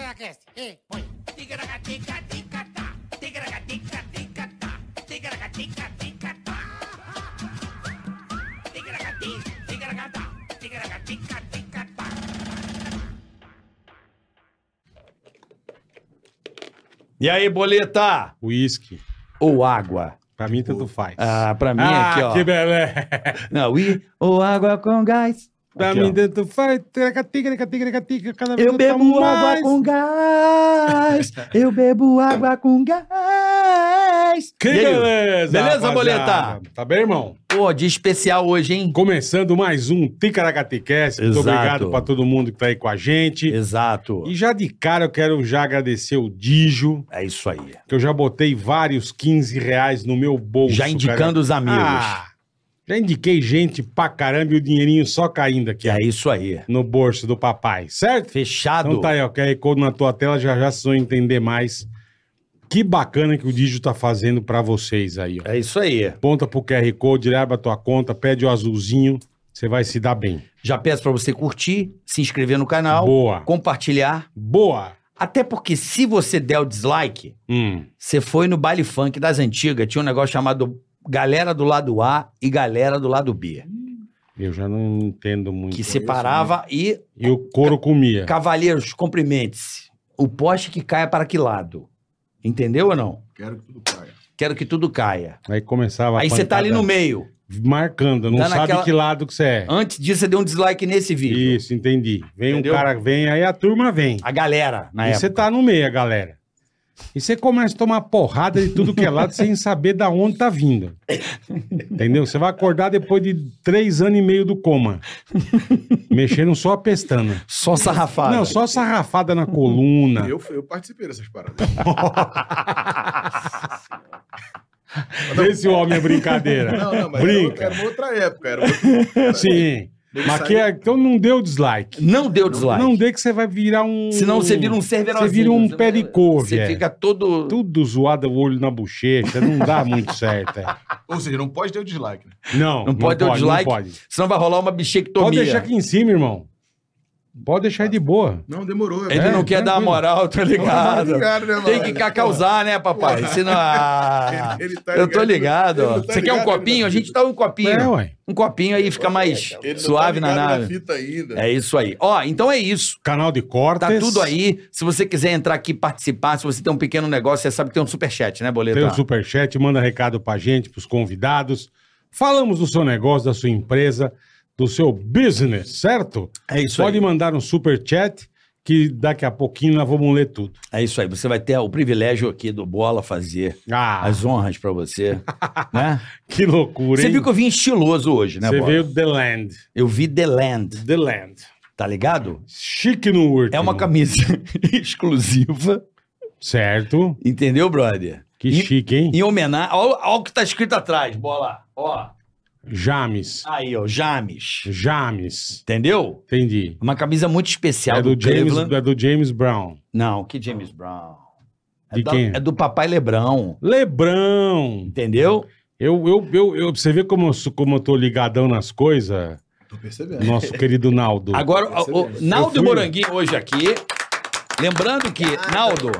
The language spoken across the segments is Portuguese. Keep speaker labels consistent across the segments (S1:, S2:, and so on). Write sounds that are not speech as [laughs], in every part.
S1: Ticaracast, e põe. Ticaracatica-ticatá, ticaracatica-ticatá, ticaracatica-ticatá. Ticaracati, ticaracatá, ticaracatica-ticatá.
S2: E aí, boleta?
S3: Whisky.
S2: Ou água?
S3: Pra mim, tanto faz.
S2: Ah, pra mim aqui, ó.
S3: Que beleza.
S2: Não, i ou água com gás.
S3: Pra
S2: Aqui,
S3: mim,
S2: ó.
S3: tanto faz. Tereca, tica, tica, tica, tica, cada vez
S2: Eu
S3: tá
S2: bebo água
S3: mais.
S2: com gás. Eu bebo água com gás.
S3: Que
S2: E aí?
S3: beleza,
S2: Beleza,
S3: rapaziada? Tá bem, irmão?
S2: Pô, de especial hoje, hein?
S3: Começando mais um Ticaracaticast. Muito
S2: Exato.
S3: obrigado pra todo mundo que tá aí com a gente.
S2: Exato.
S3: E já de cara, eu quero já agradecer o Dijo,
S2: É isso aí.
S3: que eu já botei vários 15 reais no meu bolso.
S2: Já indicando os
S3: cara.
S2: amigos.
S3: Ah, já indiquei gente pra caramba e o dinheirinho só caindo aqui,
S2: Que é isso aí.
S3: no bolso do papai, certo?
S2: Fechado.
S3: Então tá aí, ó, QR Code na tua tela, já já vocês vão entender mais. Que bacana que o Digio tá fazendo pra vocês aí, ó.
S2: É isso aí.
S3: Aponta pro QR Code, abre a tua conta, pede o azulzinho, você vai se dar bem.
S2: Já peço pra você curtir, se inscrever no canal,
S3: Boa.
S2: compartilhar.
S3: Boa.
S2: Até porque se você der o dislike,
S3: Hum.
S2: Você foi no baile funk das antigas, tinha um negócio chamado Galera do lado A e Galera do lado B,
S3: Eu já não entendo muito.
S2: que separava e
S3: E o couro comia.
S2: cavalheiros, cumprimente-se. O poste que caia para que lado? Entendeu ou não?
S4: Quero que tudo caia.
S2: Quero que tudo caia.
S3: Aí começava a
S2: Aí você tá ali no
S3: pancada
S2: meio.
S3: Marcando, não
S2: Tá
S3: sabe
S2: naquela-
S3: que lado que você é.
S2: Antes disso, você deu um dislike nesse vídeo.
S3: Isso, entendi. Vem
S2: Entendeu?
S3: um cara, vem, aí a turma vem.
S2: A galera, na
S3: e
S2: época.
S3: você tá no meio, galera. E você começa a tomar porrada de tudo que é lado [laughs] sem saber da onde tá vindo. Entendeu? Você vai acordar depois de três anos e meio do
S2: [laughs]
S3: coma. Mexendo só a pestana.
S2: Só sarrafado.
S3: Não, só sarrafada na
S2: Ah.
S3: coluna.
S4: Eu, eu participei dessas paradas.
S3: Vê se o homem é brincadeira.
S4: Não, não, mas
S3: Brinca.
S4: Era, era uma outra época. Era outra, era-
S3: Sim.
S4: Nego
S3: Mas
S4: saía-
S3: que é- então não dê o dislike.
S2: Não deu dislike.
S3: Não dê que você vai virar um.
S2: Senão você vira um cerverozinho.
S3: Você vira um pé de couve,
S2: Você
S3: é.
S2: fica todo...
S3: Tudo zoado, o olho na bochecha. Não dá muito certo. é.
S4: Ou seja, não pode ter o dislike, né?
S3: Não,
S2: Não pode ter o dislike.
S3: Não pode.
S2: Senão vai rolar uma bichectomia.
S3: Pode deixar aqui em cima, irmão. Pode deixar aí de boa.
S4: Não, demorou.
S2: Ele
S3: É,
S2: não quer dar a
S3: tranquilo.
S2: moral, tá ligado?
S4: ligado, né, mano?
S2: Tem que ca- causar, né, papai?
S4: Porra.
S2: Se não- Ah,
S4: Ele- ele tá
S2: eu tô ligado.
S4: ligado. Ele
S2: ó.
S4: não tá
S2: Você quer um
S4: ligado, ele
S2: copinho?
S4: tá
S2: A gente dá um
S3: É,
S2: copinho.
S3: ué.
S2: Um copinho aí fica mais
S4: Ele não tá
S2: suave na
S4: ligado
S2: nave.
S4: fita ainda.
S2: É isso aí. Ó, então é isso.
S3: Canal de cortes.
S2: Tá tudo aí. Se você quiser entrar aqui e participar, se você tem um pequeno negócio, você sabe que tem um superchat, né, Boleta?
S3: Tem o superchat, manda recado pra gente, pros convidados. Falamos do seu negócio, da sua empresa, do seu business, certo?
S2: É isso
S3: Pode
S2: aí.
S3: mandar um superchat que daqui a pouquinho nós vamos ler tudo.
S2: É isso aí. Você vai ter o privilégio aqui do Bola fazer
S3: Ah,
S2: as honras pra você.
S4: [laughs]
S2: né?
S3: que loucura,
S2: Você
S3: hein?
S2: viu que eu vim estiloso hoje, né,
S3: Você
S2: Bola?
S3: veio The Land.
S2: Eu vi The Land,
S3: The Land.
S2: tá ligado?
S3: Chique no último.
S2: É uma camisa [laughs] exclusiva.
S3: Certo?
S2: Entendeu, brother?
S3: Que
S2: Em-
S3: chique, hein?
S2: Em homenagem. Olha o que tá escrito atrás, bola. Ó.
S3: James.
S2: Aí, ó. James.
S3: James.
S2: Entendeu?
S3: Entendi.
S2: Uma camisa muito especial
S3: É
S2: do,
S3: do, James,
S2: Cleveland.
S3: é do James Brown.
S2: Não, que James Brown. É,
S3: De
S2: da-
S3: quem?
S2: é do papai Lebrão.
S3: Lebrão.
S2: Entendeu?
S3: Eu, eu, eu, eu- você vê como eu, sou- como eu tô ligadão nas coisas,
S4: Tô percebendo.
S3: nosso querido Naldo.
S2: É. Agora, ó, o,
S4: Excelente.
S3: Eu
S2: Naldo
S3: fui-
S2: Moranguinho hoje aqui. Lembrando que, Naldo,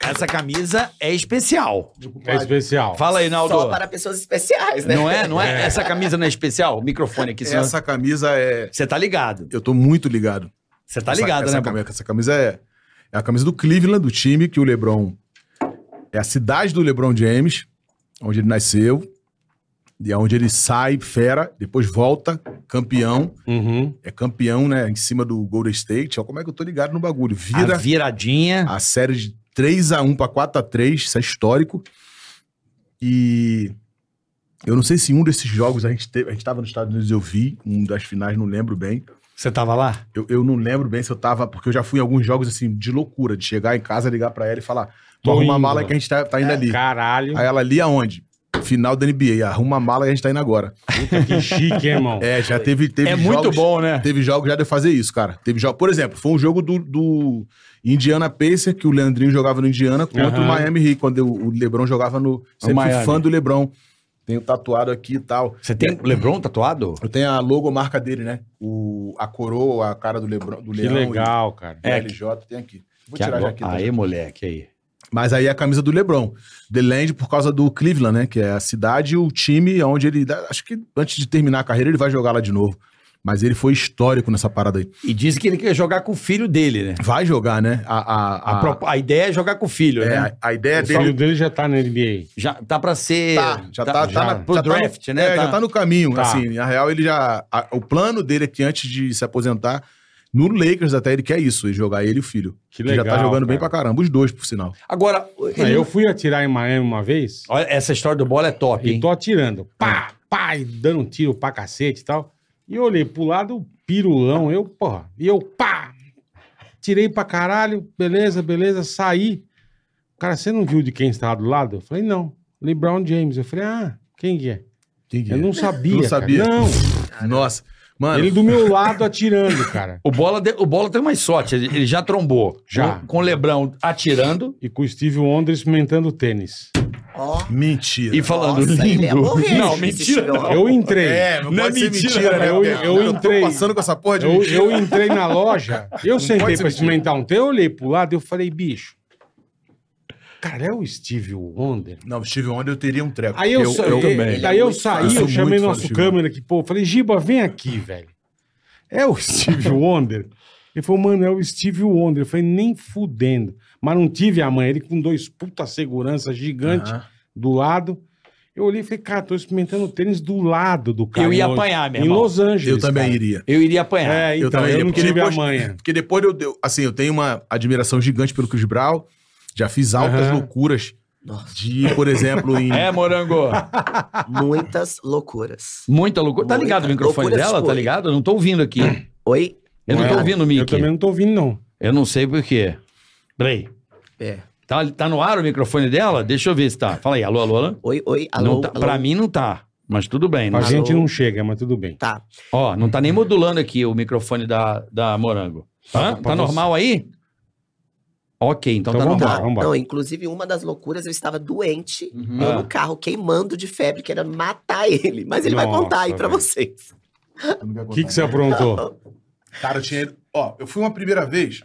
S2: essa camisa é especial.
S3: é especial.
S2: Fala aí, Naldo.
S5: Só para pessoas especiais, né?
S2: Não é? Não é? Essa camisa não é especial? O microfone aqui, senhor.
S4: Essa camisa é...
S2: Você tá ligado.
S4: Eu tô muito ligado.
S2: Você tá
S4: Essa-
S2: ligado,
S4: essa
S2: né, papai?
S4: camisa, Essa camisa é... É a camisa do Cleveland, do time que o LeBron... É a cidade do LeBron James, onde ele nasceu. E é onde ele sai, fera, depois volta, campeão.
S3: Uhum.
S4: é campeão, né? Em cima do Golden State. Olha como é que eu tô ligado no bagulho.
S2: A
S4: Vira
S2: viradinha.
S4: a, série de 3x1 pra 4x3. Isso é histórico. E eu não sei se um desses jogos a gente teve. A gente tava nos Estados Unidos, eu vi. Um das finais, não lembro bem.
S2: Você tava lá?
S4: Eu, eu não lembro bem se eu tava. Porque eu já fui em alguns jogos assim, de loucura, de chegar em casa, ligar pra ela e falar:
S3: Tô
S4: tu arruma a
S3: indo. É,
S4: mala que a gente tá, tá indo ali.
S3: Caralho.
S2: É.
S4: Aí ela ali aonde? Final da NBA, arruma a mala que a gente tá indo agora.
S3: Puta, que chique, hein, irmão.
S4: É, já teve,
S2: [laughs]
S4: teve
S2: é muito
S4: jogos-
S2: bom, né?
S4: Teve jogo já de eu fazer isso, cara. Teve jogo, por exemplo, foi um jogo do, do Indiana Pacer, que o Leandrinho jogava no Indiana, contra
S3: Aham.
S4: o Miami Heat, quando eu- o LeBron jogava no. Sempre fui
S2: Miami.
S4: fã do LeBron. Tenho tatuado aqui e tal.
S2: Você tem o LeBron tatuado?
S4: Eu tenho a logomarca dele, né? O, a coroa, a cara do LeBron, do
S3: que
S4: Leão
S2: é
S3: legal, cara.
S4: e o LJ, tem aqui. tá Vou
S2: Que
S4: tirar
S2: agora-
S4: a jaqueta.
S2: Aí, moleque, aí.
S4: Mas aí é a camisa do LeBron. The Land por causa do Cleveland, né? Que é a cidade e o time onde ele. Acho que antes de terminar a carreira ele vai jogar lá de novo. Mas ele foi histórico nessa parada aí.
S2: E disse que ele quer jogar com o filho dele, né?
S4: Vai jogar, né? A, a,
S2: A,
S4: a-
S2: prop- a ideia é jogar com o filho,
S4: é,
S2: né?
S4: a- a ideia
S3: o
S4: dele.
S3: filho dele já tá na NBA.
S2: Já tá pra ser.
S4: Tá, já tá, tá
S3: já-
S4: na,
S2: pro
S4: já tá no-
S2: draft, né?
S4: É, já tá no caminho,
S3: Tá.
S4: assim. Na real, ele já. a- o plano dele é que antes de se aposentar, no Lakers até ele quer isso, ele jogar ele e o filho.
S3: Que
S4: Ele
S3: legal.
S4: já tá jogando bem pra
S3: cara.
S4: caramba, os dois, por sinal.
S2: Agora,
S3: Não,
S2: ele-
S3: Eu fui atirar em Miami uma vez
S2: olha, essa história do bola é top,
S3: e
S2: hein?
S3: tô atirando.
S4: Ah.
S3: Pá, pá, e dando um tiro pra cacete e tal. E eu olhei pro lado, o pirulão, eu, porra. E eu, pá! Tirei pra caralho, beleza, beleza, saí. Cara, você não viu de quem estava do lado? Eu falei, não. LeBron James. Eu falei, ah, quem que é? Eu não sabia.
S4: Não
S3: cara.
S4: sabia.
S3: Não.
S4: Nossa. Mano,
S3: Ele do meu lado atirando, cara.
S2: O bola, de- o bola tem mais sorte, ele ele já trombou.
S3: Já.
S2: Com, com o Lebrão atirando
S3: E com o Steve Wonder experimentando tênis.
S5: Ó.
S4: mentira.
S2: e falando
S5: Nossa,
S2: lindo.
S5: ele ia morrer
S2: não,
S5: se
S2: mentira.
S5: tivesse
S2: não.
S3: Eu entrei.
S4: É, não,
S2: Não
S4: pode
S2: é
S4: ser
S2: mentira,
S4: mentira,
S2: né?
S4: né?
S3: Eu-
S4: Porque
S3: eu
S4: tô
S3: entrei.
S4: passando com essa porra de
S3: Eu,
S4: mentira.
S3: eu entrei na loja, eu sentei
S4: pode ser
S3: pra
S4: mentira.
S3: experimentar um tênis, eu olhei pro lado e eu falei, bicho, cara, é o Steve Wonder?
S4: Não, Steve Wonder eu teria um treco.
S3: Aí eu, sa-
S4: eu
S5: Ele é
S3: Aí eu
S5: muito
S3: saí,
S4: fã.
S3: eu
S4: Eu sou
S3: chamei
S4: muito fã do
S3: nosso
S4: Steve
S3: câmera aqui, pô, eu falei, Giba, vem aqui, velho. É o [laughs] Steve Wonder? Ele falou, mano, é o Steve Wonder. Eu falei, nem fudendo. Mas não tive a mãe, ele com dois puta segurança gigante
S4: Aham.
S3: do lado. Eu olhei e falei, cara, tô experimentando o tênis do lado do cara.
S2: Eu ia
S3: em Lo-
S2: apanhar, meu
S3: Em
S2: irmão.
S3: Los Angeles.
S4: Eu também
S3: cara.
S4: iria.
S2: Eu iria apanhar.
S3: É, então, eu,
S4: também iria,
S3: não
S4: porque
S3: tive
S4: depois-
S3: a manha.
S4: Porque depois eu, eu- assim, eu tenho uma admiração gigante pelo Chris Brown. Já fiz altas
S3: Aham.
S4: loucuras
S5: Nossa,
S4: de, por
S3: [laughs]
S4: exemplo, em
S2: É,
S4: [laughs]
S2: morango.
S5: muitas loucuras.
S2: Muita loucura. Tá ligado o
S5: Muita
S2: microfone
S5: loucura
S2: dela? Tá
S5: foi.
S2: ligado? Eu não tô ouvindo aqui.
S5: Oi?
S2: Eu não,
S3: Não é,
S2: tô ouvindo o
S3: Eu
S2: Mickey.
S3: também não tô ouvindo, não.
S2: Eu não sei por quê. Peraí.
S5: É.
S2: Tá, tá no ar o microfone dela? Deixa eu ver se tá. Fala aí, alô, alô, alô.
S5: Oi, oi, alô,
S2: não tá,
S5: alô.
S2: Pra mim não tá, mas tudo bem.
S3: A
S2: Não,
S5: Alô.
S3: gente não chega, mas tudo bem.
S5: Tá.
S2: ó, não tá nem modulando aqui o microfone da, da Morango. Hã?
S3: Tá,
S2: Tá,
S3: pra você.
S2: normal aí? Ok, então,
S3: Então
S2: tá
S3: vamos
S5: Tá.
S2: normal.
S3: lá. vambora.
S5: Não, inclusive, uma das loucuras, eu estava doente,
S2: Uhum.
S5: eu
S2: Ah.
S5: no carro, queimando de febre, querendo matar [laughs] ele. Mas ele vai
S3: Nossa,
S5: contar aí pra
S3: velho.
S5: vocês.
S3: O que, que você aprontou?
S4: Cara, eu tinha. ido- Ó, eu fui uma primeira vez,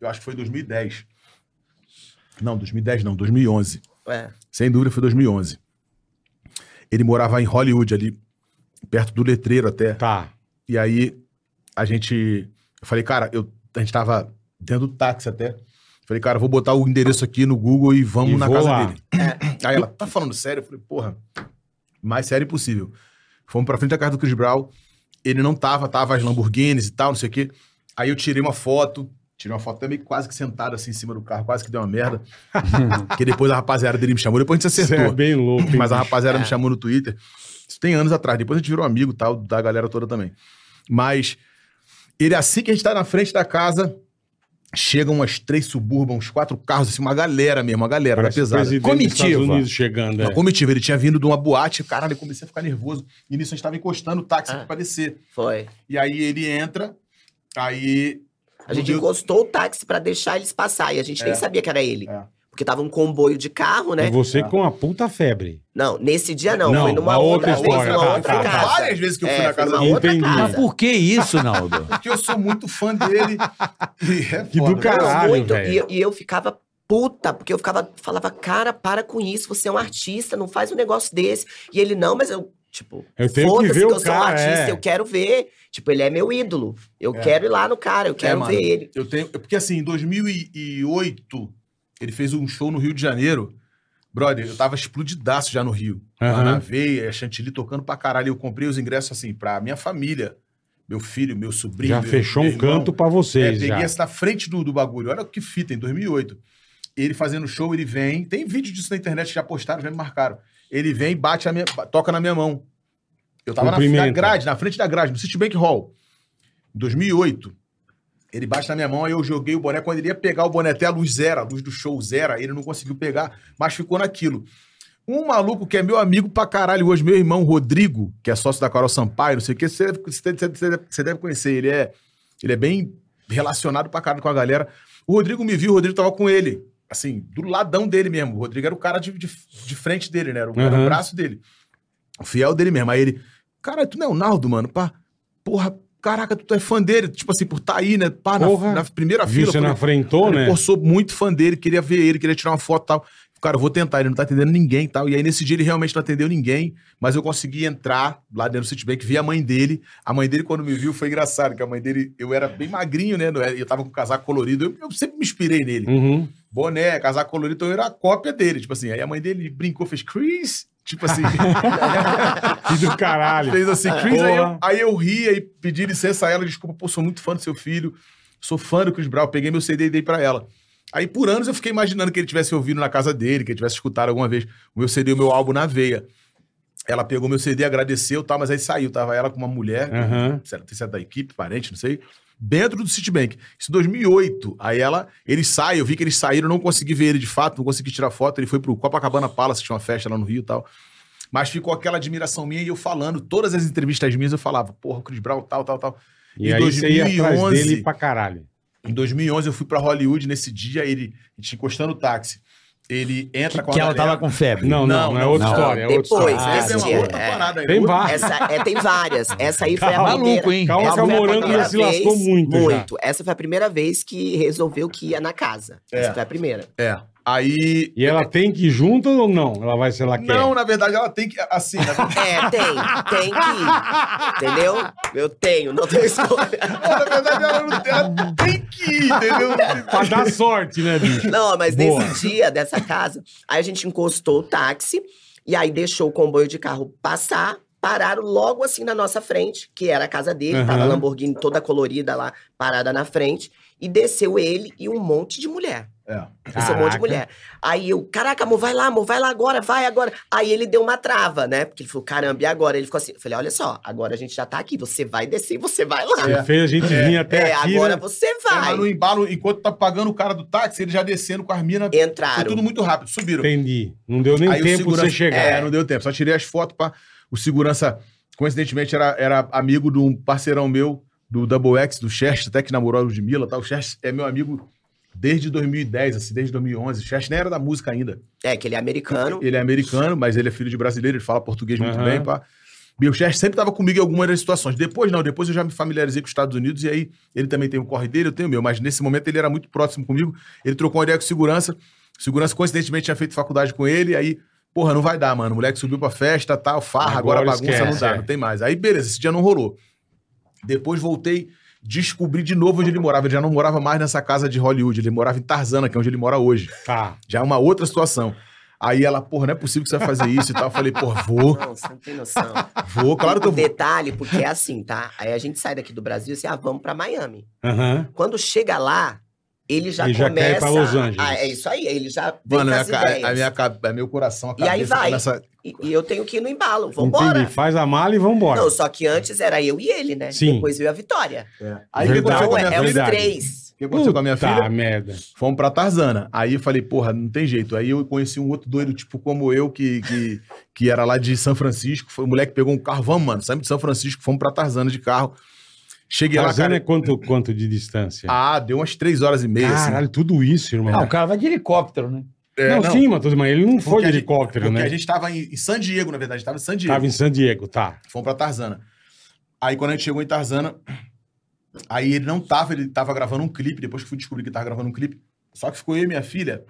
S4: eu acho que foi em 2010. Não, 2010 não, 2011.
S5: É.
S4: Sem dúvida foi 2011. Ele morava em Hollywood, ali, perto do letreiro até.
S3: Tá.
S4: E aí a gente. Eu falei, cara, eu, a gente tava dentro do táxi até. Falei, cara, eu vou botar o endereço aqui no Google e vamos
S3: E
S4: na
S3: vou
S4: casa
S3: lá.
S4: dele. Aí ela, tá falando sério? Eu falei, porra, mais sério possível. Fomos pra frente da casa do Chris Brown. Ele não tava, tava as Lamborghinis e tal, não sei o quê. Aí eu tirei uma foto, tirei uma foto também quase que sentado assim em cima do carro, quase que deu
S3: [laughs]
S4: uma merda. que depois a rapaziada dele me chamou, depois a gente se
S3: Você é
S4: acertou.
S3: bem louco. hein,
S4: Mas a
S3: bicho?
S4: rapaziada me
S5: É.
S4: chamou no Twitter. Isso tem anos atrás. Depois a gente virou amigo e tal, da galera toda também. Mas ele, assim que a gente tá na frente da casa, chegam umas três suburban, uns quatro carros, assim, uma galera mesmo, uma galera
S3: Parece
S4: da
S3: o
S4: pesada. Né?
S3: presidente dos
S2: Comitiva.
S3: Estados Unidos chegando.
S4: Uma
S3: É.
S4: comitiva. Ele tinha vindo de uma boate, caralho, eu comecei a ficar nervoso. E nisso a gente tava encostando o táxi
S5: Ah.
S4: pra descer.
S5: Foi.
S4: E aí ele entra, aí.
S5: A gente
S4: Meu Deus.
S5: encostou o táxi pra deixar eles passar. E a gente
S4: É.
S5: nem sabia que era ele.
S4: É.
S5: Porque tava um comboio de carro, né?
S3: E É você
S4: Ah.
S3: com a puta febre.
S5: Não, nesse dia não.
S3: Não,
S5: foi numa
S3: uma outra
S5: outra,
S3: história,
S5: Foi
S3: tá,
S5: numa outra
S3: tá, tá.
S5: casa.
S4: Várias vezes que eu fui
S5: É,
S4: na
S5: foi
S4: casa
S5: numa
S4: dele.
S5: outra
S3: Entendi.
S2: Mas
S5: casa.
S2: por que isso, Naldo?
S4: [laughs] Porque eu sou muito fã dele. [laughs] E é
S3: Que do
S4: foda.
S3: caralho.
S5: Não, muito.
S3: velho.
S5: E, eu- e eu ficava puta, porque eu ficava, falava, cara, para com isso, você é um artista, não faz um negócio desse. E ele, não, mas eu, tipo,
S3: Eu tenho que
S5: foda-se
S3: ver o
S5: eu sou um
S3: cara,
S5: artista,
S3: é.
S5: eu quero ver. Tipo, ele é meu ídolo. Eu
S4: É.
S5: quero ir lá no cara, eu quero
S4: mano.
S5: ver ele.
S4: Eu tenho. Porque assim, em 2008, ele fez um show no Rio de Janeiro. Brother, eu tava explodidaço já no Rio. Lá
S3: Aham.
S4: na veia, Chantilly tocando pra caralho. Eu comprei os ingressos assim, pra minha família. Meu filho, meu sobrinho.
S3: já
S4: meu-
S3: fechou
S4: meu
S3: um
S4: irmão.
S3: canto pra
S4: É,
S3: vocês
S4: peguei
S3: já.
S4: essa na frente do, do bagulho. Olha que fita, em 2008. Ele fazendo show, ele vem. Tem vídeo disso na internet, já postaram, já me marcaram. Ele vem e bate a minha. ba- toca na minha mão. Eu tava na,
S3: Cumprimenta.
S4: na grade, na frente da grade, no Citibank Hall. Em 2008. Ele bate na minha mão, aí eu joguei o boné. Quando ele ia pegar o boné, até a luz zera, a luz do show zera, ele não conseguiu pegar, mas ficou naquilo. Um maluco que é meu amigo pra caralho hoje, meu irmão Rodrigo, que é sócio da Carol Sampaio, não sei o que, você deve, você deve- você deve- você deve conhecer, ele é, ele é bem relacionado pra caralho com a galera. O Rodrigo me viu, o Rodrigo tava com ele, assim, do ladão dele mesmo. O Rodrigo era o cara de, de, de frente dele, né? Era o, era o
S3: Uhum.
S4: braço dele. O fiel dele mesmo. Aí ele, cara, tu não é o Naldo, mano? Pá, porra, caraca, tu é fã dele, tipo assim, por tá aí, né? Pá, na,
S3: Porra.
S4: na primeira
S3: Viu,
S4: fila.
S3: você não
S4: falei,
S3: afrentou,
S4: Cara,
S3: né?
S4: Pô, sou muito fã dele, queria ver ele, queria tirar uma foto e tal. Cara, eu vou tentar, ele não tá atendendo ninguém e tal. E aí, nesse dia, ele realmente não atendeu ninguém, mas eu consegui entrar lá dentro do Citibank, vi a mãe dele. A mãe dele, quando me viu, foi engraçado, que a mãe dele, eu era bem magrinho, né? não era- Eu tava com um casaco colorido, eu, eu sempre me inspirei nele.
S3: Uhum.
S4: Boné, casaco colorido, então eu era a cópia dele, tipo assim. Aí a mãe dele brincou, fez Chris, tipo assim. [laughs]
S3: Que do caralho.
S4: Fez assim, Chris,
S3: Porra.
S4: aí eu, aí eu ri e pedi licença a ela, desculpa, pô, sou muito fã do seu filho, sou fã do Chris Brown, peguei meu CD e dei pra ela. Aí por anos eu fiquei imaginando que ele tivesse ouvido na casa dele, que ele tivesse escutado alguma vez o meu CD, o meu álbum na veia. Ela pegou meu CD, agradeceu, tá, mas aí saiu, tava ela com uma mulher,
S3: Aham.
S4: sei lá, não sei se é da equipe, parente, não sei, dentro do Citibank. Isso em 2008. Aí ela, eles saem, eu vi que eles saíram, não consegui ver ele de fato, não consegui tirar foto, ele foi pro Copacabana Palace, tinha uma festa lá no Rio e tal. Mas ficou aquela admiração minha e eu falando, todas as entrevistas minhas eu falava, porra, o Chris Brown, tal, tal, tal.
S3: E
S4: Em
S3: aí você ia atrás
S4: 2011.
S3: dele pra caralho.
S4: Em 2011 eu fui pra Hollywood, nesse dia ele, a gente encostando o táxi, ele entra com a
S2: que ela
S4: galera-
S2: tava com Ah, febre.
S3: Não, não,
S4: Não,
S3: não, é
S4: não,
S3: outra
S2: não.
S3: história. É outra
S5: Depois,
S3: história.
S5: né?
S4: Essa é uma
S5: Esse
S4: outra
S5: dia, é.
S4: parada aí.
S3: Tem
S4: outra-
S3: várias.
S5: Essa, é, tem várias. Essa
S3: [laughs]
S5: aí foi a
S3: Calma,
S5: primeira.
S2: Tá maluco, hein?
S3: Calma
S5: Essa
S3: que a
S5: foi a
S3: Morango já
S5: primeira
S3: se lascou
S5: vez-
S3: muito já.
S5: Muito. Essa foi a primeira vez que resolveu que ia na casa.
S4: É.
S5: Essa foi a primeira.
S4: É. Aí.
S3: E
S2: tá
S3: ela tem que ir junto ou não? Ela vai, sei lá, quer.
S4: Não, na verdade ela tem que. Assim, na verdade.
S5: É, tem. Tem que ir. Entendeu? Eu tenho,
S3: [laughs]
S5: não tenho escolha.
S4: Na verdade, ela, não tem, ela tem que ir, entendeu?
S3: Pra dar sorte, né, bicho?
S5: Não, mas
S3: Boa.
S5: nesse dia dessa casa, aí a gente encostou o táxi e aí deixou o comboio de carro passar. Pararam logo assim na nossa frente, que era a casa dele, tava a
S3: Aham.
S5: Lamborghini toda colorida lá, parada na frente. E desceu ele e um monte de mulher.
S4: É.
S5: Desceu um monte
S3: Caraca.
S5: de mulher. Aí eu, caraca, amor, vai lá, amor, vai lá agora, vai agora. Aí ele deu uma trava, né? Porque ele falou, caramba, e agora? Ele ficou assim, eu falei, olha só, agora a gente já tá aqui, você vai descer e você vai lá.
S3: Você fez a gente vir até
S5: É,
S3: aqui.
S5: agora
S3: né?
S5: você
S4: Mas no
S5: vai.
S4: embalo, enquanto tá pagando o cara do táxi, ele já descendo com as minas. Foi
S5: Entraram.
S4: tudo muito rápido, subiram.
S3: Entendi. Não deu nem
S4: Aí o
S3: tempo de você chegar.
S4: É, não deu tempo. Só tirei as fotos pra. O segurança, coincidentemente, era, era amigo de um parceirão meu, do Double X, do Chest, até que namorou a Ludmilla e tal. O Chest é meu amigo desde 2010, assim, desde 2011. O Chest nem era da música ainda.
S5: É, que ele é americano.
S4: Ele é americano, mas ele é filho de brasileiro, ele fala português muito
S3: Aham.
S4: bem, pá. E o Chester sempre estava comigo em algumas das situações. Depois não, depois eu já me familiarizei com os Estados Unidos e aí ele também tem o corre dele, eu tenho o meu. Mas nesse momento ele era muito próximo comigo, ele trocou uma ideia com segurança. Segurança, coincidentemente, tinha feito faculdade com ele, aí, porra, não vai dar, mano. O moleque subiu pra festa, tal, farra, agora,
S3: Agora
S4: a bagunça
S3: esquece,
S4: não dá,
S3: é.
S4: não tem mais. Aí, beleza, esse dia não rolou. Depois voltei, descobri de novo onde ele morava. Ele já não morava mais nessa casa de Hollywood, ele morava em Tarzana, que é onde ele mora hoje.
S3: Tá.
S4: Já é uma outra situação. Aí ela, porra, não é possível que você vai fazer isso e tal. Eu falei, porra, vou,
S5: Não, você não tem noção.
S4: vou, claro que eu
S5: Um
S4: vou.
S5: detalhe, porque é assim, tá? Aí a gente sai daqui do Brasil e assim, ah, vamos pra Miami.
S3: Aham.
S5: Quando chega lá, ele já
S3: Ele já
S5: começa...
S3: quer ir pra Los Angeles.
S5: Ah, é isso aí, ele já vem
S4: Mano,
S5: com
S4: minha,
S5: as ideias.
S4: ca- a minha, ca- a meu coração, a
S5: E aí
S4: cabeça
S5: vai.
S4: começa-
S5: E, e eu tenho que ir no embalo, vambora.
S3: Entendi. Faz a mala e vambora.
S5: Não, só que antes era eu e ele, né?
S3: Sim.
S5: Depois veio a Vitória.
S4: Aí o que
S3: Verdade.
S4: aconteceu com a
S5: Então,
S4: minha
S5: é, é
S4: filha?
S5: os
S3: verdade.
S5: três.
S4: O que aconteceu com a minha filha?
S3: Tá, merda.
S4: Fomos pra Tarzana. Aí eu falei, porra, não tem jeito. Aí eu conheci um outro doido, tipo, como eu, que, que, que era lá de São Francisco. Foi, o moleque pegou um carro, vamos, mano, saímos de São Francisco, fomos pra Tarzana de carro. Cheguei lá,
S3: Tarzana
S4: cara.
S3: é quanto, quanto de distância?
S4: Ah, deu umas três horas e meia, assim.
S3: Caralho, tudo isso, irmão.
S2: Ah,
S3: Não,
S2: o cara vai de helicóptero, né?
S4: É, não,
S3: sim, Matheus, mas ele não foi
S4: porque
S3: de
S4: a gente-
S3: helicóptero,
S4: Porque
S3: né?
S4: a gente tava em, em San Diego, na verdade, tava em San Diego.
S3: Tava em San Diego, tá.
S4: Fomos pra Tarzana. Aí quando a gente chegou em Tarzana, aí ele não tava, ele tava gravando um clipe, depois que fui descobrir que tava gravando um clipe. Só que ficou eu e minha filha,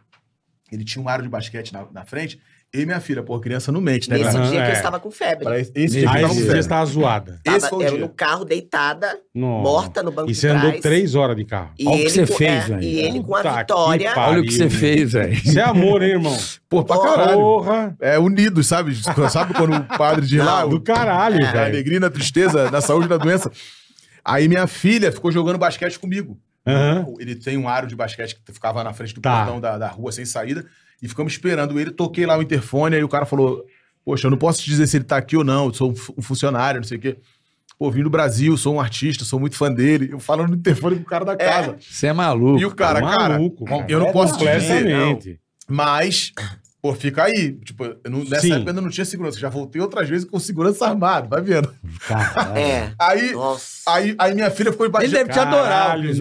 S4: ele tinha uma área de basquete na, na frente, eu e minha filha, pô, criança não mente, né?
S5: Nesse
S4: cara?
S3: Aham,
S5: dia que
S3: é.
S5: eu estava com febre.
S4: Pra esse, esse tipo dia que
S3: Aí
S4: tava
S3: esse
S4: com
S3: dia
S4: febre.
S3: estava zoada.
S4: Esse
S5: Tava
S4: foi o
S5: eu
S4: dia.
S5: no carro, deitada,
S3: Nossa.
S5: morta no banco
S3: E
S5: de
S3: você
S5: trás.
S3: andou três horas de carro.
S5: E
S2: Olha o que
S5: ele
S2: você
S5: com-
S2: fez,
S5: é,
S2: velho.
S5: E ele com a
S3: Puta que
S5: Vitória...
S3: pariu,
S2: Olha o que você
S3: meu.
S2: fez, velho.
S3: Isso é amor, hein, irmão?
S4: Pô, [laughs] pra
S5: Porra.
S4: caralho.
S3: Porra.
S4: É unidos, sabe? Sabe quando o padre de lá,
S3: Do
S4: o
S3: caralho,
S4: na
S3: velho.
S4: alegria, e na tristeza, na saúde, e na doença. Aí minha filha ficou jogando basquete comigo.
S3: Aham.
S4: Ele tem um aro de basquete que ficava na frente do
S3: Tá.
S4: portão da, da rua sem saída. E ficamos esperando ele. Toquei lá o interfone, aí o cara falou: Poxa, eu não posso te dizer se ele tá aqui ou não, eu sou um, fu- um funcionário, não sei o quê. Pô, vim do Brasil, sou um artista, sou muito fã dele. Eu falando no interfone com o cara da casa.
S2: Você é maluco.
S4: E o cara,
S3: Tá
S4: cara,
S2: É
S3: maluco, cara.
S4: eu não posso te dizer.
S3: Completamente.
S4: Mas, Pô, fica aí. Tipo, eu não- nessa
S3: Sim.
S4: época eu ainda não tinha segurança. Já voltei outras vezes com segurança armado, vai vendo.
S2: Caralho.
S5: É.
S4: Aí,
S5: Nossa.
S4: aí, aí minha filha ficou
S2: Ele
S4: embaixo.
S2: deve te adorar,
S3: Caralho,
S2: Luiz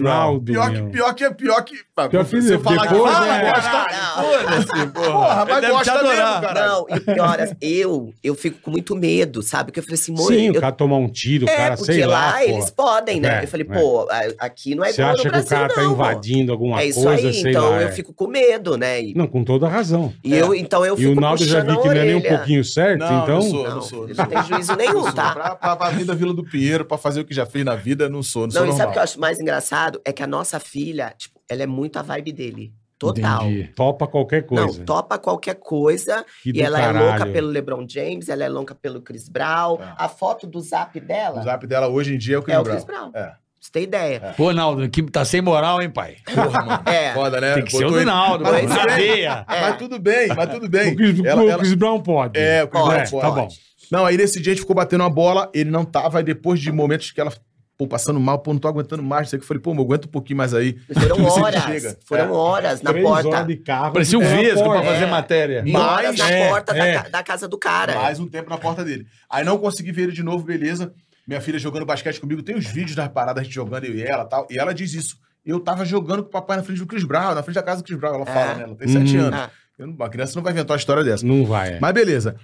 S3: Naldo,
S2: Naldo.
S4: Pior que,
S3: meu.
S4: pior que é pior que.
S3: Pior que
S4: você falar que
S3: depois,
S4: fala,
S2: Fala,
S3: né?
S4: gosta.
S2: gosta. Foda-se, porra.
S4: Porra, mas
S2: Ele deve te
S4: gosta mesmo,
S2: adorar.
S4: cara.
S5: Não, e pior, assim, eu, eu fico com muito medo, sabe? Porque eu falei assim, mãe,
S3: Sim,
S5: eu
S3: o cara tomar um tiro, o
S5: É,
S3: cara,
S5: porque
S3: sei
S5: lá,
S3: lá. porra.
S5: eles podem, né?
S3: É,
S5: eu falei,
S3: é.
S5: pô, a- aqui não é
S3: Você
S5: igual
S3: acha
S5: no
S3: que o
S5: Brasil,
S3: cara tá
S5: não, pô.
S3: invadindo alguma
S5: É isso
S3: coisa,
S5: aí,
S3: sei
S5: então
S3: lá.
S5: eu
S3: é.
S5: fico com medo, né? E,
S3: Não, com toda a razão.
S5: e eu, então eu
S3: E
S5: fico
S3: o Naldo já
S5: puxando
S3: vi
S5: a
S3: que não é nem um
S5: orelha.
S3: pouquinho certo,
S4: Não,
S3: então.
S4: não sou,
S5: Não,
S4: não sou.
S5: ele não tem juízo
S4: Não
S5: nenhum,
S4: sou.
S5: tá?
S4: Pra, pra, pra vida Vila do Pinheiro, pra fazer o que já fez na vida, não sou, não sou
S5: Não, e sabe o
S4: normal.
S5: que eu acho mais engraçado? É que a nossa filha, tipo, ela é muito a vibe dele. Total.
S2: Entendi.
S3: Topa qualquer coisa.
S5: Não, topa qualquer coisa.
S3: Que
S5: e
S3: do
S5: ela
S3: caralho.
S5: é louca pelo LeBron James, ela é louca pelo Chris Brown.
S4: É.
S5: A foto do zap dela
S4: O zap dela hoje em dia é o Chris
S5: é o
S4: Brown.
S5: Chris Brown.
S4: É.
S5: Você tem ideia.
S2: Pô, Naldo, que tá sem moral, hein, pai?
S4: Porra, mano.
S5: É.
S4: Foda, né?
S2: Tem que ser o
S4: Botou
S2: do
S4: ele-
S2: Naldo,
S4: Mas
S2: mano.
S4: isso é-
S2: Cadeia.
S5: É.
S4: Mas tudo bem, mas tudo bem.
S3: O Chris,
S4: Ela-
S3: o
S4: ela-
S3: Chris Brown pode.
S4: É, o Chris
S5: Pode,
S4: Brown
S3: É,
S4: pode.
S3: tá bom.
S4: Não, aí nesse dia a gente ficou batendo uma bola, ele não tava, aí depois de momentos que ela, pô, passando mal, pô, não tô aguentando mais, não sei o que, eu falei, pô, meu, aguenta um pouquinho mais aí.
S5: Foram
S4: Você
S5: horas.
S4: chega.
S5: Foram
S4: É.
S5: horas na
S3: Três
S5: porta.
S3: horas de carro.
S2: Parecia um
S3: de-
S2: vesgo pra
S3: porta.
S2: fazer
S5: É.
S2: matéria.
S5: E
S4: Mas-
S5: horas na
S3: é,
S5: porta da
S3: é.
S5: ca- da casa do cara.
S4: Mais um tempo na porta dele. Aí não consegui ver ele de novo, beleza. Minha filha jogando basquete comigo, tem os vídeos das paradas, a gente jogando, eu e ela tal. E ela diz isso. Eu tava jogando com o papai na frente do Chris Brown, na frente da casa do Chris Brown. Ela fala,
S5: É.
S4: né? Ela tem sete
S3: Uhum.
S4: anos.
S5: Ah.
S4: Eu não- a criança não vai inventar uma história dessa.
S3: Não vai. é.
S4: Mas beleza.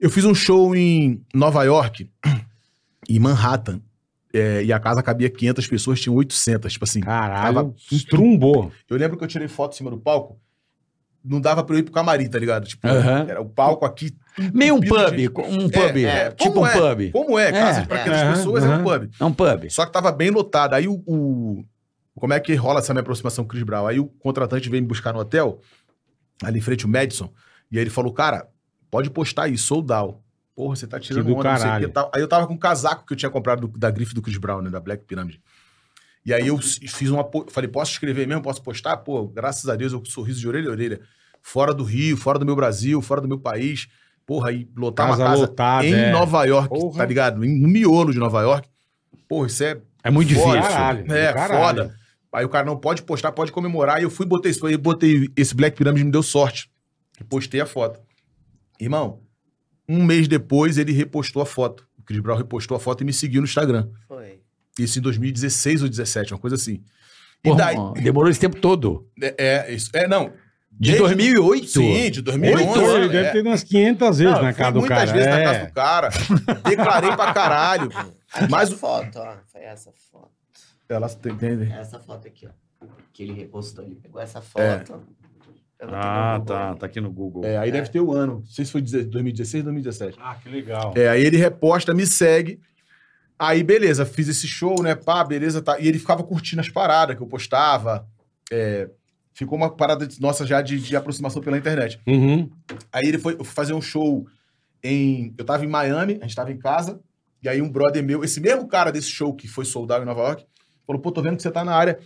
S4: Eu fiz um show em Nova York, em Manhattan. É, e a casa cabia 500 pessoas, tinha 800. Tipo assim,
S3: Caralho,
S4: Tava-
S3: estrumbou.
S4: eu lembro que eu tirei foto em cima do palco. Não dava pra eu ir pro camarim, tá ligado? Tipo,
S2: Aham.
S4: era o palco aqui.
S2: Meio um
S4: entupido de
S2: pub, co- um
S4: É,
S2: pub.
S4: é,
S2: Tipo
S4: como
S2: um
S4: é?
S2: pub.
S4: Como é? Casa pra
S5: É.
S4: aquelas
S3: Aham,
S4: pessoas é um
S3: aham.
S4: pub.
S2: É um pub.
S4: Só que tava bem lotado. Aí o, o- Como é que rola essa minha aproximação com o Chris Brown? Aí o contratante veio me buscar no hotel, ali em frente o Madison. E aí ele falou, cara, pode postar aí, sold out. Porra, você tá tirando
S3: do
S4: onda, não sei o
S3: caralho.
S4: que e tal. Aí eu tava com um casaco que eu tinha comprado do- da grife do Chris Brown, né, da Black Pyramid. E aí eu s- fiz uma... po- Falei, posso escrever mesmo? Posso postar? Pô, graças a Deus, eu com um sorriso de orelha a orelha. Fora do Rio, fora do meu Brasil, fora do meu país. Porra, aí lotar
S3: Casa
S4: uma casa
S3: lotada,
S4: em
S3: é.
S4: Nova York,
S3: Porra.
S4: tá ligado? Em- No miolo de Nova York. Porra, isso é
S2: É muito
S4: Fora,
S2: difícil.
S3: Caralho, do
S4: é,
S3: caralho.
S4: foda. Aí o cara não pode postar, pode comemorar. E eu fui e botei isso. Aí eu botei esse Black Pyramid me deu sorte. E postei a foto. Irmão, um mês depois ele repostou a foto. O Chris Brown repostou a foto e me seguiu no Instagram.
S5: Foi.
S4: Isso em 2016 ou 17, uma coisa assim. E
S2: Porra,
S4: daí.
S2: mano, demorou esse tempo todo.
S4: É, é, isso. É, não.
S2: De
S4: Desde-
S2: 2008?
S4: Sim, de
S3: Oito
S4: 2011.
S3: anos, ele
S4: é.
S3: deve ter umas 500 vezes
S4: Não,
S3: na
S4: fui
S3: casa do
S4: muitas
S3: cara.
S4: vezes
S3: é.
S4: na casa do cara. Declarei pra caralho.
S5: Aqui
S4: Mas
S5: a
S4: o-
S5: foto, ó. Foi essa foto.
S4: Ela tem- tem-
S5: Essa foto aqui, ó. Que ele repostou. Ele pegou essa foto. Eu vou ter
S2: Ah,
S5: que um
S2: tá.
S5: botar.
S2: Tá aqui no Google.
S4: É, aí deve ter o ano. Não sei se foi 2016 2017.
S3: Ah, que legal.
S4: É, aí ele reposta, me segue. Aí, beleza, fiz esse show, né? Pá, beleza, tá. E ele ficava curtindo as paradas que eu postava. É, ficou uma parada de- nossa já de, de aproximação pela internet.
S3: Uhum.
S4: Aí ele foi eu fui fazer um show em. Eu tava em Miami, a gente tava em casa. E aí um brother meu, esse mesmo cara desse show que foi soldado em Nova York, falou: pô, tô vendo que você tá na área.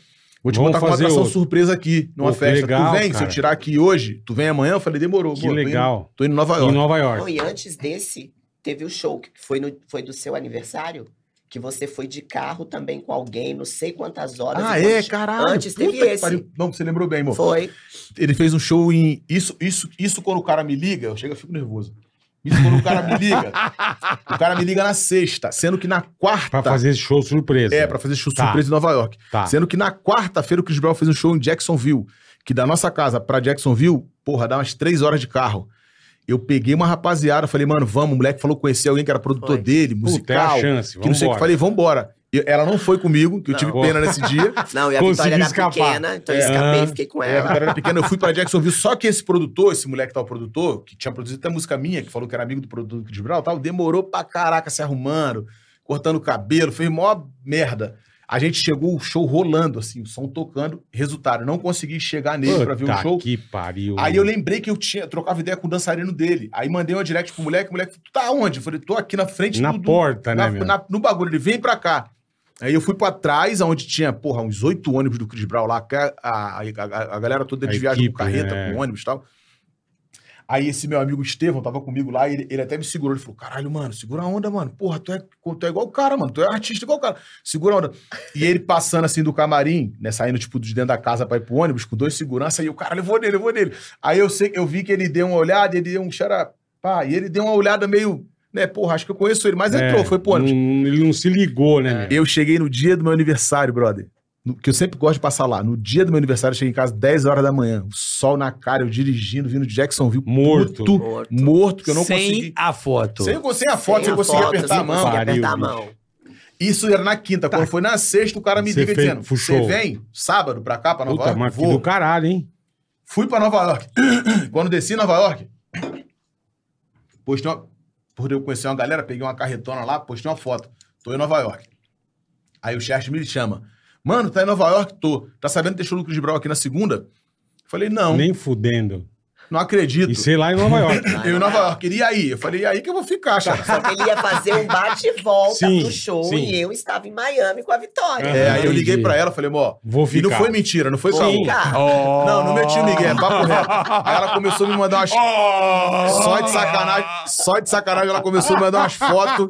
S4: Vou te
S3: Vamos
S4: botar com uma
S3: fazer
S4: atração
S3: outro."
S4: surpresa aqui, numa
S3: Pô, que
S4: festa.
S3: legal,
S4: tu vem, se eu
S3: cara.
S4: tirar aqui hoje, tu vem amanhã? Eu falei, demorou.
S3: Que
S4: pô, tô indo-
S3: legal.
S4: Tô indo em Nova York.
S3: Em Nova
S5: Não,
S3: York.
S5: e antes desse, teve o show que foi, no, foi do seu aniversário. Que você foi de carro também com alguém, não sei quantas horas.
S4: Ah,
S5: e quantos-
S4: é, caralho.
S5: Antes teve
S4: puta que
S5: esse.
S4: pariu. Não, você lembrou bem, amor.
S5: Foi.
S4: Ele fez um show em. Isso, isso, isso quando o cara me liga, eu chego e fico nervoso. Isso quando o cara me liga.
S3: [laughs]
S4: o cara me liga na sexta, sendo que na quarta.
S3: Pra fazer esse show surpresa.
S4: Tá. É, pra fazer show
S3: Tá.
S4: surpresa em Nova York.
S3: Tá.
S4: Sendo que na quarta-feira o Chris Brown fez um show em Jacksonville. Que da nossa casa pra Jacksonville, porra, dá umas três horas de carro. Eu peguei uma rapaziada, falei, mano, vamos, o moleque falou que conhecia alguém que era produtor
S5: Foi.
S4: dele,
S3: Puta, é a
S4: musical.
S3: chance.
S4: que não sei o que,
S3: vambora.
S4: falei, vambora. E ela não foi comigo, que eu
S5: Não.
S4: tive
S3: Boa.
S4: pena nesse dia.
S5: Não, e a
S3: Consegui
S5: Vitória era
S3: escapar.
S5: pequena, então eu
S3: É.
S5: escapei
S3: Ah.
S5: e fiquei com
S4: É, a
S5: ela.
S4: Vitória era pequena, eu fui pra Jacksonville, só que esse produtor, esse moleque que tal produtor, que tinha produzido até música minha, que falou que era amigo do produtor do Chris Brown e tal, demorou pra caraca se arrumando, cortando o cabelo, fez mó merda. A gente chegou o show rolando, assim, o som tocando. Resultado, eu não consegui chegar nele pra ver o
S3: Puta
S4: show.
S3: que pariu.
S4: Aí eu lembrei que eu tinha, trocava ideia com o dançarino dele. Aí mandei uma direct pro moleque, o moleque, tu tá onde? Eu falei, tô aqui na frente
S3: Na
S4: do- do,
S3: porta, né,
S4: na-
S3: meu?
S4: na- no bagulho, ele vem pra cá. Aí eu fui pra trás, onde tinha, porra, uns oito ônibus do Chris Brown lá, que a, a, a- a galera toda
S3: A
S4: eles viajam com
S3: equipe,
S4: carreta,
S3: né?
S4: com ônibus e tal. Aí esse meu amigo Estevão tava comigo lá, e ele, ele até me segurou. Ele falou: caralho, mano, segura a onda, mano. Porra, tu é, tu é igual o cara, mano. Tu é artista igual o cara. Segura a onda. E ele passando assim do camarim, né? Saindo, tipo, de dentro da casa pra ir pro ônibus, com dois segurança, e o cara, eu vou nele, eu vou nele. Aí eu sei, eu vi que ele deu uma olhada, ele deu um xará. Pá, e ele deu uma olhada meio, né, porra, acho que eu conheço ele, mas entrou, foi É. pro
S3: É, não,
S4: ônibus.
S3: ele não se ligou, né? meu?
S4: Eu cheguei no dia do meu aniversário, brother. No- que eu sempre gosto de passar lá. No dia do meu aniversário, eu cheguei em casa 10 horas da manhã. O sol na cara, eu dirigindo, vindo de Jacksonville.
S3: Morto.
S4: puto,
S5: Morto.
S4: morto, que eu não
S2: sem
S4: consegui.
S2: a foto.
S4: Sem, eu- sem a foto, sem eu conseguir apertar a
S5: sem
S4: mão.
S5: conseguir
S3: Pariu,
S5: apertar a
S3: bicho.
S5: mão.
S4: Isso era na quinta. Quando foi na sexta, o cara me
S3: Você
S4: liga
S3: Tá. fez-
S4: dizendo: Você
S3: fuxou.
S4: vem sábado pra cá, pra Nova
S3: Puta, mas
S4: York?
S3: que do
S4: Vou.
S3: caralho, hein?
S4: Fui pra Nova York. [clears throat] Quando desci em Nova York, postei uma. Por eu conhecer uma galera, peguei uma carretona lá, postei uma foto. Tô em Nova York. Aí o Chester me chama. Mano, tá em Nova York? Tô. Tá sabendo que deixou o Lucas de Brau aqui na segunda? Falei, não,
S3: Nem fudendo.
S4: não acredito.
S3: E sei lá em Nova York.
S4: [laughs] Eu em Nova York, e aí? Eu falei, e aí que eu vou ficar,
S3: Tá.
S4: cara.
S5: Só que ele ia fazer um bate-volta
S3: Sim,
S5: pro show
S3: sim.
S5: e eu estava em Miami com a Vitória.
S3: Aham.
S4: É, aí eu liguei
S3: Entendi.
S4: pra ela, falei, mó.
S3: Vou
S4: E
S3: ficar.
S4: não foi mentira, não foi um." caô.
S5: Vou ficar.
S4: Não, não meti o Miguel, papo reto. Aí ela começou a me mandar umas.
S3: Oh!
S4: Oh! Só de sacanagem, só de sacanagem ela começou a me mandar umas fotos.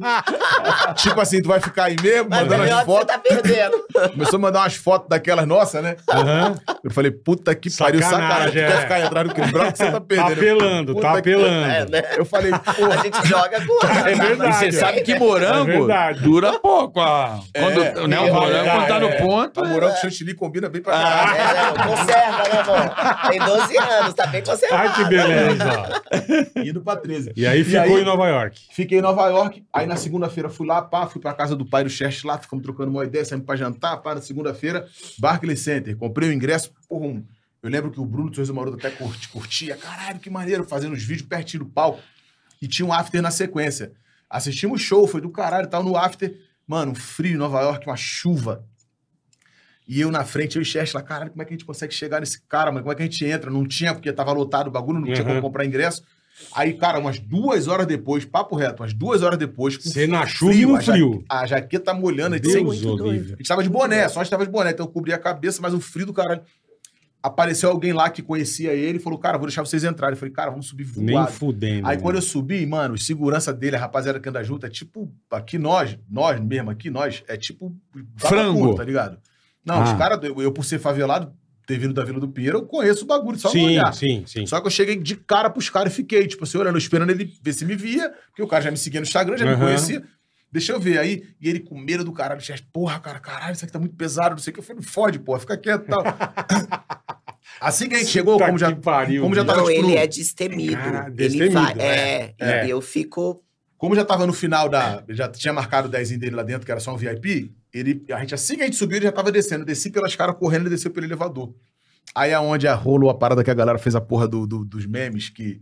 S4: tipo assim, tu vai ficar aí mesmo,
S5: Mas
S4: mandando
S5: melhor
S4: as
S5: que você
S4: fotos. [laughs]
S5: tá perdendo.
S4: Começou a mandar umas fotos daquelas nossas, né?
S3: Aham.
S4: Eu falei, puta que pariu,
S3: Sacanagem,
S4: sacanagem.
S3: é.
S4: Tu quer ficar entrando com o Chris Brown, que você tá
S3: Tá
S4: perdendo.
S3: apelando,
S4: Puta
S3: tá
S4: que-
S5: É,
S3: apelando.
S5: né?
S4: Eu falei,
S5: A
S4: porra.
S5: gente joga com ela.
S3: É verdade,
S5: Mas
S2: Você
S3: é.
S2: sabe que
S3: É
S2: morango
S3: verdade.
S2: dura pouco.
S4: Ah.
S2: a- Quando, né, o
S3: é
S2: morango
S3: verdade,
S2: quando tá
S3: é.
S2: no ponto.
S4: A
S2: é-
S4: moral com
S5: [laughs]
S4: chantilly combina bem pra caralho. né?
S5: É, não, conserva, né, amor? Tem 12 anos, tá bem conservado.
S3: Ai, que beleza. ó.
S4: Indo pra 13.
S3: E aí ficou em Nova York.
S4: Fiquei em Nova York, aí na segunda-feira fui lá, pá, fui pra casa do pai do Chester lá, ficamos trocando uma ideia, saímos pra jantar, pá, na segunda-feira, Barclays Center, comprei o ingresso, porra, um- eu lembro que o Bruno do Sorriso Maroto até curti- curtia, caralho, que maneiro, fazendo os vídeos pertinho do palco, e tinha um after na sequência. Assistimos o show, foi do caralho e tal, no after, mano, um frio em Nova York, uma chuva, e eu na frente, eu e Chester lá, caralho, como é que a gente consegue chegar nesse cara, mano? Como é que a gente entra? Não tinha, porque tava lotado o bagulho, não tinha
S3: Uhum.
S4: como comprar ingresso. Aí, cara, umas duas horas depois, papo reto, umas duas horas depois. com
S3: Você na chuva e no
S4: a ja-
S3: frio.
S4: A jaqueta molhando, a gente, sem-
S3: Deus, Olívia.
S4: a gente tava de boné, só a gente tava de boné, então eu cobria a cabeça, mas um frio do caralho. Apareceu alguém lá que conhecia ele e falou, cara, vou deixar vocês entrarem. Eu falei, cara, vamos subir
S3: Nem
S4: voado.
S3: fudendo.
S4: Aí quando eu subi, mano, os segurança dele, a rapaziada que anda junto, é tipo, aqui nós, nós mesmo, aqui nós, é tipo
S2: Frango.
S4: vagabundo, tá ligado? Não,
S3: Ah.
S4: os caras, eu, eu por ser favelado, ter vindo da Vila do Pinheiro, eu conheço o bagulho, só
S3: Sim,
S4: olhar.
S3: sim, sim.
S4: Só que eu cheguei de cara pros caras e fiquei, tipo assim, olhando, esperando ele ver se me via, porque o cara já me seguia no Instagram, já
S3: Aham.
S4: me conhecia. Deixa eu ver aí. E ele com medo do caralho, chefe, porra, cara, caralho, isso aqui tá muito pesado, não sei o que. Eu falei, fode, porra, fica quieto
S3: [laughs]
S4: e tal. assim que a gente chegou,
S3: Puta
S4: como já,
S3: que pariu,
S4: como já
S3: bicho.
S4: tava
S5: Não,
S4: tipo, no-
S5: ele é destemido.
S4: Ah,
S3: Cara,
S5: ele
S3: destemido,
S5: vai. É,
S3: é.
S4: né?
S5: e eu fico.
S4: Como já tava no final da. Já tinha marcado o 10 dele lá dentro, que era só um VIP, ele, a gente, assim que a gente subiu, ele já tava descendo. Eu desci pelas caras correndo, ele desceu pelo elevador. Aí é onde a- rolou a parada que a galera fez a porra do- do- dos memes, que.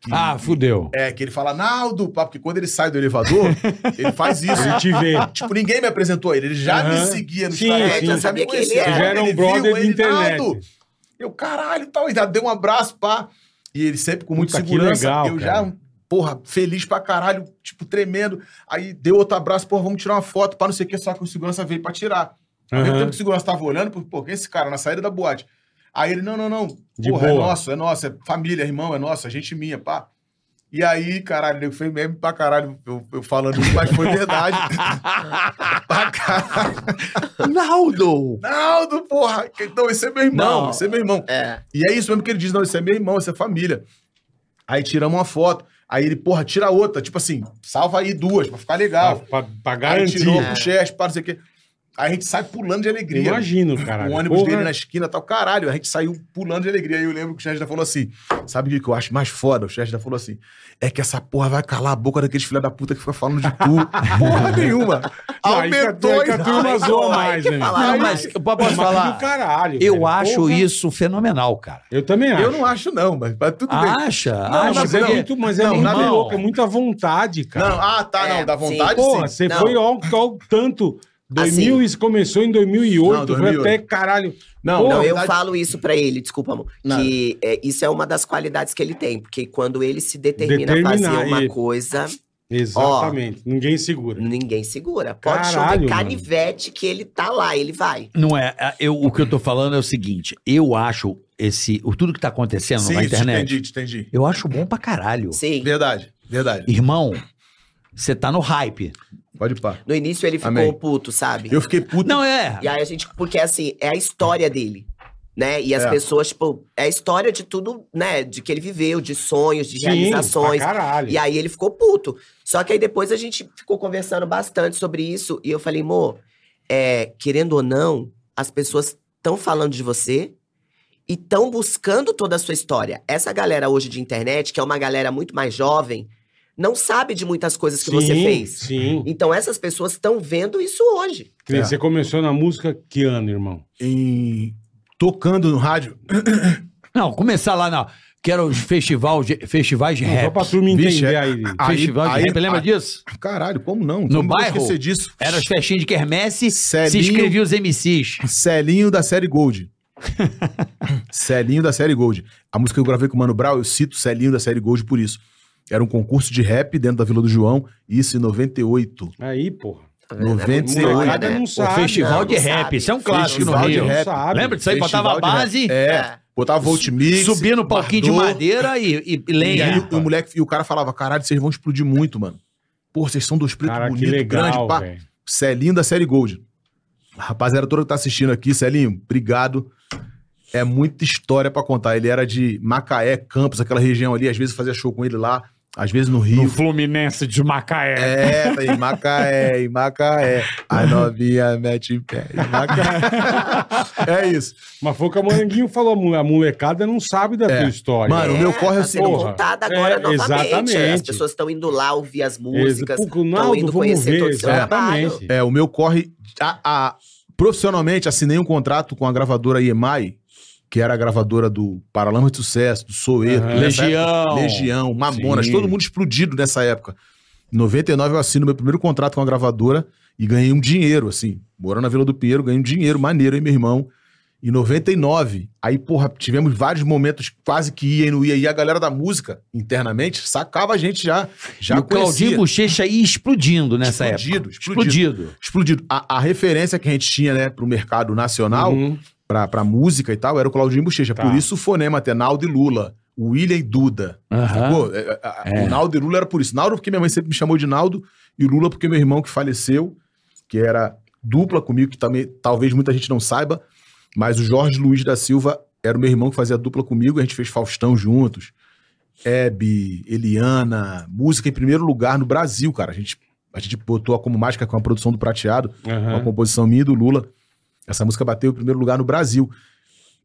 S4: que-
S2: Ah, fudeu.
S4: É, que ele fala, Naldo, pá, porque quando ele sai do elevador,
S3: [laughs]
S4: ele faz isso.
S3: Ele te vê.
S4: Tipo, ninguém me apresentou ele, ele já me
S3: Aham.
S4: seguia no
S3: Sim,
S4: Instagram,
S3: sim.
S4: já
S5: Sabia
S4: sabia
S5: que ele
S4: conhecia.
S5: era.
S4: Quando
S3: Já era um
S4: É, ele
S3: brother
S4: ele, tá
S3: de internet.
S4: "Naldo, eu, caralho, tal. E já deu um abraço, pá. E ele sempre com muita
S3: Puta, que
S4: segurança.
S3: legal,
S4: eu
S3: cara.
S4: já, porra, feliz pra caralho, tipo, tremendo. Aí deu outro abraço, porra, vamos tirar uma foto, pá, não sei o que, só que o segurança veio pra tirar. Ao mesmo
S3: Aham.
S4: tempo que o segurança tava olhando, pô, pô, quem é esse cara na saída da boate? Aí ele, não, não, não,
S3: De
S4: porra, é
S3: boa.
S4: nosso, é nosso, é família, é irmão, é nosso, é gente minha, pá. E aí, caralho, eu foi meme pra caralho, eu, eu falando isso, mas foi
S3: [laughs]
S4: verdade. pra caralho.
S2: Naldo!
S4: Naldo, porra! Não, esse é meu irmão,
S2: Não.
S4: esse é meu irmão.
S5: É.
S4: E é isso mesmo que ele diz: não, esse é meu irmão, essa é família. Aí tiramos uma foto. Aí ele, porra, tira outra. Tipo assim, salva aí duas pra ficar legal.
S3: Pra, pra- pra
S4: aí
S3: garantir.
S4: tirou pro chest, para não sei o quê. Aí a gente sai pulando de alegria.
S3: Imagino, cara.
S4: O ônibus dele né? na esquina tal, caralho. A gente saiu pulando de alegria. Aí eu lembro que o Chester falou assim: sabe o que que eu acho mais foda? O Chester falou assim: é que essa porra vai calar a boca daqueles filha da puta que fica falando de
S3: [laughs]
S4: tu. porra nenhuma. Aumentou então.
S3: Aí que a- que a turma
S4: a
S3: zoa
S5: Ai,
S3: mais,
S5: que
S3: né?
S5: falar.
S2: Não,
S5: Ai,
S2: mas eu posso
S3: Mas
S2: falar.
S3: do caralho.
S2: Eu
S3: velho.
S2: acho
S3: Porra.
S2: isso fenomenal, cara.
S3: Eu também acho.
S4: Eu não acho, não, mas, mas tudo
S3: Ah,
S4: bem.
S2: Acha?
S3: Não,
S2: acha,
S3: mas é
S2: porque-
S3: muito, mas é
S4: Não,
S3: muito
S4: na
S2: moral.
S3: louco, é muita vontade, cara.
S4: Não, ah, tá,
S5: É,
S4: não. Da
S5: sim.
S4: vontade,
S3: Porra,
S4: sim.
S3: você
S5: Não.
S3: foi ao, ao tanto. 2000, isso começou em 2008,
S4: Não,
S3: foi
S4: 2008.
S3: até caralho.
S4: Não,
S3: Porra,
S4: na
S5: Não, eu
S4: verdade-
S5: falo isso pra ele, desculpa, amor.
S4: Nada.
S5: Que é, isso é uma das qualidades que ele tem. Porque quando ele se determina a
S3: Determinar
S5: fazer uma
S3: e-
S5: coisa,
S3: Exatamente. Ninguém segura.
S5: Ninguém segura. Pode
S3: Caralho,
S5: chover
S3: mano.
S5: canivete que ele tá lá, ele vai.
S2: Não é. é, Eu, o que eu tô falando é o seguinte: eu acho esse. o- Tudo que tá acontecendo na internet,
S4: entendi, entendi.
S2: eu acho bom pra caralho.
S5: Sim.
S4: Verdade, verdade.
S2: Irmão, você tá no hype.
S4: Pode pá.
S5: No início ele ficou
S4: Amém.
S5: puto, sabe?
S4: Eu fiquei puto.
S2: Não é.
S5: E aí a gente, porque assim, é a história dele, né? E as
S4: É.
S5: pessoas, tipo, é a história de tudo, né? De que ele viveu, de sonhos, de
S3: pra
S5: realizações.
S3: caralho.
S5: E aí ele ficou puto. Só que aí depois a gente ficou conversando bastante sobre isso. E eu falei, amor, querendo ou não, as pessoas estão falando de você e estão buscando toda a sua história. Essa galera hoje de internet, que é uma galera muito mais jovem, não sabe de muitas coisas que você fez.
S3: Sim.
S5: Então essas pessoas estão vendo isso hoje.
S3: Que nem
S4: É.
S3: Você começou na música que ano, irmão?
S4: Em... Tocando no rádio.
S2: Não, começar lá, não. Quero os festival de, festivais de
S3: Não, só
S2: rap.
S3: pra turma entender
S4: Vixe, é-
S3: aí.
S4: Ah, aí-
S2: Festival de
S4: aí-
S2: rap, lembra
S4: aí-
S2: disso?
S4: Caralho, como não?
S2: No
S4: como eu vou
S2: bairro?
S4: esquecer disso.
S2: Era as festinhas de quermesse, se
S4: Celinho-
S2: inscrevia os MCs.
S4: Celinho da série Gold.
S2: [laughs]
S4: Celinho da série Gold. A música que eu gravei com o Mano Brown, eu cito Celinho da série Gold por isso. Era um concurso de rap dentro da Vila do João, isso em 98.
S3: Aí, porra.
S5: Tá vendo, né?
S4: 98,
S5: Molecada
S3: né?
S5: não-
S3: Não sabe,
S2: o festival
S5: não,
S2: de
S5: não
S2: rap,
S5: sabe.
S2: isso é um clássico
S4: Festival
S2: no
S4: de
S2: Rio.
S4: rap.
S2: Lembra disso aí? Botava a
S4: Festival de
S2: base,
S4: rap. É,
S5: É.
S4: botava Voltmix.
S2: subia no palquinho um de
S4: Bardot.
S2: madeira e, e, e
S4: E aí
S2: lenha.
S4: o, o moleque, e o cara falava, caralho, vocês vão explodir muito, mano. Pô, vocês são dois pretos
S3: Cara, que
S4: bonitos,
S3: legal,
S4: grande, pá. é
S3: velho.
S4: Celinho da série Gold. Rapaziada toda que tá assistindo aqui, Celinho, obrigado. É muita história pra contar. Ele era de Macaé, Campos, aquela região ali. Às vezes fazia show com ele lá, às vezes no Rio.
S6: No Fluminense de Macaé.
S4: É, tá em Macaé, em Macaé. A novinha mete em pé. Em Macaé. é isso.
S3: Mas foi o que o Moranguinho falou, a mole- a molecada não sabe da tua história. né?
S4: Mano, o meu corre é o
S5: tá sendo
S3: seguinte.
S5: contada agora
S3: É,
S5: novamente. As
S3: exatamente.
S5: pessoas estão indo lá ouvir as
S3: Eles-
S5: músicas,
S3: Pô, com o
S5: estão
S3: Naldo,
S5: indo
S3: vamos
S5: conhecer
S3: ver,
S5: todo o seu trabalho.
S3: exatamente.
S4: É, o meu corre. a- a- profissionalmente, assinei um contrato com a gravadora EMI, que era a gravadora do Paralama de Sucesso, do Soeto,
S3: Aham.
S4: nessa
S2: Legião.
S4: Legião, Mamonas,
S3: Sim.
S4: todo mundo explodido nessa época. Em 99 eu assino meu primeiro contrato com a gravadora e ganhei um dinheiro, assim. Morando na Vila do Pinheiro, ganhei um dinheiro maneiro, hein, meu irmão. Em 99, aí, porra, tivemos vários momentos quase que ia e não ia. E a galera da música, internamente, sacava a gente já. Já
S2: e o Claudinho Bochecha ia explodindo nessa
S4: Explodido,
S2: época.
S4: explodido.
S2: Explodido.
S4: Explodido. A, a referência que a gente tinha, né, pro mercado nacional,
S3: Uhum.
S4: pra, pra música e tal, era o Claudinho Bochecha.
S3: Tá.
S4: Por isso o fonema até Naldo e Lula, William e Duda.
S3: Ah.
S2: Aham.
S4: Pô, é, a- a-
S2: É.
S4: O Naldo e Lula era por isso. Naldo porque minha mãe sempre me chamou de Naldo e Lula porque meu irmão que faleceu, que era dupla comigo, que também talvez muita gente não saiba, mas o Jorge Luiz da Silva era o meu irmão que fazia dupla comigo, a gente fez Faustão juntos, Hebe, Eliana, música em primeiro lugar no Brasil, cara. A gente, a gente botou a como mágica com a produção do Prateado,
S3: Aham.
S4: uma composição minha e do Lula. Essa música bateu em primeiro lugar no Brasil.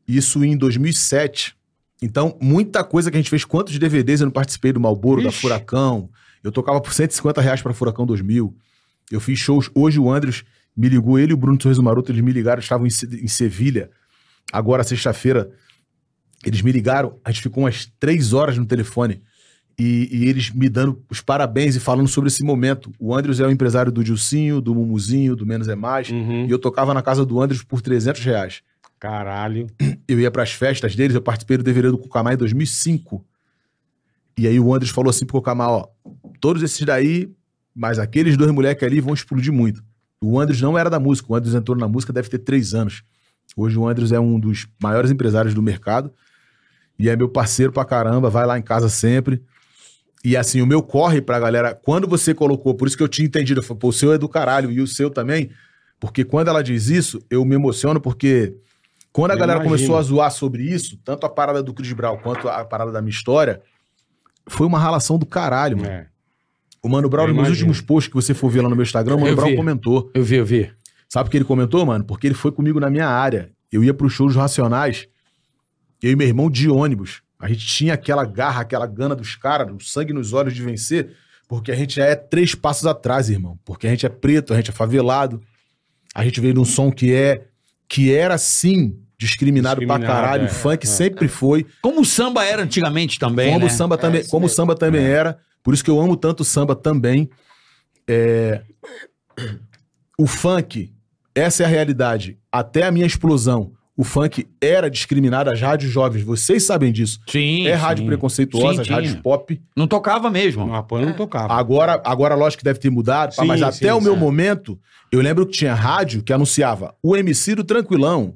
S4: Isso em 2007. Então, muita coisa que a gente fez. Quantos DVDs eu não participei do Malboro, da
S3: Ixi.
S4: Furacão? Eu tocava por 150 reais pra Furacão 2000. Eu fiz shows. Hoje o Andres me ligou, ele e o Bruno Sorriso Maroto, eles me ligaram, estavam em, Se- em Sevilha. Agora, sexta-feira, eles me ligaram. A gente ficou umas três horas no telefone. E, e eles me dando os parabéns e falando sobre esse momento. O Andres é o empresário do Dilcinho, do Mumuzinho, do Menos é Mais.
S3: Uhum.
S4: E eu tocava na casa do Andres por 300 reais.
S3: Caralho.
S4: Eu ia pras festas deles, eu participei do DVD do Cucamá em 2005. E aí o Andres falou assim pro Cucamá, ó, todos esses daí, mas aqueles dois moleques ali vão explodir muito. O Andres não era da música, o Andres entrou na música deve ter três anos. Hoje o Andres é um dos maiores empresários do mercado e é meu parceiro pra caramba, vai lá em casa sempre. E assim, o meu corre pra galera, quando você colocou, por isso que eu tinha entendido, eu falei, pô, o seu é do caralho e o seu também, porque quando ela diz isso, eu me emociono porque quando a
S3: Eu
S4: galera
S3: imagino.
S4: começou a zoar sobre isso, tanto a parada do Chris Brown quanto a parada da minha história, foi uma ralação do caralho, mano.
S3: É.
S4: O Mano Brown,
S3: Eu
S4: nos
S3: imagino.
S4: últimos posts que você for ver lá no meu Instagram, o Mano
S2: Eu
S4: Brown
S2: vi.
S4: comentou.
S2: Eu vi, eu vi.
S4: Sabe o que ele comentou, mano? Porque ele foi comigo na minha área. Eu ia pro show dos Racionais, eu e meu irmão de ônibus. A gente tinha aquela garra, aquela gana dos caras, o sangue nos olhos de vencer, porque a gente é três passos atrás, irmão. Porque a gente é preto, a gente é favelado. A gente veio de um som que é que era sim discriminado, pra
S3: Discriminado,
S4: caralho.
S3: é,
S4: o funk
S3: é,
S4: sempre foi
S2: Como o samba era antigamente também,
S4: como
S2: né? É.
S4: o samba também,
S5: É isso
S4: como o
S5: mesmo.
S4: samba também era, por isso que eu amo tanto o samba também. É, O funk, essa é a realidade. Até a minha explosão, o funk era discriminado, as rádios jovens, vocês sabem disso.
S2: Sim.
S4: é rádio
S2: sim.
S4: preconceituosa,
S2: Sim,
S4: as
S2: tinha.
S4: rádios pop.
S2: Não tocava mesmo.
S3: Não, a Pan não tocava.
S4: Agora, agora lógico que deve ter mudado, pá,
S3: Sim,
S4: mas
S3: sim,
S4: até o
S3: sim.
S4: meu momento, eu lembro que tinha rádio que anunciava o MC do Tranquilão,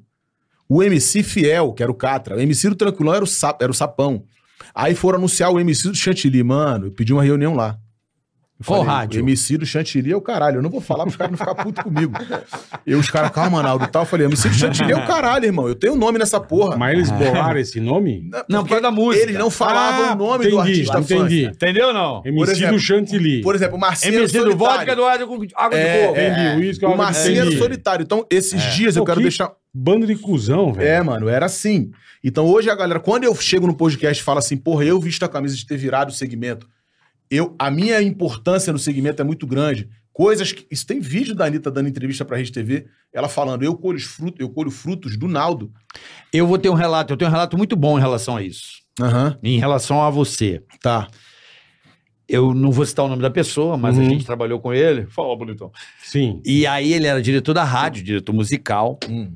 S4: o MC Fiel, que era o Catra, o MC do Tranquilão era o, sa- era o Sapão. Aí foram anunciar o MC do Chantilly, mano, eu pedi uma reunião lá. Eu
S2: Qual
S4: falei,
S2: rádio?
S4: O MC do Chantilly é o caralho, eu não vou falar pros caras não ficarem
S3: [laughs]
S4: putos comigo. E os caras, calma, Naldo, e tal, eu falei, MC do Chantilly é o caralho, irmão, eu tenho um nome nessa porra. Ah.
S3: Mas eles bolaram esse nome?
S2: Não, por causa da música.
S4: Eles não falavam
S3: Ah,
S4: o nome
S3: entendi,
S4: do artista
S3: entendi.
S4: funk.
S2: Entendeu não?
S3: MC
S4: exemplo,
S3: do Chantilly.
S4: Por exemplo, o Marcelo
S2: MC do
S4: Solitário.
S3: é
S2: vodka, do água com água de
S4: É,
S2: coco.
S4: é.
S3: Entendi, o uísque,
S4: O
S3: óbvio,
S4: Marcinho era
S3: entendi.
S4: solitário. Então, esses
S2: É.
S4: dias eu
S3: Pô,
S4: quero
S3: que-
S4: deixar.
S3: Bando de cuzão, velho.
S4: É, mano, era assim. Então, hoje a galera, quando eu chego no podcast e falo assim, porra, eu visto a camisa de ter virado o segmento. Eu, a minha importância no segmento é muito grande. Coisas que. Isso tem vídeo da Anitta dando entrevista pra Rede TV, ela falando, eu colho, os frutos, eu colho frutos do Naldo.
S2: Eu vou ter um relato, eu tenho um relato muito bom em relação a isso.
S4: Aham,
S2: Em relação a você.
S4: tá.
S2: Eu não vou citar o nome da pessoa, mas a
S3: Uhum.
S2: gente trabalhou com ele. Fala, bonitão.
S3: Sim.
S2: E aí ele era diretor da rádio, diretor musical,
S4: Hum,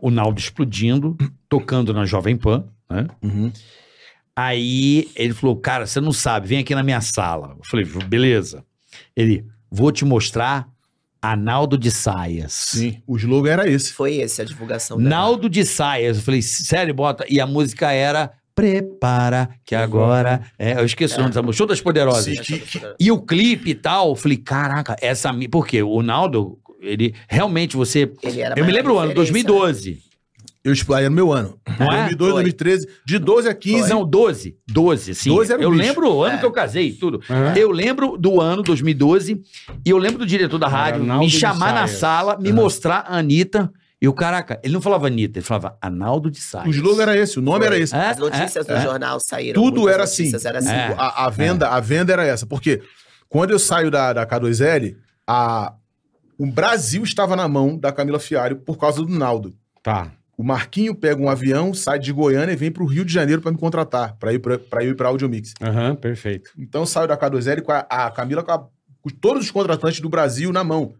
S2: o Naldo explodindo, tocando na Jovem Pan, né?
S4: uhum.
S2: Aí ele falou, cara, você não sabe, vem aqui na minha sala. Eu falei, beleza. Ele, vou te mostrar Analdo de Saias.
S4: Sim, o slogan era esse.
S5: Foi esse a divulgação dela.
S2: Naldo de Saias. Eu falei, sério, bota. E a música era Prepara, que agora. É, eu esqueci o nome dessa música. Show das Poderosas.
S4: Sim.
S2: E o clipe e tal, eu falei, caraca, essa. mi- Porque o Naldo, ele realmente você.
S5: Ele era a
S2: eu me
S5: maior
S2: lembro o ano,
S5: referência,
S2: 2012.
S4: Eu explorei no meu ano.
S2: Não é?
S4: 2002,
S5: Foi.
S4: 2013, de 12 a 15.
S2: Não, 12. 12, sim.
S4: 12 era o
S2: eu
S4: bicho.
S2: lembro o ano que eu casei, tudo.
S3: Aham.
S2: Eu lembro do ano 2012 e eu lembro do diretor da rádio
S3: Arnaldo
S2: me
S3: de
S2: chamar na
S3: Saias.
S2: sala, me
S4: Aham.
S2: mostrar a Anitta. E o caraca, ele não falava Anitta, ele falava Analdo de Saias.
S4: O slogan era esse, o nome era
S3: né?
S4: esse.
S2: É,
S5: As notícias
S2: é,
S5: do
S2: é.
S5: jornal saíram.
S4: Tudo
S5: muitas
S4: era assim.
S5: notícias, Era assim.
S2: É.
S4: A, a venda, a venda era essa. Porque quando eu saio da, da K2L, a, o Brasil estava na mão da Camila Fiário por causa do Naldo.
S3: Tá.
S4: O Marquinho pega um avião, sai de Goiânia e vem para o Rio de Janeiro para me contratar, para ir para ir para Audiomix.
S3: Aham, perfeito.
S4: Então eu saio da K2L com a, a Camila com, a- com todos os contratantes do Brasil na mão.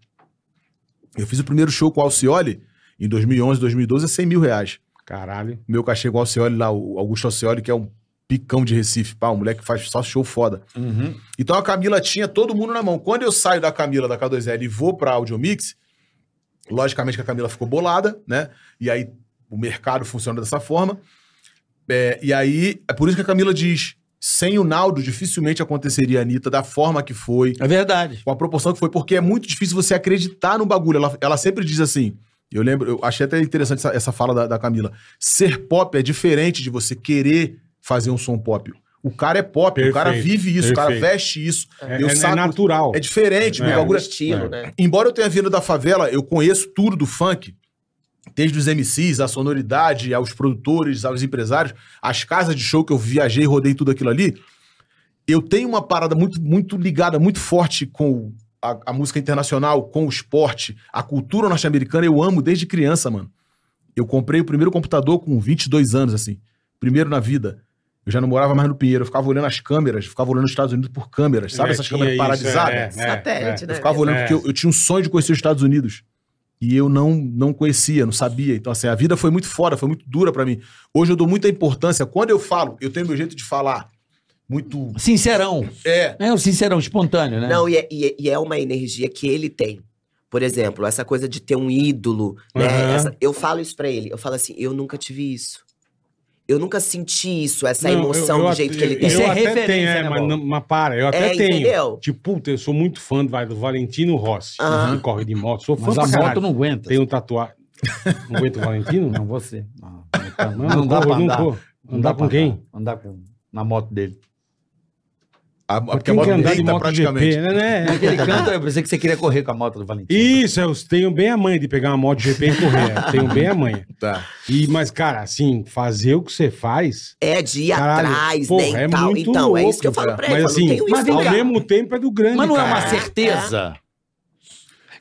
S4: Eu fiz o primeiro show com o Alcioli em 2011, 2012, a 100 mil reais
S3: Caralho.
S4: meu cachê com o Alcioli lá, o Augusto Alcioli, que é um picão de Recife, pá, um moleque que faz só show foda. Então a Camila tinha todo mundo na mão. Quando eu saio da Camila, da K2L, e vou pra Audiomix, logicamente que a Camila ficou bolada, né? E aí o mercado funciona dessa forma. É, e aí, é por isso que a Camila diz, sem o Naldo, dificilmente aconteceria a Anitta da forma que foi,
S2: É verdade.
S4: com Tipo, a proporção que foi, porque é muito difícil você acreditar no bagulho. Ela, ela sempre diz assim. Eu lembro, eu achei até interessante essa, essa fala da, da Camila. Ser pop é diferente de você querer fazer um som pop. O cara é pop, o cara
S3: Perfeito,
S4: vive isso, o cara
S3: perfeito.
S4: veste isso.
S3: É,
S4: Eu
S3: é- é
S4: saco-
S3: natural.
S4: É diferente,
S3: É,
S4: meu
S5: Era um
S4: bagulho. é-
S5: estilo, né?
S4: Embora eu tenha vindo da favela, eu conheço tudo do funk, desde os MCs, a sonoridade, aos produtores, aos empresários, as casas de show que eu viajei, rodei tudo aquilo ali. Eu tenho uma parada muito, muito ligada, muito forte com a, a música internacional, com o esporte, a cultura norte-americana. Eu amo desde criança, mano. Eu comprei o primeiro computador com 22 anos, assim. Primeiro na vida. Eu já não morava mais no Pinheiro. Eu ficava olhando as câmeras, ficava olhando os Estados Unidos por câmeras. Sabe
S3: É,
S4: essas
S3: tinha
S4: câmeras
S3: isso,
S4: paralisadas?
S3: é, é,
S5: Satélite,
S3: é.
S5: né?
S4: Eu ficava olhando
S3: É.
S4: porque eu, eu tinha um sonho de conhecer os Estados Unidos. E eu não, não conhecia, não sabia. Então, assim, a vida foi muito fora, foi muito dura pra mim. Hoje eu dou muita importância. Quando eu falo, eu tenho meu jeito de falar. Muito.
S2: Sincerão.
S4: É.
S2: É o sincerão espontâneo, né?
S5: Não, e é, e é- e é uma energia que ele tem. Por exemplo, essa coisa de ter um ídolo, né?
S3: Aham.
S5: Essa- eu falo isso pra ele. Eu falo assim, eu nunca tive isso. Eu nunca senti isso, essa
S3: Não,
S5: emoção
S3: eu- eu
S5: do jeito
S3: até-
S5: que ele
S3: eu
S5: tem.
S2: Isso é
S3: até
S2: referência,
S3: tenho, é,
S2: né,
S3: mas,
S2: Bola?
S3: não, mas para, eu até
S5: É,
S3: tenho.
S5: entendeu?
S3: Tipo, puta, eu sou muito fã do, vai, do Valentino Rossi,
S5: Aham.
S3: que corre de moto. Sou fã
S2: Mas
S3: pra
S2: a moto
S3: caralho.
S2: não aguenta.
S3: Tenho tatuagem. Não aguento o um
S2: [laughs]
S3: Valentino?
S2: Não, você. Não,
S3: Não, não, dá pra andar. Não, dá com quem?
S2: Andar com, na moto dele.
S4: A, a, porque
S3: Tem
S4: a
S3: que
S4: moto
S3: andar de
S4: deita
S3: moto
S4: praticamente.
S3: GP, né, né?
S2: Porque ele canta, eu pensei que você queria correr com a moto do Valentino.
S3: Isso, eu tenho bem a manha de pegar uma moto GP e correr. tenho bem a manha.
S4: Tá.
S3: E, mas, cara, assim, fazer o que você faz.
S5: É de ir
S3: Caralho,
S5: atrás,
S3: porra,
S5: né? e
S3: é
S5: tal.
S3: muito
S5: então, é isso que eu
S3: louco,
S5: falo pra
S3: Mas
S5: ele. eu falo, não
S3: assim,
S5: tenho
S2: mas
S5: isso,
S2: vem
S3: ao
S5: cara.
S2: cá.
S3: mesmo tempo é do grande.
S2: Mas não é uma
S3: cara.
S2: certeza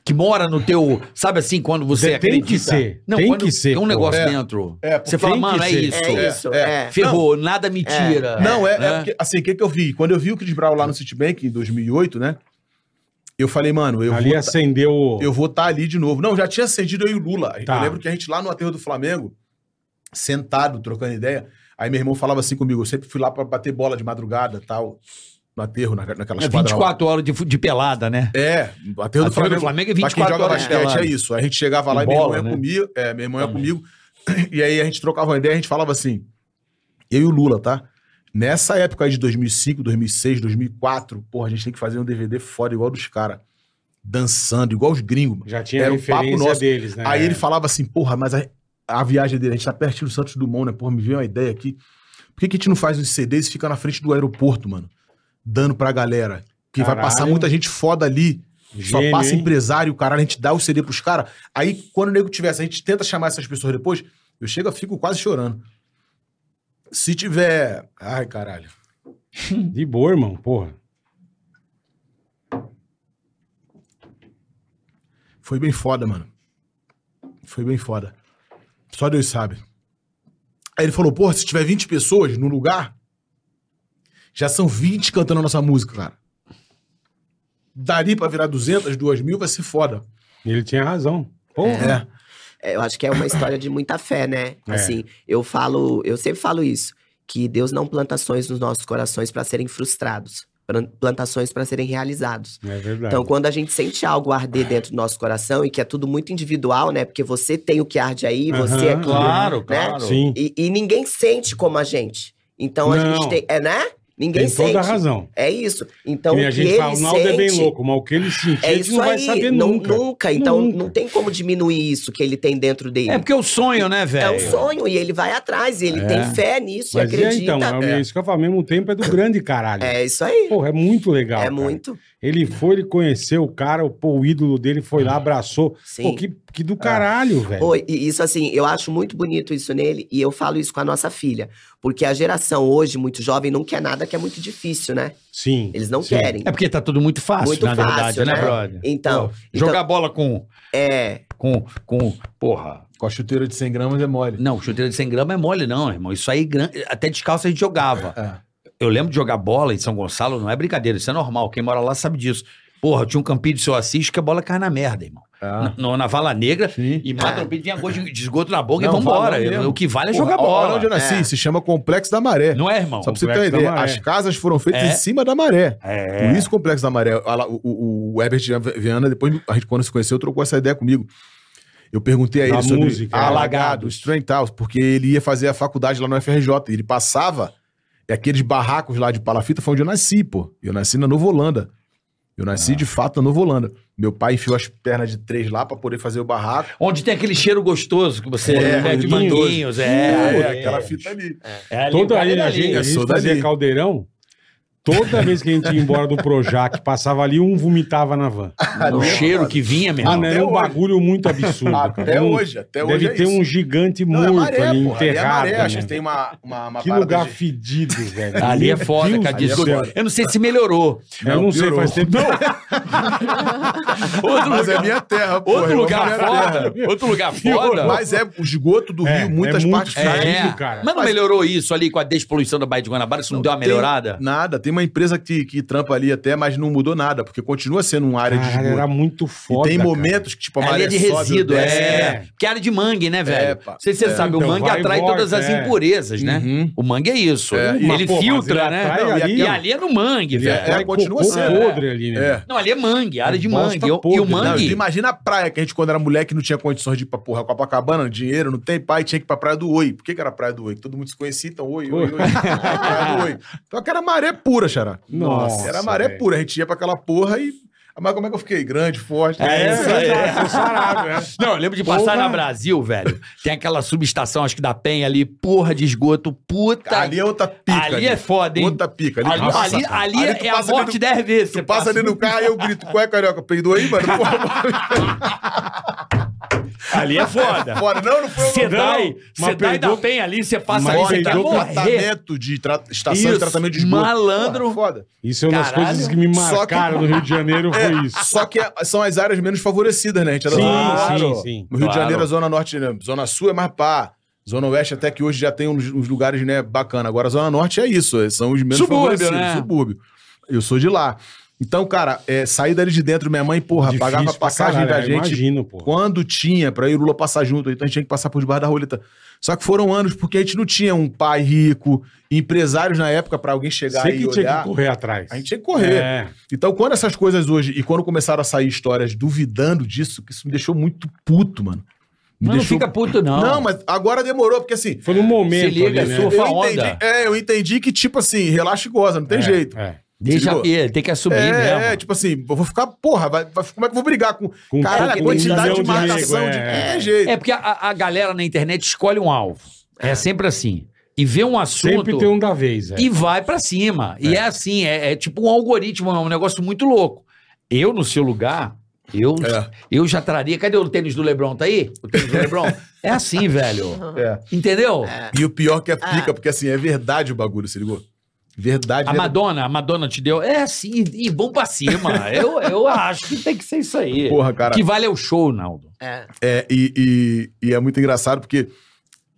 S2: que mora no teu. Sabe assim, quando você
S3: Tem
S2: acredita?
S3: que ser,
S2: Não,
S3: tem
S2: quando
S3: que ser,
S2: Tem um
S3: pô.
S2: negócio
S4: É.
S2: dentro.
S4: É, porque
S2: você fala,
S3: tem
S2: mano,
S3: que
S2: é
S3: ser.
S2: isso.
S5: É isso,
S4: É,
S5: é.
S2: Ferrou, nada me tira.
S4: Não, é, é
S2: Né?
S4: porque, assim, o que, que eu vi? Quando eu vi o Chris Brown lá no Citibank, em 2008, né? Eu falei, mano, eu
S3: Ali é
S4: vou. tá-
S3: acendeu. o.
S4: Eu vou estar ali de novo. Não, já tinha acendido eu e o Lula.
S3: Tá.
S4: Eu lembro que a gente lá no aterro do Flamengo, sentado, trocando ideia. Aí meu irmão falava assim comigo, eu sempre fui lá pra bater bola de madrugada tal, no aterro, na, naquelas
S2: É
S4: quadras lá.
S2: 24 horas de, fu- de pelada, né?
S4: É, o aterro
S2: Aterro
S4: do Flamengo.
S2: do Flamengo é
S4: Mas quem
S2: 24
S4: joga
S2: horas de
S4: basquete é
S2: pelada.
S4: isso. A gente chegava lá
S2: E
S4: e minha
S2: bola,
S4: irmã
S2: né?
S4: ia comigo, é, minha irmã ia
S2: Também.
S4: comigo, [clears throat] e aí a gente trocava uma ideia, a gente falava assim, eu e o Lula, tá? Nessa época aí de 2005, 2006, 2004, porra, a gente tem que fazer um DVD foda igual dos caras, dançando, igual os gringos, mano.
S3: Já tinha
S4: Era um
S3: referência
S4: papo nosso.
S3: deles, né?
S4: Aí ele falava assim, porra, mas a, a viagem dele, a gente tá pertinho do Santos Dumont, né? Porra, me veio uma ideia aqui. Por que, que a gente não faz uns CDs e fica na frente do aeroporto, mano? Dando pra galera. Que vai
S3: Caralho.
S4: passar muita gente foda ali.
S3: Gênio,
S4: Só passa
S3: hein?
S4: empresário, caralho, a gente dá o CD pros caras. Aí, quando o nego tivesse, a gente tenta chamar essas pessoas depois, eu chego, eu fico quase chorando. Se tiver. Ai, caralho.
S3: De boa, irmão, porra.
S4: Foi bem foda, mano. Foi bem foda. Só Deus sabe. Aí ele falou, porra, se tiver 20 pessoas no lugar, já são 20 cantando a nossa música, cara. Dali pra virar 200, 2 mil, vai ser foda.
S3: Ele tinha razão. Porra.
S4: É.
S5: É, Eu acho que é uma história de muita fé, né?
S3: É.
S5: Assim, eu falo, eu sempre falo isso, que Deus não planta sonhos nos nossos corações para serem frustrados, plan- plantações para serem realizados.
S3: É, verdade.
S5: Então, quando a gente sente algo arder dentro do nosso coração e que é tudo muito individual, né? Porque você tem o que arde aí, você é
S3: Aham,
S5: aquilo,
S2: Claro,
S5: né?
S2: claro.
S3: Sim,
S5: E, e ninguém sente como a gente. Então a
S3: Não.
S5: gente tem. É, né? Ninguém
S3: tem
S5: sente.
S3: toda a razão.
S5: É isso. Então,
S3: Que
S5: o
S3: nem
S5: que
S3: a gente fala, o
S5: ele
S3: Naldo é bem
S5: sente-
S3: louco, mas o que ele sentiu,
S5: É
S3: a gente
S5: isso
S3: não vai
S5: aí.
S3: saber
S5: não,
S3: nunca.
S5: Então,
S3: Nunca.
S5: não tem como diminuir isso que ele tem dentro dele.
S2: É porque é o sonho, né, velho?
S5: É um sonho e ele vai atrás, e ele
S3: É.
S5: tem fé nisso
S3: Mas
S5: e
S3: é,
S5: acredita.
S3: então, é, isso que eu falo, ao mesmo tempo é do grande caralho.
S5: É isso aí.
S3: Porra, é muito legal.
S5: é
S3: cara.
S5: muito.
S3: Ele foi, ele conheceu o cara, o- pô, o ídolo dele foi lá, abraçou.
S5: Sim. Ah.
S3: Pô, que, que do caralho, velho.
S5: Pô, e isso assim, eu acho muito bonito isso nele e eu falo isso com a nossa filha, porque a geração hoje muito jovem não quer nada que é muito difícil, né?
S3: Sim.
S5: Eles não
S3: sim.
S5: querem.
S2: É porque tá tudo muito fácil,
S5: Muito
S2: na
S5: fácil,
S2: verdade, né,
S5: né?
S2: brother?
S5: Então,
S2: Pô,
S5: então-
S2: jogar bola com,
S5: É,
S2: com, com. Porra.
S4: Com a chuteira de 100 gramas é mole.
S2: Não, chuteira de 100 gramas é mole, não, irmão. Isso aí, gran- até descalço a gente jogava.
S4: É.
S2: Eu lembro de jogar bola em São Gonçalo, não é brincadeira, isso é normal. Quem mora lá sabe disso. Porra, tinha um campinho do seu Assis que a bola cai na merda, irmão.
S4: Ah.
S2: Na, na vala negra,
S4: Sim.
S2: e mata o pinto, vinha gosto de de esgoto na boca
S4: Não,
S2: e vambora.
S4: valão mesmo.
S2: O que vale é
S4: Porra,
S2: jogar
S4: a- a hora
S2: bola.
S4: onde eu nasci,
S5: É.
S4: se chama Complexo da Maré.
S2: Não é, irmão?
S4: Só pra você ter uma
S3: Complexo da
S4: ideia,
S3: Maré.
S4: as casas foram feitas
S2: É.
S4: em cima da maré.
S2: É.
S4: Por isso o Complexo da Maré. A lá, O, o, o Herbert Viana, depois, a gente, quando se conheceu, trocou essa ideia comigo. Eu perguntei a
S3: Da
S4: ele sobre
S3: música, é.
S4: Alagado, Strength House, porque ele ia fazer a faculdade lá no FRJ. E ele passava, e aqueles barracos lá de palafita foi onde eu nasci, pô. Eu nasci na Nova Holanda. Eu
S3: Ah.
S4: nasci, de fato, na Nova Holanda. Meu pai enfiou as pernas de três lá pra poder fazer o barraco.
S2: Onde tem aquele cheiro gostoso que você
S4: É,
S2: pede
S3: manguinhos.
S2: manguinhos.
S4: É,
S2: É,
S4: aquela fita ali.
S2: É, ali,
S3: Toda
S2: vale
S3: aí a
S2: dali.
S3: gente, a
S4: Eu
S3: gente
S4: sou
S3: fazia
S4: dali.
S3: caldeirão. Toda vez que a gente ia embora do Projac, passava ali, um vomitava na van.
S2: O cheiro que vinha, meu
S3: Ah,
S2: irmão.
S3: não,
S4: até
S3: era um
S4: hoje.
S3: bagulho muito absurdo. cara.
S4: Até
S3: Era um-
S4: hoje, até
S3: Deve
S4: hoje é
S3: ter
S4: isso.
S3: um gigante
S4: Não, é
S3: morto
S4: maré,
S3: ali,
S4: porra. Ali é
S3: enterrado.
S4: maré,
S3: né?
S4: acho que tem uma, uma, uma
S3: Que
S4: parada
S3: lugar
S4: de-
S3: fedido, velho.
S2: [laughs] Ali é
S3: Meu
S2: foda,
S3: Deus
S2: cara.
S3: do
S2: Desculpa.
S3: céu.
S2: Eu não sei se melhorou.
S4: é
S3: Eu não sei,
S4: piorou.
S3: faz tempo.
S2: Outro
S4: Mas é
S2: lugar,
S4: minha terra, pô.
S2: outro
S4: irmão,
S2: lugar
S4: minha terra.
S2: foda. Outro lugar foda.
S4: Mas é o esgoto do
S3: É,
S4: Rio, muitas
S3: é muito
S4: partes.
S3: fedido,
S4: caem.
S2: É.
S3: cara.
S2: Mas não melhorou isso ali com a despoluição da Baía de Guanabara? Isso não, deu uma
S4: Tem
S2: melhorada?
S4: Nada. Tem uma empresa que, que trampa ali até, mas não mudou nada, porque continua sendo uma área de
S3: Caralho,
S4: esgoto.
S3: era muito foda.
S4: e tem
S3: cara.
S4: momentos que, tipo, a
S2: É
S4: maré
S2: área de
S4: sobe,
S2: resíduo,
S4: desce.
S2: é. Que é área de mangue, né, velho?
S4: É, pá.
S2: Não sei se você
S4: É.
S2: sabe,
S3: Então,
S2: o mangue
S3: vai e
S2: atrai
S3: volta,
S2: todas as
S3: é.
S2: impurezas, né?
S4: Uhum.
S2: O mangue é isso.
S4: É,
S2: ele
S3: mas, pô, mas
S2: filtra,
S3: ele
S2: né?
S3: atrai
S2: Não, e
S3: ali,
S2: e
S3: ó.
S2: ali é no mangue,
S3: Ele
S2: velho.
S3: atrai
S4: É, continua
S3: cocô
S4: sendo.
S3: podre ali, né?
S4: É.
S2: Não, ali é mangue, área de
S3: Bosta
S2: mangue. E o-
S3: podre,
S2: e o
S3: né?
S4: Não, tu
S2: mangue.
S4: imagina a praia, que a gente, quando era moleque, não tinha condições de ir pra porra Copacabana, dinheiro, não tem pai, tinha que ir pra Praia do Oi. Por que, que era Praia do Oi? Todo mundo se conhecia, então oi, oi, oi. [laughs] praia do Oi. Então aquela maré pura, Xará.
S3: Nossa,
S4: Era maré
S3: velho.
S4: pura, a gente ia pra aquela porra e. Mas como é que eu fiquei? Grande, forte.
S2: É, isso aí.
S3: verdade, sou sarado, é.
S2: Não, eu lembro de passar
S3: Porra.
S2: na Brasil, velho. Tem aquela subestação, acho que da Penha ali, porra de esgoto, puta.
S4: Ali é outra pica.
S2: Ali é foda, hein?
S4: Outra pica.
S2: Ali,
S4: passa,
S2: ali-
S4: cara.
S2: ali
S4: tu
S2: é a
S4: passa ali
S2: morte
S4: no-
S2: dez vezes.
S4: Tu passa ali no carro e eu grito, qual é, carioca? Peidou aí,
S2: [laughs]
S4: mano? Porra,
S2: Ali é foda.
S4: fora. Não, não foi eu, não.
S2: Sedai,
S3: mas
S2: Sedai da
S3: perdeu-
S2: Penha ali, você passa ali,
S3: mas
S2: você tá
S3: perdeu
S2: morrendo.
S4: tratamento de tra- estação
S2: Isso,
S4: de tratamento de esgoto.
S2: malandro.
S4: Porra, foda.
S3: Isso é uma das
S2: Caralho.
S3: coisas que me
S4: Só que-
S3: marcaram no Rio de
S4: [laughs]
S3: Janeiro, foi isso.
S4: Só que é- são as áreas menos favorecidas, né? A gente era
S3: Sim,
S4: Claro.
S3: sim, sim.
S4: No Rio de
S2: Claro.
S4: Janeiro, a Zona Norte, né? Zona Sul é mais pá. Zona Oeste até que hoje já tem uns, uns lugares, né, bacana. Agora, a Zona Norte é isso, é- são os menos
S2: Subúrbio,
S4: favorecidos.
S2: né?
S4: Subúrbio. Eu sou de lá. Então, cara, é, sair dali de dentro, minha mãe, porra,
S3: Difícil
S4: pagava
S3: pra
S4: passagem
S3: caralho, né?
S4: da
S3: eu
S4: gente
S3: Imagino, pô.
S4: quando tinha, pra ir o Lula passar junto, então a gente tinha que passar por debaixo da roleta. Só que foram anos porque a gente não tinha um pai rico, empresários na época pra alguém chegar
S3: Sei
S4: e
S3: que tinha
S4: olhar.
S3: que correr atrás.
S4: A gente tinha que correr.
S3: É.
S4: Então, quando essas coisas hoje, e quando começaram a sair histórias duvidando disso, que isso me deixou muito puto, mano. Me
S2: Mas não
S4: deixou-
S2: fica puto, não.
S4: Não. mas agora demorou, porque assim.
S3: Foi no momento.
S2: Se liga,
S3: ali, né?
S2: sua- Pô,
S4: Eu
S2: foi uma
S4: entendi,
S2: onda.
S4: é, eu entendi que, tipo assim, relaxa e goza, não tem
S3: É,
S4: jeito.
S3: é.
S2: Deixa
S4: Ligou?
S2: ele, tem que assumir mesmo.
S4: tipo- É, é, tipo assim, eu vou ficar, porra, vai- vai- como é que eu vou brigar com.
S3: Com
S4: Caralho, a
S3: com um
S4: quantidade
S3: milhão
S4: de marcação
S3: nego,
S4: de.
S3: é.
S4: É, jeito.
S2: É porque a, a galera na internet escolhe um alvo. É sempre assim. E vê um assunto
S3: Sempre tem um da vez. É.
S2: e vai pra cima. E é assim, é, é tipo um algoritmo, é um negócio muito louco. Eu, no seu lugar, eu,
S4: É.
S2: eu já traria. Cadê o tênis do Lebron? Tá aí? O tênis do
S4: [laughs]
S2: Lebron? é assim, velho.
S4: É.
S2: Entendeu?
S4: E o pior que fica, porque assim, é verdade o bagulho, se ligou? Verdade.
S2: A
S4: verdade.
S2: Madonna, a Madonna te deu. É assim, e, e vamos pra
S4: [laughs]
S2: cima. eu, eu acho que tem que ser isso aí.
S4: Porra, cara.
S2: Que vale é o show, Naldo.
S5: É.
S4: É, e, e, e é muito engraçado porque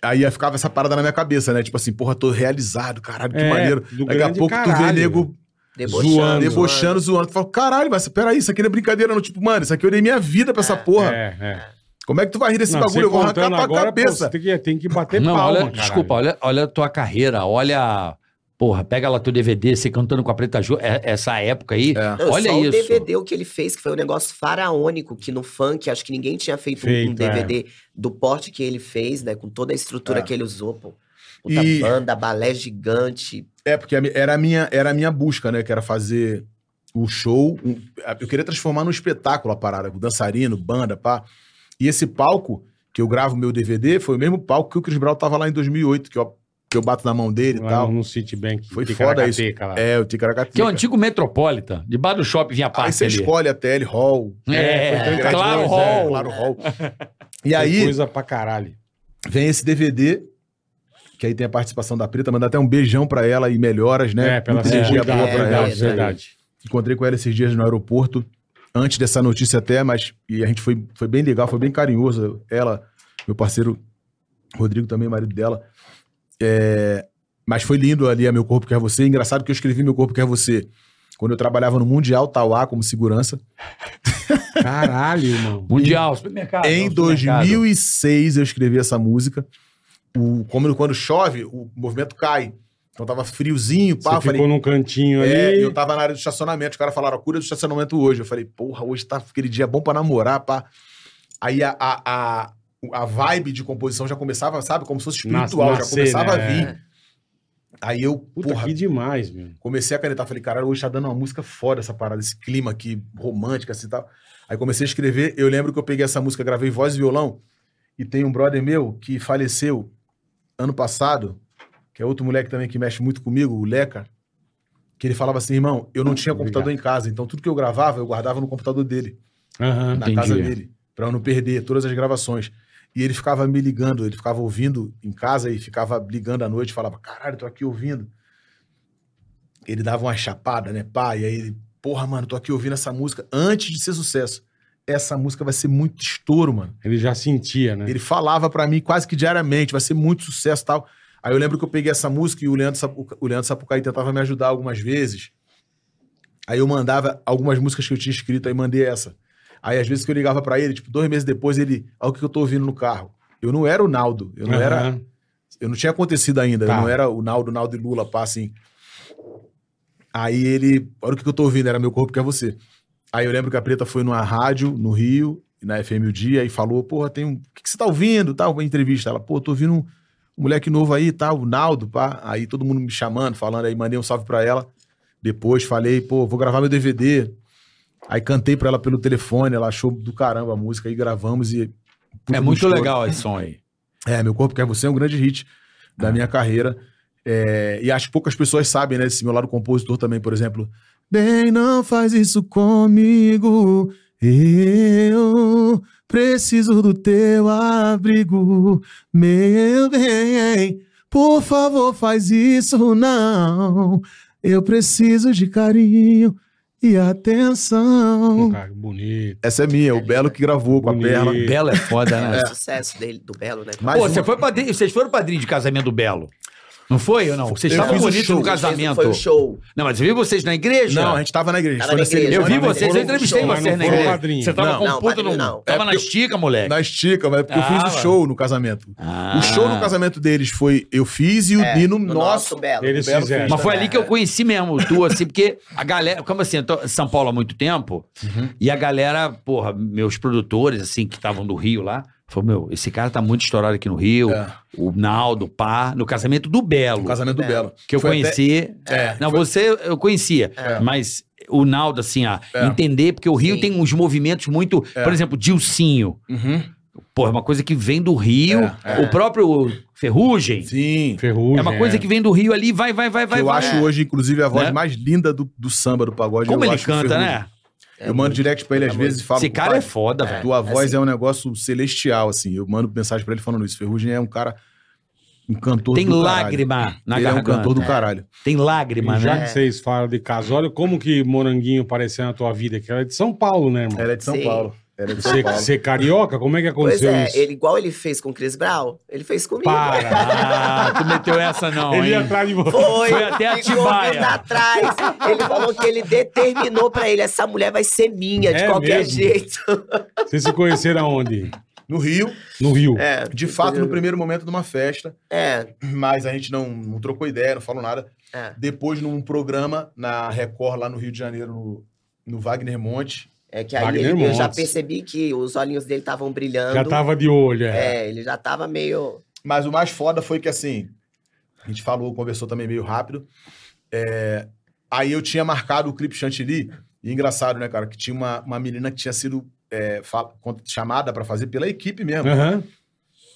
S4: aí ficava essa parada na minha cabeça, né? Tipo assim, porra, tô realizado, caralho, que
S3: É,
S4: maneiro.
S3: do
S4: Daqui a
S3: grande
S4: pouco tu vê
S3: caralho.
S4: nego
S5: Debochando.
S3: Zoando,
S4: debochando, zoando. Tu fala, caralho, mas peraí, isso aqui não é brincadeira, não. Tipo, mano, isso aqui eu dei minha vida pra essa porra.
S3: É, é.
S4: Como é que tu vai rir desse
S3: Não,
S4: bagulho?
S3: você
S4: Eu vou arrancar
S3: contando
S4: tua
S3: agora, pô,
S4: cabeça.
S3: você tem, que, tem que bater palma,
S2: olha,
S3: caralho.
S2: desculpa, olha, olha a tua carreira, olha. Porra, pega lá teu DVD, você cantando com a Preta Ju, é- essa época aí.
S4: É.
S5: Não,
S2: Olha
S5: só
S2: isso.
S5: o DVD o que ele fez, que foi um negócio faraônico, que no funk, acho que ninguém tinha feito, um- um
S3: Feito, é.
S5: DVD do porte que ele fez, né? Com toda a estrutura
S4: É.
S5: que ele usou, pô. Puta
S4: E-
S5: banda, balé gigante.
S4: É, porque a mi- era a, minha, era a minha busca, né? Que era fazer o show. um- eu queria transformar num espetáculo a parada, com dançarino, banda, pá. E esse palco que eu gravo meu DVD foi o mesmo palco que o Chris Brown tava lá em 2008, que eu, que eu bato na mão dele e
S3: Lá
S4: tal.
S3: no- no Citibank.
S4: Foi
S3: Ticaracateca
S4: foda isso.
S3: lá.
S4: É, o Ticaracatica.
S2: Que é o antigo Metropolitan, debaixo do shopping vinha a
S4: Aí
S2: parte
S4: você
S2: ali.
S4: escolhe a TL Hall.
S2: É,
S3: Foi
S2: claro,
S3: coisa, é.
S2: Hall.
S4: Claro Hall. E
S3: Foi
S4: aí
S3: Coisa pra caralho.
S4: vem esse DVD, que aí tem a participação da Preta, mandar até um beijão pra ela e melhoras, né?
S3: É, pela
S4: Muita
S3: é,
S4: energia
S3: cuidado,
S4: boa pra ela.
S3: verdade, verdade.
S4: Encontrei com ela esses dias no aeroporto, antes dessa notícia até, mas e a gente foi, foi bem legal, foi bem carinhoso. Ela, meu parceiro Rodrigo também, marido dela. É, mas foi lindo ali a Meu Corpo Quer Você. Engraçado que eu escrevi Meu Corpo Quer Você quando eu trabalhava no Mundial Tauá como segurança.
S3: Caralho, irmão.
S2: Mundial,
S3: Ah,
S2: supermercado.
S4: em
S2: supermercado.
S4: 2006 eu escrevi essa música. O, como quando chove, o movimento cai. Então tava friozinho,
S3: Você
S4: pá, eu
S3: ficou
S4: falei,
S3: num cantinho ali.
S4: É, eu tava na área do estacionamento, os caras falaram, cura do estacionamento hoje. Eu falei, porra, hoje tá aquele dia bom pra namorar, pá. Aí a, a, a, a vibe de composição já começava, sabe, como se fosse espiritual,
S3: Nas-
S4: já
S3: nascer,
S4: começava
S3: né?
S4: a vir. Aí eu,
S3: Puta,
S4: porra,
S3: que demais, meu.
S4: comecei a canetar. Falei, caralho, hoje tá dando uma música foda essa parada, esse clima aqui, romântica, assim e tal. Aí comecei a escrever, eu lembro que eu peguei essa música, gravei voz e violão, e tem um brother meu que faleceu ano passado, que é outro moleque também que mexe muito comigo, o Leca, que ele falava assim, irmão, eu não tinha computador em casa, então tudo que eu gravava, eu guardava no computador dele,
S3: Aham.
S4: na
S2: Entendi.
S4: casa dele, pra eu não perder todas as gravações. E ele ficava me ligando, ele ficava ouvindo em casa e ficava ligando à noite, falava, caralho, tô aqui ouvindo ele dava uma chapada, né, pá, e aí ele, porra, mano, tô aqui ouvindo essa música antes de ser sucesso. Essa música vai ser muito estouro, mano.
S3: Ele já sentia, né?
S4: Ele falava pra mim quase que diariamente, vai ser muito sucesso e tal. Aí eu lembro que eu peguei essa música e o Leandro, Sapuca, o Leandro Sapucaí tentava me ajudar algumas vezes. Aí eu mandava algumas músicas que eu tinha escrito, aí mandei essa. Aí às vezes que eu ligava pra ele, tipo, dois meses depois, ele, olha o que eu tô ouvindo no carro. Eu não era o Naldo, eu não era
S3: Aham.
S4: eu não tinha acontecido ainda.
S3: Tá.
S4: Eu não era o Naldo, Naldo e Lula, pá, assim. Aí ele. Olha o que que eu tô ouvindo, era meu corpo que é você. Aí eu lembro que a Preta foi numa rádio no Rio, na FM o Dia, e falou: Porra, tem um. O que, que você tá ouvindo? Tal, uma entrevista. Ela, pô, tô ouvindo um um moleque novo aí, tal, o Naldo, pá. Aí todo mundo me chamando, falando, aí mandei um salve pra ela. Depois falei, pô, vou gravar meu DVD. Aí cantei pra ela pelo telefone, ela achou do caramba a música, aí gravamos e.
S2: É muito legal esse som aí.
S4: É, Meu Corpo Quer Você é um grande hit da minha carreira. É, e acho que poucas pessoas sabem, né? Esse meu lado compositor também, por exemplo. Bem, não faz isso comigo. Eu preciso do teu abrigo, meu bem. Por favor, faz isso não. Eu preciso de carinho e
S3: Um
S4: atenção.
S3: cara bonito.
S4: Essa é minha, o Belo que gravou com a
S3: Bonito.
S4: Perla.
S2: Belo é um foda, né? [laughs]
S5: O sucesso dele, do Belo, né?
S4: Mas-
S2: Pô,
S4: uma-
S2: você foi padrinho, vocês foram padrinho de casamento do Belo. Não foi ou não? Vocês
S4: Eu
S2: estavam
S4: fiz o
S2: bonitos
S4: show.
S2: no
S4: Vocês
S2: casamento.
S5: Foi o show.
S2: Não, mas eu vi vocês na igreja?
S4: Não, a gente tava na igreja.
S5: Tava
S4: foi
S5: na
S4: na
S5: igreja.
S4: cerimônia, né?
S2: Eu vi
S4: na
S2: vocês, eu
S4: igreja.
S2: entrevistei
S5: Show, mas
S3: não
S2: vocês na
S3: foi
S2: igreja.
S3: padrinho.
S6: Você tava
S4: Não. É
S6: com
S5: Não,
S6: um puta no...
S5: padrinho não.
S2: Tava na
S4: porque-
S2: estica, moleque.
S4: Na estica, mas é porque eu
S2: É. Ah,
S4: fiz o
S2: mano.
S4: show no casamento.
S2: Ah.
S4: O show no casamento deles foi eu fiz e, o, e É, no,
S5: No
S4: nosso.
S5: nosso belo.
S3: Eles
S4: um Belo
S3: fizeram.
S4: fez.
S2: Mas foi ali que eu conheci mesmo, tu, assim, porque a galera, como assim, eu tô em São Paulo há muito tempo,
S4: Uhum.
S2: e a galera, porra, meus produtores, assim, que estavam do Rio lá, falou, meu, esse cara tá muito estourado aqui no Rio,
S4: É.
S2: o Naldo, pá, no casamento do Belo,
S4: O casamento do Belo.
S2: que eu
S4: Foi até-
S2: conheci.
S4: É,
S2: Não, você eu conhecia, mas o Naldo, assim, a
S4: É.
S2: entender, porque o Rio
S5: Sim.
S2: tem uns movimentos muito, por exemplo, Dilcinho,
S4: Uhum.
S2: porra, é uma coisa que vem do Rio,
S4: É, é.
S2: o próprio Ferrugem,
S4: Sim.
S3: Ferrugem.
S2: é uma coisa que vem do Rio ali, vai, vai, vai,
S4: Que
S2: vai.
S4: eu
S2: vai.
S4: acho hoje, inclusive, a voz
S2: Né?
S4: mais linda do, do samba, do pagode.
S2: Como
S4: eu
S2: ele
S4: acho o
S2: canta,
S4: Ferrugem.
S2: né?
S4: Eu mando direct pra ele às vezes e falo.
S2: Esse cara é
S4: "Compadre,
S2: foda, velho.
S4: Tua
S5: É,
S4: voz
S5: assim.
S4: é um negócio celestial, assim. Eu mando mensagem pra ele falando isso. Ferrugem é um cara. Um cantor
S2: Tem
S4: do
S2: lágrima na
S4: caralho. Ele é um
S2: garganta.
S4: cantor é. do caralho.
S2: Tem lágrima,
S3: E já
S2: né?
S3: que vocês falam de casório, como que Moranguinho apareceu na tua vida? Que ela é de São Paulo, né, irmão?
S4: Ela é de São
S5: Sim.
S4: Paulo. Ela é de São
S3: Você,
S4: Paulo.
S3: você carioca? Como é que
S5: Pois
S3: aconteceu
S5: é,
S3: isso?
S5: ele, igual ele fez com o Chris Brown, ele fez comigo.
S3: Para!
S2: Ah, tu meteu essa não,
S4: é
S3: ele ia
S2: hein?
S3: atrás de você.
S5: Foi,
S2: Foi até
S5: ficou
S2: Atibaia.
S5: vindo atrás. Ele falou que ele determinou pra ele, essa mulher vai ser minha, de
S3: É
S5: qualquer
S3: mesmo?
S5: jeito.
S3: Vocês se conheceram aonde?
S4: No Rio,
S3: No Rio.
S5: É,
S4: de fato, no primeiro momento de uma festa,
S5: é,
S4: mas a gente não, não trocou ideia, não falou nada.
S5: é,
S4: Depois, num programa na Record, lá no Rio de Janeiro, no, no Wagner Monte.
S5: é que aí
S3: Wagner
S5: ele- eu já
S3: Montes.
S5: percebi que os olhinhos dele estavam brilhando.
S3: Já tava de olho, é.
S5: É, ele já tava meio...
S4: Mas o mais foda foi que, assim, a gente falou, conversou também meio rápido. É, aí eu tinha marcado o clipe Chantilly. E engraçado, né, cara, que tinha uma, uma menina que tinha sido é, fa- con- chamada pra fazer pela equipe mesmo.
S3: Aham,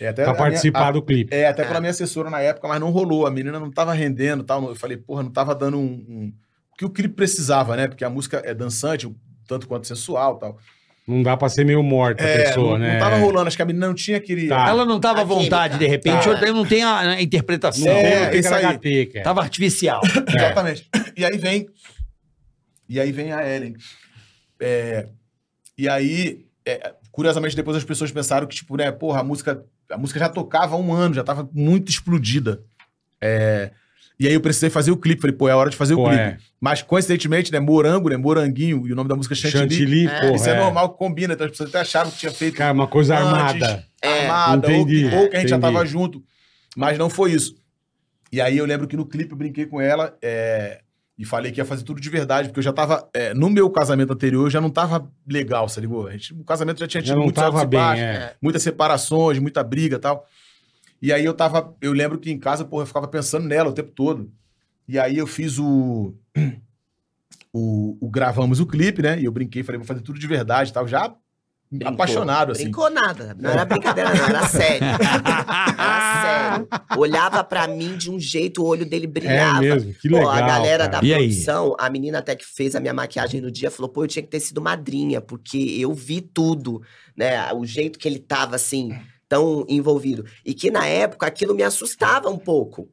S4: É, até
S3: pra
S4: a minha-
S3: participar do clipe.
S4: É, até pela minha assessora na época, mas não rolou. A menina não tava rendendo e tal. Eu falei, porra, não tava dando um, um- O que o clipe precisava, né? Porque a música é dançante, tanto quanto sensual e tal.
S3: Não dá pra ser meio morta a
S4: É,
S3: pessoa,
S4: não,
S3: né?
S4: não tava rolando, acho que a menina não tinha aquele.
S3: Tá.
S2: Ela não tava à
S5: Aquele,
S2: vontade, de repente,
S4: Tá.
S2: outra não tem a, a
S3: Não
S2: interpretação.
S3: tem,
S4: É,
S3: não tem
S4: isso aí.
S3: caracateca.
S2: Tava artificial.
S3: é.
S4: Exatamente. E aí vem. E aí vem a Ellen. É, e aí, é, curiosamente, depois as pessoas pensaram que, tipo, né, porra, a música, a música já tocava há um ano, já tava muito explodida. É, e aí eu precisei fazer o clipe. Falei, pô, é hora de fazer o
S3: Pô,
S4: clipe.
S3: é.
S4: Mas coincidentemente, né? Morango, né? Moranguinho, e o nome da música é Chantilly.
S3: Chantilly, porra.
S4: Isso é normal que combina, então as pessoas até acharam que tinha feito
S3: Cara, uma coisa armada.
S5: É,
S4: armada, ou que,
S3: entendi,
S4: ou que a gente já
S3: entendi.
S4: tava junto. Mas não foi isso. E aí eu lembro que no clipe eu brinquei com ela é, e falei que ia fazer tudo de verdade, porque eu já tava. é, no meu casamento anterior eu já não tava legal, sabe? A gente, o casamento já tinha
S3: Já
S4: tido
S3: não
S4: muitos altos
S3: tava
S4: e
S3: bem,
S4: baixos,
S3: é.
S4: muitas separações, muita briga e tal. E aí eu tava. Eu lembro que em casa, porra, eu ficava pensando nela o tempo todo. E aí eu fiz o. [clears throat] O, o- gravamos o clipe, né? E eu brinquei, falei, vou fazer tudo de verdade e tal. Já
S5: Brincou.
S4: apaixonado, assim.
S5: brincou nada. Não era brincadeira, não, era sério. Era Ah, sério. Olhava pra mim de um jeito, o olho dele
S3: É
S5: brilhava.
S3: mesmo, que
S5: Pô,
S3: legal.
S5: a galera
S3: cara.
S5: da
S2: E aí?
S5: produção, a menina até que fez a minha maquiagem no dia, falou, pô, eu tinha que ter sido madrinha, porque eu vi tudo, né? O jeito que ele tava, assim, tão envolvido. E que na época aquilo me assustava um pouco.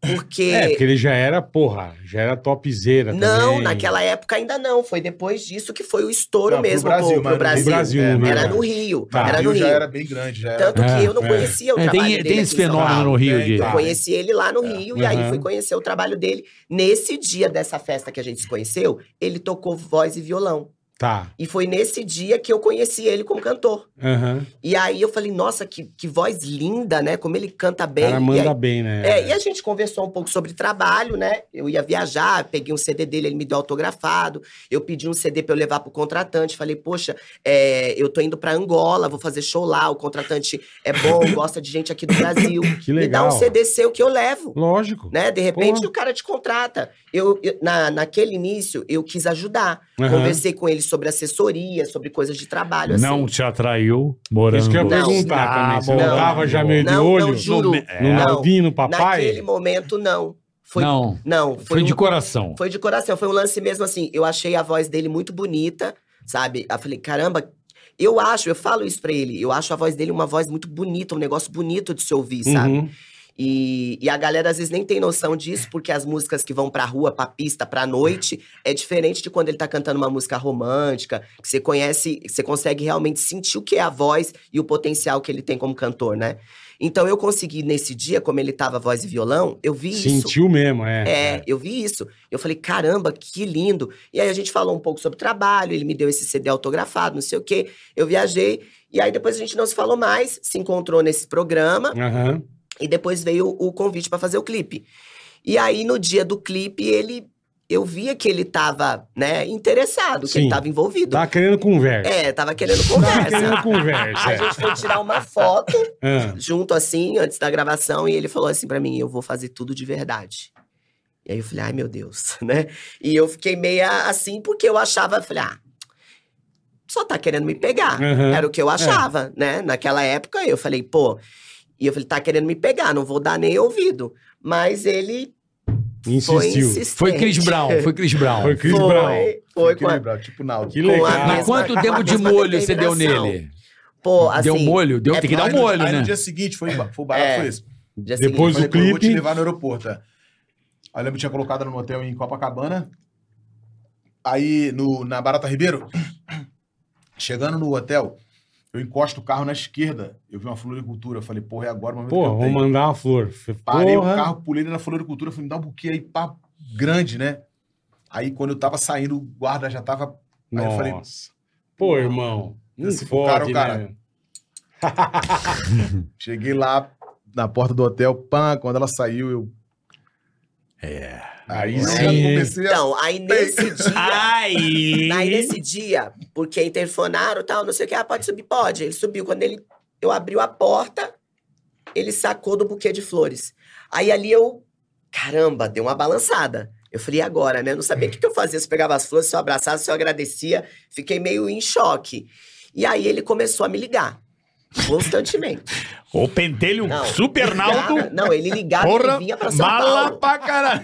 S5: Porque.
S3: É, porque ele já era, porra, já era topzera
S5: Não,
S3: também.
S5: naquela época ainda não. Foi depois disso que foi o estouro
S4: Não, pro
S5: mesmo
S4: Brasil, mas
S5: pro, pro
S4: no
S5: Brasil. É,
S3: Brasil, né?
S5: Era no Rio.
S3: Tá.
S5: Era
S4: O
S5: no
S4: Rio
S5: Rio.
S4: já era bem grande, já era.
S5: Tanto
S3: É,
S5: que eu não
S3: é.
S5: conhecia o
S2: É,
S5: trabalho
S2: tem
S5: dele.
S2: tem
S5: aqui
S2: esse
S5: em São
S2: fenômeno
S5: Paulo. É, então,
S2: no Rio
S4: Tem,
S2: de.
S4: tá.
S5: Eu conheci ele lá no Rio e aí
S3: Uhum.
S5: fui conhecer o trabalho dele. Nesse dia dessa festa que a gente se conheceu, ele tocou voz e violão.
S3: Tá.
S5: E foi nesse dia que eu conheci ele como cantor.
S3: Aham.
S5: E aí eu falei, nossa, que, que voz linda, né? Como ele canta
S3: O
S5: bem.
S3: cara
S5: e,
S3: manda
S5: aí-
S3: bem, né?
S5: é, e a gente conversou um pouco sobre trabalho, né? Eu ia viajar, peguei um CD dele, ele me deu autografado. Eu pedi um CD pra eu levar pro contratante. Falei, poxa, é, eu tô indo pra Angola, vou fazer show lá. O contratante é bom, gosta de gente aqui do Brasil.
S3: que
S5: Me dá
S3: legal.
S5: um CD seu que eu levo.
S3: Lógico.
S5: Né? De repente
S3: Porra.
S5: o cara te contrata. Eu, eu- na, naquele início, eu quis ajudar.
S3: Aham.
S5: Conversei com ele sobre assessoria, sobre coisas de trabalho.
S6: Não
S5: assim.
S6: te atraiu, morango.
S3: Isso que eu ia
S5: Não.
S3: perguntar
S2: Ah,
S3: também. né? Você
S2: bom.
S3: não tava já meio de
S5: Não,
S3: olho?
S5: não, juro.
S3: No,
S5: É.
S3: no
S5: Não.
S3: Naldinho, no papai?
S5: Naquele momento, não. Foi, não,
S2: Não,
S5: foi,
S2: foi de
S5: um-
S2: coração.
S5: foi de coração. Foi um lance mesmo assim. Eu achei a voz dele muito bonita, sabe? Eu falei, caramba. Eu acho, eu falo isso pra ele, eu acho a voz dele uma voz muito bonita, um negócio bonito de se ouvir, sabe?
S3: Uhum.
S5: E, e a galera às vezes nem tem noção disso, porque as músicas que vão pra rua, pra pista, pra noite, é diferente de quando ele tá cantando uma música romântica, que você conhece, que você consegue realmente sentir o que é a voz e o potencial que ele tem como cantor, né? Então eu consegui nesse dia, como ele tava voz e violão, eu vi isso.
S3: Sentiu mesmo, é.
S5: É, eu vi isso. Eu falei, caramba, que lindo. E aí a gente falou um pouco sobre trabalho, ele me deu esse CD autografado, não sei o quê. Eu viajei, e aí depois a gente não se falou mais, se encontrou nesse programa,
S3: Aham.
S5: e depois veio o convite pra fazer o clipe. E aí no dia do clipe, ele. Eu via que ele tava, né, interessado, que
S3: Sim.
S5: ele tava envolvido.
S3: Tá querendo conversa.
S5: É, tava querendo
S3: Tá
S5: conversa.
S3: querendo conversa.
S5: A
S3: é.
S5: gente foi tirar uma foto
S3: Ah.
S5: junto assim, antes da gravação, e ele falou assim pra mim: eu vou fazer tudo de verdade. E aí eu falei: ai meu Deus, [laughs] né? E eu fiquei meia assim, porque eu achava, eu falei: ah, só tá querendo me pegar.
S3: Uhum.
S5: Era o que
S2: É.
S5: eu achava, né? Naquela época eu falei: pô. E eu falei: tá querendo me pegar, não vou dar nem ouvido. Mas ele foi
S3: Insistiu.
S5: insistente.
S2: Foi Chris Brown,
S5: [laughs]
S2: foi Chris Brown.
S3: Foi Chris
S5: Foi,
S3: Brown.
S5: Então foi com a-
S4: Equilibrado, tipo Naldo.
S3: Que
S5: com a
S3: legal.
S5: mesma-
S2: Mas quanto
S5: com a
S2: tempo de
S5: mesma
S2: molho você deu
S5: determinação.
S2: nele?
S5: Pô, assim.
S2: deu molho? Deu,
S5: é
S2: tem que dar um
S4: Aí no-
S2: molho,
S4: aí
S2: né?
S4: no dia seguinte foi, foi o barato,
S5: É.
S4: foi esse.
S5: dia seguinte,
S3: Depois
S4: Falei,
S3: do
S4: pô, eu vou te
S3: clipe.
S4: levar no aeroporto. é. Aí eu lembro que tinha colocado ela no hotel em Copacabana. Aí no, na Barata Ribeiro, [clears throat] chegando no hotel, eu encosto o carro na esquerda. Eu vi uma floricultura. Eu falei, porra, é agora o momento
S3: Porra,
S4: que eu
S3: vou
S4: tenho.
S3: mandar uma flor. F-
S4: Parei o
S3: Porra.
S4: carro, pulei ele na floricultura. Falei, me dá um buquê aí, pá, grande, né? Aí quando eu tava saindo, o guarda já tava. Aí eu falei-
S3: Nossa. Pô, irmão. Não
S4: Esse cara, é
S3: fode,
S4: o cara.
S3: né?
S4: Cheguei lá na porta do hotel, pã, quando ela saiu, eu. É. Aí eu já
S3: sim.
S4: comecei a.
S5: Então, aí
S2: [laughs]
S5: nesse dia.
S6: Aí.
S5: Aí nesse dia, porque interfonaram e tal, não sei o que, ah, pode subir, pode. Ele subiu. Quando ele, eu abriu a porta, ele sacou do buquê de flores. Aí ali eu, caramba, deu uma balançada. Eu falei, e agora, né? Eu não sabia o que, que eu fazia, se eu pegava as flores, se eu abraçava, se eu agradecia. Fiquei meio em choque. E aí ele começou a me ligar. Constantemente.
S6: [laughs] O pentelho
S5: Não,
S6: super
S5: ele ligava-
S6: naldo.
S5: Não, ele ligava,
S6: Porra,
S5: ele vinha pra São
S6: mala
S5: Paulo.
S6: pra caralho.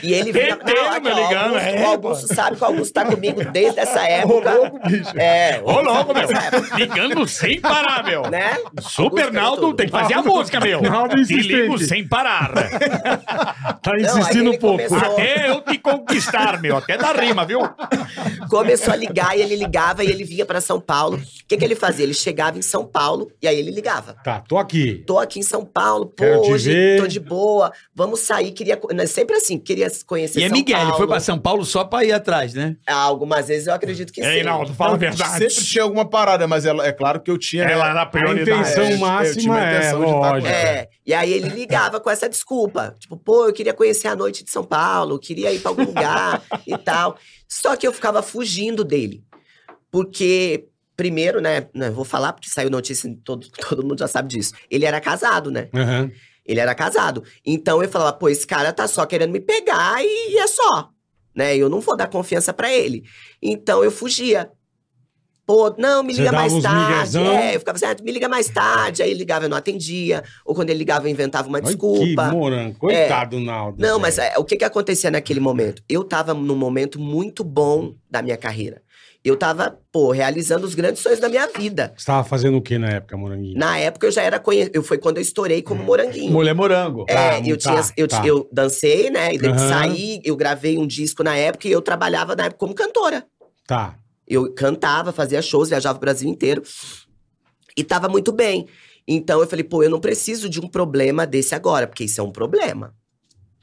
S5: E ele vinha...
S6: Penteiro,
S5: Não, aqui,
S6: meu
S5: ó,
S6: ligando,
S5: Augusto,
S6: é,
S5: o Augusto sabe que o Augusto tá comigo desde essa
S4: Ô,
S5: época.
S4: louco, bicho.
S5: É.
S6: Ô, louco, meu.
S5: Nessa época,
S6: Ligando sem parar, meu.
S5: Né?
S6: Super
S5: Augusto tem
S6: Naldo
S5: tudo.
S6: tem que fazer a música, meu.
S3: Naldo é
S6: Te ligo
S3: insistente.
S6: sem parar.
S3: [laughs] Tá
S5: Não, aí
S3: insistindo
S5: ele
S3: um pouco.
S5: começou-
S6: Até eu te conquistar, meu. Até da rima, viu?
S5: Começou a ligar e ele ligava e ele vinha pra São Paulo. O que, que ele fazia? Ele chegava em São Paulo e aí ele ligava.
S3: Tá, tô aqui.
S5: Tô aqui em São Paulo, pô,
S3: Quero te
S5: hoje
S3: ver.
S5: tô de boa, vamos sair, queria. co- né, Sempre assim, queria conhecer
S2: E é
S5: São
S2: Miguel,
S5: Paulo.
S2: ele foi pra São Paulo só pra ir atrás, né?
S5: Ah, Algumas vezes eu acredito que
S6: Ei,
S5: sim.
S6: Naldo, fala a verdade.
S4: Sempre tinha alguma parada, mas ela- é claro que eu tinha. né?
S6: Ela era a
S3: A intenção
S6: prioridade.
S4: eu- eu
S3: máxima
S4: tinha a
S3: é,
S4: intenção de estar com
S3: lógico.
S4: ela.
S5: É, e aí ele ligava com essa desculpa. Tipo, pô, eu queria conhecer a noite de São Paulo, queria ir pra algum lugar e tal. Só que eu ficava fugindo dele. Porque, primeiro, né, né, vou falar porque saiu notícia, todo, [laughs] todo mundo já sabe disso. Ele era casado, né?
S3: Aham.
S5: Ele era casado. Então eu falava, pô, esse cara tá só querendo me pegar e, e é só. Né? Eu não vou dar confiança pra ele. Então eu fugia. Pô, não, me
S3: Você
S5: liga
S3: dava
S5: mais
S3: uns
S5: tarde.
S3: miguezão?
S5: É, eu ficava assim, ah, me liga mais tarde. Aí ele ligava, eu não atendia. Ou quando ele ligava, eu inventava uma
S3: Ai, Que
S5: desculpa. É.
S3: morango. Coitado, Naldo.
S5: Não,
S3: velho.
S5: mas é, o que, que acontecia naquele momento? Eu tava num momento muito bom da minha carreira. Eu tava, pô, realizando os grandes sonhos da minha vida.
S3: Você tava fazendo o que na época, Moranguinho?
S5: Na época eu já era conhecido. Foi quando eu estourei como
S3: Hum.
S5: moranguinho.
S2: Mulher morango.
S3: Tá,
S5: É, eu,
S3: tá,
S5: tinha, eu,
S3: tá.
S5: eu dancei, né? E daí
S3: Aham.
S5: saí, eu gravei um disco na época e eu trabalhava na época como cantora.
S3: Tá.
S5: Eu cantava, fazia shows, viajava o Brasil inteiro. E tava muito bem. Então eu falei, pô, eu não preciso de um problema desse agora, porque isso é um problema.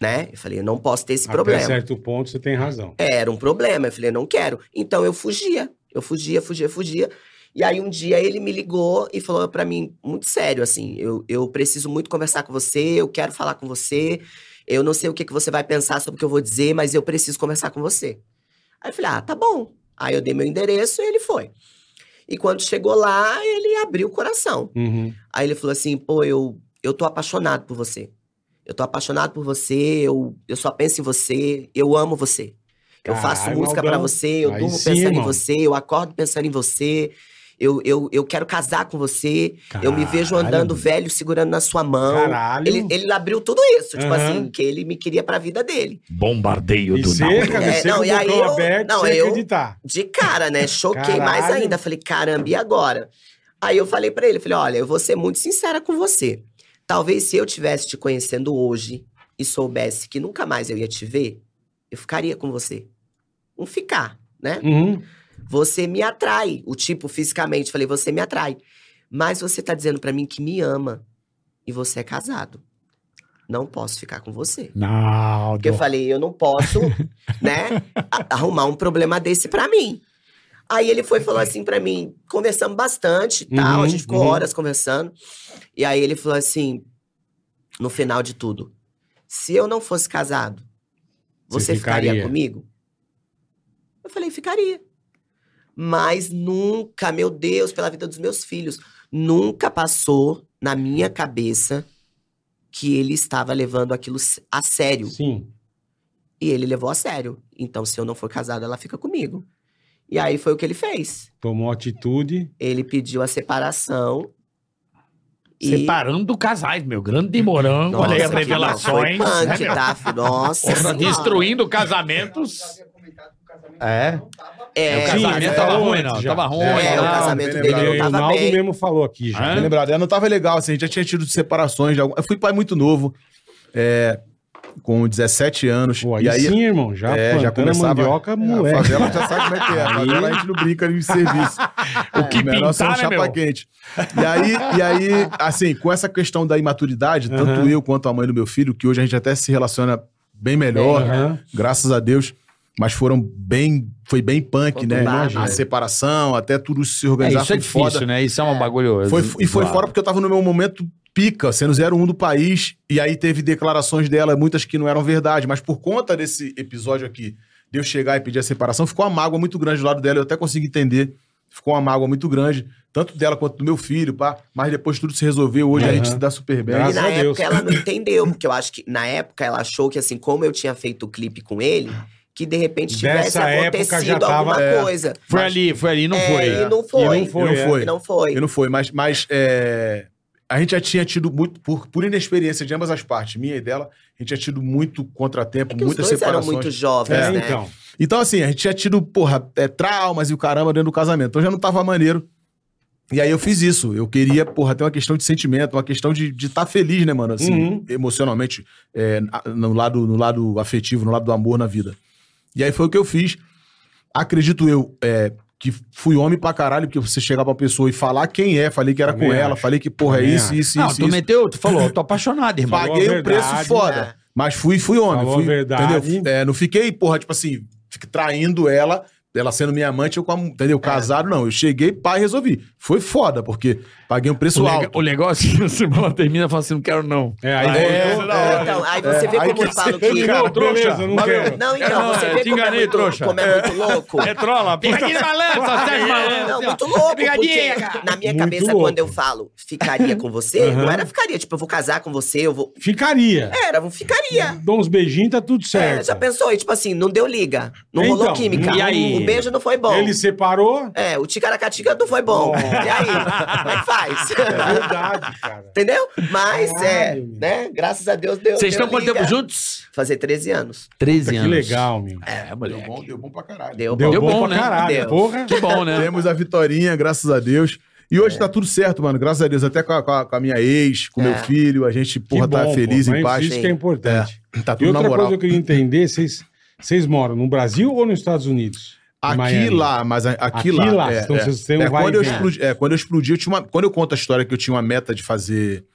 S5: Né? Eu falei, eu não posso ter esse
S3: Até
S5: problema.
S3: certo ponto, você tem razão.
S5: Era um problema. Eu falei, eu não quero. Então eu fugia. Eu fugia, fugia, fugia. E aí um dia ele me ligou e falou pra mim, muito sério, assim, eu, eu preciso muito conversar com você, eu quero falar com você. Eu não sei o que, que você vai pensar sobre o que eu vou dizer, mas eu preciso conversar com você. Aí eu falei, ah, tá bom. Aí eu dei meu endereço e ele foi. E quando chegou lá, ele abriu o coração.
S3: Uhum.
S5: Aí ele falou assim, pô, eu, eu tô apaixonado por você. Eu tô apaixonado por você, eu, eu só penso em você, eu amo você. Eu faço
S3: Caralho,
S5: música pra
S3: Aldão.
S5: você, eu
S3: Aí
S5: durmo
S3: sim,
S5: pensando em
S3: irmão.
S5: você, eu acordo pensando em você, eu, eu, eu quero casar com você, eu me vejo
S3: Caralho.
S5: andando velho, segurando na sua mão.
S3: Caralho.
S5: Então, Ele, ele abriu tudo isso, tipo
S3: Aham.
S5: assim, que ele me queria pra vida dele.
S6: Bombardeio
S3: E você, cara,
S5: É,
S3: você
S5: não,
S3: com o
S5: e aí
S3: botão
S5: eu-
S3: aberto,
S5: não,
S3: um sem
S5: eu-
S3: acreditar.
S5: De cara, né? Choquei mais
S3: Caralho.
S5: ainda. Falei, caramba, e agora? Aí eu falei pra ele, falei, olha, eu vou ser muito sincera com você. Talvez se eu tivesse te conhecendo hoje e soubesse que nunca mais eu ia te ver, eu ficaria com você. Não ficar, né?
S3: Uhum.
S5: Você me atrai. O tipo, fisicamente, falei, você me atrai. Mas você tá dizendo pra mim que me ama. E você é casado. Não posso ficar com você.
S3: Não,
S5: Porque eu falei, eu não
S3: [laughs]
S5: posso, né, a- arrumar um problema desse pra mim. Aí ele foi e falou assim pra mim, conversamos bastante, e tal,
S3: Uhum,
S5: a gente ficou
S3: uhum.
S5: horas conversando. E aí ele falou assim, no final de tudo, se eu não fosse casado,
S3: Você
S5: você ficaria,
S3: ficaria.
S5: comigo? Eu falei, ficaria. Mas nunca, meu Deus, pela vida dos meus filhos, nunca passou na minha cabeça que ele estava levando aquilo a sério.
S3: Sim.
S5: E ele levou a sério. Então, se eu não for casada, ela fica comigo. E aí foi o que ele fez.
S3: Tomou atitude.
S5: Ele pediu a separação.
S2: Separando do casais, meu. Grande morango.
S5: Nossa,
S6: Olha aí as
S5: que mal,
S6: revelações,
S5: Foi
S6: né,
S5: punk,
S6: meu?
S5: tá? Fi- Nossa.
S2: Porra,
S5: Senhora.
S2: destruindo casamentos. É.
S5: É,
S2: o
S3: Sim,
S2: casamento
S3: é,
S2: tava
S3: é,
S2: ruim, não.
S3: já.
S2: Tava ruim.
S5: É, o
S2: não.
S5: casamento
S4: bem
S5: dele
S4: lembrado.
S3: Ele,
S5: não
S3: o
S5: tava
S3: Ronaldo
S5: bem.
S3: mesmo falou aqui já.
S2: Hã?
S4: Bem lembrado, é, não tava legal, assim, já tinha tido separações de algum... Eu fui pai muito novo, é, com 17 anos.
S3: Pô, aí,
S4: e aí,
S3: sim, irmão, já
S4: é,
S3: plantando
S4: já
S3: a
S4: começava...
S3: mandioca,
S4: é, A
S3: moleque.
S4: favela já sabe como é que é, a favela a gente não brinca de serviço.
S6: O que
S4: negócio
S6: pintar,
S4: é um
S6: né,
S4: chapa
S6: meu?
S4: quente. E aí, e aí, assim, com essa questão da imaturidade, tanto
S3: Aham.
S4: eu quanto a mãe do meu filho, que hoje a gente até se relaciona bem melhor,
S3: Aham.
S4: graças a Deus, mas foram bem, foi bem punk,
S5: Quanto
S4: né?
S5: mais,
S4: a
S5: né?
S4: separação, até tudo se
S2: É,
S4: organizar
S2: isso é
S4: foi
S2: difícil,
S4: foda.
S2: né? Isso é um bagulho.
S4: Foi, e foi
S2: zoado.
S4: fora porque eu tava no meu momento pica, sendo 01 do país, e aí teve declarações dela, muitas que não eram verdade, mas por conta desse episódio aqui, de eu chegar e pedir a separação, ficou uma mágoa muito grande do lado dela, eu até consegui entender, ficou uma mágoa muito grande, tanto dela quanto do meu filho, pá, mas depois tudo se resolveu, hoje a
S3: Aham.
S4: gente se dá super bem.
S5: E
S3: Graças
S5: na
S3: a
S5: época
S3: Deus.
S5: ela não entendeu, porque eu acho que na época ela achou que assim, como eu tinha feito o clipe com ele, que de repente tivesse
S3: Dessa época já
S5: acontecido
S3: tava-
S5: alguma
S4: é.
S5: coisa.
S2: Foi
S5: Mas-
S2: ali, foi ali, não
S5: É,
S2: foi.
S5: E não
S3: E
S5: foi.
S3: não foi,
S4: E não foi.
S5: E não foi.
S4: Eu não fui, mas, mas é, a gente já tinha tido muito, por, por inexperiência de ambas as partes, minha e dela, a gente tinha tido muito contratempo,
S5: É que os
S4: muitas
S5: dois eram
S4: separações.
S5: muito jovens,
S3: É,
S5: né?
S3: então.
S4: Então, assim, a gente tinha tido, porra, é, traumas e o caramba dentro do casamento. Então já não tava maneiro. E aí eu fiz isso. Eu queria, porra, ter uma questão de sentimento, uma questão de estar feliz, né, mano? Assim,
S3: Uhum.
S4: emocionalmente, é, na- no, lado, no lado afetivo, no lado do amor na vida. E aí foi o que eu fiz. Acredito eu é, que fui homem pra caralho, porque você chegar pra uma pessoa e falar quem é, falei que era
S3: Também
S4: com ela,
S3: acho.
S4: falei que, porra, é
S3: Também
S4: isso,
S3: acho.
S4: isso,
S2: não,
S4: isso,
S2: tu
S4: isso.
S2: meteu, tu falou, eu tô apaixonado, irmão.
S3: Vai.
S4: Paguei
S3: Falou a
S4: um preço
S3: verdade. né?
S4: foda. Mas fui, fui homem.
S3: Falou a
S4: Fui,
S3: verdade.
S4: Entendeu? É, não fiquei, porra, tipo assim, fiquei traindo ela, ela sendo minha amante, eu com a,
S3: É.
S4: entendeu? Casado, não. Eu cheguei, pá, e resolvi. Foi foda, porque paguei um
S2: O,
S4: preço
S2: nega-
S4: alto.
S2: o negócio, [laughs] assim, ela termina e fala assim: não quero, não.
S3: É, aí
S4: É,
S3: voltou.
S5: É, então, aí você vê
S4: aí
S5: como eu
S4: que
S3: [laughs]
S5: falo
S3: Cara,
S5: que.
S6: Não, trouxa,
S3: beleza, não
S6: valeu.
S3: quero.
S5: Não, então,
S2: Não,
S5: você
S2: eu te
S5: vê como,
S2: enganei,
S5: é muito,
S2: trouxa.
S5: como é muito louco.
S6: É trola, puta.
S2: Pegadinha de malandro, só serve malandro.
S5: Não,
S2: assim, ó.
S5: muito louco, porque
S2: Pegadinha, cara.
S5: na minha
S3: Muito
S5: cabeça,
S3: louco.
S5: quando eu falo ficaria com você,
S3: Aham.
S5: não era ficaria, tipo, eu vou casar com você, eu vou.
S3: Ficaria.
S5: Era, um ficaria.
S3: Dou uns beijinhos, tá tudo
S5: É,
S3: certo.
S5: já pensou? E, tipo assim, não deu liga. Não rolou
S3: Então,
S5: química.
S2: e aí?
S5: O beijo não foi bom.
S3: Ele separou.
S5: É, o ticaracatiga não foi bom.
S3: Oh.
S5: E aí? Como é que faz?
S3: É verdade, cara.
S5: Entendeu? Mas, é,
S3: Caralho, meu.
S5: né? Graças a Deus deu.
S2: Vocês
S5: deu
S2: estão quanto
S5: liga.
S2: tempo juntos?
S5: Fazer 13 anos.
S2: 13
S3: Puta, que legal, meu.
S2: É, moleque.
S4: deu um bom pra caralho.
S5: Deu,
S3: Deu,
S5: bom.
S2: Deu
S3: bom,
S2: bom,
S3: pra
S2: né?
S3: caralho.
S5: Deu.
S3: Porra.
S2: Que bom,
S4: [laughs]
S2: né? É.
S4: Temos a vitorinha, graças a Deus. E hoje tá tudo certo, mano. Graças a Deus. Até com a, com a- com a minha ex, com o meu
S5: É.
S4: filho. A gente,
S3: Que
S4: porra, tá
S3: bom,
S4: feliz,
S3: pô,
S4: em
S3: mas
S4: paz.
S3: Isso que é importante.
S4: Tá
S3: E
S4: tudo na
S3: outra coisa
S4: moral.
S3: que eu queria entender, vocês, vocês moram no Brasil ou nos Estados Unidos? Em
S4: Aqui
S3: Miami?
S4: lá, mas a- aqui,
S3: Aqui
S4: lá.
S3: lá,
S4: é,
S3: então
S4: é.
S3: vocês têm um
S4: É,
S3: vai
S4: quando,
S3: e
S4: eu
S3: vem.
S4: explodi, é, quando eu explodi, eu tinha uma, quando eu conto a história que eu tinha uma meta de fazer,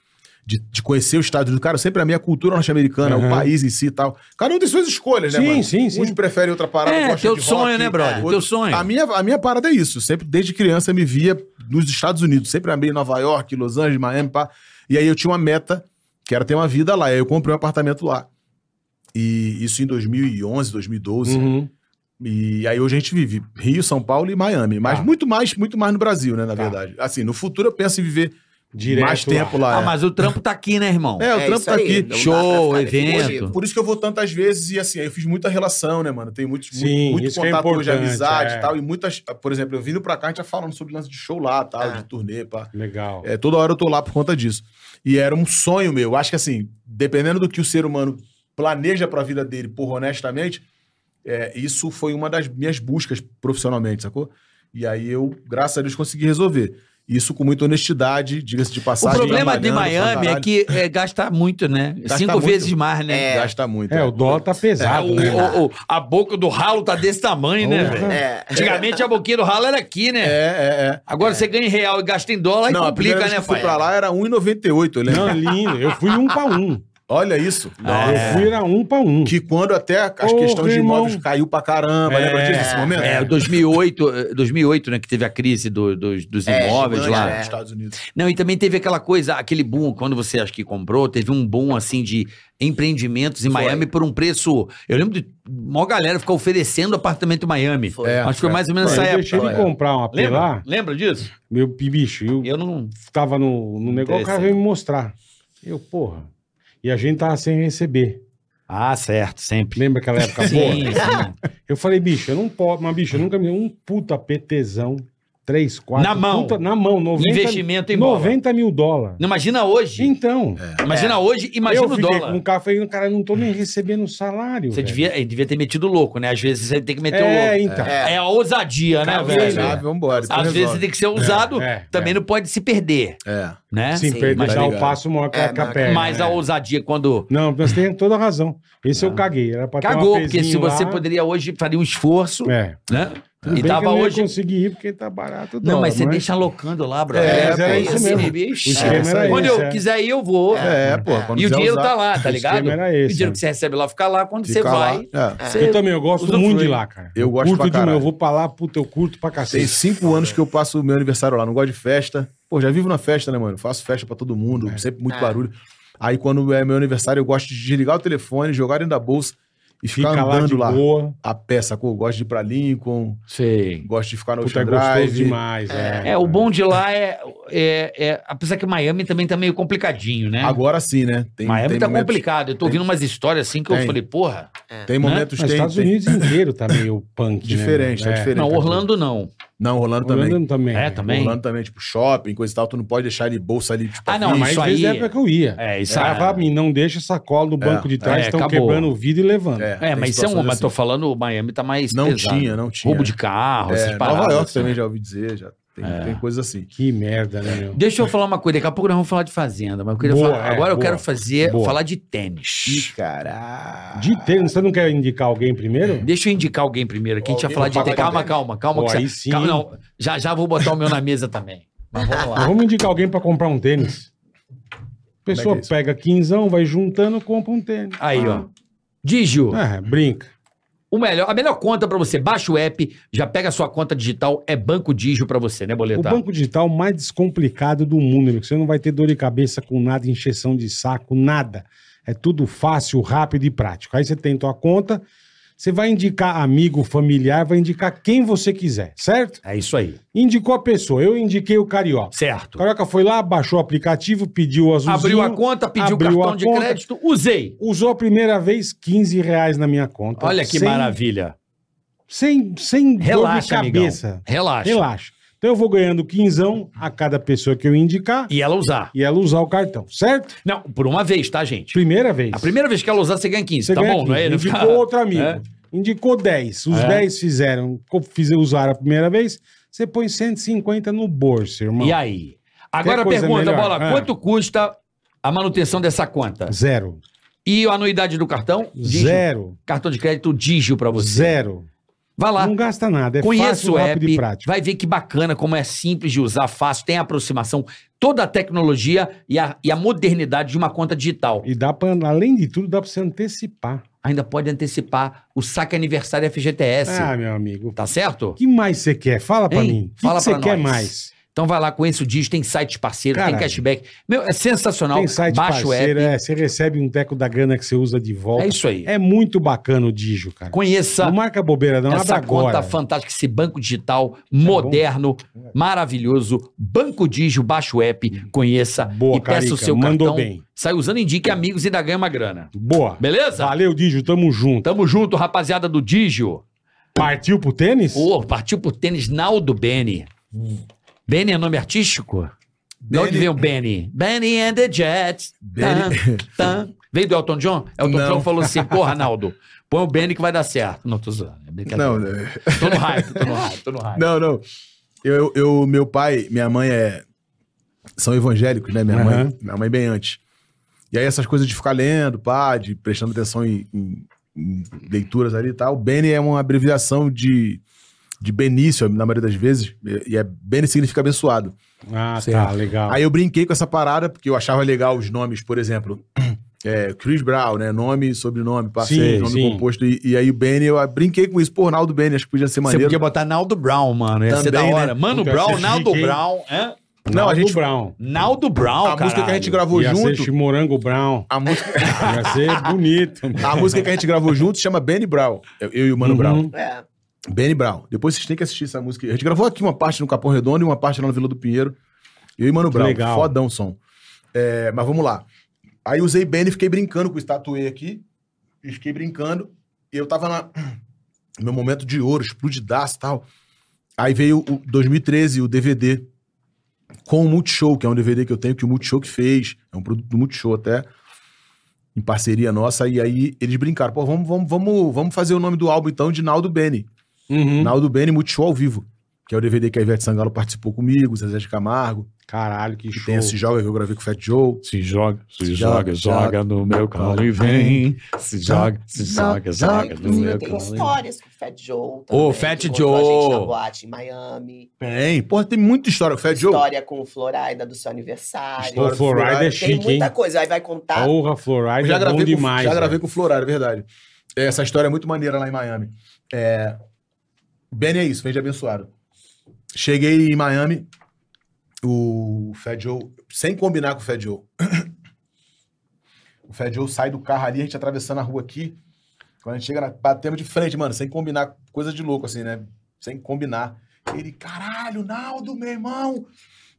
S4: de, de conhecer os Estados Unidos, cara, sempre a minha cultura norte-americana,
S3: Aham.
S4: o país em si e tal. Cada um tem suas escolhas, né,
S3: Sim,
S4: mano?
S3: sim, sim.
S4: Uns preferem outra parada,
S2: É,
S4: gostam
S2: teu
S4: de
S2: sonho,
S4: rock,
S2: né, brother?
S4: outro-
S2: Teu sonho.
S4: A minha, a minha parada é isso. Sempre, desde criança, eu me via nos Estados Unidos. Sempre amei Nova York, Los Angeles, Miami, pá. E aí eu tinha uma meta, que era ter uma vida lá. E aí eu comprei um apartamento lá. E isso em 2011, 2012.
S3: Uhum.
S4: E aí hoje a gente vive Rio, São Paulo e Miami, mas
S3: Tá.
S4: muito mais, muito mais no Brasil, né, na
S3: Tá.
S4: verdade. Assim, no futuro eu penso em viver
S3: Direto
S4: mais tempo lá.
S2: Ah,
S4: é.
S2: mas o trampo tá aqui, né, irmão?
S4: É, o
S5: É
S4: trampo
S5: isso
S4: tá
S5: aí,
S4: aqui.
S5: não dá
S2: Show,
S5: pra ficar
S2: evento.
S5: definitivo.
S4: Por isso que eu vou tantas vezes e assim, aí eu fiz muita relação, né, mano? Tem muitos, mu-
S3: Sim,
S4: muito
S3: isso que é
S4: contato hoje,
S3: importante,
S4: amizade
S3: é.
S4: e tal. E muitas, por exemplo, eu vindo pra cá, a gente já falando sobre lance de show lá, tal,
S5: Ah.
S4: de turnê, pá.
S3: Legal.
S4: É, toda hora eu tô lá por conta disso. E era um sonho meu. Acho que assim, dependendo do que o ser humano planeja pra vida dele, porra, honestamente, é, isso foi uma das minhas buscas profissionalmente, sacou? E aí eu, graças a Deus, consegui resolver. Isso com muita honestidade, diga-se de
S2: O
S4: passagem.
S2: problema de
S4: trabalhando pra
S2: Miami é
S4: caralho.
S2: que é, gasta muito, né?
S4: Gasta
S2: Cinco
S4: muito.
S2: vezes mais, né?
S4: Gasta muito.
S3: É, o dólar tá
S2: É,
S3: pesado,
S2: o-
S3: né?
S2: o- o- a boca do ralo tá desse tamanho, né,
S3: Porra.
S2: velho?
S5: É.
S2: Antigamente a boquinha do ralo era aqui,
S4: É,
S2: né?
S4: é, é.
S2: Agora você ganha em real e gasta em dólar
S4: não,
S2: e
S4: a
S2: complica,
S4: primeira vez
S2: né,
S4: que eu fui
S2: pai?
S4: pra lá era 1,98, eu lembro.
S3: Não, lindo. Eu fui um pra um.
S4: Olha isso.
S3: Eu fui era um pra um.
S4: Ah, é. Que quando até as
S3: Porra,
S4: questões de imóveis
S3: irmão.
S4: caiu pra caramba,
S3: É,
S4: lembra disso nesse momento?
S2: É, 2008, eh, 2008, né, que teve a crise do- dos, dos
S5: É,
S2: imóveis
S5: gigante,
S2: lá.
S5: né?
S4: Nos Estados Unidos.
S2: Não, e também teve aquela coisa, aquele boom, quando você acho que comprou, teve um boom, assim, de empreendimentos em Miami por um preço... Eu lembro de maior galera ficar oferecendo apartamento em Miami.
S5: Foi.
S4: É,
S2: acho que foi
S4: é.
S2: mais ou menos
S3: Eu
S2: essa
S3: deixei
S2: época.
S3: de comprar uma AP
S2: Lembra?
S3: lá,
S2: Lembra disso?
S3: meu bicho, eu
S2: Eu não...
S3: tava no, no negócio, o cara veio me mostrar. Eu, porra. E a gente tava sem receber.
S2: Ah, certo, sempre.
S3: Lembra aquela época boa?
S2: Sim, sim.
S3: Eu falei, bicho, eu não posso. Mas, bicho, eu nunca me deu um puta PTzão. Três, quatro.
S2: Na mão.
S3: puta- na mão, 90,
S2: Investimento em bola.
S3: 90 mil dólares.
S2: Não imagina hoje.
S3: Então,
S2: Imagina hoje, imagina
S3: eu
S2: o
S3: fiquei
S2: dólar.
S3: com o cara, falei, cara, eu não tô nem recebendo salário.
S2: Você
S3: velho.
S2: devia, ele devia ter metido louco, né? Às vezes você tem que meter o
S3: É,
S2: louco.
S3: então.
S5: É.
S2: É a ousadia, né,
S3: Cara,
S2: velho?
S3: né?
S4: Já, vambora. depois
S2: Às vezes
S4: resolve.
S2: tem que ser ousado,
S3: É, é,
S2: também
S3: é.
S2: não pode se perder,
S4: É.
S2: né?
S3: Sim,
S5: Sim,
S3: perder
S4: tá
S3: já o
S4: ligado.
S3: passo maior que
S5: É,
S3: a que a
S5: mas-
S3: perna,
S2: Mas
S3: né?
S2: a ousadia quando
S3: Não, você tem toda a razão. Esse eu caguei. Era pra ter
S2: Ah. cagou,
S3: um
S2: porque se
S3: APzinho
S2: você
S3: lá.
S2: poderia hoje faria um esforço,
S3: É.
S2: né?
S3: Tudo
S2: E
S3: bem que eu
S2: tava
S3: não é ia
S2: hoje
S3: conseguir ir porque tá barato. o
S2: Não,
S3: dólar,
S2: mas você deixa alocando lá, bro. assim
S4: É, mas era
S2: pô,
S5: isso
S2: esse
S3: mesmo.
S2: bicho.
S3: O esquema era
S2: Quando
S3: esse,
S2: eu
S3: é.
S2: quiser ir, eu vou.
S4: É, pô. quando
S2: né? E o
S4: quiser
S2: dinheiro
S4: usar,
S2: tá lá, tá
S3: o
S2: ligado?
S3: esquema era esse,
S2: o dinheiro
S3: é.
S2: que você recebe lá fica lá, quando você
S4: fica lá.
S2: vai.
S4: É.
S3: Eu também, eu gosto
S2: Usufrui.
S3: muito de lá, cara.
S4: Eu gosto
S3: curto
S4: pra
S3: de- Eu
S4: caralho.
S3: vou pra lá, puta, eu curto pra
S4: Tem
S3: cacete.
S4: cinco anos que eu passo o meu aniversário lá, não gosto de festa. Pô, já vivo na festa, né, mano? Faço festa pra todo mundo, sempre muito
S5: É.
S4: barulho. Aí quando é meu aniversário, eu gosto de desligar o telefone, jogar dentro da bolsa e
S3: Fica
S4: ficar
S3: lá de
S4: andando lá. É
S3: boa.
S4: A pé, sacou? Eu Gosto de ir pra Lincoln,
S2: Sei.
S4: gosto de ficar no
S3: Puta, é
S4: Ocean
S3: gostoso
S4: Drive.
S3: demais. É,
S2: É, o bom de lá é, é, é- Apesar que Miami também tá meio complicadinho, né?
S4: Agora sim, né? Tem,
S2: Miami
S4: tem
S2: tá
S4: momentos-
S2: complicado. Eu tô
S4: tem-
S2: ouvindo umas histórias assim que eu
S4: tem.
S2: falei, porra. né?
S4: Tem momentos,
S3: Os
S4: É, tem,
S3: Estados
S4: tem-
S3: Unidos inteiro tá meio
S4: [laughs]
S3: punk, né?
S4: Diferente, tá
S3: É.
S4: diferente.
S2: Não,
S4: tá
S2: Orlando não.
S4: Não, Orlando também.
S3: Orlando também.
S2: É, também.
S4: Orlando também, tipo, shopping, coisa e tal, tu não pode deixar ele bolsa ali, tipo,
S2: Ah, não,
S3: Não,
S4: aqui.
S3: mas
S2: isso
S3: às vezes
S2: aí-
S3: é a época que eu ia.
S2: É,
S3: Os
S2: isso
S3: caras falam pra
S2: aí.
S3: mim, não deixa sacola do banco
S4: É,
S3: de trás,
S2: é,
S3: estão
S2: acabou.
S3: quebrando o vidro e levando.
S2: É,
S4: tem
S2: mas isso é uma.
S4: situações
S2: Mas tô
S4: assim.
S2: falando, o Miami tá mais.
S4: Não
S2: pesado.
S4: tinha, não tinha.
S2: Roubo de carro, essas
S4: É,
S2: paradas.
S4: Nova York
S2: assim. É.
S4: também já ouvi dizer, já tem, tem coisas assim.
S3: Que merda, né, meu?
S2: Deixa eu falar uma coisa, daqui a pouco nós vamos falar de fazenda, mas eu queria
S3: Boa,
S2: falar-
S3: é,
S2: agora eu
S3: boa,
S2: quero fazer,
S3: boa.
S2: falar de tênis.
S4: caralho.
S3: De tênis, você não quer indicar alguém
S4: É.
S3: primeiro?
S2: Deixa eu indicar alguém primeiro aqui, a gente ia
S4: Alguém
S2: falar de
S4: pra
S2: tênis.
S4: falar
S2: Calma,
S4: de
S2: calma, calma.
S3: Pô,
S2: que
S3: aí
S2: você-
S3: sim.
S2: calma, não, já já vou botar o meu na mesa também. Mas vamos lá.
S3: Vamos indicar alguém pra comprar um tênis. A pessoa
S4: Como é que é isso?
S3: pega quinzão, vai juntando, compra um tênis.
S2: Aí, ó. Digio,
S3: É, brinca.
S2: o melhor, a melhor conta pra você, baixa o app, já pega a sua conta digital, é Banco Digio pra você, né,
S3: O
S2: Boletar?
S3: banco digital mais descomplicado do mundo, meu. que Você não vai ter dor de cabeça com nada, injeção de saco, nada. É tudo fácil, rápido e prático. Aí você tem tua conta, você vai indicar amigo, familiar, vai indicar quem você quiser, certo?
S2: É isso aí.
S3: Indicou a pessoa, eu indiquei o Carioca. O
S2: Certo.
S3: Carioca foi lá, baixou o aplicativo, pediu o azulzinho.
S2: Abriu a conta, pediu o
S3: abriu
S2: cartão
S3: a
S2: de
S3: conta.
S2: crédito, usei.
S3: Usou a primeira vez, 15 reais na minha conta.
S2: Olha que
S3: Sem-
S2: maravilha.
S3: Sem, sem
S2: Relaxa,
S3: dor de
S2: amigão.
S3: cabeça.
S2: Relaxa.
S3: Relaxa. Então eu vou ganhando quinzão a cada pessoa que eu indicar
S2: E ela usar.
S3: e ela usar o cartão, certo?
S2: Não, por uma vez, tá, gente?
S3: Primeira vez.
S2: A primeira vez que ela usar, você ganha 15,
S3: Você
S2: tá
S3: ganha
S2: bom? Não é?
S3: 15.
S2: Não
S3: Indicou
S2: fica-
S3: outro amigo.
S2: É.
S3: Indicou 10. Os
S2: É.
S3: 10 fizeram, co- fizeram, usaram a primeira vez. Você põe 150 no bolso, irmão.
S2: E aí? Agora
S3: coisa
S2: pergunta,
S3: melhor?
S2: Bola,
S3: É.
S2: quanto custa a manutenção dessa conta?
S3: Zero.
S2: E a anuidade do cartão? Digio.
S3: Zero.
S2: Cartão de crédito Digio um pra você.
S3: Zero.
S2: Vai lá.
S3: Não gasta nada. É
S2: Conheça
S3: fácil,
S2: o
S3: rápido e
S2: app,
S3: prático.
S2: vai ver que bacana, como é simples de usar, fácil, tem aproximação, toda a tecnologia e a, e a modernidade de uma conta digital.
S3: E dá pra, além de tudo, dá pra você antecipar.
S2: Ainda pode antecipar o saque aniversário FGTS,
S3: Ah, meu amigo.
S2: tá certo?
S3: O que mais você quer? Fala pra
S2: É Hein?
S3: mim. O que
S2: Fala
S3: que você
S2: pra
S3: quer
S2: nós.
S3: mais?
S2: Então vai lá, conheça o Digio, tem sites parceiros, tem
S3: Caralho.
S2: cashback. Meu, é sensacional.
S3: Tem site
S2: Baixa
S3: parceiro,
S2: o app.
S3: é, você recebe um teco da grana que você usa de volta.
S2: É isso aí.
S3: É muito bacana o Digio, cara.
S2: Conheça
S3: Não marca bobeira, não. Abre
S2: essa conta
S3: agora. é
S2: fantástica, esse banco digital moderno, maravilhoso. Banco Digio, baixa o app, conheça
S3: Hum. Boa,
S2: e peça o
S3: Carica,
S2: seu
S3: mandou
S2: cartão.
S3: bem.
S2: Sai usando, indique amigos e ainda ganha uma grana.
S3: Boa.
S2: Beleza?
S3: Valeu, Digio. Tamo junto.
S2: Tamo junto, rapaziada do Digio.
S3: Partiu pro tênis?
S2: Pô, partiu pro tênis Naldo Beni. Beni é nome artístico? De onde
S4: Benny-
S2: veio o Benny? Benny and the Jets.
S4: Benny-
S2: Tá, tá. Veio do Elton John? Elton
S4: Não.
S2: John falou assim, porra, Naldo, põe o Benny que vai dar certo. Não, tô zoando. é brincadeira.
S4: Não, [laughs] né?
S2: Tô no hype, tô no hype, tô no hype.
S4: não, não. Eu, eu, meu pai, minha mãe é. São evangélicos, né? Minha
S3: Aham.
S4: mãe. Minha mãe bem antes. E aí essas coisas de ficar lendo, pá, de prestando atenção em, em- em leituras ali e tal. Bene é uma abreviação de, de Benício, na maioria das vezes. E é Bene significa abençoado.
S3: Ah, tá,
S4: Certo.
S3: legal.
S4: Aí eu brinquei com essa parada, porque eu achava legal os nomes, por exemplo. [clears throat] é, Chris Brown, né? Nome, sobrenome,
S3: Sim,
S4: parceiro, nome
S3: sim.
S4: composto. E, e aí o Benny, eu brinquei com isso. Pô, Ronaldo Benny, acho que podia ser
S2: Você
S4: maneiro.
S2: podia botar Naldo Brown, mano. Ia ser da
S4: Também, né?
S2: hora. Mano
S3: Puta, ia
S2: Brown,
S3: ser
S2: Naldo
S3: chique, hein?
S2: Brown. Hã?
S4: Não, a gente-
S3: Brown.
S2: Naldo Brown,
S4: a música que a gente gravou
S3: Ia ser
S4: junto.
S3: Chimorango Brown.
S4: A música,
S3: Ia
S4: [laughs]
S3: ser bonito.
S4: a música que a gente gravou junto chama Benny Brown. Eu, eu e o Mano
S3: Uhum.
S4: Brown.
S5: É.
S4: Benny Brown. Depois vocês têm que assistir essa música. A gente gravou aqui uma parte no Capão Redondo e uma parte lá no Vila do Pinheiro. Eu e Mano Brown.
S3: legal.
S4: Fodão o som. É, mas vamos lá. Aí usei Benny, fiquei brincando com o estatuê aqui. E fiquei brincando. E eu tava na... [clears throat] no meu momento de ouro, explodidaço e tal. Aí veio o 2013, o DVD. Com o Multishow, que é um DVD que eu tenho, que o Multishow que fez. É um produto do Multishow até. Em parceria nossa. E aí eles brincaram. Pô, vamos, vamos, vamos, vamos fazer o nome do álbum então de Naldo Benny.
S3: Uhum.
S4: Naldo Bene Multishow ao vivo, que é o DVD que a Ivete Sangalo participou comigo, Zezé de Camargo,
S3: Caralho, que
S4: que
S3: show.
S4: tem esse joga que eu gravei com o Fat Joe.
S6: Se joga, se,
S4: joga,
S6: joga, joga,
S4: joga
S6: no meu colo e vem. Se joga, se joga, joga no
S5: Inclusive,
S6: meu
S5: eu tenho
S6: colo. e vem.
S5: histórias com o Fat Joe. também,
S2: Ô,
S5: que
S2: Fat
S5: encontrou a gente na
S2: Joe.
S5: boate em Miami.
S4: Tem, porra, tem muita história. O Fat Joe.
S5: História com o Florida do seu aniversário.
S3: O Florida é
S5: Tem
S3: chique, hein?
S5: muita tá. coisa. Aí vai contar.
S3: Porra,
S4: Eu
S3: Florida
S4: já
S3: é bom
S4: gravei, com,
S3: demais.
S4: já gravei
S3: velho.
S4: com o Florário, é verdade. É, Essa história é muito maneira lá em Miami. É, Bene é isso, vem de abençoado. Cheguei em Miami, o Fat Joe, sem combinar com o Fat Joe. [coughs] O Fat Joe sai do carro ali, a gente atravessando a rua aqui. Quando a gente chega, na, batemos de frente, mano, sem combinar, coisa de louco assim, né? Sem combinar. Ele, caralho, Naldo, meu irmão,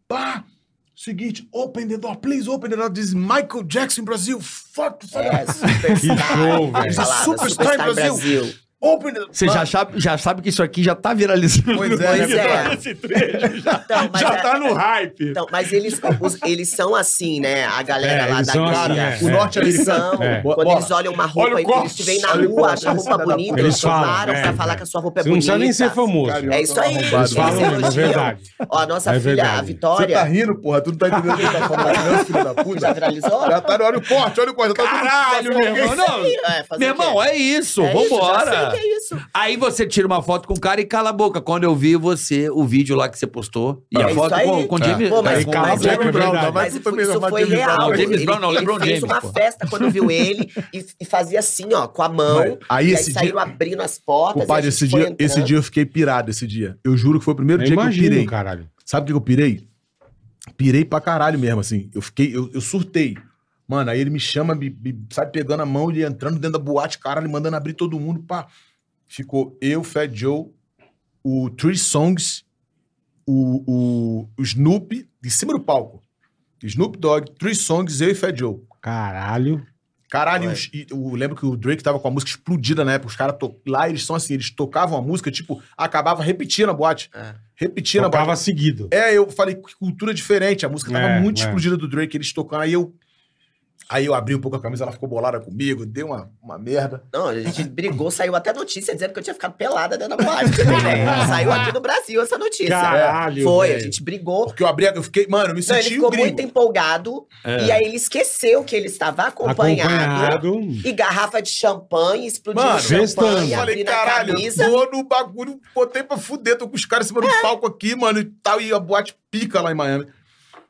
S4: pá, seguinte, open the door, please, open the door, diz Michael Jackson Brasil, fuck, fuck,
S5: [laughs] É, superstar.
S3: show, velho.
S5: Falava,
S4: Superstar em Brasil. open the door.
S2: Você já sabe, já sabe que isso aqui já tá viralizando.
S4: Pois é,
S5: Pois
S4: né?
S5: é.
S6: Esse trecho já,
S5: Então, mas
S6: já
S5: é-
S6: tá no hype.
S5: Então, mas eles, os- eles são assim, né? A galera
S3: É,
S5: lá
S3: eles
S5: da
S3: são
S5: gringa.
S3: assim, é.
S4: O norte
S5: Eles
S4: americano.
S5: são,
S3: É.
S5: quando
S4: Bola.
S5: eles olham uma roupa
S6: Olha o
S5: e eles
S6: corte.
S5: te veem na
S4: Olha o
S5: rua,
S4: corte.
S5: acham a roupa
S4: Eles
S5: bonita,
S4: falam,
S5: eles
S3: é,
S5: chamaram pra
S3: é.
S5: falar que a sua roupa é
S3: Você não
S5: bonita.
S3: precisa nem ser famoso.
S4: Tá Carioca.
S5: É isso aí.
S4: Eles
S5: eles
S3: falam mesmo, é
S5: elogiam.
S3: verdade.
S5: Ó, a nossa
S3: É
S5: filha,
S3: verdade.
S5: a
S4: Você
S5: Vitória,
S4: tá rindo, porra? Tu não tá entendendo o
S2: [laughs]
S4: que tá
S5: [laughs]
S4: falando, não, filho da puta?
S5: já viralizou?
S4: Já tá, olha o corte, olha o corte. já tá tudo-
S2: Caralho, meu irmão. Não,
S5: É, fazer
S2: meu
S5: o quê?
S2: irmão, é isso.
S5: É isso, já
S2: vambora.
S5: sei que é isso.
S2: Aí você tira uma foto com o cara e cala a boca. Quando eu vi você, o vídeo lá que você postou. E a
S5: É
S2: foto
S5: isso aí.
S2: com, com o James.
S5: Pô, mas, um
S2: é,
S3: Aí
S2: com
S3: cala
S2: o
S3: a
S5: mas,
S2: James
S3: boca,
S5: era-
S3: é verdade.
S5: mas
S4: Mas
S5: foi-
S4: também
S5: isso
S4: vai
S5: foi
S4: ter
S5: real.
S4: Brown.
S2: James
S5: Ele-
S2: Brown, não,
S5: ele
S2: LeBron
S5: fez
S2: James,
S5: uma
S2: pô.
S5: festa quando viu ele e, e fazia assim, ó, com a mão.
S4: Aí
S5: e aí
S4: esse
S5: saíram
S4: dia-
S5: abrindo as portas.
S4: Compadre, esse dia, esse dia eu fiquei pirado, esse dia. Eu juro que foi o primeiro
S3: Eu
S4: dia que eu
S3: imagino,
S4: pirei.
S3: caralho.
S4: Sabe o que eu pirei? Pirei pra caralho mesmo, assim. Eu fiquei, eu, eu surtei. Mano, aí ele me chama, me, me- sabe, pegando a mão, ele entrando dentro da boate, caralho, mandando abrir todo mundo, pá. Ficou eu, Fat Joe, o Three Songs, o, o, o Snoop, em cima do palco. Snoop Dogg, Three Songs, eu e Fat Joe.
S3: Caralho.
S4: Caralho,
S5: Ué.
S4: os- e eu lembro que o Drake tava com a música explodida na época. Os caras to- lá, eles são assim, eles tocavam a música, tipo, acabava repetindo a boate.
S5: É.
S4: Repetindo a boate.
S3: Tocava seguido.
S4: É, eu falei, que cultura diferente. A música tava
S3: É,
S4: muito
S3: é.
S4: explodida do Drake, eles tocando. Aí eu. Aí eu abri um pouco a camisa, ela ficou bolada comigo, deu uma, uma merda.
S5: Não, a gente brigou, saiu até notícia dizendo que eu tinha ficado pelada dentro da boate. Você tem
S4: [laughs] É.
S5: ideia? saiu aqui no Brasil essa notícia.
S3: Caralho,
S5: Foi, a
S3: velho.
S5: gente brigou.
S4: Porque eu abri, a- eu fiquei, mano, eu me
S5: Não, Então, ele
S4: senti um
S5: ficou
S4: gringo. É.
S5: muito empolgado. E aí ele esqueceu que ele estava acompanhado.
S3: Acompanhado.
S5: E garrafa de champanhe, explodindo
S4: Mano,
S3: festando.
S5: champanhe,
S4: Eu falei,
S5: abrindo a
S4: caralho,
S5: camisa. É.
S4: eu tô no bagulho, botei pra fuder, tô com os caras em cima do palco aqui, mano, e tal, e a boate pica lá em Miami.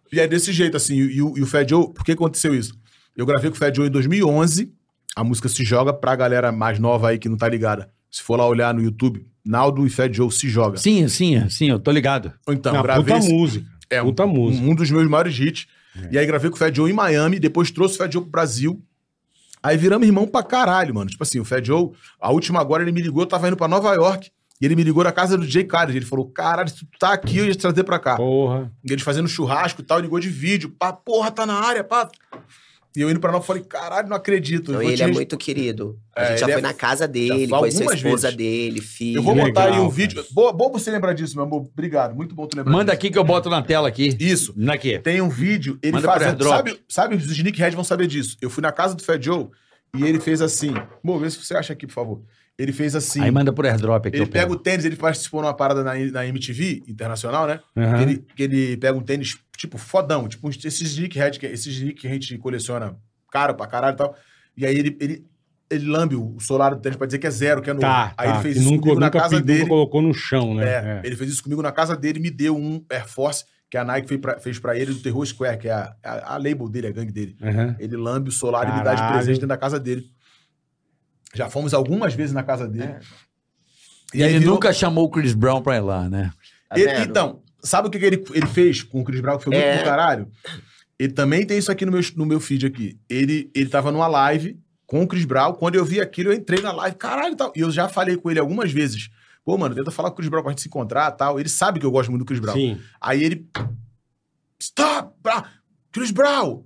S4: E é desse jeito, assim, e, o- e o Fed Joe, por que aconteceu isso? Eu gravei com o Fed Joe em 2011, a música se joga pra galera mais nova aí que não tá ligada. Se for lá olhar no YouTube, Naldo e Fed Joe se joga.
S2: Sim, sim, sim, eu tô ligado.
S4: Então,
S3: Na
S4: gravei
S3: puta
S4: esse-
S3: música.
S4: é,
S3: puta
S4: um,
S3: música. É.
S4: um dos meus maiores hits. E aí gravei com o Fed Joe em Miami, depois trouxe o Fed Joe pro Brasil. Aí viramos irmão pra caralho, mano. Tipo assim, o Fed Joe, a última agora ele me ligou, eu tava indo pra Nova York. E ele me ligou na casa do Jay Carter. Ele falou: caralho, se tu tá aqui, eu ia te trazer pra cá.
S3: Porra.
S4: E Eles fazendo churrasco e tal, ligou de vídeo. Pá, porra, tá na área, pá. E eu indo pra Nova, falei: caralho, não acredito. eu
S5: Não,
S4: vou
S5: ele
S4: te
S5: é
S4: res-
S5: muito querido. A
S4: É,
S5: gente já
S4: ele
S5: foi
S4: é-
S5: na casa dele,
S4: já foi
S5: conheceu a
S4: algumas
S5: esposa
S4: vezes.
S5: dele, filho.
S4: Eu vou
S3: Legal,
S4: botar aí um
S3: cara.
S4: vídeo. Boa, bom você lembrar disso, meu amor. Obrigado. Muito bom tu lembrar
S2: Manda
S4: disso.
S2: aqui que eu boto na tela aqui.
S4: Isso.
S2: Naqui.
S4: Tem um vídeo, ele
S2: Manda pro
S4: fazendo.
S2: airdrop.
S4: Sabe, sabe, os Nick Head vão saber disso. Eu fui na casa do Fed Joe E ele fez assim. Bom, vê se você acha aqui, por favor. Ele fez assim.
S2: Aí manda por airdrop aqui.
S4: Ele
S2: eu
S4: pega o
S2: pego.
S4: tênis, ele participou numa parada na, na MTV internacional, né?
S3: Aham.
S4: Ele, que ele pega um tênis, tipo, fodão, tipo uns- esses sneakhead, que- esses sneak que a gente coleciona caro pra caralho e tal. E aí ele, ele, ele lambe o solar do tênis pra dizer que é zero, que é novo.
S3: Tá,
S4: aí
S3: tá,
S4: ele fez
S3: que
S4: isso
S3: nunca,
S4: comigo na
S3: nunca
S4: casa
S3: pe- nunca
S4: dele.
S3: colocou no chão, né?
S4: É, Ele fez isso comigo na casa dele, me deu um Air Force que a Nike fez pra, fez pra ele do Terror Square, que é a, a, a label dele, a gangue dele.
S3: É. Aham.
S4: Ele lambe o solar e me dá de
S3: Caralho.
S4: presente dentro da casa dele. Já fomos algumas vezes na casa dele.
S2: E ele
S4: virou-
S2: nunca chamou o Chris Brown pra ir lá, né?
S5: Tá
S4: Ele-
S5: vendo?
S4: então, sabe o que, que ele, ele fez com o Chris Brown, que foi muito
S5: É.
S4: do caralho? Ele também tem isso aqui no meu, no meu feed aqui. Ele, ele tava numa live com o Chris Brown. Quando eu vi aquilo, eu entrei na live, caralho e tal. E eu já falei com ele algumas vezes. Pô, mano, tenta falar com o Chris Brown pra gente se encontrar e tal. Ele sabe que eu gosto muito do Chris Brown.
S3: Sim.
S4: Aí ele. Stop! Bra... Chris Brown!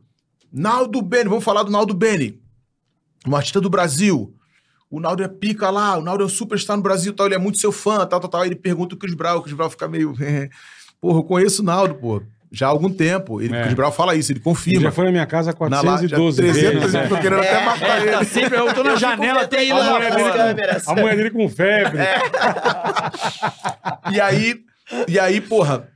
S4: Naldo Bene, vamos falar do Naldo Bene. Um artista do Brasil. O Naldo é pica lá, o Naldo é um superstar no Brasil, tal, ele é muito seu fã, tal, tal, tal. Aí ele pergunta o Chris Brown, o Chris Brown fica meio. [laughs] porra, eu conheço o Naldo, pô. Já há algum tempo. Ele,
S3: É.
S4: O Chris Brown fala isso, ele
S3: Ele
S4: confirma.
S3: já foi na minha casa
S4: Na live, já
S3: 412
S4: 300
S3: vezes.
S4: vezes,
S3: né?
S4: tô querendo até matar ele.
S2: Tá sempre, eu tô na janela até ir
S5: Olha
S2: lá.
S4: né,
S5: lá
S2: pô.
S5: as câmeras.
S3: A mulher dele com febre.
S4: É. E aí, e aí, porra.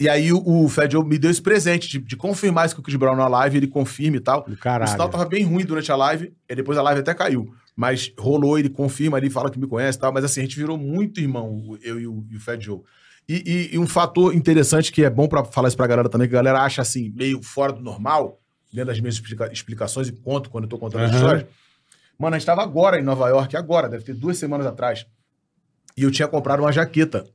S4: E aí o, o Fed Joe me deu esse presente de, de confirmar isso com o Chris Brown na live, ele confirma e tal.
S3: Do caralho.
S4: O sinal tava bem ruim durante a live, e depois a live até caiu. Mas rolou, ele confirma ali, fala que me conhece e tal. Mas assim, a gente virou muito irmão, eu e o, e o Fat Joe. E, e- e um fator interessante que é bom pra falar isso pra galera também, que a galera acha assim, meio fora do normal, dentro das minhas explica- explicações e conto quando eu tô contando as
S3: Aham.
S4: histórias. Mano, a gente tava agora em Nova York, agora, deve ter duas semanas atrás. E eu tinha comprado uma jaqueta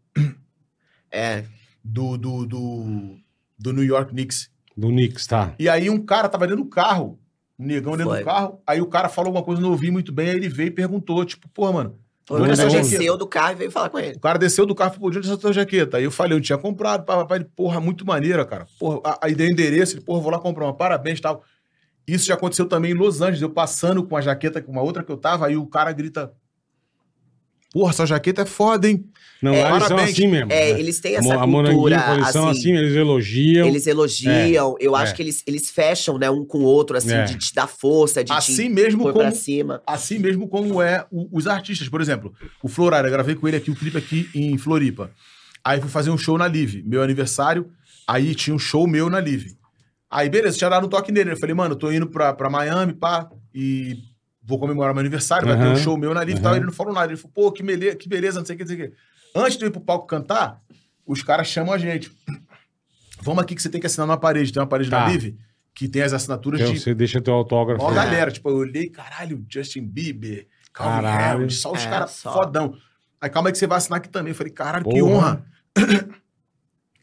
S5: É.
S4: do, do, do, do New York Knicks.
S3: Do Nix, tá.
S4: E aí um cara tava dentro do carro, um negão dentro
S5: Foi.
S4: do carro, aí o cara falou alguma coisa, eu não ouvi muito bem, aí ele veio e perguntou, tipo, pô, mano,
S5: O
S4: Não,
S5: Lucas
S4: não.
S5: desceu do carro e veio falar com ele.
S4: o cara desceu do carro e falou, de onde é essa tua jaqueta? Aí eu falei, eu tinha comprado, papai, ele, porra, muito maneira, cara. Porra, a- aí deu o endereço, ele, porra, vou lá comprar uma, parabéns e tal. Isso já aconteceu também em Los Angeles, eu passando com a jaqueta, com uma outra que eu tava, aí o cara grita, porra, essa jaqueta é foda, hein?
S3: Não,
S5: É,
S3: lá eles são
S4: parabéns.
S3: assim mesmo.
S5: É,
S3: né?
S5: eles têm essa
S3: a
S5: cultura.
S3: Moranguinho, eles são assim, eles elogiam.
S5: Eles elogiam, eu
S3: é.
S5: acho que eles, eles fecham, né, um com o outro, assim,
S3: É.
S5: de te dar força, de
S4: Assim
S5: te
S4: mesmo
S5: pôr
S4: como
S5: pra cima.
S4: assim mesmo como é o- os artistas. Por exemplo, o Florara, eu gravei com ele aqui, o clipe aqui em Floripa. Aí fui fazer um show na Live, meu aniversário, aí tinha um show meu na Live. Aí, beleza, tiraram um toque nele. Eu falei, mano, eu tô indo pra, pra Miami, pá, e vou comemorar meu aniversário, vai ter
S3: Aham.
S4: um show meu na Live e
S3: Aham.
S4: tal. Ele não falou nada. Ele falou, pô, que, mele- que beleza, não sei o que, não sei o que. Antes de eu ir pro palco cantar, os caras chamam a gente. Vamos aqui que você tem que assinar numa parede. Tem uma parede
S3: Tá.
S4: na Live que tem as assinaturas
S3: Então,
S4: de
S3: você deixa teu autógrafo.
S4: Mó
S3: né?
S4: galera, tipo, eu olhei, caralho, Justin Bieber, Calvin
S3: Caralho.
S4: Harris, só os
S5: É,
S4: caras
S5: só.
S4: fodão. Aí calma aí que você vai assinar aqui também. Eu falei, caralho, que
S3: Porra.
S4: honra. [coughs]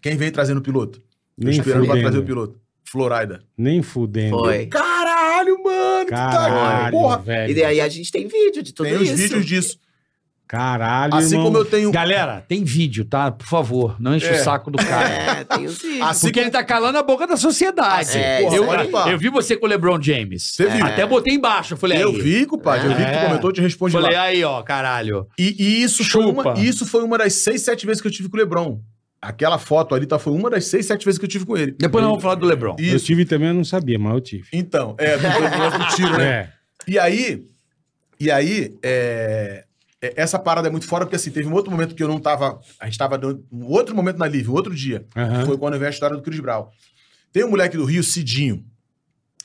S4: Quem vem trazendo o piloto? Tô
S3: Nem
S4: esperando pra
S3: fudendo.
S4: trazer o piloto. Florida.
S3: Nem fudendo.
S5: Foi.
S4: Caralho, mano, que tá
S3: Caralho,
S4: Porra,
S3: velho.
S5: E daí a gente tem vídeo de tudo
S4: tem os
S5: isso.
S4: vídeos disso.
S3: Caralho,
S4: Assim
S3: irmão.
S4: como eu tenho.
S2: Galera, tem vídeo, tá? Por favor, não enche
S4: É.
S2: o saco do [laughs] cara.
S5: É, tem os vídeos.
S4: Assim
S2: Porque ele tá calando a boca da sociedade.
S5: É,
S4: porra,
S2: eu,
S4: olha lá.
S2: eu vi você com o LeBron James.
S4: Você viu?
S2: Até botei embaixo. É. Eu falei,
S4: Eu
S2: aí.
S4: vi, compadre. Eu vi que tu
S2: É.
S4: comentou, eu te respondi
S2: Falei,
S4: lá.
S2: aí, ó, caralho.
S4: E, e isso, foi
S3: Chupa.
S4: uma, isso foi uma das seis, sete vezes que eu tive com o Lebron. Aquela foto ali tá, foi uma das seis, sete vezes que eu tive com ele.
S2: Depois nós vamos falar do LeBron.
S3: Eu
S4: Isso.
S3: tive também, eu não sabia, mas eu tive.
S4: Então, é, porque eu gosto do tiro, né?
S3: [laughs] É.
S4: E aí, e aí, é, é, essa parada é muito fora, porque assim, teve um outro momento que eu não tava. A gente tava dando um outro momento na Live, um outro dia.
S3: Aham.
S4: Foi quando eu vi a história do Chris Brown. Tem um moleque do Rio, Cidinho.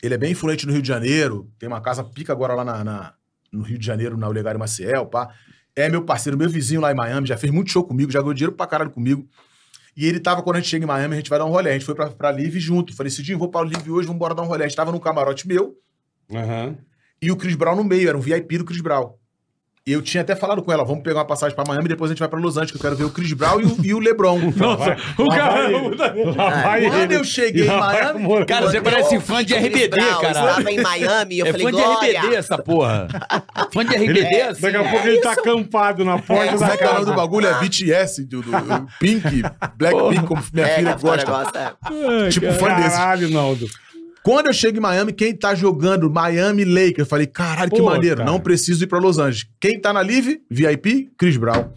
S4: Ele é bem influente no Rio de Janeiro, tem uma casa pica agora lá na, na- no Rio de Janeiro, na Olegário Maciel, pá. É meu parceiro, meu vizinho lá em Miami, já fez muito show comigo, já ganhou dinheiro pra caralho comigo. E ele tava, quando a gente chega em Miami, a gente vai dar um rolê. A gente foi pra, pra Live junto. Falei, Cidinho, vou pra Live hoje, vamos embora dar um rolê. A gente tava num camarote meu,
S3: Aham.
S4: e o Chris Brown no meio, era um VIP do Chris Brown. E eu tinha até falado com ela, vamos pegar uma passagem pra Miami e depois a gente vai pra Los Angeles, que eu quero ver o Chris Brown e o, e o LeBron.
S3: Nossa, [laughs] o
S4: Lá
S3: cara.
S4: vai
S3: Lá vai
S4: Ah, Quando
S3: ele.
S4: eu cheguei em
S3: Lá vai o
S4: Miami,
S3: Moranguinho.
S2: Cara, você
S5: Quando
S2: parece
S5: eu-
S2: fã de
S5: Chris
S2: RBD,
S5: Brown
S2: cara.
S5: Estava em Miami, eu
S2: É
S5: falei,
S2: fã de
S5: Glória.
S2: RBD essa porra. fã de RBD,
S3: Ele-
S2: assim.
S3: Daqui a pouco ele tá acampado na porta
S4: Como é
S3: da
S4: que é o nome do
S3: casa.
S4: bagulho? É BTS, do, do- do Pink, Blackpink, como minha
S5: É, que
S4: filha
S5: a Glória
S4: gosta.
S5: gosta.
S4: Tipo,
S3: Ai,
S4: fã desses.
S3: Caralho, Naldo.
S4: Quando eu chego em Miami, quem tá jogando Miami Lakers? Eu falei, caralho, que
S3: Pô,
S4: maneiro,
S3: cara.
S4: não preciso ir pra Los Angeles. Quem tá na Live? VIP, Chris Brown.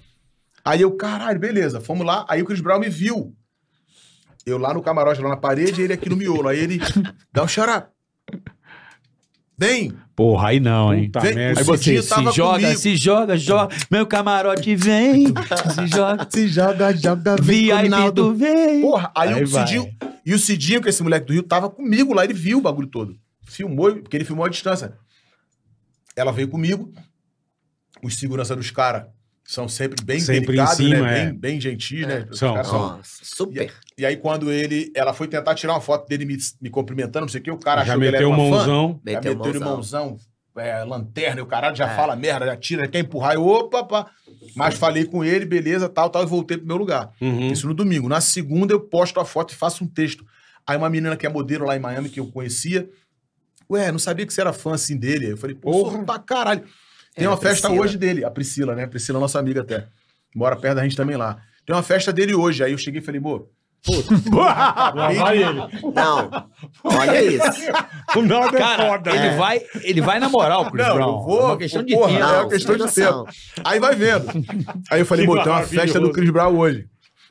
S4: Aí eu, caralho, beleza, fomos lá. Aí o Chris Brown me viu. Eu lá no camarote, lá na parede, e ele aqui no miolo. Aí ele, dá um xará. Tem?
S2: Porra, aí não, hein?
S3: Puta
S4: Vem-
S3: merda.
S4: Aí
S2: Aí
S4: você-
S2: você
S4: dia
S2: se
S4: tava
S2: joga,
S4: comigo.
S2: se joga, joga. Meu camarote vem, se
S4: [laughs]
S2: joga.
S6: Se joga, joga,
S2: VIP
S6: Ronaldo.
S2: do vem.
S4: Porra, aí,
S2: Aí
S4: o
S2: vai.
S4: Cidinho. E o Cidinho, que é esse moleque do Rio, tava comigo lá, ele viu o bagulho todo. Filmou, porque ele filmou à distância. Ela veio comigo. Os segurança dos caras são sempre bem
S3: Sempre
S4: delicados,
S3: em cima,
S4: né?
S3: é.
S4: Bem, bem gentis, né? Os
S3: São,
S4: caras
S3: são.
S5: Nossa, super.
S4: E aí, quando ele. Ela foi tentar tirar uma foto dele me, me cumprimentando, não sei o que, o cara
S3: Já
S4: achou que ele era
S3: meteu
S4: uma
S3: o
S4: fã.
S3: mãozão.
S4: Já
S5: Meteu
S4: meteu ele
S5: mãozão.
S4: mãozão, é, lanterna e o caralho, já
S5: É.
S4: fala merda, já tira, já quer empurrar. Eu, opa, pá. Mas falei com ele, beleza, tal, tal, e voltei pro meu lugar.
S3: Uhum.
S4: Isso no domingo. Na segunda eu posto a foto e faço um texto. Aí uma menina que é modelo lá em Miami, que eu conhecia, ué, não sabia que você era fã assim dele. Eu falei, pô,
S3: Porra.
S4: sou pra caralho. Tem
S5: É,
S4: uma
S5: a
S4: festa
S5: Priscila.
S4: hoje dele, a Priscila, né? A Priscila, é nossa amiga até. Mora perto da gente também lá. Tem uma festa dele hoje. Aí eu cheguei e falei, pô,
S3: [laughs] Lá vai ele.
S5: Não, olha isso.
S3: O Naldo é
S2: Cara,
S3: foda,
S2: ele,
S3: né?
S2: vai, ele vai na moral, Chris
S4: [laughs] Não,
S2: Brown.
S4: eu vou,
S2: é uma questão de
S4: porra,
S2: tempo.
S4: é
S5: Não,
S4: uma questão de
S5: sem noção.
S4: tempo. Aí vai vendo. Aí eu falei,
S3: Que
S4: pô, tem uma festa do
S3: maravilhoso.
S4: Chris Brown hoje.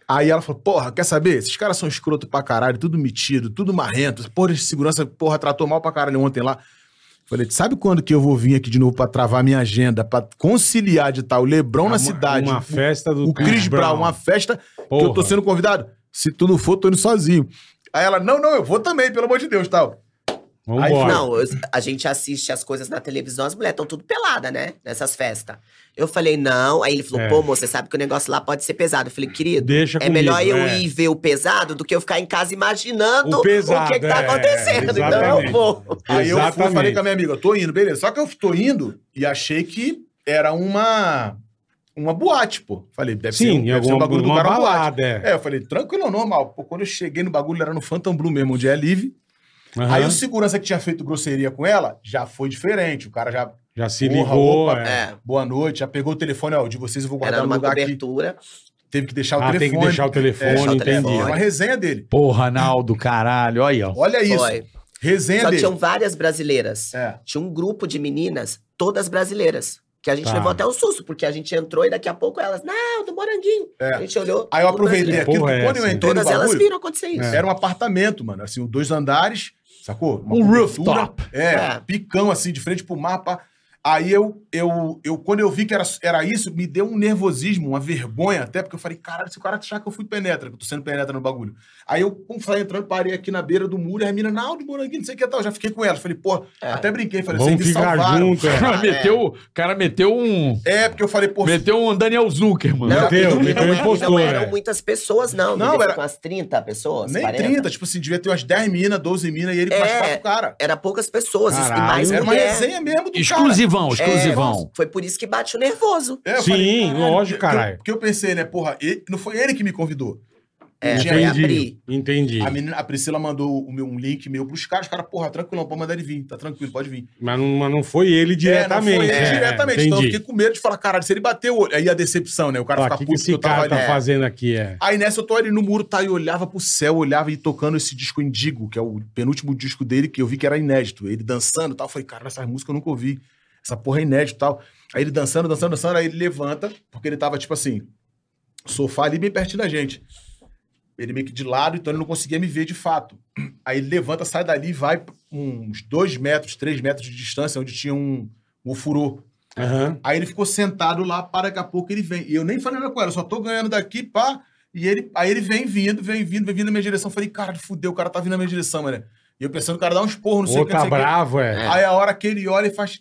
S4: Aí ela falou, porra, quer saber? Esses caras são escroto pra caralho, tudo metido, tudo marrento. Porra, esse segurança, porra, tratou mal pra caralho ontem lá. Falei, sabe quando que eu vou vir aqui de novo pra travar minha agenda, pra conciliar de tal o Lebrão
S3: Uma-
S4: na cidade,
S3: Uma festa do
S4: o Chris Brown, uma festa que eu tô
S3: Porra.
S4: sendo convidado? Se tu não for, tô indo sozinho. Aí ela, não, não, eu vou também, pelo amor de Deus, tal.
S3: Vambora.
S5: Não, eu- a gente assiste as coisas na televisão, as mulheres estão tudo pelada, né? Nessas festas. Eu falei, não. Aí ele falou,
S3: É.
S5: pô, moça, você sabe que o negócio lá pode ser pesado. Eu falei, querido,
S3: Deixa
S5: é
S3: comigo,
S5: melhor eu
S3: é.
S5: ir ver o pesado do que eu ficar em casa imaginando
S3: O
S5: o,
S3: pesado,
S5: que, que tá
S3: é,
S5: acontecendo. Então
S3: exatamente.
S5: eu vou.
S4: Aí eu fui,
S3: Exatamente.
S4: falei com a minha amiga, tô indo, beleza. Só que eu tô indo e achei que era uma uma boate, pô. Falei, deve ser,
S3: Sim,
S4: um-
S3: em
S4: deve ser
S3: alguma
S4: um bagulho do
S3: uma
S4: cara uma boate.
S3: balada, é.
S4: É, eu falei, tranquilo, normal. Pô, quando eu cheguei no bagulho, era no Phantom Blue mesmo, onde é livre.
S3: Aham.
S4: Aí o segurança que tinha feito grosseria com ela, já foi diferente. O cara já,
S3: Já se
S4: Porra,
S3: ligou.
S4: opa,
S3: é.
S5: É,
S4: boa noite, já pegou o telefone, ó, de vocês eu vou guardar
S5: era
S4: no
S5: uma
S4: lugar aqui.
S5: cobertura.
S4: Teve que deixar o
S3: Ah,
S4: telefone.
S3: tem que deixar o
S4: É,
S3: telefone,
S5: deixar o
S3: entendi.
S4: É
S5: telefone.
S4: uma resenha dele.
S2: Porra, Naldo, caralho. Olha aí, ó.
S4: Olha isso.
S5: Foi.
S4: Resenha
S5: Só que
S4: dele.
S5: tinham várias brasileiras.
S4: É.
S5: Tinha um grupo de meninas, todas brasileiras. Que a gente
S3: Tá.
S5: levou até um susto, porque a gente entrou e daqui a pouco elas, não, do Moranguinho.
S4: É.
S5: A gente olhou.
S4: Aí eu
S5: tudo
S4: aproveitei
S5: brasileiro.
S4: aquilo,
S3: Porra, é
S4: que quando eu
S3: essa.
S4: entrei no
S5: Todas elas
S4: bagulho,
S5: viram acontecer isso.
S3: É.
S4: Era um apartamento, mano. Assim, dois andares, sacou? Uma
S2: Um
S4: cobertura,
S2: rooftop.
S4: É,
S5: É.
S4: picão, assim, de frente pro mapa. Aí eu, eu, eu quando eu vi que era, era isso, me deu um nervosismo, uma vergonha até, porque eu falei, caralho, se o cara achar que eu fui penetra, que eu tô sendo penetra no bagulho. Aí eu, como saí entrando, parei aqui na beira do muro, e a mina, não, de moranguinho, não sei o que tal. Já fiquei com ela. Falei, pô,
S5: É.
S4: até brinquei, falei, vocês
S3: Vamos
S4: me
S3: ficar
S4: salvaram.
S3: junto, é.
S4: [laughs]
S2: cara meteu, o cara meteu um.
S4: É, porque eu falei, pô,
S2: Meteu um Daniel Zucker, mano.
S5: Não,
S3: Meteu,
S5: e não- e
S3: meteu
S5: não, eram- e
S3: impostor,
S5: não eram
S3: é.
S5: muitas pessoas,
S4: Não,
S5: não. Não,
S4: era-
S5: era... Com umas 30 pessoas,
S4: nem
S5: 40.
S4: 30, tipo assim, devia ter umas 10 minas, 12 minas, e ele
S5: É.
S4: mais quatro cara.
S5: Era poucas pessoas.
S3: Caralho.
S5: E mais
S4: Era uma
S5: mulher.
S4: resenha mesmo do cara.
S2: Exclusivão,
S5: É,
S2: exclusivão.
S5: foi por isso que bate o nervoso.
S4: É, eu
S3: Sim,
S4: caralho,
S3: lógico,
S4: que eu-
S3: caralho.
S4: Porque eu pensei, né, porra, ele- não foi ele que me convidou.
S5: É,
S4: Entendi.
S5: foi
S3: Entendi.
S5: abrir.
S3: Entendi.
S4: A, menina, a Priscila mandou o meu, um link meu pros caras, os caras, porra, tranquilão, pode mandar ele vir, tá tranquilo, pode vir.
S3: Mas não, mas não foi ele diretamente.
S4: É, não foi ele
S3: é,
S4: diretamente, então eu
S3: Entendi.
S4: fiquei com medo de falar, caralho, se ele bater o olho, aí a decepção, né, o cara
S3: Fala,
S4: fica
S3: o que, que
S4: puto
S3: esse cara tá
S4: ali.
S3: fazendo aqui? É.
S4: Aí nessa eu tô ali no muro, tá, e olhava pro céu, olhava e tocando esse disco Indigo, que é o penúltimo disco dele, que eu vi que era inédito. Ele dançando e tal, eu falei, cara, essas músicas eu nunca ouvi. Essa porra é inédita e tal. Aí ele dançando, dançando, dançando, aí ele levanta, porque ele tava, tipo assim, sofá ali bem pertinho da gente. Ele meio que de lado, então ele não conseguia me ver de fato. Aí ele levanta, sai dali, vai uns dois metros, três metros de distância, onde tinha um, um furô.
S3: Aham.
S4: Aí ele ficou sentado lá, para daqui a pouco ele vem. E eu nem falei nada com ela, eu só tô ganhando daqui, pá. E ele, aí ele vem vindo, vem vindo, vem vindo na minha direção. Eu Falei, cara, fudeu, o cara tá vindo na minha direção, mano. E eu pensando, o cara dá uns porros, não sei
S3: Ou
S4: o que, não
S3: tá
S4: sei o que.
S3: bravo, é.
S4: Aí a hora que ele olha e faz.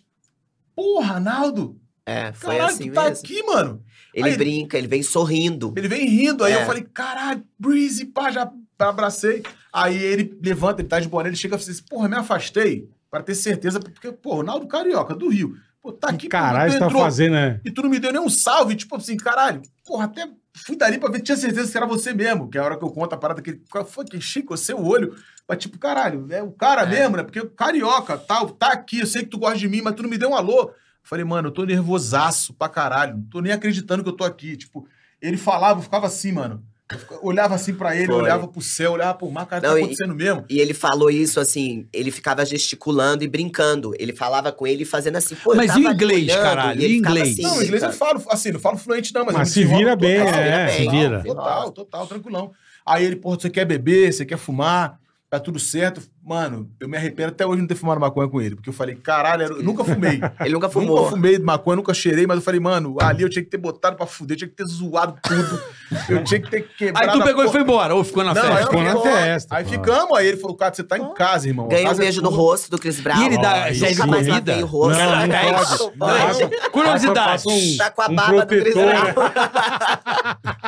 S4: Porra, Arnaldo!
S5: É, foi
S4: Caralho,
S5: assim
S4: tu tá
S5: mesmo.
S4: aqui, mano.
S5: Ele
S4: Aí-
S5: brinca, ele vem sorrindo.
S4: Ele vem rindo, aí
S5: É.
S4: eu falei, caralho, Breezy, pá, já abracei. Aí ele levanta, ele tá de boné, ele chega e fala assim, porra, me afastei, pra ter certeza, porque, pô, Ronaldo Carioca, do Rio. Pô, tá aqui,
S3: que
S4: pô,
S3: caralho
S4: tu
S3: você tá
S4: entrou.
S3: fazendo, é?
S4: E tu não me deu nenhum salve, tipo assim, caralho, porra, até fui dali pra ver, tinha certeza que era você mesmo, que é a hora que eu conto a parada que ele, "Qual foi que encheu seu olho, mas tipo, caralho, é o cara mesmo, né, porque o carioca, tal, tá aqui, eu sei que tu gosta de mim, mas tu não me deu um alô. Eu Falei, mano, eu tô nervosaço pra caralho, não tô nem acreditando que eu tô aqui, tipo, ele falava, eu ficava assim, mano, Eu fica- olhava assim pra ele,
S5: Foi.
S4: olhava pro céu, olhava pro mar, cara, tá
S5: Não, e-
S4: acontecendo mesmo.
S5: E ele falou isso assim, ele ficava gesticulando e brincando. Ele falava com ele fazendo assim, pô, eu
S2: Mas
S5: tava
S2: e o inglês,
S5: te olhando,
S2: caralho?
S5: e ele
S2: E
S5: ficava
S2: inglês?
S5: assim,
S4: Não, em inglês eu
S5: cara.
S4: falo, assim, não falo fluente não, mas...
S3: Mas
S4: eu
S3: se
S4: desenrolo
S3: vira bem,
S4: total, né?
S3: é,
S5: se
S4: total,
S3: vira.
S4: Total, total, tranquilão. Aí ele, porra, você quer beber, você quer fumar, tá tudo certo. Mano, eu me arrependo até hoje de não ter fumado maconha com ele. Porque eu falei, caralho, era- eu nunca
S2: [laughs]
S4: fumei.
S5: Ele nunca fumou.
S4: Nunca fumei maconha, nunca cheirei, mas eu falei, mano, ali eu tinha que ter botado pra fuder, eu tinha que ter zoado tudo. Eu tinha que ter quebrado.
S2: Aí tu
S4: a
S2: pegou e
S4: porra-
S2: foi embora, ou ficou na
S4: Não, aí
S2: festa.
S4: eu
S3: Ficou na
S4: fiquei-
S3: festa,
S4: Aí
S3: pô.
S4: ficamos, aí ele falou, cara, você tá em casa, irmão.
S5: Ganhou um
S4: Casa é
S5: beijo no
S4: tua.
S5: rosto do Chris Brown.
S2: E ele dá-
S5: Ai,
S2: serve
S5: nunca mais
S2: comida?
S5: lavei o rosto.
S3: Não, não
S5: [laughs]
S4: é
S5: Ai,
S3: pode.
S5: não
S3: Passa-
S5: pode.
S3: passa-
S2: Curiosidade.
S3: passa um-
S5: Tá com a
S3: um
S5: baba do Chris
S3: protetor.
S2: é
S5: Brown.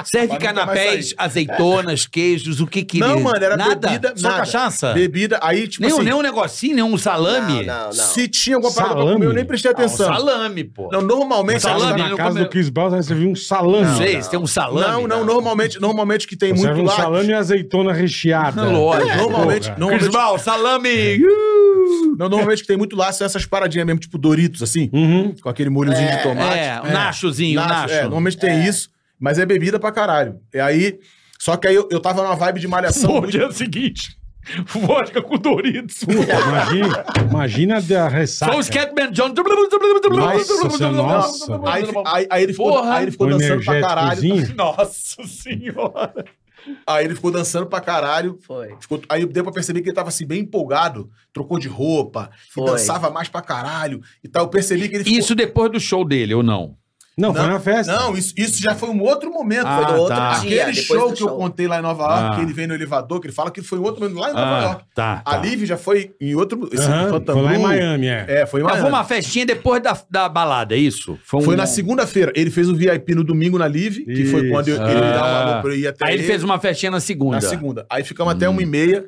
S2: Serve
S4: Mas nunca mais
S2: canapés,
S4: saí.
S2: azeitonas, queijos, o que que
S4: Não,
S2: ele-
S4: mano, era
S2: nada?
S4: bebida.
S2: Só
S4: nada.
S2: cachaça?
S4: Bebida, aí, tipo
S2: nem, um-
S4: assim,
S2: nem um negocinho, nem um salame?
S5: Não, não, não.
S4: se tinha alguma parada pra
S3: Salame?
S4: comer, eu nem prestei
S2: Ah, um
S4: atenção.
S2: salame, pô. Um
S4: Não, normalmente...
S3: Você
S2: Salame,
S3: tá
S2: ele
S3: na
S2: não
S3: casa
S2: comeu.
S3: do Chris Brown, você viu um salame.
S2: Não sei, se tem um salame.
S4: não, não, normalmente, normalmente que tem
S3: Você
S4: muito
S3: serve um
S4: lá...
S3: salame e azeitona recheada.
S2: Lógico.
S4: É, normalmente,
S3: Porra.
S4: normalmente,
S2: Crisbal, salame!
S4: não, normalmente que tem muito lá são essas paradinhas mesmo, tipo Doritos, assim,
S3: Uhum.
S4: com aquele molhozinho de tomate.
S2: É, um nachozinho, um nacho.
S4: É, normalmente tem isso, mas é bebida pra caralho. E aí, só que aí eu, eu tava numa vibe de malhação
S2: Pô,
S4: muito...
S2: dia é seguinte, vodka com Doritos.
S3: Puta, imagina, imagina a ressaca.
S2: Só o Scatman John.
S3: Nossa, você- nossa.
S4: Aí, aí- aí ele ficou,
S2: Porra.
S4: aí ele ficou
S3: Um
S4: dançando pra caralho.
S3: energéticozinho.
S2: Nossa senhora.
S4: Aí ele ficou dançando pra caralho.
S5: Foi.
S4: Ficou- aí deu pra perceber que ele tava assim, bem empolgado, trocou de roupa, e
S5: Foi.
S4: dançava mais pra caralho. E tal, eu percebi que ele ficou.
S2: Isso depois do show dele, ou não?
S3: Não, foi na festa.
S4: Não, isso, isso já foi um outro momento.
S2: Ah,
S4: foi do outro
S2: tá.
S4: Aquele
S5: Dia, depois
S4: show
S5: do
S4: que eu
S5: show.
S4: contei lá em Nova York,
S2: Ah.
S4: que ele veio no elevador, que ele fala que foi um outro momento lá em Nova York.
S2: tá.
S4: A Liv já foi em outro. Esse
S3: Ah, Aham,
S4: Phantom
S3: foi lá em
S4: Blue.
S3: Miami, é.
S4: É, foi em
S2: Mas
S4: Miami.
S2: foi uma festinha depois da, da balada, é isso?
S4: Foi na segunda-feira. Ele fez um VIP no domingo na Live, que foi
S3: né? Isso.
S4: quando eu, ele
S2: Ah.
S4: dava alô pra eu ir até
S2: Aí ele fez uma festinha na segunda.
S4: Na segunda. Aí ficamos
S3: Hum.
S4: até uma e meia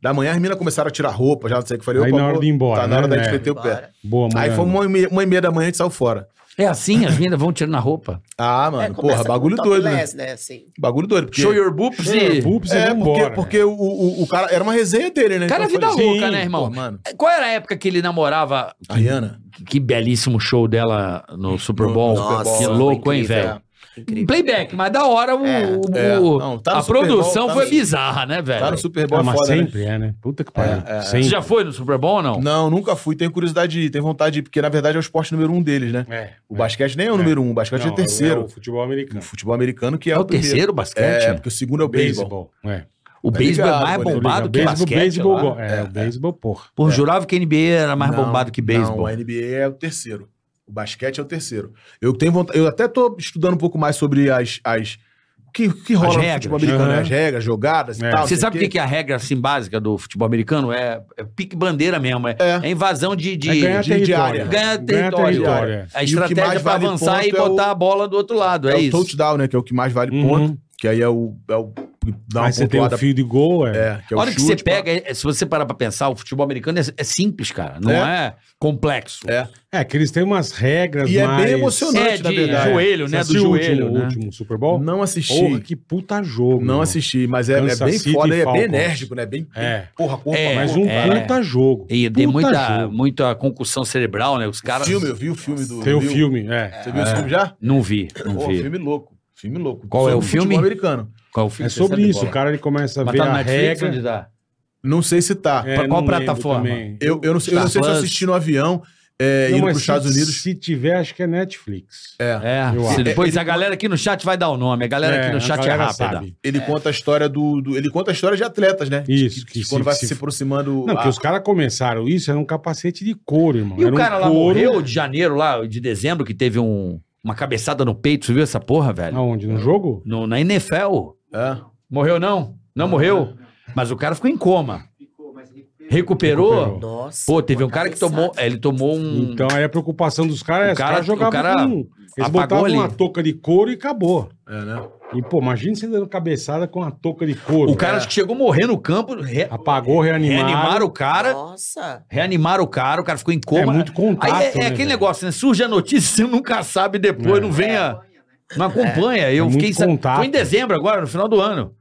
S4: da manhã, as meninas começaram a tirar roupa, já não sei o que. Falei,
S3: Aí
S4: opa,
S3: na hora
S4: pô,
S3: de ir embora,
S4: Tá na hora
S3: né?
S4: da gente
S3: É.
S4: meter o pé.
S5: Bora.
S3: Boa, mano.
S4: Aí foi uma e, meia, uma e meia da manhã, a gente saiu fora.
S2: É assim, as meninas vão tirando a roupa.
S4: Ah,
S5: É,
S4: mano,
S5: começa
S4: porra,
S5: com
S4: bagulho doido, né?
S5: topless, né? assim.
S4: Bagulho doido. Porque...
S2: Show your boobs e...
S3: Pups, é,
S4: É, porque,
S3: embora.
S4: porque o, o, o cara... Era uma resenha dele, né?
S2: Cara,
S4: Então eu
S2: vida
S4: falei,
S2: louca,
S4: sim,
S2: né, irmão?
S4: pô, mano.
S2: Qual era a época que ele namorava?
S4: A Rihanna.
S2: Que, que belíssimo show dela no Super Bowl.
S5: Nossa,
S2: que
S5: foi
S2: louco, hein,
S5: incrível.
S2: velho?
S5: Incrível.
S2: Playback, mas da hora o...
S5: É,
S2: o-
S4: é.
S2: o-
S4: Não, tá no
S2: a
S4: Super Bowl,
S2: produção
S4: tá
S2: foi
S4: no-
S2: bizarra, né, velho?
S4: Tá no Super Bowl,
S3: Ah,
S4: é
S3: mas
S4: foda, né?
S3: sempre é, né? Puta que pariu.
S4: É, é.
S2: Você
S3: Sempre.
S2: já foi no Super Bowl ou não?
S4: Não, nunca fui. Tenho curiosidade de ir, tenho vontade de ir, porque na verdade é o esporte número um deles, né?
S3: É.
S4: O basquete nem é o
S3: É.
S4: número um, o basquete é o terceiro.
S3: o futebol
S4: O
S3: americano.
S4: futebol americano que é,
S2: É o
S4: primeiro.
S2: terceiro basquete?
S4: É, porque o segundo é o beisebol.
S3: É.
S2: O
S4: Tá
S2: beisebol é
S4: ligado,
S2: mais
S4: Bolinha.
S2: bombado que
S3: Beisebol,
S2: basquete.
S3: beisebol,
S2: lá.
S3: go- É, o beisebol, porra.
S2: Pô, jurava que NBA era mais
S4: Não,
S2: bombado que
S4: Não,
S2: beisebol.
S4: a NBA é o terceiro. O basquete é o terceiro. Eu tenho vontade. Eu até tô estudando um pouco mais sobre as. as o que, o que rola no
S2: regras.
S4: futebol americano,
S3: Aham.
S4: né? as regras, jogadas
S3: É.
S4: e tal.
S2: Você sabe o que,
S4: é?
S2: que é a regra assim, básica do futebol americano? É, é pique bandeira mesmo. É,
S4: É.
S2: é invasão de, de,
S3: É ganhar
S4: de
S3: território.
S4: área.
S2: ganhar território.
S3: é.
S2: A
S4: E o que
S2: estratégia
S4: mais
S2: pra
S4: vale
S2: avançar
S4: ponto
S2: e
S4: é o-
S2: botar a bola do outro lado. É,
S4: o
S2: isso.
S4: touchdown, né? Que é o que mais vale
S3: Uhum.
S4: ponto. Que aí é o. É o que dá
S3: Aí
S4: uma
S3: você tem
S4: pontuada.
S3: o fio de gol, é.
S4: É, que é
S2: a
S4: o
S2: hora que você
S4: chute, pá.
S2: pega, é- se você parar pra pensar, o futebol americano é, é simples, cara. Não é,
S4: É.
S2: complexo.
S4: É.
S3: É, que eles têm umas regras
S4: E é bem
S3: mais...
S4: emocionante,
S2: É
S4: na
S2: de
S4: verdade.
S2: joelho,
S3: Você
S2: né? Do
S3: assistiu o
S2: joelho,
S3: último,
S2: né?
S3: o último Super Bowl?
S4: Não assisti.
S3: Porra, que puta jogo.
S4: Não
S3: irmão.
S4: assisti, mas é, é
S3: Kansas
S4: bem
S3: City
S4: foda e é bem
S3: Falcons.
S4: enérgico, né? Bem.
S3: É.
S4: Porra, corpo.
S2: É,
S4: a
S3: Mas
S4: corpo.
S3: um
S2: é.
S3: puta jogo.
S2: E tem
S3: Puta
S2: muita,
S3: jogo.
S2: muita concussão cerebral, né? Os caras.
S4: filme, eu vi o filme do.
S3: Tem o
S4: viu?
S3: filme, é.
S4: Você viu esse filme já?
S2: Não vi, não
S4: Pô,
S2: vi.
S4: filme louco. Filme louco. um
S2: Qual é o
S4: futebol
S2: filme?
S4: americano.
S2: Qual o filme
S3: É
S2: que
S3: sobre
S2: você
S3: isso,
S2: sabe,
S3: o cara ele começa a
S2: Bola?
S3: ver
S2: Mas tá
S3: a
S2: na Netflix,
S3: regra.
S2: onde tá?
S4: Não sei se tá.
S3: É,
S2: Pra qual
S3: não lembro
S2: plataforma?
S3: também.
S4: Eu, eu não sei, eu não sei se eu
S2: Plus.
S4: assisti no avião é, indo
S3: Não,
S4: para
S3: mas
S4: os Estados
S3: se-
S4: Unidos.
S3: Se tiver, acho que é Netflix.
S2: É,
S3: Eu
S2: se
S3: acho.
S2: depois a galera aqui no chat vai dar o nome. A galera aqui
S3: a
S2: no chat é
S3: galera
S2: rápida.
S3: sabe.
S4: Ele conta a história do, do- Ele conta a história de atletas, né?
S3: Isso,
S4: Que,
S3: que
S4: quando
S3: se-
S4: vai se,
S3: se-
S4: aproximando.
S3: Não,
S4: a-
S3: que os caras começaram isso, era um capacete de couro, irmão.
S2: E
S3: era
S2: o cara
S3: um
S2: lá
S3: couro.
S2: morreu de janeiro, lá, de dezembro, que teve um- uma cabeçada no peito. Você viu essa porra, velho?
S3: Aonde? No jogo?
S2: No, na NFL.
S4: É.
S2: Morreu não? Não morreu? Mas o cara ficou em coma. Recuperou?
S3: Recuperou.
S5: Nossa. ah,
S2: Pô, teve um
S5: uma
S2: cara que
S5: cabeçada.
S2: tomou. é, Ele tomou um.
S3: Então aí a preocupação dos caras é
S2: O
S3: os
S2: cara-
S3: caras jogavam
S2: o cara
S3: com. um. Eles
S2: apagou
S3: botavam
S2: ali.
S3: uma touca de couro e acabou.
S4: É, né?
S3: E, pô, imagina você dando cabeçada com uma touca de couro.
S2: O cara acho que chegou a morrer no campo. Re...
S3: apagou, reanimaram.
S2: Reanimaram o cara.
S5: Nossa.
S2: Reanimaram o cara. O cara ficou em coma.
S3: É muito contato.
S2: Aí é, é
S3: né,
S2: aquele
S3: velho?
S2: negócio, né? Surge a notícia, [laughs] você nunca sabe depois,
S3: É.
S2: não vem a. Não acompanha.
S3: É
S2: Eu
S3: muito
S2: fiquei. sa-
S3: contato.
S2: Foi em dezembro agora, no final do ano.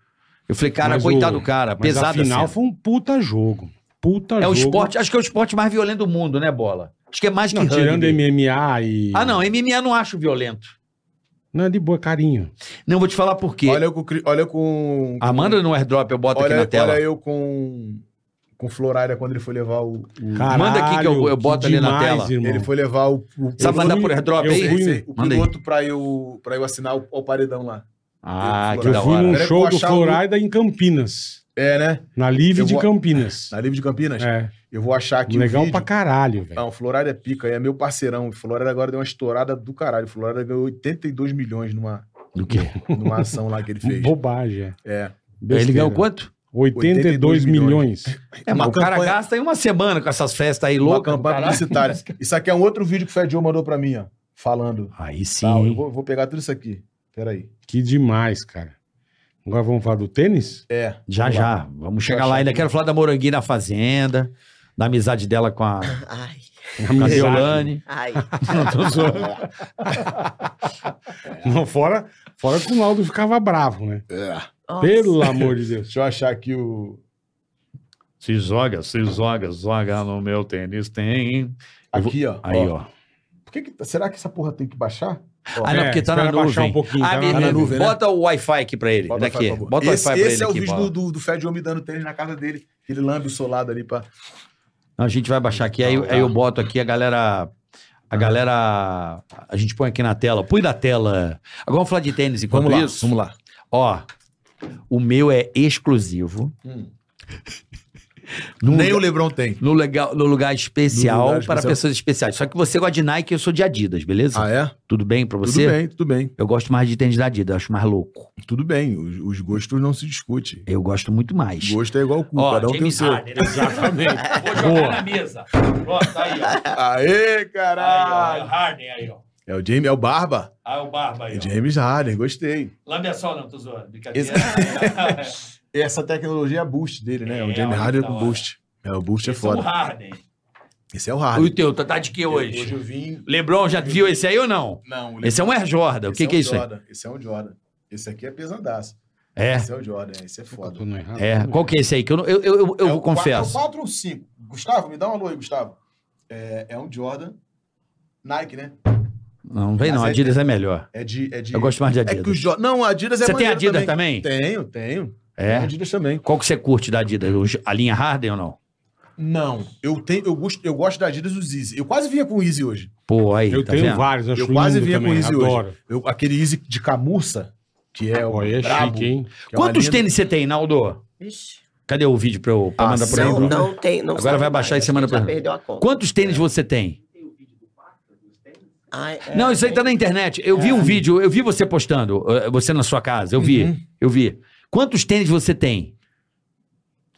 S2: Eu falei, cara,
S3: Mas
S2: coitado
S3: o-
S2: do cara,
S3: Mas
S2: pesado
S3: afinal
S2: assim.
S3: foi um puta jogo. Puta jogo.
S2: É o esporte, acho que é o esporte mais violento do mundo, né, bola? Acho que é mais que
S3: Não, tirando
S2: rugby.
S3: MMA e.
S2: Ah, não, MMA não acho violento.
S3: Não, é de boa, carinho.
S2: Não, vou te falar por quê.
S4: Olha eu com. cri- Olha eu com
S2: Amanda no airdrop, eu boto aqui
S4: olha,
S2: na tela.
S4: olha eu com. Com Florária quando ele foi levar o. o-
S3: Caralho,
S2: Manda aqui que eu- eu boto ali na tela.
S3: Irmão.
S4: ele foi levar o. o
S2: Sabe
S4: o-
S2: mandar por airdrop
S3: eu
S2: aí?
S3: fui-
S4: o
S2: Manda aí.
S4: piloto pra eu, pra eu assinar o, o paredão lá.
S2: Ah, que
S4: Eu
S2: da
S3: eu fui num
S2: hora.
S4: Peraí,
S3: show
S4: vou
S3: do
S4: achar é o-
S3: Florida em Campinas.
S4: É, né?
S3: Na Live
S4: Eu
S3: de
S4: vou-
S3: Campinas.
S4: Na Livre de Campinas.
S3: É.
S4: Eu vou achar aqui
S3: Legal
S4: o vídeo.
S3: pra caralho, velho.
S4: Não, o Florida é pica, é meu parceirão. O Florida agora deu uma estourada do caralho. O Florida ganhou 82 milhões numa,
S2: Do quê?
S4: numa ação lá que ele fez.
S3: Bobagem. é.
S4: É.
S2: Ele
S3: Besteira.
S2: ganhou quanto?
S3: 82
S4: 82
S3: milhões.
S2: É, mas
S4: Uma
S2: o cara
S4: campanha-
S2: gasta em uma semana com essas festas aí
S4: Uma
S2: loucas. do
S4: campanha
S2: caralho.
S4: publicitária. Isso aqui é um outro vídeo que o Fed Joe mandou pra mim, ó. Falando.
S2: Aí sim.
S4: Tal, Tá, eu
S2: hein?
S4: vou, vou pegar tudo isso aqui. Peraí.
S3: Que demais, cara. Agora vamos falar do tênis?
S2: [laughs]
S4: É.
S2: Já,
S4: vamos lá. Tá
S2: já. Vamos chegar
S4: achar
S2: lá ainda.
S4: aqui.
S2: Quero falar da Moranguinha na Fazenda, da amizade dela com a,
S5: Ai,
S2: com a
S3: Amizade.
S4: [laughs]
S2: Deolane. [laughs]
S5: ai.
S2: Não, tô zoando.
S3: Não, fora, fora que o Laudo ficava bravo, né?
S5: Nossa.
S3: Pelo amor de Deus.
S4: Deixa eu achar aqui o.
S6: Se joga, se joga, joga no meu tênis, tem.
S2: Eu vou-
S4: Aqui, ó.
S2: Aí,
S4: ó. É,
S2: ó.
S4: Por que que- Será que essa porra tem que baixar?
S2: Ah, não, porque tá
S3: espera
S2: na
S3: baixar
S2: nuvem.
S3: um pouquinho,
S2: ah,
S3: tá na
S2: beleza.
S4: nuvem, né?
S2: Bota o Wi-Fi aqui pra ele.
S4: Bota o
S2: daqui.
S4: Wi-Fi, por favor.
S2: Bota o
S4: esse
S2: Wi-Fi pra ele
S4: esse é o
S2: aqui,
S4: vídeo
S2: Bola.
S4: do, do, do Fed Joe me dando tênis na casa dele. que Ele lambe o solado ali pra.
S2: A gente vai baixar aqui, aí,
S4: Tá.
S2: aí eu boto aqui a galera. A galera. A gente põe aqui na tela. Põe na tela. Agora vamos falar de tênis enquanto
S4: Vamos lá,
S2: isso. Vamos lá. Ó, o meu é exclusivo.
S4: Hum.
S2: No,
S4: Nem o
S2: lugar,
S4: Lebron tem.
S2: no, legal- no lugar especial
S4: No lugar
S2: para
S4: especial.
S2: pessoas especiais. Só que você gosta de Nike e eu sou de Adidas, beleza?
S4: Ah, é?
S2: Tudo bem pra você?
S4: Tudo bem, tudo bem.
S2: Eu gosto mais de tênis da Adidas, eu acho mais louco.
S4: Tudo bem. Os, os gostos não se discute.
S2: Eu gosto muito mais.
S4: Gosto é igual cu,
S2: Ó,
S4: cada um tem o
S2: James
S4: seu.
S2: Harden, exatamente.
S4: [laughs]
S2: Vou jogar na mesa. Ó, tá aí, ó.
S4: Aê,
S2: Aí, ó, é o
S4: caralho!
S2: Harden aí, ó.
S4: É o James, é o Barba.
S2: Aí o Barba aí,
S4: É
S2: ó.
S4: James Harden, gostei.
S2: Lambe a sola, não, tô zoando. Brincadeira.
S6: é
S2: [laughs]
S4: Essa tecnologia é boost dele, né?
S2: É,
S4: o James
S2: olha
S4: Harden
S2: que
S4: com
S2: da hora.
S4: boost. É, o boost é
S2: Esse é o
S4: foda.
S2: Harden.
S4: Esse é o
S2: E o
S4: Harden.
S2: teu, tá, tá de que hoje?
S4: eu vim.
S2: Lebron já viu esse aí ou não?
S4: Não, o
S2: Esse é um Air Jordan. O que,
S4: Esse
S2: que é
S4: um
S2: isso aí?
S4: Jordan, Esse é um Jordan. Esse aqui é pesadaço.
S2: É,
S4: Esse é o Jordan, esse é [laughs] foda.
S3: Tô no errado.
S2: é. Qual que é esse aí? Que eu, não- eu, eu, eu, eu
S4: É o
S2: confesso.
S4: 4 ou 5. Gustavo, me dá um alô aí, Gustavo. É, é um Jordan. Nike, né?
S2: Não, não vem não.
S4: Mas é-
S2: Adidas é melhor.
S4: É de. É de...
S2: Eu gosto mais de
S4: é que o
S2: Adidas.
S4: Jordan. Não, a Adidas é
S2: Você tem
S4: maneiro
S2: Adidas também?
S4: Tenho, tenho. Tenho
S2: É.
S4: Adidas também.
S2: Qual que você curte da Adidas? Os- A linha Harden ou não?
S4: Não, eu tenho, eu gosto, eu gosto da Adidas dos Easy. Eu quase vinha com o Easy hoje.
S2: Pô, aí,
S3: Eu
S2: tá
S3: tenho
S2: vendo?
S3: vários, acho
S4: Eu quase
S3: lindo
S4: vinha
S3: também,
S4: com isso
S3: adoro.
S4: hoje. Eu, aquele Easy de camurça, que
S2: Ah,
S4: é o
S3: Olha, é
S4: brabo,
S3: chique, hein?
S4: que é uma
S2: Quantos
S4: linha-
S2: tênis você tem, Naldo?
S5: Vixe.
S2: Cadê o vídeo pra eu pra eu
S4: Ah,
S2: mandar pra
S4: são-
S2: ele?
S5: Não, não tem. Não
S2: Agora
S5: sabe
S2: vai baixar
S5: mais,
S2: e semana
S5: acho que já
S2: pra-
S5: perdeu a conta.
S2: Quantos tênis
S4: É.
S2: você tem?
S5: Ai, é,
S2: Não, isso aí tá na internet. Eu
S4: É.
S2: vi um vídeo, eu vi você postando, eh, você na sua casa, eu
S4: Uhum.
S2: vi, eu vi. Quantos tênis você tem?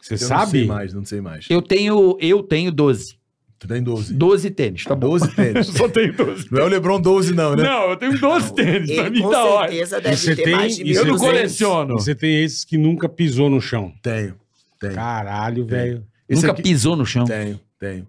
S3: Você
S4: Eu Não sei
S3: sabe?
S4: mais, não sei mais.
S2: Eu tenho, eu tenho 12.
S4: Tu tem 12.
S2: 12 tênis, tá bom?
S4: 12 tênis.
S2: [laughs] Só tenho 12.
S4: não é o Lebron 12, não, né?
S2: Não, eu tenho 12 tênis, pra
S5: Ele
S2: mim
S5: com
S2: tá ótimo.
S5: certeza deve
S3: Você
S5: ter
S3: tem-
S5: mais de
S3: e você
S2: Eu não
S5: 1.200.
S2: coleciono.
S3: E Você tem esses que nunca pisou no chão.
S4: Tenho, tenho.
S3: Caralho, velho.
S4: Esse
S2: Nunca
S4: aqui-
S2: pisou no chão.
S4: Tenho, tenho.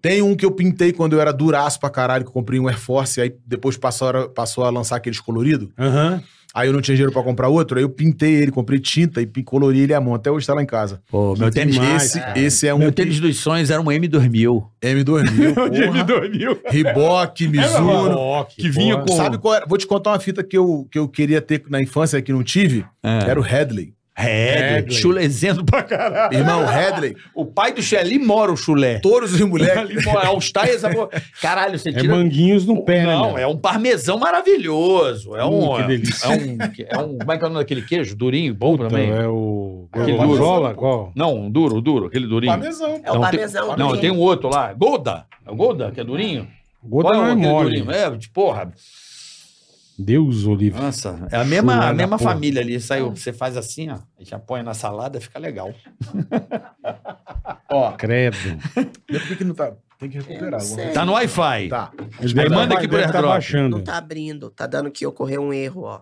S4: Tem um que eu pintei quando eu era duraço pra caralho, que eu comprei um Air Force, aí depois passou a, passou a lançar aqueles coloridos.
S3: Aham.
S4: Aí eu não tinha dinheiro pra comprar outro, aí eu pintei ele, comprei tinta e pin- colori ele à mão. Até hoje tá lá em casa.
S2: Pô, meu
S3: Que
S2: tênis,
S3: demais,
S4: esse,
S3: cara.
S4: esse é um
S2: meu tênis dos sonhos era um M2000. [laughs]
S4: M2000, porra.
S2: É,
S4: Reebok, Mizuno.
S3: É que vinha
S2: com-
S4: Sabe qual era? Vou te contar uma fita que eu, que eu queria ter na infância que não tive. Era o Headley.
S2: É,
S3: Hadley.
S2: chulezendo pra caralho.
S4: Irmão, o Headley,
S2: O pai do Chulé, ali mora o [laughs] Chulé.
S4: todos os moleques.
S2: Ali mora, All Star, essa porra. Caralho, você
S3: É
S2: tira...
S3: manguinhos no pé, né?
S2: Não,
S3: meu?
S2: é um parmesão maravilhoso. É um.
S3: Hum, que delícia.
S2: É um, é um. Como é que é o nome daquele queijo? Durinho, bom também?
S3: Então, é o.
S4: Aquele
S3: o
S4: duro.
S3: Gorgonzola, qual?
S2: Não, um duro, duro, aquele durinho.
S4: Parmesão.
S5: É o
S2: Não, tem-
S5: parmesão.
S2: Não,
S5: gente.
S2: tem um outro lá. Golda. É o Golda, que é durinho?
S3: Gorda
S2: Qual
S3: não
S2: é
S3: é
S2: aquele
S3: mole.
S2: durinho? É, de porra.
S3: Deus, Olívio.
S2: Nossa, é a mesma,
S3: Chulé
S2: a
S3: da
S2: mesma
S3: porra.
S2: família ali. Saiu, você faz assim, ó. e Já põe na salada, fica legal.
S4: Ó,
S3: Credo.
S4: por que que não tá? Tem que
S5: Eu não
S4: recuperar.
S5: sei.
S2: Tá no Wi-Fi.
S4: É Tá.
S2: Aí manda aqui pro
S3: Deve tá
S2: airdrop. Então
S3: baixando.
S5: Não tá abrindo. Tá dando que ocorreu um erro, ó.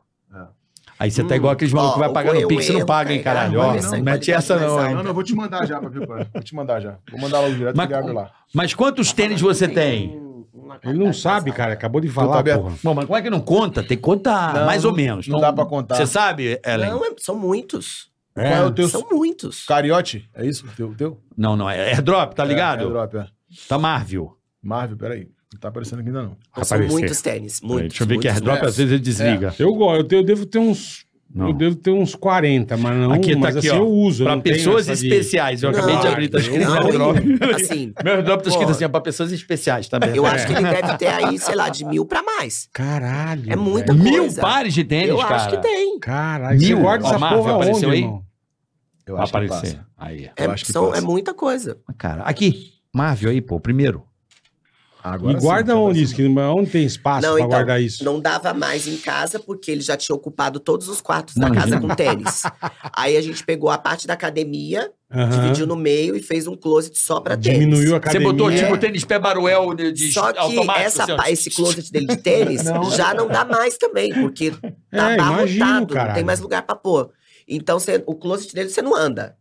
S2: Aí você tá
S5: Hum.
S2: igual aqueles malucos que
S5: Ó,
S2: vai pagar no
S5: eu
S2: Pix e não
S5: erro,
S2: paga, hein,
S5: cara.
S2: caralho. Ó,
S5: Olha
S2: não
S5: essa
S2: mete essa,
S5: qualidade
S2: não,
S5: mais
S2: hein.
S5: alta.
S4: Não, não, eu vou te mandar já pra ver, pai. então. Vou te mandar já. Vou mandar logo direto,
S2: Mas-
S4: ele abre lá.
S2: Mas quantos
S5: Ah,
S2: tênis você tem?
S5: Um- uma
S2: tá.
S3: Ele não
S5: qualidade
S3: sabe,
S5: mais
S3: cara.
S5: alta.
S3: Acabou de
S4: Tá
S3: falar,
S4: aberto.
S3: porra.
S2: Bom, mas como é que não conta? Tem que contar,
S4: Não,
S2: mais ou
S4: não-
S2: menos.
S4: não dá pra contar.
S2: Você sabe, Ellen?
S5: Não, é- são muitos.
S4: Qual é o teu
S5: São muitos.
S4: cariote? É isso? O teu? o teu?
S2: Não, não. É airdrop, tá ligado?
S4: É, é drop, é.
S2: Tá Marvel.
S4: Marvel, peraí. Não tá aparecendo aqui ainda, não.
S5: São
S6: Aparecer.
S5: muitos tênis. Muitos,
S6: Deixa eu ver que
S5: muitos,
S6: airdrop,
S4: né?
S3: É.
S6: às vezes ele desliga.
S3: Eu gosto. Eu, tenho- eu devo ter uns
S2: Não.
S3: Eu devo ter uns 40, mas não.
S2: Aqui tá
S3: mas
S2: aqui,
S3: assim
S2: ó.
S3: eu uso. eu
S2: Pra
S3: não tenho
S2: pessoas
S3: essa de-
S2: especiais. Eu acabei
S5: Não,
S2: de abrir, tá escrito
S5: não,
S2: no airdrop.
S5: [laughs] Assim,
S2: Meu airdrop tá escrito
S5: Pô.
S2: assim, ó, pra pessoas especiais, tá vendo?
S5: eu acho que ele deve ter aí, sei lá, de mil pra mais.
S3: Caralho.
S5: É muita
S3: velho.
S2: Mil
S5: coisa.
S2: pares de tênis,
S5: eu
S2: cara.
S5: acho que tem.
S3: Caralho. Você
S2: Mil?
S3: guarda
S2: Ó,
S3: essa
S2: Marvel,
S3: porra
S2: apareceu
S3: onde,
S2: aí?
S3: irmão?
S4: Eu
S2: Vai
S4: acho que
S2: aparecer.
S4: passa.
S2: Aí.
S5: É,
S4: Eu acho que
S5: são-
S4: passa.
S5: é muita coisa.
S2: Cara, aqui. Marvel aí, pô, primeiro.
S3: e
S4: Agora
S3: guarda
S2: então
S4: sim,
S3: onde
S4: agora
S3: isso? Que onde tem espaço
S5: Não,
S3: pra
S5: então,
S3: guardar isso?
S5: Não dava mais em casa, porque ele já tinha ocupado todos os quartos da
S2: Imagina.
S5: casa com tênis. Aí a gente pegou a parte da academia,
S3: Aham.
S5: dividiu no meio e fez um closet só pra tênis.
S3: Diminuiu a
S2: Você
S3: academia.
S2: botou, tipo, tênis pé baruel de, de
S5: Só que
S2: automático,
S5: essa,
S2: assim, ó.
S5: pa- esse closet dele de tênis já não dá mais também, porque tá
S3: [laughs] É, imagino,
S5: abarrotado, não
S3: cara.
S5: tem mais lugar pra pôr. Então você- o closet dele você não anda.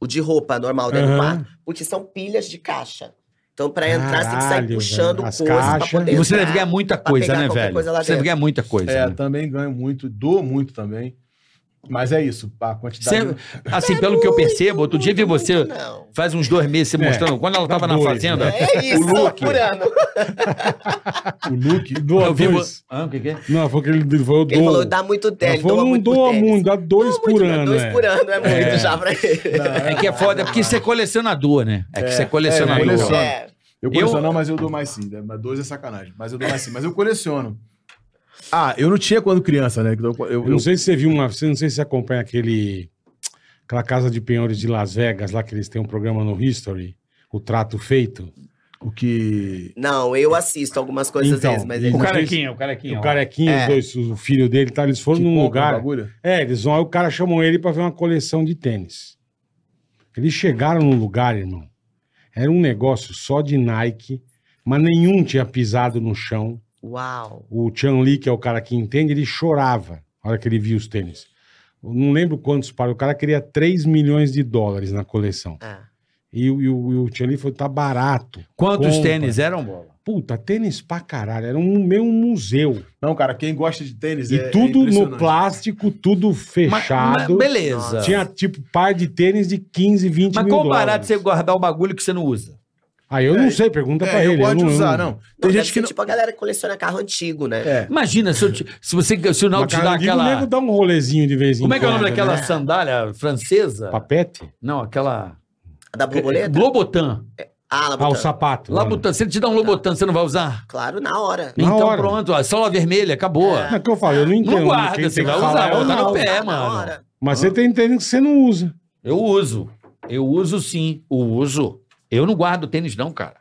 S5: O de roupa normal dentro do
S3: Aham.
S5: quarto, porque são pilhas de caixa. Então pra entrar você tem que
S3: Caralho,
S5: sair
S3: velho.
S5: puxando
S3: As
S5: coisa pra
S3: caixas.
S5: poder
S2: E você deve
S5: entrar.
S2: ganhar muita
S5: pra
S2: coisa,
S5: pegar
S2: né,
S5: qualquer
S2: velho?
S5: coisa lá
S2: você deve
S5: dentro.
S2: ganhar muita coisa.
S4: É,
S2: né?
S4: também ganho muito, dou muito também. Mas é isso, a quantidade.
S2: Você- assim, pelo que eu percebo, outro dia vi
S5: Muito,
S2: você
S5: Não.
S2: faz uns dois meses se mostrando. Quando ela tava na
S3: Dois,
S2: fazenda,
S5: É isso,
S2: look.
S5: por ano. tipo,
S4: O
S5: [laughs]
S4: look.
S3: Doa
S2: eu vi. vo-
S3: dois.
S2: Ah, o que que é?
S3: Não, foi que ele falou, eu dou.
S5: Ele falou, dá muito
S3: Ela
S5: tênis,
S3: falou,
S5: doa
S3: não
S5: muito
S3: doa
S5: tênis.
S3: muito, dá dois
S5: Dois
S3: por ano.
S5: Dois
S3: é.
S5: por ano é muito
S3: É.
S5: já pra ele.
S2: É que é foda, é porque você é colecionador, né? É que você é
S4: é,
S2: colecionador.
S4: coleciona.
S5: É.
S4: Eu coleciono, mas eu dou mais sim. né? Mas dois é sacanagem. Mas eu dou mais sim. Mas eu coleciono. Ah, eu não tinha quando criança, né? Então, Eu,
S3: Eu não sei se você viu uma. você- Não sei se você acompanha aquele. Aquela casa de penhores de Las Vegas, lá que eles têm um programa no History, o Trato Feito.
S4: o que.
S5: Não, eu assisto algumas coisas
S3: Então,
S5: às vezes, mas
S3: e
S5: ele
S2: O
S5: não.
S2: carequinha, o carequinha.
S3: o
S2: ó.
S3: carequinho,
S5: É.
S3: os dois, o filho dele, tá? Eles foram
S4: que
S3: num
S2: um
S4: compra o
S3: lugar.
S4: bagulho?
S3: É, eles vão. Aí o cara chamou ele pra ver uma coleção de tênis. Eles chegaram num lugar, irmão. Era um negócio só de Nike, mas nenhum tinha pisado no chão.
S5: Uau.
S3: O Chan Lee, que é o cara que entende, ele chorava na hora que ele via os tênis. Eu não lembro quantos pares. O cara queria 3 milhões de dólares na coleção.
S5: É.
S3: E, o- e o, e o Chan Lee falou: tá barato.
S2: Quantos
S3: Compra.
S2: tênis eram, bola?
S3: Puta, tênis pra caralho. Era um meio um museu.
S4: Não, cara, quem gosta de tênis
S3: E
S4: é.
S3: tudo
S4: é
S3: no
S4: impressionante.
S3: plástico, tudo
S2: Mas- mas
S3: fechado.
S2: beleza.
S3: Tinha tipo par de tênis de 15, 20
S2: Mas
S3: mil
S2: qual o barato
S3: dólares.
S2: de você guardar o bagulho que você não usa?
S3: Aí eu
S4: É,
S3: não sei, pergunta pra
S4: É,
S3: ele.
S4: eu gosto de
S3: não- eu
S4: usar, não.
S5: Não,
S4: Tem
S5: deve
S4: gente
S5: ser
S4: que não.
S5: tipo a galera que coleciona carro antigo, né?
S4: É.
S2: Imagina se, eu te- se você se o Naldo
S3: Mas,
S2: te
S3: cara,
S2: dá
S3: eu digo, O
S2: aquela.
S3: nego dá um rolezinho de vez em
S2: Como é que é o nome
S3: quando,
S2: daquela
S3: né?
S2: sandália francesa?
S3: Papete?
S2: Não, aquela. é,
S5: A da borboleta?
S2: Globotan.
S5: Ah,
S3: Ah, o
S5: Labutan.
S3: sapato. né?
S2: Labutan. Se ele te dá um
S4: Tá.
S2: Lobotan, você não vai usar?
S5: Claro, na hora.
S3: Na
S2: então
S3: hora.
S2: pronto, a sola vermelha, acabou.
S5: É.
S3: Não, É o que eu falo, eu não entendo.
S2: Não guarda,
S3: quem tem
S2: você
S3: que
S2: vai
S3: falar
S2: usar,
S3: é o
S2: vai botar no
S3: Naldo.
S2: pé.
S5: tá na
S2: mano.
S5: hora.
S3: Mas você tem tênis que você não usa.
S2: Eu uso. Eu uso sim. Eu uso. Eu não guardo tênis, não, cara.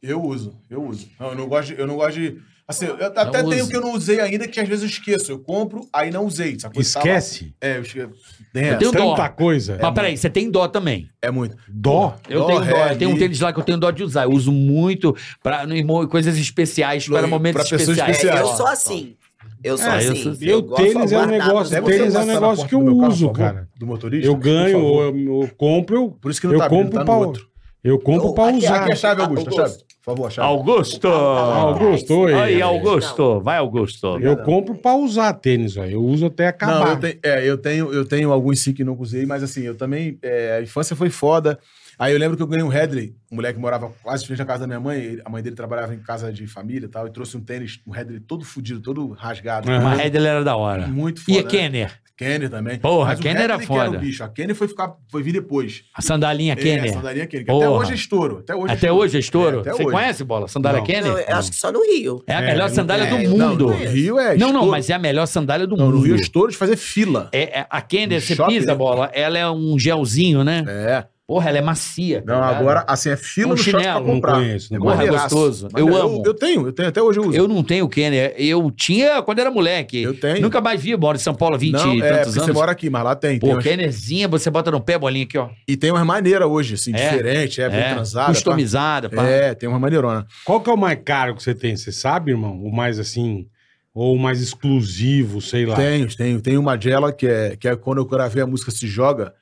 S4: Eu uso, eu uso. Não, eu não gosto de. Eu não gosto de assim, eu até
S2: Não
S4: tenho
S2: usa.
S4: que eu não usei ainda, que às vezes eu esqueço. Eu compro, aí não usei. sacou?
S3: Esquece.
S4: Tá lá. É, eu esqueço.
S2: Eu tenho dó.
S3: Tanta coisa.
S2: Mas peraí, você tem dó também.
S4: É muito.
S3: Dó.
S2: Eu
S4: É. Dó, é
S2: tenho dó.
S4: ré,
S2: Eu tenho um
S4: mi.
S2: tênis lá que eu tenho dó de usar. Eu uso muito para coisas especiais, para
S4: Pra
S2: momentos
S4: pessoas
S2: especiais.
S5: É,
S4: especiais.
S5: eu sou assim. Eu sou
S2: É, eu
S5: assim.
S2: sou-
S3: Eu,
S5: gosto de
S3: tênis é um
S5: guardar
S3: negócio,
S5: tudo.
S4: você
S3: tênis é
S4: passar
S3: um
S4: na
S3: negócio
S4: porta
S3: que eu
S4: do meu carro,
S3: uso,
S4: por favor?
S3: cara.
S4: Do motorista?
S3: Eu
S4: por
S3: ganho,
S4: favor.
S3: eu, eu compro,
S4: Por isso que não
S3: eu
S4: tá abrindo,
S3: compro um
S4: tá no
S3: pra
S4: outro.
S3: Eu compro
S5: Eu-
S3: pra
S5: aqui-
S3: usar.
S4: Aqui é a chave,
S5: Ah,
S4: Augusto. A
S5: Augusto.
S4: chave. Por favor, a chave.
S6: Augusto!
S3: Augusto, oi.
S6: Aí,
S3: Não.
S6: Augusto. Vai, Augusto.
S3: Eu compro pra usar tênis, ó. Eu uso até acabar.
S4: Não, eu tenho, é, eu tenho, eu tenho alguns sim que não usei, mas assim, eu também. é, a infância foi foda. Aí eu lembro que eu ganhei um Headley, um moleque que morava quase em frente à casa da minha mãe. ele- A mãe dele trabalhava em casa de família e tal, e trouxe um tênis, um Headley todo fudido, todo rasgado.
S3: Aham.
S2: Mas a Redel era da hora.
S4: Muito foda.
S2: E a
S4: né?
S2: Kenner?
S4: Kenner também.
S2: Porra,
S4: o
S2: Kenner era
S4: Hadley que o
S2: foda.
S4: bicho. A Kenner foi, ficar, foi vir depois.
S2: A sandalinha
S4: É, a
S2: Kenner?
S4: sandalinha Kenner. que Até
S2: Porra.
S4: hoje é estouro. Até hoje
S2: Até
S4: estouro.
S2: hoje é estouro?
S4: É, até
S2: Você
S4: hoje.
S2: conhece, bola? Sandália
S3: Não.
S2: Kenner?
S5: Não, eu acho que só no Rio.
S2: É a
S3: É,
S2: melhor
S3: não
S2: sandália
S3: tem.
S2: do
S4: Não,
S2: mundo.
S4: no Rio é
S2: Não, não,
S4: estouro.
S2: mas é a melhor sandália do
S4: Não,
S2: mundo.
S4: no Rio é estouro de fazer fila.
S2: É, é, a Kenner,
S4: No
S2: você
S4: shopping,
S2: pisa,
S4: né?
S2: bola, ela é um gelzinho, né?
S4: É.
S2: Porra, ela é macia. tá
S4: Não,
S2: ligado?
S4: agora, assim, é fila
S2: Um
S4: no shopping pra
S2: chinelo,
S3: não
S4: comprar.
S3: conheço, não
S4: É
S2: Porra,
S3: conheço.
S4: maneiraço.
S2: gostoso. Eu amo.
S4: Eu tenho, eu tenho, até hoje eu uso.
S2: Eu não tenho Kenner. Eu tinha quando era moleque.
S4: Eu tenho.
S2: Nunca mais vi, moro em São Paulo há 20
S4: não,
S2: e
S4: é,
S2: tantos
S4: porque você
S2: anos.
S4: mora aqui, mas lá tem. tem um
S2: Pô,
S4: umas-
S2: Kennerzinha, você bota no pé, bolinha aqui, ó.
S4: e tem umas maneiras hoje,
S2: É.
S4: assim, diferente, é, bem
S2: É,
S4: transada.
S2: customizada.
S4: pá.
S2: pá.
S4: É, tem uma maneirona.
S3: Qual que é o mais caro que você tem? Você sabe, irmão? O mais assim, ou o mais exclusivo, sei lá.
S4: Tenho, tenho. Tem uma gela que é, que é quando eu gravei a música Se Joga,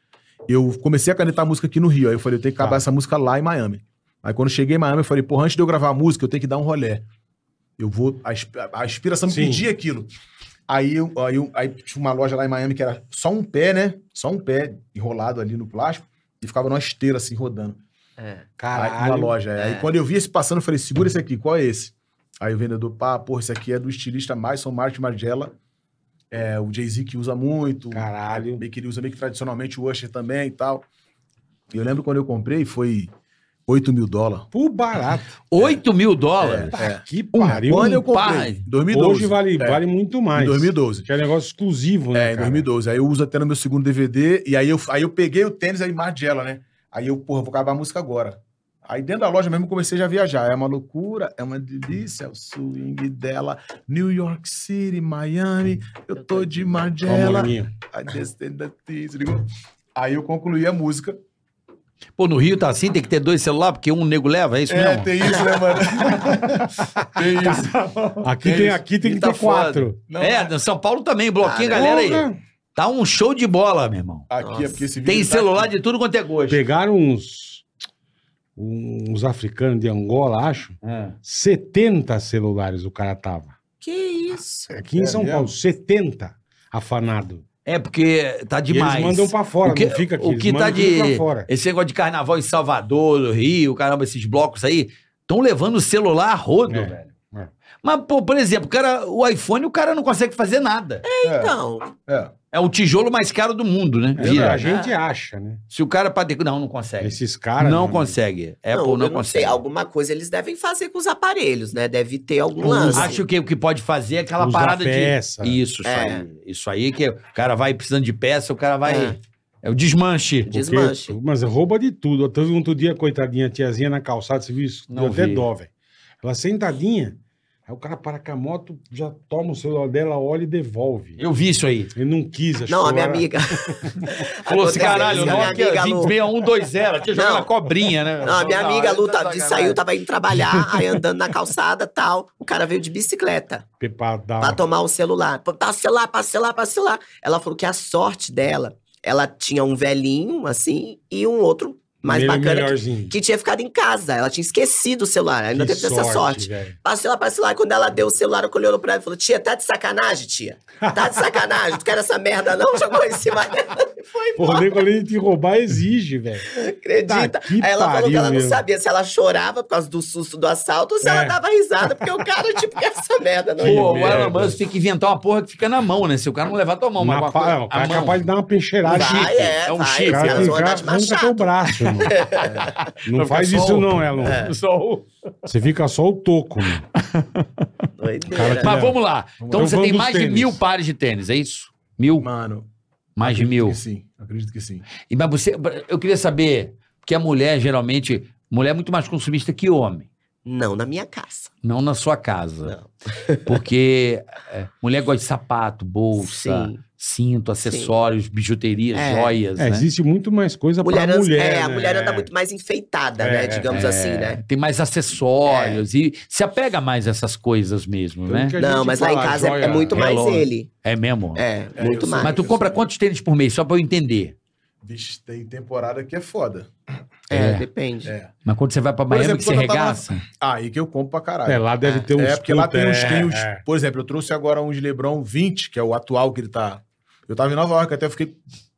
S4: eu comecei a canetar a música aqui no Rio. Aí eu falei, eu tenho que acabar
S3: Tá.
S4: essa música lá em Miami. Aí quando eu cheguei em Miami, eu falei, porra, antes de eu gravar a música, eu tenho que dar um rolé. Eu vou. A, insp- a inspiração me
S3: Sim.
S4: pedia aquilo. Aí, eu, aí, eu- aí tinha uma loja lá em Miami que era só um pé, né? Só um pé enrolado ali no plástico e ficava numa esteira assim rodando.
S5: É.
S4: Aí, na loja. é. Aí quando eu vi esse passando, eu falei, segura esse aqui, qual é esse? Aí o vendedor, pá, porra, esse aqui é do estilista Maison Martin Margiela. É, o Jay-Z que usa muito.
S3: Caralho.
S4: Meio que ele usa meio que tradicionalmente o Usher também e tal. E eu lembro quando eu comprei, foi 8 mil dólares.
S3: Por barato.
S2: 8 mil dólares?
S4: É.
S3: Que pariu.
S4: Quando eu comprei,
S2: pai.
S4: em 2012.
S3: Hoje vale,
S4: É,
S3: vale muito mais.
S4: Em 2012.
S3: Que é negócio exclusivo, né?
S4: É, em
S3: cara?
S4: 2012. Aí eu uso até no meu segundo DVD. E aí eu, aí eu peguei o tênis, aí Margiela, né? Aí eu, porra, vou acabar a música agora. Aí dentro da loja mesmo eu comecei já a viajar. É uma loucura, é uma delícia, é o swing dela. New York City, Miami, eu tô de
S3: Ó, a
S4: Margiela.
S3: morninha.
S4: [laughs] I just did the things, ligou? Aí eu concluí a música.
S2: Pô, no Rio tá assim, tem que ter dois celulares, porque um nego leva, é isso
S4: É,
S2: mesmo?
S4: tem isso, né,
S2: [laughs]
S4: mano? tem isso.
S3: Aqui,
S4: É
S3: tem,
S4: isso.
S3: aqui tem que
S2: Tá
S3: ter quatro.
S4: Não,
S2: é, no São Paulo também, bloquinho, galera aí.
S3: Porra.
S2: Tá um show de bola, meu irmão.
S4: Aqui é porque esse vídeo
S2: Tem
S4: tá
S2: celular
S4: aqui.
S2: de tudo quanto é gosto.
S3: Pegaram uns, uns africanos de Angola, acho.
S2: É.
S3: 70 celulares o cara tava.
S5: Que isso?
S3: Aqui em
S4: É
S3: São
S4: mesmo?
S3: Paulo, 70. Afanado.
S2: É, porque tá
S3: E
S2: demais.
S3: Eles
S4: um
S3: mandam pra fora,
S2: o que,
S3: não fica aqui.
S2: o
S3: eles
S2: que tá
S3: mandam tudo Pra
S2: de.
S3: fora.
S2: Esse negócio de carnaval em Salvador, do Rio, caramba, esses blocos aí, estão levando o celular a rodo,
S3: É,
S2: velho.
S3: é.
S2: Mas, pô, por exemplo, o, cara, o iPhone, o cara não consegue fazer nada.
S5: Então,
S4: É.
S2: É o tijolo mais caro do mundo, né?
S3: É,
S2: Vira.
S3: a gente acha, né?
S2: Se o cara. pate- Não, não consegue.
S3: Esses caras.
S2: não
S3: né?
S2: consegue. Apple
S5: eu
S2: não,
S5: sei.
S2: consegue.
S5: Alguma coisa eles devem fazer com os aparelhos, né? Deve ter algum lance.
S2: Acho que o que pode fazer é aquela
S3: Usar
S2: parada
S3: peça.
S2: de. Isso, isso
S5: É.
S2: aí. Isso aí que o cara vai precisando de peça, o cara vai.
S5: É.
S2: É, o desmanche.
S5: Des-
S3: Porque-
S5: Desmanche.
S3: mas rouba de tudo. Teve um outro dia, coitadinha, tiazinha na calçada, você viu isso?
S2: Não
S3: Deu até
S2: vi.
S3: dó, velho. Ela sentadinha, aí o cara para com a moto, já toma o celular dela, olha e devolve.
S2: Eu vi isso aí.
S3: Ele não quis, acho
S5: Não,
S3: que
S5: a minha
S3: era-
S5: amiga.
S2: é- [laughs] Falou assim,
S5: Aconteceu
S2: caralho,
S5: isso com a minha
S2: Nokia
S5: amiga Lu.
S2: 26120, tinha jogado
S5: Não.
S2: uma cobrinha, né?
S5: Não, a minha
S2: é Não,
S5: amiga
S2: aí
S5: Lu
S2: tá
S5: tá, de
S2: sacanagem.
S5: saiu, tava indo trabalhar, [laughs] aí andando na calçada tal. O cara veio de bicicleta
S3: Porque Pra
S2: Ah.
S3: dar...
S2: tá
S5: pra tomar o celular. Pô, Passa o celular, passa o celular, passa o celular. Ela falou que a sorte dela, ela tinha um velhinho, assim, e um outro mais
S3: Ele é
S5: bacana que,
S3: melhorzinho.
S5: que tinha ficado em casa. Ela tinha esquecido o celular, ainda
S3: Que
S5: teve essa sorte.
S3: velho.
S5: Passa o celular, passa o celular. E quando ela deu o celular, eu olhou pra ela e falou: Tia, tá de sacanagem, tia? Tá de sacanagem? tu quer essa merda não? [laughs] Jogou em cima dela e foi
S3: Pô, o nego além de te roubar exige, velho.
S5: Acredita?
S3: Tá que
S5: Aí ela falou que
S3: pariu,
S5: ela não
S3: meu.
S5: sabia se ela chorava por causa do susto do assalto ou se ela
S3: É.
S5: dava risada, porque o cara, tipo, que essa merda não. é?
S2: Pô, o
S3: merda.
S2: Elon Musk tem que inventar uma porra que fica na mão, né? Se o cara não levar tua mão,
S3: Na
S2: mas uma
S3: pa-
S2: coisa-
S3: o
S2: a
S3: cara é
S2: mão.
S3: capaz de dar uma peixeirada.
S5: Vai,
S2: chifre,
S5: é,
S2: é um
S5: vai,
S2: chifre,
S5: os
S3: cara
S5: caras vão andar de
S3: fica, arranca teu
S5: machado.
S3: braço, irmão. Não
S2: Vai
S3: faz
S2: ficar só
S3: isso
S2: o- É.
S3: não, Elon.
S2: [laughs] Só o-
S3: Você fica só o toco, né? mano.
S5: Doideira.
S3: Cara,
S2: Mas vamos lá. Então
S3: Então
S2: você
S3: vamos
S2: tem
S3: dos
S2: mais de
S3: tênis.
S2: mil pares de tênis, é isso? Mil?
S4: Mano,
S2: Mais de
S4: acredito
S2: mil.
S4: que sim, acredito que sim.
S2: E, mas você, eu queria saber, porque a mulher geralmente, mulher é muito mais consumista que homem,
S5: Não, na minha casa.
S2: não na sua casa. [laughs] Porque é, mulher gosta de sapato, bolsa,
S5: Sim.
S2: cinto, acessórios, bijuteria,
S5: É.
S2: joias,
S3: É,
S2: né?
S3: existe muito mais coisa
S5: Mulher,
S3: pra
S5: an-
S3: mulher,
S5: é, a
S3: né?
S5: mulher anda
S3: É.
S5: muito mais enfeitada,
S3: É,
S5: né?
S3: é.
S5: Digamos assim, né?
S2: Tem mais acessórios
S4: É.
S2: e se apega mais a essas coisas mesmo,
S3: Tanto
S2: né?
S3: Então, que a
S5: Não,
S3: gente
S5: mas lá em
S3: fala,
S5: casa é-
S3: joia-
S5: é muito mais
S2: relógio.
S5: ele.
S2: É mesmo?
S5: É,
S4: É,
S5: muito
S4: eu sou-
S5: mais.
S2: Mas tu compra quantos tênis por mês, só pra eu entender?
S4: Vixe, tem temporada que é foda.
S5: É,
S2: É.
S5: depende.
S4: É.
S2: Mas quando você vai pra Miami
S4: exemplo,
S2: que você
S4: quando eu tava-
S2: regaça?
S4: Aí que eu compro pra caralho.
S3: É, lá deve ter uns...
S4: É, porque lá
S3: puta,
S4: tem uns,
S3: é,
S4: tem uns-
S3: é.
S4: Por exemplo, eu trouxe agora um de Lebron 20, que é o atual que ele tá. Eu tava em Nova York, até fiquei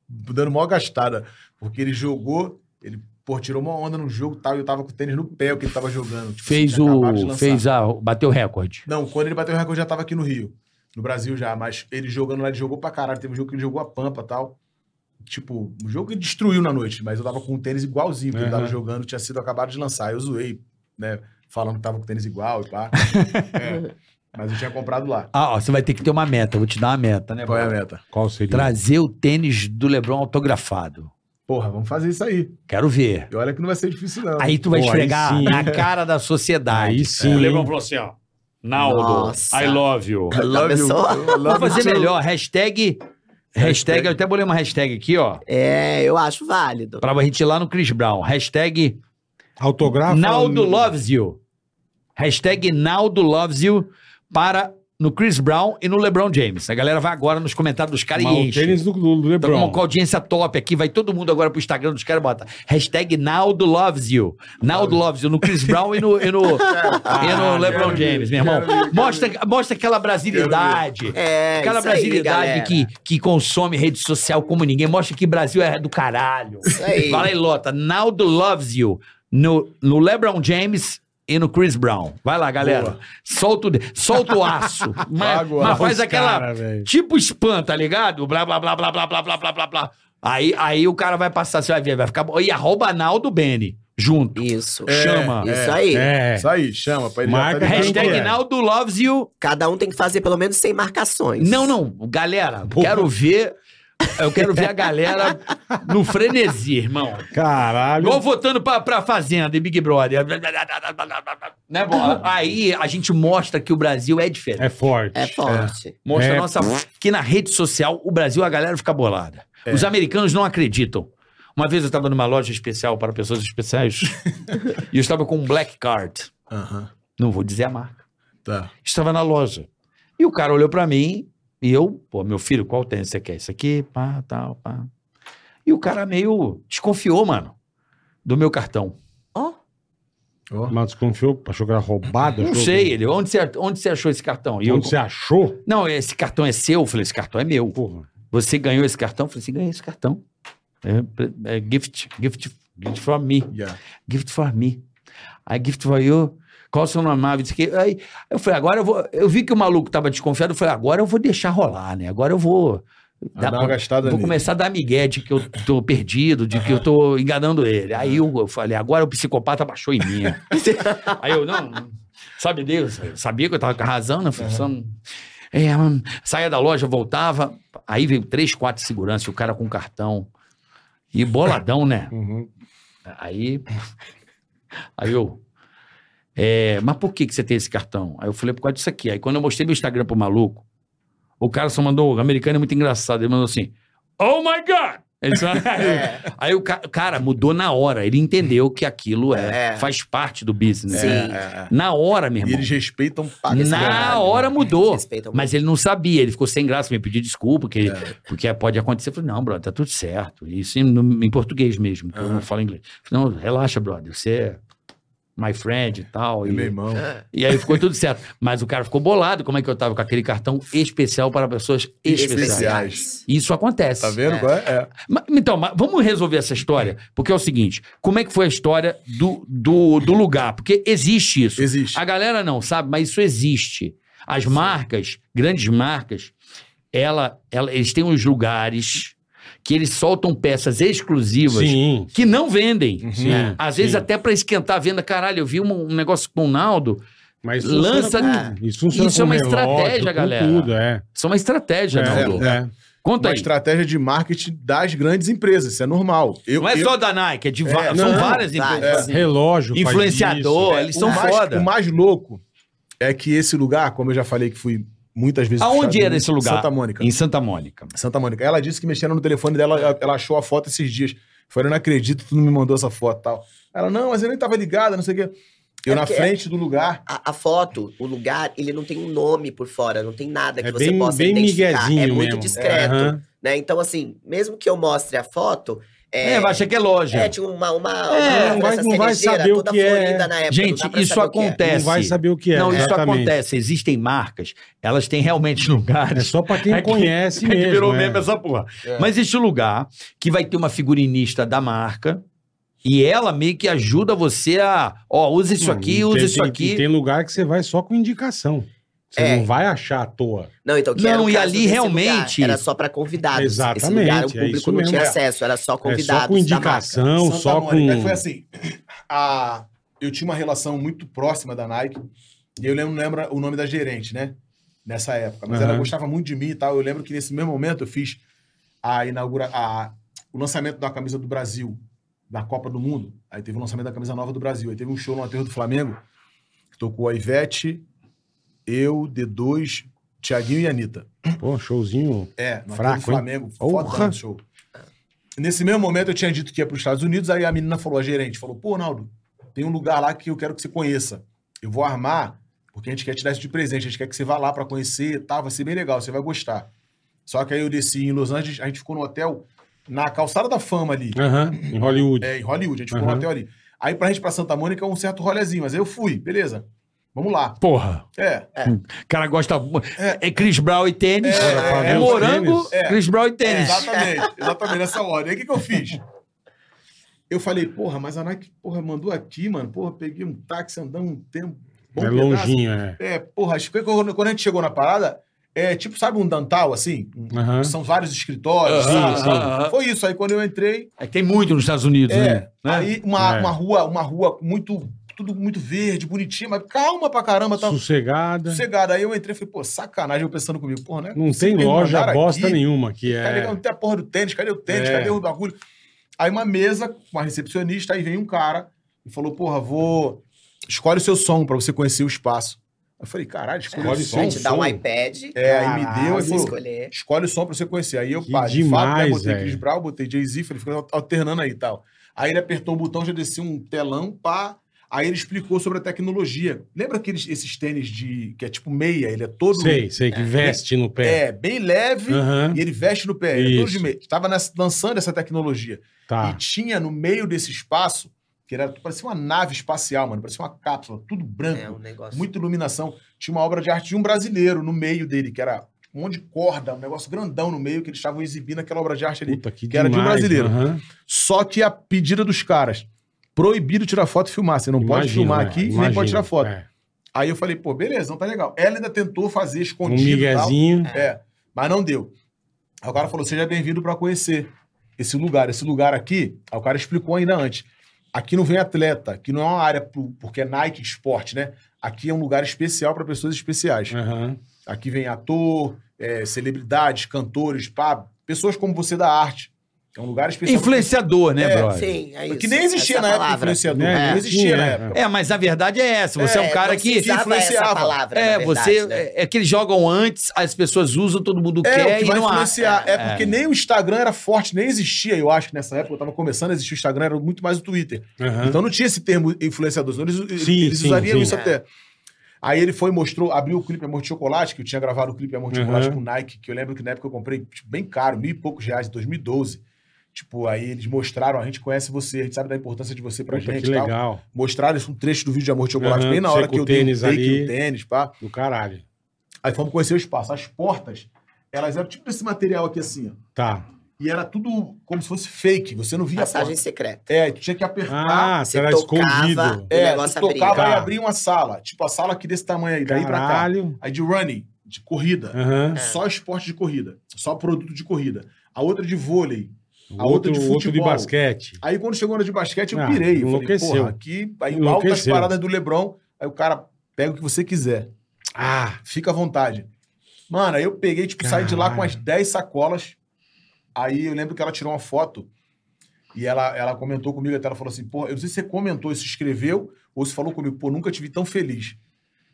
S4: dando maior gastada. Porque ele jogou, ele pô, tirou uma onda no jogo e tal, e eu tava com o tênis no pé, o que ele tava jogando. Tipo,
S2: Fez
S4: tinha acabado de
S2: o.
S4: lançar.
S2: Fez a. Bateu o recorde.
S4: Não, quando ele bateu o recorde, eu já tava aqui no Rio. No Brasil já, mas ele jogando lá, ele jogou pra caralho. Teve um jogo que ele jogou a pampa e tal. Tipo, um jogo que ele destruiu na noite, mas eu tava com o tênis igualzinho, porque ele
S3: Aham.
S4: tava jogando, tinha sido acabado de lançar. Eu zoei, né? Falando que tava com o tênis igual
S3: [laughs]
S4: e pá. É, mas eu tinha comprado lá.
S2: Ah, ó, você vai ter que ter uma meta. eu Vou te dar uma meta, né?
S4: Qual é a
S2: Bola?
S4: meta?
S3: Qual seria?
S2: Trazer o tênis do Lebron autografado.
S4: Porra, vamos fazer isso aí.
S2: Quero ver.
S4: E olha que não vai ser difícil, não.
S2: Aí tu vai
S3: Pô, aí
S2: esfregar
S3: sim,
S2: na
S3: hein?
S2: cara da sociedade.
S3: Aí sim.
S6: O
S3: hein?
S6: Lebron falou assim, ó. Naldo,
S5: Nossa.
S6: I
S5: [laughs]
S6: love you.
S2: é
S4: I love you.
S5: Começou?
S4: I love
S2: Vou fazer
S4: you.
S2: melhor. Hashtag. Hashtag. Eu até bolei uma hashtag aqui, ó.
S5: É, eu acho válido.
S2: Pra gente ir lá no Chris Brown. Hashtag.
S3: Autografa? um-
S2: Naldo loves you. Hashtag Naldo loves you para no Chris Brown e no LeBron James. A galera vai agora nos comentários dos caras
S3: Mas
S2: e
S3: O
S2: enche.
S3: um tênis do, do
S2: Então,
S3: Lebron.
S2: como com audiência top aqui, vai todo mundo agora pro Instagram dos caras e bota hashtag Naldo loves you. Naldo loves you no Chris Brown e no, e no, e no LeBron
S4: quero ver,
S2: James, meu irmão.
S4: quero ver, quero
S2: Mostra, mostra aquela brasilidade.
S5: É,
S2: Aquela
S5: isso aí,
S2: brasilidade
S5: galera.
S2: que, que consome rede social como ninguém. Mostra que Brasil é do caralho.
S5: Isso aí.
S2: Vai lá e lota. Naldo loves you. No, no LeBron James e no Chris Brown. Vai lá, galera. Solta o, de- solta o aço. mas,
S4: Paga o aço,
S2: mas faz aquela.
S3: cara, velho.
S2: tipo spam, tá ligado? Blá, blá, blá, blá, blá, blá, blá, blá, blá, blá. Aí, aí o cara vai passar, você vai ver, vai ficar. E arroba Naldo Bene, junto.
S5: Isso.
S2: Chama.
S5: Isso aí.
S3: É.
S4: Isso aí, chama. Pra ele já
S3: Marca
S4: tá ligado
S3: quem
S4: qual
S2: Hashtag
S4: é.
S2: Naldo loves you.
S5: Cada um tem que fazer pelo menos 100 marcações.
S2: Não, não. Galera, quero ver. Eu quero ver a galera no frenesi, irmão.
S3: Caralho.
S2: Igual votando pra, pra Fazenda e Big Brother. Né, bola? Aí a gente mostra que o Brasil é diferente.
S3: É forte.
S5: É forte.
S2: Mostra
S3: É.
S2: a nossa. Que na rede social, o Brasil, a galera fica bolada. Os americanos não acreditam. Uma vez eu estava numa loja especial para pessoas especiais e eu estava com um black card.
S4: Aham,
S2: Não vou dizer a marca.
S4: tá.
S2: Estava na loja. E o cara olhou para mim e eu, pô, meu filho, qual tênis você quer? Isso aqui, pá, tal, pá. E o cara meio desconfiou, mano, do meu cartão.
S5: Ó,
S4: Ó.
S3: Mas desconfiou, achou que era roubado.
S2: Não
S3: achou
S2: sei,
S3: que-
S2: ele, onde você, onde você achou esse cartão? E eu,
S3: né? Onde você achou?
S2: Não, esse cartão é seu. Eu falei, esse cartão é meu.
S3: Porra.
S2: Você ganhou esse cartão? Eu falei assim, ganhei esse cartão. É, é gift, gift, gift from me,
S4: Yeah.
S2: gift for me. I gift for you. Qual o seu nome? Ah, disse que- Aí eu falei, agora eu vou. Eu vi que o maluco tava desconfiado, eu falei, agora eu vou deixar rolar, né? Agora eu vou.
S4: Vai dar uma gastada
S2: vou
S4: nele.
S2: começar a dar migué de que eu tô perdido, de que eu tô enganando ele. Aí eu, eu falei, agora o psicopata baixou em mim. Aí eu, não, sabe Deus, eu sabia que eu tava com a razão, né? Eu falei, só não- é, hum, saía da loja, voltava, aí veio três, quatro seguranças, o cara com cartão. E boladão, né?
S3: Uhum.
S2: Aí. Aí eu. é, mas por que, que você tem esse cartão? Aí eu falei, por causa disso aqui. Aí quando eu mostrei meu Instagram pro maluco, o cara só mandou. O americano é muito engraçado. Ele mandou assim: Oh my God! Ele
S5: [laughs]
S2: só-
S5: É.
S2: Aí o ca- cara mudou na hora. Ele entendeu que aquilo é,
S5: É.
S2: faz parte do business.
S5: Sim.
S4: É, é.
S2: Na hora, meu
S4: E
S2: irmão.
S4: eles respeitam pra
S2: Na
S5: tá caralho. né?
S2: hora mudou.
S4: Tá
S5: Respeitam
S2: Mas ele não sabia, ele ficou sem graça, me pediu desculpa, que,
S4: É.
S2: porque pode acontecer. Eu falei, não, brother, tá tudo certo. Isso em, no- em português mesmo, que eu não falo inglês. Eu falei, não, relaxa, brother, você é my friend e tal.
S4: Meu
S2: E,
S4: irmão.
S5: Ah,
S2: e aí ficou tudo certo. Mas o cara ficou bolado, como é que eu tava com aquele cartão especial para pessoas especiais.
S4: Especial.
S2: Isso acontece.
S4: Tá vendo? qual É. É.
S2: Ma- Então, ma- vamos resolver essa história, porque é o seguinte: como é que foi a história do, do, do lugar? Porque existe isso.
S4: Existe.
S2: A galera não sabe, mas isso existe. As marcas, grandes marcas, ela, ela- eles têm uns lugares que eles soltam peças exclusivas
S3: Sim. Uhum.
S2: que não vendem.
S3: Sim,
S2: né? Às vezes
S3: sim.
S2: até para esquentar a venda. Caralho, eu vi um, um negócio com o Naldo.
S3: Mas
S2: Lança-
S3: funciona com- Isso, funciona
S2: Isso é
S3: com
S2: uma
S3: relógio,
S2: estratégia,
S3: com
S2: galera.
S3: Tudo, é.
S2: Isso é uma estratégia, Naldo.
S3: É, é.
S2: Conta
S4: Uma
S2: aí.
S4: estratégia de marketing das grandes empresas. Isso é normal. Eu,
S2: Não é
S4: eu-
S2: só da Nike, é de va-
S4: É,
S2: são
S3: não, tá,
S2: várias
S5: Ah, várias.
S2: empresas.
S3: É. Relógio. faz
S2: Influenciador, eles
S4: o
S2: são
S4: mais-
S2: foda.
S4: O mais louco é que esse lugar, como eu já falei que fui muitas vezes... nos
S2: Aonde
S4: Estados
S2: era
S4: Unidos,
S2: esse lugar?
S4: Santa Mônica.
S2: Em Santa Mônica.
S4: Santa Mônica. Ela disse que mexeram no telefone dela, ela- ela achou a foto esses dias. Falei, eu não acredito, tu não me mandou essa foto e tal. Ela, não, mas eu nem tava ligada, não sei o quê. Eu
S5: É
S4: na
S5: porque-
S4: frente do lugar.
S5: A, a foto, o lugar, ele não tem um nome por fora, não tem nada que
S3: É
S5: você
S3: bem,
S5: possa
S3: bem
S5: identificar.
S3: miguezinho
S5: é
S3: mesmo.
S5: muito discreto,
S3: Aham.
S5: né? Então, assim, mesmo que eu mostre a foto, é,
S2: É, vai achar que é loja.
S5: é de uma, uma,
S3: É,
S5: uma
S3: não vai-
S5: essa
S3: não vai
S5: cerejeira
S3: saber o
S5: toda
S3: que é.
S5: florida na época. não dá
S2: Gente,
S5: pra
S2: isso
S5: saber o que é.
S2: acontece.
S3: Não vai saber o que é.
S2: Não, isso
S3: exatamente.
S2: acontece. Existem marcas, elas têm realmente [laughs]
S3: É
S2: lugares.
S3: só pra quem
S2: É que-
S3: conhece mesmo.
S2: virou
S3: é.
S2: mesmo essa porra. Mas existe um lugar que vai ter uma figurinista da marca e ela meio que ajuda você a. Ó, usa isso
S3: é. Não,
S2: aqui,
S3: e
S2: usa
S3: tem-
S2: isso
S3: tem-
S2: aqui.
S3: e Tem lugar que você vai só com indicação. Você
S5: É.
S3: não vai achar à toa. É
S5: Não, então que era
S2: Não,
S5: o
S2: e
S5: caso
S2: ali
S5: desse
S2: realmente-
S5: lugar, Era só pra convidados. Esse
S3: Exatamente,
S5: lugar o
S3: é
S5: público
S3: isso
S5: não tinha
S3: mesmo.
S5: acesso, era só convidados.
S3: é só com
S5: da marca.
S3: indicação,
S4: Santa
S3: só
S4: Mônica. Aí
S3: com...
S4: foi assim. a- eu tinha uma relação muito próxima da Nike. E eu lembro, lembro o nome da gerente, né? Nessa época. Mas ela
S3: Aham.
S4: gostava muito de mim e tal. Eu lembro que nesse mesmo momento eu fiz a inaugura, a- o lançamento da camisa do Brasil na Copa do Mundo. Aí teve o lançamento da camisa nova do Brasil. Aí teve um show no aterro do Flamengo. Que tocou a Ivete, eu, D2, Thiaguinho e Anitta.
S3: Pô, showzinho.
S4: É, no
S3: Fraco,
S4: Fraco, Flamengo,
S3: Porra.
S4: fodão do show. Nesse mesmo momento eu tinha dito que ia para os Estados Unidos, aí a menina falou, a gerente, falou, pô, Naldo, tem um lugar lá que eu quero que você conheça. Eu vou armar, porque a gente quer te dar isso de presente, a gente quer que você vá lá para conhecer, tá, vai ser bem legal, você vai gostar. Só que aí eu desci em Los Angeles, a gente ficou no hotel, na Calçada da Fama ali,
S3: Aham, em Hollywood.
S4: é, em Hollywood, a gente ficou
S3: Aham.
S4: no hotel ali. Aí pra gente pra Santa Mônica é um certo rolezinho, mas aí eu fui, beleza, vamos lá.
S2: Porra.
S4: É,
S2: O cara gosta. É, Chris Brown e tênis.
S3: pra
S2: É,
S3: ver os
S2: morango,
S3: tênis.
S4: É.
S2: Chris Brown e tênis.
S4: Exatamente, exatamente nessa ordem. Aí o que, que eu fiz? Eu falei, porra, mas a Nike, porra, mandou aqui, mano. Porra, peguei um táxi, andando um tempo. bom
S3: é
S4: pedaço.
S3: longinho, é.
S4: É, porra, acho que quando quando a gente chegou na parada, é tipo, sabe um dantal, assim?
S3: Aham.
S4: São vários escritórios.
S3: Aham,
S4: sabe?
S2: aham, aham.
S4: Foi isso. Aí quando eu entrei,
S2: É que tem muito nos Estados Unidos,
S4: é,
S2: né?
S4: aí uma,
S3: É.
S4: uma rua, uma rua muito, tudo muito verde, bonitinha, mas calma pra caramba, tá
S3: Sossegada.
S4: sossegada. Aí eu entrei e falei, pô, sacanagem, eu pensando comigo, porra, né?
S3: Não tem
S4: me
S3: loja
S4: mandaram
S3: bosta
S4: aqui, tá
S3: nenhuma que
S4: Cadê,
S3: é.
S4: não tem a porra do tênis, cadê o tênis,
S3: É.
S4: cadê o bagulho? Aí uma mesa, uma recepcionista, aí vem um cara e falou, porra, vou... Escolhe o seu som pra você conhecer o espaço. Eu falei, caralho, escolhe o
S3: Escolhe
S4: som.
S5: Gente, dá um iPad.
S4: É, aí me deu
S5: pra
S4: e
S5: você
S4: falou,
S5: escolher.
S4: escolhe o som pra você conhecer. Aí eu,
S3: Que
S4: pá, de fato, né,
S3: demais,
S4: botei
S3: velho.
S4: Chris Brown, botei Jay-Z, ele ficou alternando aí e tal. Aí ele apertou o botão, já desceu um telão, pá. Aí ele explicou sobre a tecnologia. Lembra aqueles esses tênis de que é tipo meia, ele é todo
S3: Sei, sei, que veste no pé.
S4: é bem leve
S3: Aham,
S4: e ele veste no pé, ele é todo
S3: Isso.
S4: de meia. Estava nessa- lançando essa tecnologia e
S3: Tá.
S4: tinha no meio desse espaço que era parecia uma nave espacial, mano, parecia uma cápsula, tudo branco
S5: É um negócio.
S4: muita iluminação. Tinha uma obra de arte de um brasileiro no meio dele, que era um monte de corda, um negócio grandão no meio, que eles estavam exibindo aquela obra de arte ali.
S3: Puta, que
S4: que era de um
S3: demais,
S4: brasileiro.
S3: aham.
S4: Só que a pedida dos caras, proibido tirar foto e filmar. Você não pode
S3: Imagino,
S4: filmar
S3: né?
S4: aqui e nem
S3: Imagino,
S4: pode tirar foto.
S3: é.
S4: Aí eu falei, pô, beleza, não tá legal. Ela ainda tentou fazer
S3: Um
S4: escondido e tal.
S3: miguezinho.
S4: É, mas não deu. Aí o cara falou, seja bem-vindo para conhecer esse lugar. Esse lugar aqui, aí o cara explicou ainda antes. Aqui não vem atleta, aqui não é uma área, pro- porque é Nike esporte, né? Aqui é um lugar especial para pessoas especiais.
S3: Aham.
S4: Aqui vem ator, eh, celebridades, cantores, pá, pessoas como você da arte. É um lugar especial.
S2: Influenciador, né,
S4: É,
S2: brother?
S5: Sim, é isso.
S4: Que nem existia
S5: Essa
S4: na época
S5: palavra.
S4: influenciador.
S3: É,
S4: não existia na
S3: tinha,
S4: época.
S2: É, mas a verdade é essa. Você é, um cara
S5: não
S2: que.
S5: precisava
S4: influenciava.
S5: Essa palavra,
S2: É,
S5: na
S2: você.
S5: verdade, né?
S2: É que eles jogam antes, as pessoas usam, todo mundo
S4: É,
S2: quer
S4: o que
S2: e
S4: vai
S2: não há.
S4: influenciar. É,
S2: é.
S4: porque nem o Instagram era forte, nem existia, eu acho que nessa época eu tava começando a existir o Instagram, era muito mais o Twitter.
S3: aham.
S4: Então não tinha esse termo influenciador, senão eles,
S3: Sim,
S4: eles
S3: sim,
S4: usariam
S3: sim.
S4: isso até. Aí ele foi, mostrou, abriu o clipe Amor de Chocolate, que eu tinha gravado o clipe Amor de
S3: Uhum.
S4: Chocolate com Nike, que eu lembro que na época eu comprei tipo, bem caro, mil e poucos reais, em 2012. Tipo, aí eles mostraram, a gente conhece você, a gente sabe da importância de você pra
S3: Puta,
S4: gente
S3: que
S4: e tal.
S3: legal.
S4: Mostraram isso, um trecho do vídeo de Amor de Chocolate,
S3: Uhum,
S4: bem na
S3: você
S4: hora
S3: com
S4: que eu
S3: o
S4: dei o
S3: tênis ali.
S4: take, o tênis, pá.
S3: Do caralho.
S4: Aí fomos conhecer o espaço. As portas, elas eram tipo desse material aqui assim, ó.
S3: Tá.
S4: E era tudo como se fosse fake, você não via a
S5: Passagem
S4: porta.
S5: secreta.
S4: É, tu tinha que apertar.
S3: Ah,
S5: Você
S3: será
S5: tocava,
S3: escondido.
S5: o
S4: é, tu
S5: negócio abria.
S4: tocava e
S3: Tá.
S4: abria uma sala. Tipo, a sala aqui desse tamanho aí, daí pra cá.
S3: Caralho.
S4: Aí de running, de corrida.
S5: É.
S3: Aham.
S4: Só esporte de corrida. Só produto de corrida. A outra de vôlei. A
S3: Outro,
S4: outra de
S3: outro de
S4: futebol.
S3: basquete.
S4: Aí quando chegou na de basquete, eu
S3: Ah,
S4: pirei. Eu falei,
S3: enlouqueceu.
S4: porra, aqui... Aí altas
S3: Enlouqueceu.
S4: paradas do Lebron. Aí o cara pega o que você quiser.
S3: Ah,
S4: Fica à vontade. Mano, aí eu peguei, tipo, saí de lá com umas 10 sacolas. Aí eu lembro que ela tirou uma foto e ela, ela comentou comigo até. Ela falou assim: Porra, eu não sei se você comentou, se escreveu ou se falou comigo. Pô, nunca te vi tão feliz.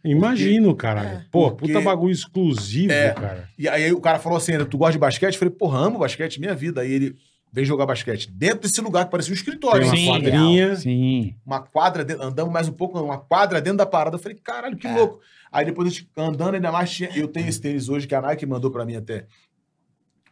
S3: imagino, caralho. Pô,
S4: Porque-
S3: puta bagulho exclusivo,
S4: É.
S3: cara.
S4: E aí o cara falou assim: "Ana, Tu gosta de basquete? Eu falei: Porra, amo basquete, minha vida. Aí ele veio jogar basquete dentro desse lugar que parecia um
S3: Tem
S4: escritório.
S3: uma
S4: Sim.
S3: quadrinha.
S2: Sim.
S4: uma quadra, dentro, andamos mais um pouco, uma quadra dentro da parada. Eu falei, caralho,
S3: É.
S4: que louco. Aí depois a gente andando ainda mais, tinha- eu tenho esse tênis hoje que a Nike mandou pra mim até.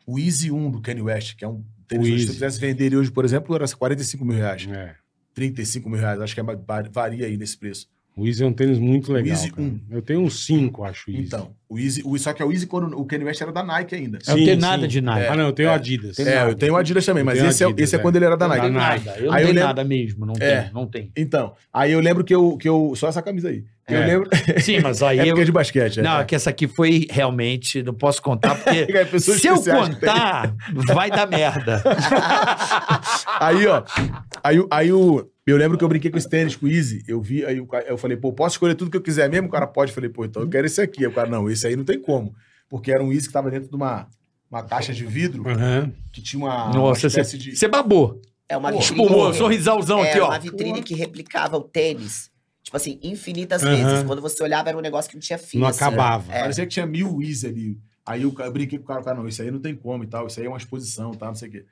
S4: O Easy 1 do Kanye West, que é um tênis
S3: O
S4: hoje, se
S3: Easy.
S4: eu quisesse vender ele hoje, por exemplo, era 45 mil reais.
S3: É.
S4: 35 mil reais, acho que é, mais- va- varia aí nesse preço.
S3: O Easy é um tênis muito legal.
S4: Easy
S3: cara.
S4: um.
S3: Eu tenho uns cinco, acho. Easy.
S4: Então, o Easy, o- só que é o Easy quando o Kanye West era da Nike ainda.
S2: Eu
S3: Sim,
S2: não tenho nada
S3: sim.
S2: de nada.
S3: Ah, não, eu tenho
S4: É.
S3: Adidas.
S4: É, eu tenho o Adidas também,
S3: Eu
S4: mas
S3: tenho
S4: esse, é-
S3: Adidas,
S4: esse é,
S3: é.
S4: quando ele era da Nike.
S3: Da Nike.
S2: Tá Nada. Eu não
S4: Aí eu
S2: tenho
S4: lembro-
S2: nada mesmo. Não
S4: É.
S2: tenho, não tenho.
S4: Então, aí eu lembro que eu, que eu. Só essa camisa aí. Eu
S3: É.
S4: lembro.
S2: [laughs] Sim, mas aí.
S4: É
S2: eu-
S4: porque é de basquete. é.
S2: Não,
S4: é.
S2: é que essa aqui foi realmente. Não posso contar, porque.
S4: É, pessoas
S2: Se eu
S4: especiais [laughs] que tem.
S2: contar, vai dar merda.
S4: Aí, ó. Aí, o- aí o. Eu lembro que eu brinquei com esse tênis com o Easy. Eu vi, aí o cara- eu falei, pô, posso escolher tudo que eu quiser mesmo? O cara pode. Eu falei, pô, então eu quero esse aqui. Aí O cara, não, esse aí não tem como. Porque era um Easy que tava dentro de uma, uma caixa de vidro
S3: Aham.
S4: que tinha uma, uma
S2: Nossa,
S4: espécie
S2: você
S4: de.
S2: você babou.
S5: É uma
S4: Pô,
S5: vitrine.
S2: Espumou, sorrisalzão
S5: é
S2: aqui,
S5: uma
S2: ó.
S5: vitrine que replicava o tênis. Tipo assim, infinitas
S3: Aham.
S5: vezes. Quando você olhava, era um negócio que não tinha fim.
S3: Não
S5: assim,
S3: acabava.
S5: É.
S4: Parecia que tinha mil Easy ali. Aí eu, eu brinquei com o cara, o cara, não, isso aí não tem como e tal, isso aí é uma exposição, tá? Não sei o quê.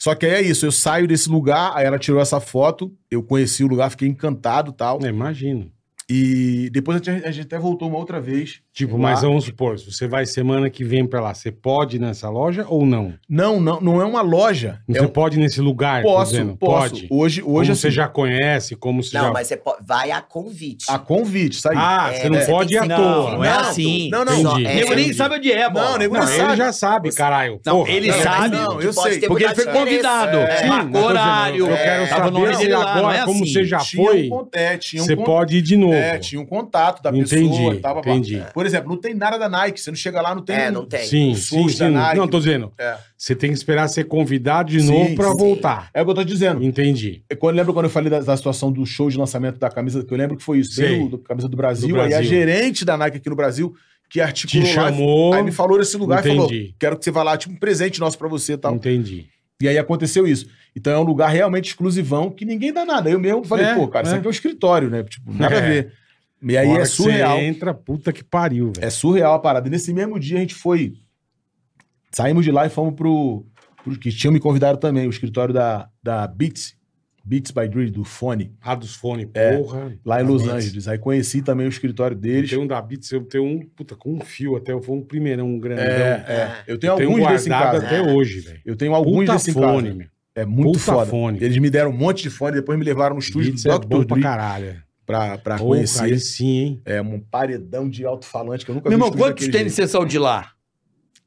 S4: Só que aí é isso, eu saio desse lugar, aí ela tirou essa foto, eu conheci o lugar, fiquei encantado e tal.
S3: É, imagino.
S4: E depois a gente, a gente até voltou uma outra vez.
S3: Tipo, mas vamos supor, se você vai semana que vem pra lá, você pode ir nessa loja ou não?
S4: Não, não, não é uma loja. É
S3: Você
S4: um...
S3: pode ir nesse lugar? tô
S4: Posso,
S3: dizendo,
S4: posso.
S3: tá Pode.
S4: Hoje, assim,
S3: Hoje
S4: hoje
S3: você já conhece, como você
S5: Não,
S3: já...
S5: mas você po- vai a convite.
S4: a convite, saiu.
S3: Ah,
S5: É,
S3: você não
S5: você
S3: pode ir à
S5: tem que- né?
S3: toa.
S2: Não, é assim.
S4: Não, não.
S5: Só-
S3: entendi.
S5: é,
S2: nego nem
S5: entendi.
S2: sabe onde é, pô.
S4: Não, nego
S3: Não,
S4: não
S3: ele
S4: sabe.
S3: já sabe, caralho.
S2: Não, ele
S4: Não, mas
S2: sabe.
S4: Não, eu
S5: Pode
S4: sei.
S5: ter
S2: Tipo, Porque ele foi
S5: mudado de
S2: convidado.
S5: endereço.
S2: Sim,
S5: É.
S3: mas eu tô dizendo,
S2: horário.
S3: Eu quero
S2: Tava
S3: saber
S2: o nome
S3: se
S2: dele lá, não
S3: agora,
S2: é
S3: como
S2: assim.
S3: você já
S4: Tinha
S3: foi,
S4: um contato, tinha um
S3: você
S4: contato.
S3: pode ir de novo.
S4: É, tinha um contato da pessoa.
S3: entendi,
S4: e tal, papá.
S3: entendi.
S4: Por exemplo, não tem nada da Nike. Você não chega lá, não tem.
S5: É, não tem.
S3: Sim, sim,
S4: SUS
S3: sim.
S4: da Nike.
S3: Não, tô dizendo,
S4: É.
S3: você tem que esperar ser convidado de
S4: Sim,
S3: novo pra
S4: sim.
S3: voltar.
S4: É o que eu tô dizendo.
S3: Entendi.
S4: Eu É, quando- lembro quando eu falei da, da situação do show de lançamento da camisa, que eu lembro que foi isso,
S3: Sei.
S4: bem do, do camisa do Brasil,
S3: Do Brasil.
S4: aí a gerente da Nike aqui no Brasil, que articulou
S3: Te
S4: lá,
S3: chamou.
S4: Tipo, aí me falou desse lugar e falou,
S3: Entendi.
S4: quero que você vá lá, tipo, um presente nosso pra você e tal.
S3: Entendi.
S4: E aí aconteceu isso. Então é um lugar realmente exclusivão, que ninguém dá nada. Eu mesmo falei,
S3: É,
S4: pô, cara, isso
S3: é.
S4: aqui é um escritório, né? Tipo, nada
S3: É.
S4: a ver. E aí
S3: A hora
S4: é
S3: que você
S4: surreal.
S3: entra, puta que pariu, velho.
S4: É surreal a parada. E nesse mesmo dia a gente foi. Saímos de lá e fomos pro. pro- que tinham me convidado também, o escritório da, da Beats, Beats by Dre, do Fone,
S3: Ah, dos fones,
S4: É.
S3: porra.
S4: lá em Los
S3: Beats.
S4: Angeles. Aí conheci também o escritório deles.
S3: Tem um da Beats, eu tenho um, puta, com um fio até, eu vou um primeirão, um grandão.
S4: É, é. Eu tenho
S3: Tem um
S4: alguns desse em
S3: guardado
S4: casa.
S3: até hoje, velho.
S4: Eu tenho alguns
S3: Puta
S4: desse em
S3: fone,
S4: casa.
S3: meu.
S4: É muito
S3: Puta
S4: foda.
S3: fone.
S4: Eles me deram um monte de fone, depois me levaram no estúdio
S3: Beats
S4: do
S3: é
S4: Dr.
S3: bom pra
S4: Dre Tá
S3: caralho.
S4: pra, pra
S3: Porra,
S4: conhecer.
S3: aí sim, hein?
S4: É um paredão de alto-falante que eu nunca
S2: Meu
S4: vi.
S2: irmão,
S4: estúdio
S2: quantos
S4: daquele
S2: tênis
S4: jeito.
S2: você saiu de lá?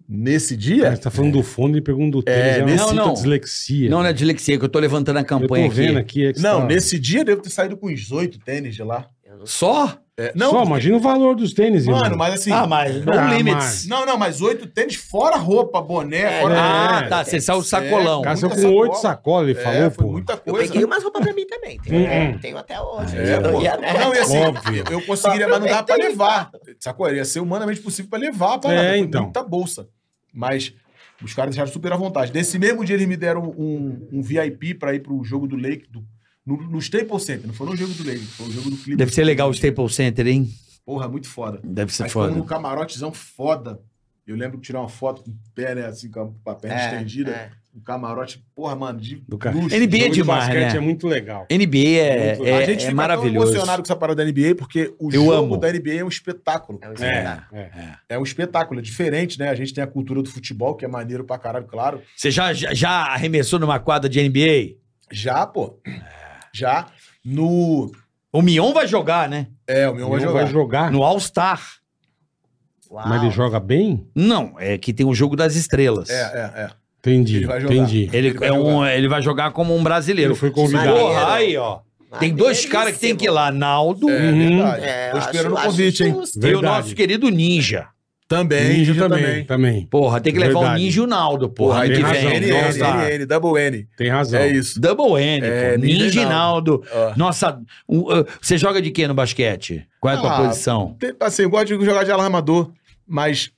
S4: Nesse
S3: Cara,
S4: dia?
S3: você tá falando do fone e pergunta do tênis.
S4: É,
S3: eu
S4: nesse-
S3: sinto
S2: Não, não.
S3: dislexia.
S2: Não, não é
S3: velho.
S2: dislexia, que eu tô levantando a campanha
S3: Eu tô vendo
S2: aqui.
S3: aqui. é que você
S4: Não,
S3: tá-
S4: nesse dia eu devo ter saído com uns oito tênis de lá.
S5: Eu não sei.
S2: Só?
S4: É,
S3: Só,
S4: não,
S3: imagina o valor dos tênis,
S4: mano,
S3: irmão.
S4: mas assim.
S2: Ah, mas no
S3: Ah,
S2: limits.
S4: Não, não, mas oito tênis fora roupa, boné,
S5: É,
S4: fora.
S2: Ah,
S3: É.
S2: tá. Você saiu sacolão.
S3: O cara saiu
S4: muita
S3: com
S4: sacola.
S3: oito sacolas, ele
S4: É,
S3: falou,
S4: foi
S3: pô.
S4: muita
S5: Eu
S4: coisa.
S5: peguei umas roupas pra mim também.
S3: Hum,
S5: Tenho, tenho até hoje.
S4: É,
S5: Eu
S4: pô.
S5: ia, né?
S4: Não, e assim,
S3: Óbvio.
S4: eu conseguiria, mas não dava pra levar. Sacou? Ia ser humanamente possível pra levar, pra
S3: É, então.
S4: muita bolsa. Mas os caras deixaram super à vontade. Nesse mesmo dia eles me deram um, um VIP pra ir pro jogo do Lake, do- no, no Staples Center. Não foi no jogo do Lake, foi o jogo do Clippers.
S2: Deve ser legal o Staples Center, hein?
S4: Porra, muito foda.
S2: Deve ser
S4: Aí
S2: foda.
S4: fomos num camarotezão foda. Eu lembro que tirar uma foto com o pé, né, assim, com a, com a perna
S5: É,
S4: estendida.
S5: é.
S4: Um camarote, porra, mano, de
S3: Do cara.
S4: luxo.
S2: NBA
S3: Jogo de
S2: demais,
S3: basquete
S2: né?
S3: é muito legal.
S2: NBA é,
S3: Muito-
S2: é,
S4: a gente
S2: é
S4: fica tão
S2: maravilhoso.
S4: emocionado com essa parada da NBA, porque o
S2: Eu
S4: jogo
S2: amo.
S4: da NBA é um espetáculo.
S5: É um
S3: É,
S5: espetáculo.
S3: é.
S4: É um espetáculo, é diferente, né? A gente tem a cultura do futebol, que é maneiro pra caralho, claro.
S2: Você já, já, já arremessou numa quadra de NBA?
S4: Já, pô. Já no.
S2: O Mion vai jogar, né?
S4: É, o meu vai
S3: Ele não
S4: jogar.
S3: vai jogar,
S2: No All-Star.
S5: Uau.
S3: mas ele joga bem?
S2: Não, é que tem o jogo das estrelas.
S4: É, é, é.
S3: Entendi,
S4: Ele vai jogar.
S3: entendi.
S2: Ele,
S4: Ele vai
S2: é um, ele vai jogar como um brasileiro.
S3: Ele foi convidado.
S2: Porra, aí, ó. Tem dois
S5: Ah,
S2: caras que tem que ir lá. Naldo
S4: É
S3: Uhum.
S4: verdade.
S5: É,
S4: Tô
S5: eu
S4: esperando
S5: acho-
S4: o convite,
S5: acho
S4: hein?
S5: justo.
S2: e o
S3: Verdade.
S2: nosso querido Ninja.
S4: Também,
S3: Ninja
S4: também.
S3: também, também.
S2: Porra, tem que levar o
S3: Verdade.
S2: Ninja e o Naldo, porra.
S3: Porra,
S2: Ano
S3: tem
S2: que
S3: razão.
S2: vem.
S4: N,
S3: Não,
S4: N,
S3: tá.
S4: N, N, double N.
S3: Tem razão.
S4: É isso.
S2: Double N,
S4: É,
S2: pô.
S4: Ninja e
S2: Ninja e Naldo.
S4: Ó.
S2: Nossa, um, uh, você joga de quê no basquete? Qual é a tua
S4: Ah,
S2: posição?
S4: Tem- Assim, eu gosto de jogar de alarmador, mas.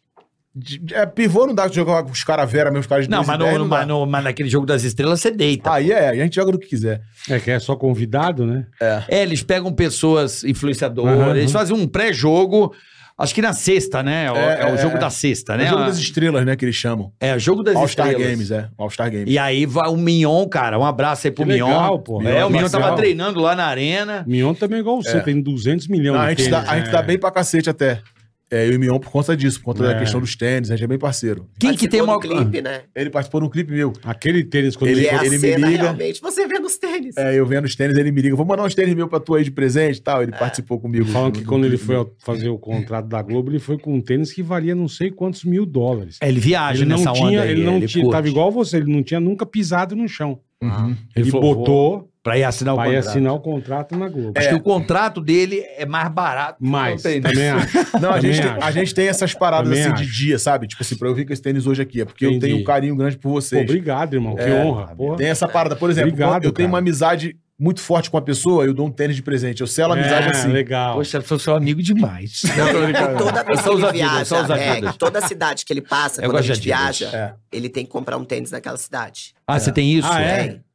S4: de- de- é, pivô não dá de jogar com os caras vera, meus caras de
S2: Não,
S4: 2 e
S2: mas, no,
S4: 10
S2: no-
S4: dá.
S2: mas no- mas naquele jogo das estrelas você deita.
S4: Aí é, a gente joga do que quiser.
S3: É que é só convidado, né?
S4: Ah.
S2: É, eles pegam pessoas influenciadoras,
S3: Aham,
S2: eles
S3: aham.
S2: fazem um pré-jogo, acho que na sexta, né? É, o-
S4: É,
S2: é o
S4: é,
S2: jogo
S4: é.
S2: da sexta,
S4: É
S2: né?
S4: o jogo das estrelas, né, que eles chamam.
S2: É, o jogo das
S4: All-Star
S2: estrelas.
S4: Games, é. All-Star Games.
S2: E aí vai o Mignon, cara, um abraço aí pro
S3: Que
S2: Mignon.
S3: legal, pô.
S2: É, o
S3: Mignon
S2: Mignon tava
S3: legal.
S2: treinando lá na arena.
S3: Mion também é igual você,
S4: É.
S3: tem 200 milhões
S4: Não, a,
S3: de
S4: gente
S3: tênis,
S4: dá, a
S3: né?
S4: gente dá bem pra cacete até. É, eu e o Mion por conta disso, por conta
S3: É.
S4: da questão dos tênis, a gente é bem parceiro.
S2: Quem que tem o maior...
S5: Participou do clipe, né?
S4: Ele participou de um clipe meu.
S3: Aquele tênis, quando
S5: Ele,
S3: ele...
S5: é a
S4: ele me
S5: cena,
S4: liga.
S5: realmente. Você vê nos tênis.
S4: É, eu vendo os tênis, ele me liga. Vou mandar uns tênis meu pra tu aí de presente e tal. Ele participou comigo.
S3: Falam que
S4: No-
S3: quando
S4: no
S3: ele
S4: clipe
S3: foi
S4: meu.
S3: ao- fazer o contrato da Globo, ele foi com um tênis que valia não sei quantos mil dólares.
S2: É, Ele viaja
S3: Ele não
S2: nessa
S3: tinha,
S2: onda aí,
S3: ele não tinha,
S2: curte.
S3: tava igual você, ele não tinha nunca pisado no chão.
S4: Uhum.
S3: Ele,
S2: Ele falou,
S3: botou
S2: Pra ir assinar o
S3: pra ir
S2: contrato.
S3: assinar o contrato na
S4: É,
S3: Globo.
S2: Acho que o contrato dele é mais barato.
S3: Mas,
S2: Não tem, né?
S3: também acho.
S4: [laughs] Não, a
S3: Também
S4: gente, tem,
S3: acho.
S4: a gente tem essas paradas
S3: Também
S4: assim
S3: acho.
S4: de dia, sabe? Tipo assim, pra eu vir com esse tênis hoje aqui. É porque
S3: Entendi.
S4: eu tenho um carinho grande por
S3: Pô,
S4: vocês.
S3: obrigado, irmão, que
S4: É,
S3: honra. Porra.
S4: Tem essa parada. Por exemplo,
S3: Obrigado,
S4: quando eu
S3: cara.
S4: tenho uma amizade muito forte com uma pessoa, eu dou um tênis de presente. Eu selo a amizade
S3: É,
S4: assim.
S3: legal.
S2: Poxa, eu sou seu amigo demais. [laughs]
S5: Toda vez que
S2: só
S5: ele
S2: os Adidas,
S5: viaja,
S2: só os É
S5: é,
S2: Adidas.
S5: toda cidade que ele passa,
S2: Eu
S5: quando a
S2: gosto de
S5: gente
S2: Adidas.
S5: viaja,
S4: É.
S5: ele tem que comprar um tênis naquela cidade.
S2: Ah, você tem isso?
S3: Ah, é?
S5: Tem.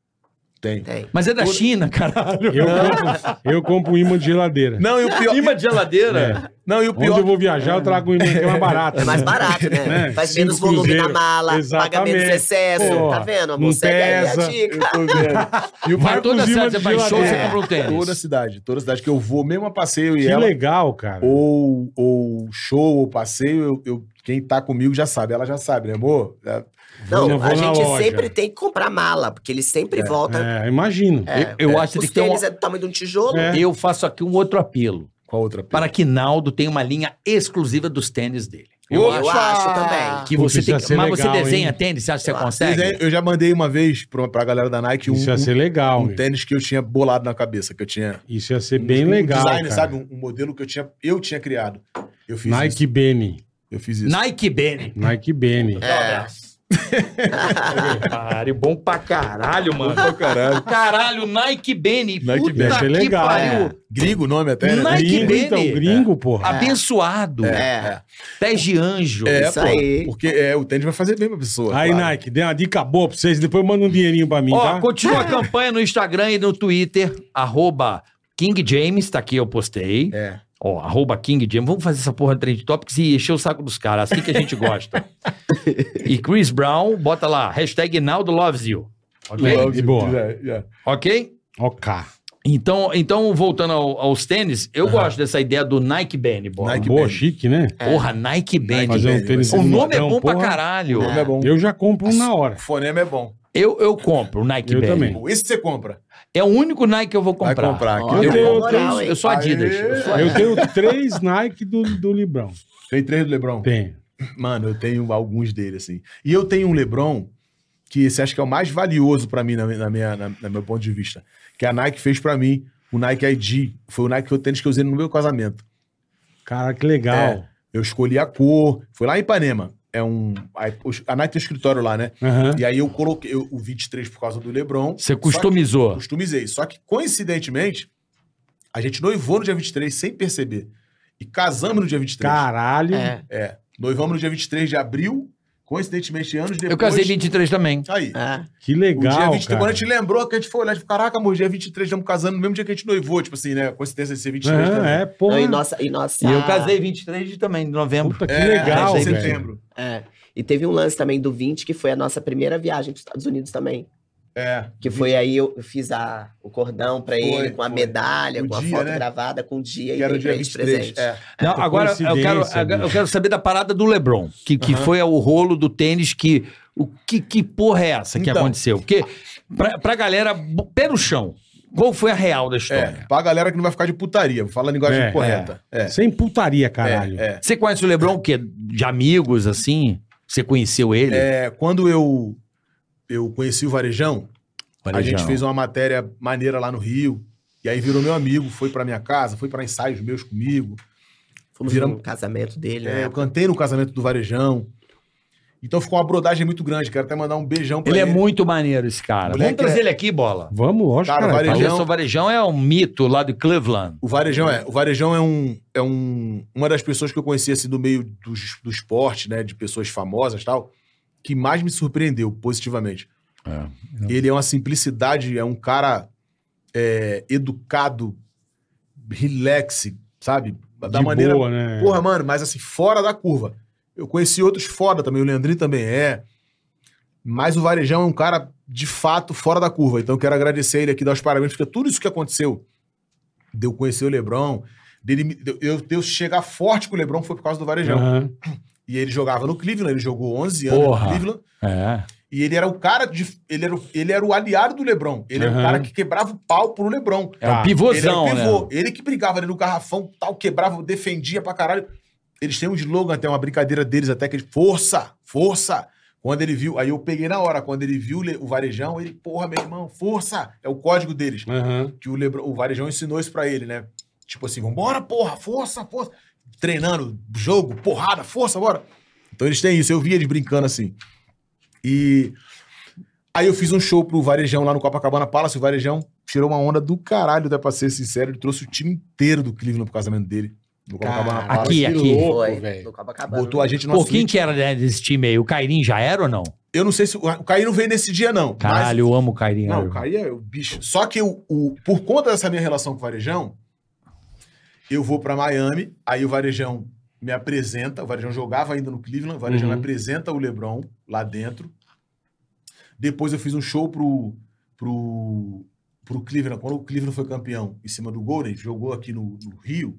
S4: Tem.
S5: Tem.
S2: Mas é da China, caralho.
S3: Eu compro, eu compro um imã de geladeira.
S4: Não, e o pior.
S2: Imã de
S3: É.
S2: geladeira?
S4: Não, e o
S3: Onde
S4: pior.
S3: eu vou viajar, eu trago um imã que é mais barato.
S5: É mais barato,
S3: [laughs]
S5: né?
S3: Né?
S5: Faz
S3: Cinco
S5: menos volume na
S3: cruzeiro.
S5: mala, paga menos
S3: Exatamente.
S5: excesso.
S3: Porra,
S5: tá vendo,
S3: não
S5: amor? Segue aí a
S3: pesa.
S5: dica.
S4: Eu tô vendo. [laughs] E o
S2: Vai
S4: pior-
S2: toda
S3: os
S2: cidade,
S3: imãs
S2: você
S3: de
S2: vai em show, você
S3: geladeira. É,
S2: compra um tênis.
S4: é Toda cidade, toda cidade que eu vou, mesmo a passeio e
S3: Que
S4: ela,
S3: legal, cara.
S4: ou, ou show, ou passeio, eu, eu- quem tá comigo já sabe, ela já sabe, né, amor? É,
S5: Não,
S3: Eu vou
S5: a
S3: na
S5: gente
S3: loja.
S5: sempre tem que comprar mala, porque eles sempre voltam.
S3: É, imagino.
S5: É,
S2: Eu- eu acho que
S5: Os
S2: tem que ter um-
S5: tênis é do tamanho de um tijolo.
S3: É.
S2: Eu faço aqui um outro apelo.
S4: Qual outra?
S2: Para que Naldo tenha uma linha exclusiva dos tênis dele.
S5: Eu acho também.
S2: Que
S3: Putz,
S2: você
S3: isso
S2: tem
S3: ia
S2: que,
S3: ser
S2: mas você
S3: legal,
S2: desenha
S3: hein? Ah,
S2: tênis, você acha que você
S5: Eu
S2: consegue?
S4: Desenho, Eu já mandei uma vez pra, pra galera da Nike um,
S3: Isso ia ser legal.
S4: um
S3: meu.
S4: tênis que eu tinha bolado na cabeça, que eu tinha.
S3: Isso ia ser É bem
S4: um
S3: legal.
S4: design,
S3: cara.
S4: sabe? Um, um modelo que eu tinha, eu tinha criado. Eu fiz isso.
S3: Nike Bene.
S4: Eu fiz isso.
S2: Nike Bene.
S3: Nike Bene.
S6: É,
S2: É. Caralho, bom pra caralho, mano.
S4: Caralho.
S2: Caralho, Nike Bene.
S4: Nike
S2: Puta
S4: Bene.
S3: Deve ser
S2: que
S3: legal. É.
S2: pariu.
S4: Gringo o nome até, né?
S2: Nike
S3: gringo,
S2: Bene. Ah,
S3: então, gringo, porra.
S2: Abençoado.
S5: É.
S2: Pés de anjo.
S4: É,
S5: Isso
S4: pô,
S5: aí.
S4: Porque é, o tênis vai fazer bem pra pessoa.
S3: Aí,
S4: claro.
S3: Nike, deu uma dica boa pra vocês, depois manda um dinheirinho pra mim,
S2: Ó,
S3: tá?
S2: continua a campanha no Instagram e no Twitter, arroba King James, tá aqui, eu postei.
S4: É.
S2: Ó, arroba King James. Vamos fazer essa porra de Trend Topics e encher o saco dos caras, assim que a
S3: [laughs]
S2: gente gosta. e Chris Brown, bota lá, hashtag Naldo Loves You. Ok?
S3: Love. de boa.
S4: Já, já.
S2: Ok?
S3: Ó, cá.
S2: Então, então voltando ao- aos tênis, eu gosto dessa ideia do Nike Band, bola.
S4: Nike
S3: boa,
S4: Bene.
S3: chique, né?
S2: Porra, Nike Band.
S3: Fazer um
S4: Bene,
S3: tênis
S4: vai
S2: O
S4: ser
S2: nome é
S3: modão,
S2: bom pra
S3: porra.
S2: caralho.
S4: O nome é bom.
S3: Eu já compro um na hora.
S4: O fonema é bom.
S2: Eu, eu compro o Nike
S3: Eu
S2: Band.
S3: também.
S4: Esse você compra.
S2: É o único Nike que eu vou
S4: Vai
S2: comprar.
S4: comprar.
S5: Ó,
S4: aqui.
S3: Eu
S5: na
S3: tenho-
S5: moral,
S2: Eu
S5: hein?
S2: sou Adidas.
S4: Aê!
S2: eu sou
S3: Eu tenho três Nike do, do Librão.
S4: Tem três do Lebron?
S3: Tem.
S4: Mano, eu tenho alguns dele, assim. E eu tenho um Lebron que você acha que é o mais valioso pra mim, na, mi- na minha, na, na meu ponto de vista. Que a Nike fez pra mim, o Nike ID. Foi o Nike que eu tênis que eu usei no meu casamento.
S3: Cara, que legal.
S4: Eu escolhi a cor, foi lá em Ipanema. É um. aí, os- A Nike tem um escritório lá, né?
S3: Aham.
S4: E aí eu coloquei eu- o 23 por causa do Lebron.
S2: Você
S4: Só que-
S2: customizou.
S4: customizei. Só que, coincidentemente, a gente noivou no dia 23 sem perceber. E casamos no dia 23.
S3: Caralho.
S5: É.
S4: Noivamos no dia 23 de abril, coincidentemente, anos depois.
S2: Eu casei 23 também.
S4: Aí.
S5: É.
S3: Que
S4: o Um dia
S3: legal,
S4: 23, quando a
S3: cara.
S4: gente lembrou que a gente foi olhar, tipo, caraca, amor, dia 23, estamos casando no mesmo dia que a gente noivou, tipo assim, né? Coincidência de ser 23
S3: Aham,
S4: também.
S3: é, porra.
S5: Não, e nossa, e nossa.
S2: E eu casei 23 de também, de novembro.
S3: Puta, que
S4: É,
S3: legal,
S4: é, em
S2: casei
S3: velho.
S4: setembro.
S5: É. E teve um lance também do 20, que foi a nossa primeira viagem para os Estados Unidos também.
S4: É.
S5: Que foi aí eu eu fiz a, o cordão pra
S4: Foi,
S5: ele, com a
S4: foi.
S5: medalha,
S3: Um
S4: O
S5: com a
S4: dia,
S5: foto
S4: né?
S5: gravada, com o dia
S4: Que era o
S5: e
S4: dia
S5: dei pra ele de
S4: 23.
S5: presente.
S4: É.
S2: Não, agora eu quero,
S3: coincidência,
S2: agora eu
S3: bicho.
S2: quero saber da parada do LeBron, que, que foi o rolo do tênis que o que, que porra é essa que
S4: Então.
S2: aconteceu? Porque pra, pra galera pé no chão, qual foi a real da
S4: É,
S2: história?
S4: pra galera que não vai ficar de putaria, vou falar a linguagem
S3: É,
S4: correta. É.
S3: Sem putaria, caralho.
S4: É, é.
S2: Você conhece o LeBron o quê? De amigos assim? Você conheceu ele?
S4: É, quando eu, eu conheci o Varejão, A gente fez uma matéria maneira lá no Rio. E aí virou meu amigo, foi pra minha casa, foi pra ensaios meus comigo.
S5: Fomos
S4: Viramos-
S5: no casamento dele,
S4: É,
S5: né?
S4: eu cantei no casamento do Varejão. Então ficou uma brodagem muito grande. Quero até mandar um beijão pra
S2: Ele
S4: ele.
S2: é muito maneiro esse cara.
S4: Moleque
S2: Vamos trazer
S4: é-
S2: ele aqui, bola.
S3: Vamos, lógico, Tá cara.
S4: Cara, Varejão-
S3: Fala-
S2: Gerson Varejão é um mito lá de Cleveland.
S4: O Varejão é. O Varejão é um, é um, uma das pessoas que eu conheci assim do meio do, es- do esporte, né, de pessoas famosas e tal, que mais me surpreendeu positivamente.
S2: É.
S4: Ele é uma simplicidade, é um cara é, educado, relax, sabe? Da
S3: de
S4: maneira
S3: boa, né?
S4: Porra, mano, mas assim, fora da curva. Eu conheci outros fora também, o Leandrinho também é. Mas o Varejão é um cara, de fato, fora da curva. Então eu quero agradecer ele aqui, dar os parabéns, porque tudo isso que aconteceu, de eu conhecer o Lebron, dele, me- de eu, de eu chegar forte com o Lebron foi por causa do Varejão.
S3: Aham.
S4: E ele jogava no Cleveland, ele jogou 11 anos
S2: Porra.
S4: no Cleveland.
S2: É.
S4: E ele era o cara, de, ele, era, o- ele era o aliado do Lebron. Ele era
S3: Aham.
S4: o cara que quebrava o pau pro Lebron.
S2: É um
S3: Tá.
S2: pivôzão,
S4: Ele era o pivô.
S2: né?
S4: Ele que brigava ali no garrafão, tal, quebrava, defendia pra caralho. Eles têm um slogan, até uma brincadeira deles, até que ele, força, força. Quando ele viu, aí eu peguei na hora, quando ele viu o Le- o varejão, ele, porra, meu irmão, força! É o código deles.
S3: Aham.
S4: Que o, Lebron, o varejão ensinou isso pra ele, né? Tipo assim, vambora, porra, força, força. Treinando, jogo, porrada, força, bora. Então eles têm isso, eu vi eles brincando assim. E aí eu fiz um show pro Varejão lá no Copacabana Palace, o Varejão tirou uma onda do caralho, dá pra ser sincero, ele trouxe o time inteiro do Cleveland pro casamento dele, no Copacabana Palace.
S2: Aqui,
S3: que
S2: aqui.
S3: louco,
S5: Foi,
S3: velho.
S5: no Copacabana.
S4: Botou a gente no
S2: Pô, quem que era né, desse time aí? O Cairim já era ou não?
S4: Eu não sei se. O o Caí não veio nesse dia, não. mas-
S2: Caralho, eu amo o né? Cairinho.
S4: Não, o Caí é o bicho. Só que o, o- por conta dessa minha relação com o Varejão, eu vou pra Miami, aí o Varejão me apresenta. O Varejão jogava ainda no Cleveland, o Varejão
S3: Uhum.
S4: me apresenta o Lebron lá dentro. Depois eu fiz um show pro, pro, pro Cleveland. Quando o Cleveland foi campeão em cima do Golden, jogou aqui no, no Rio,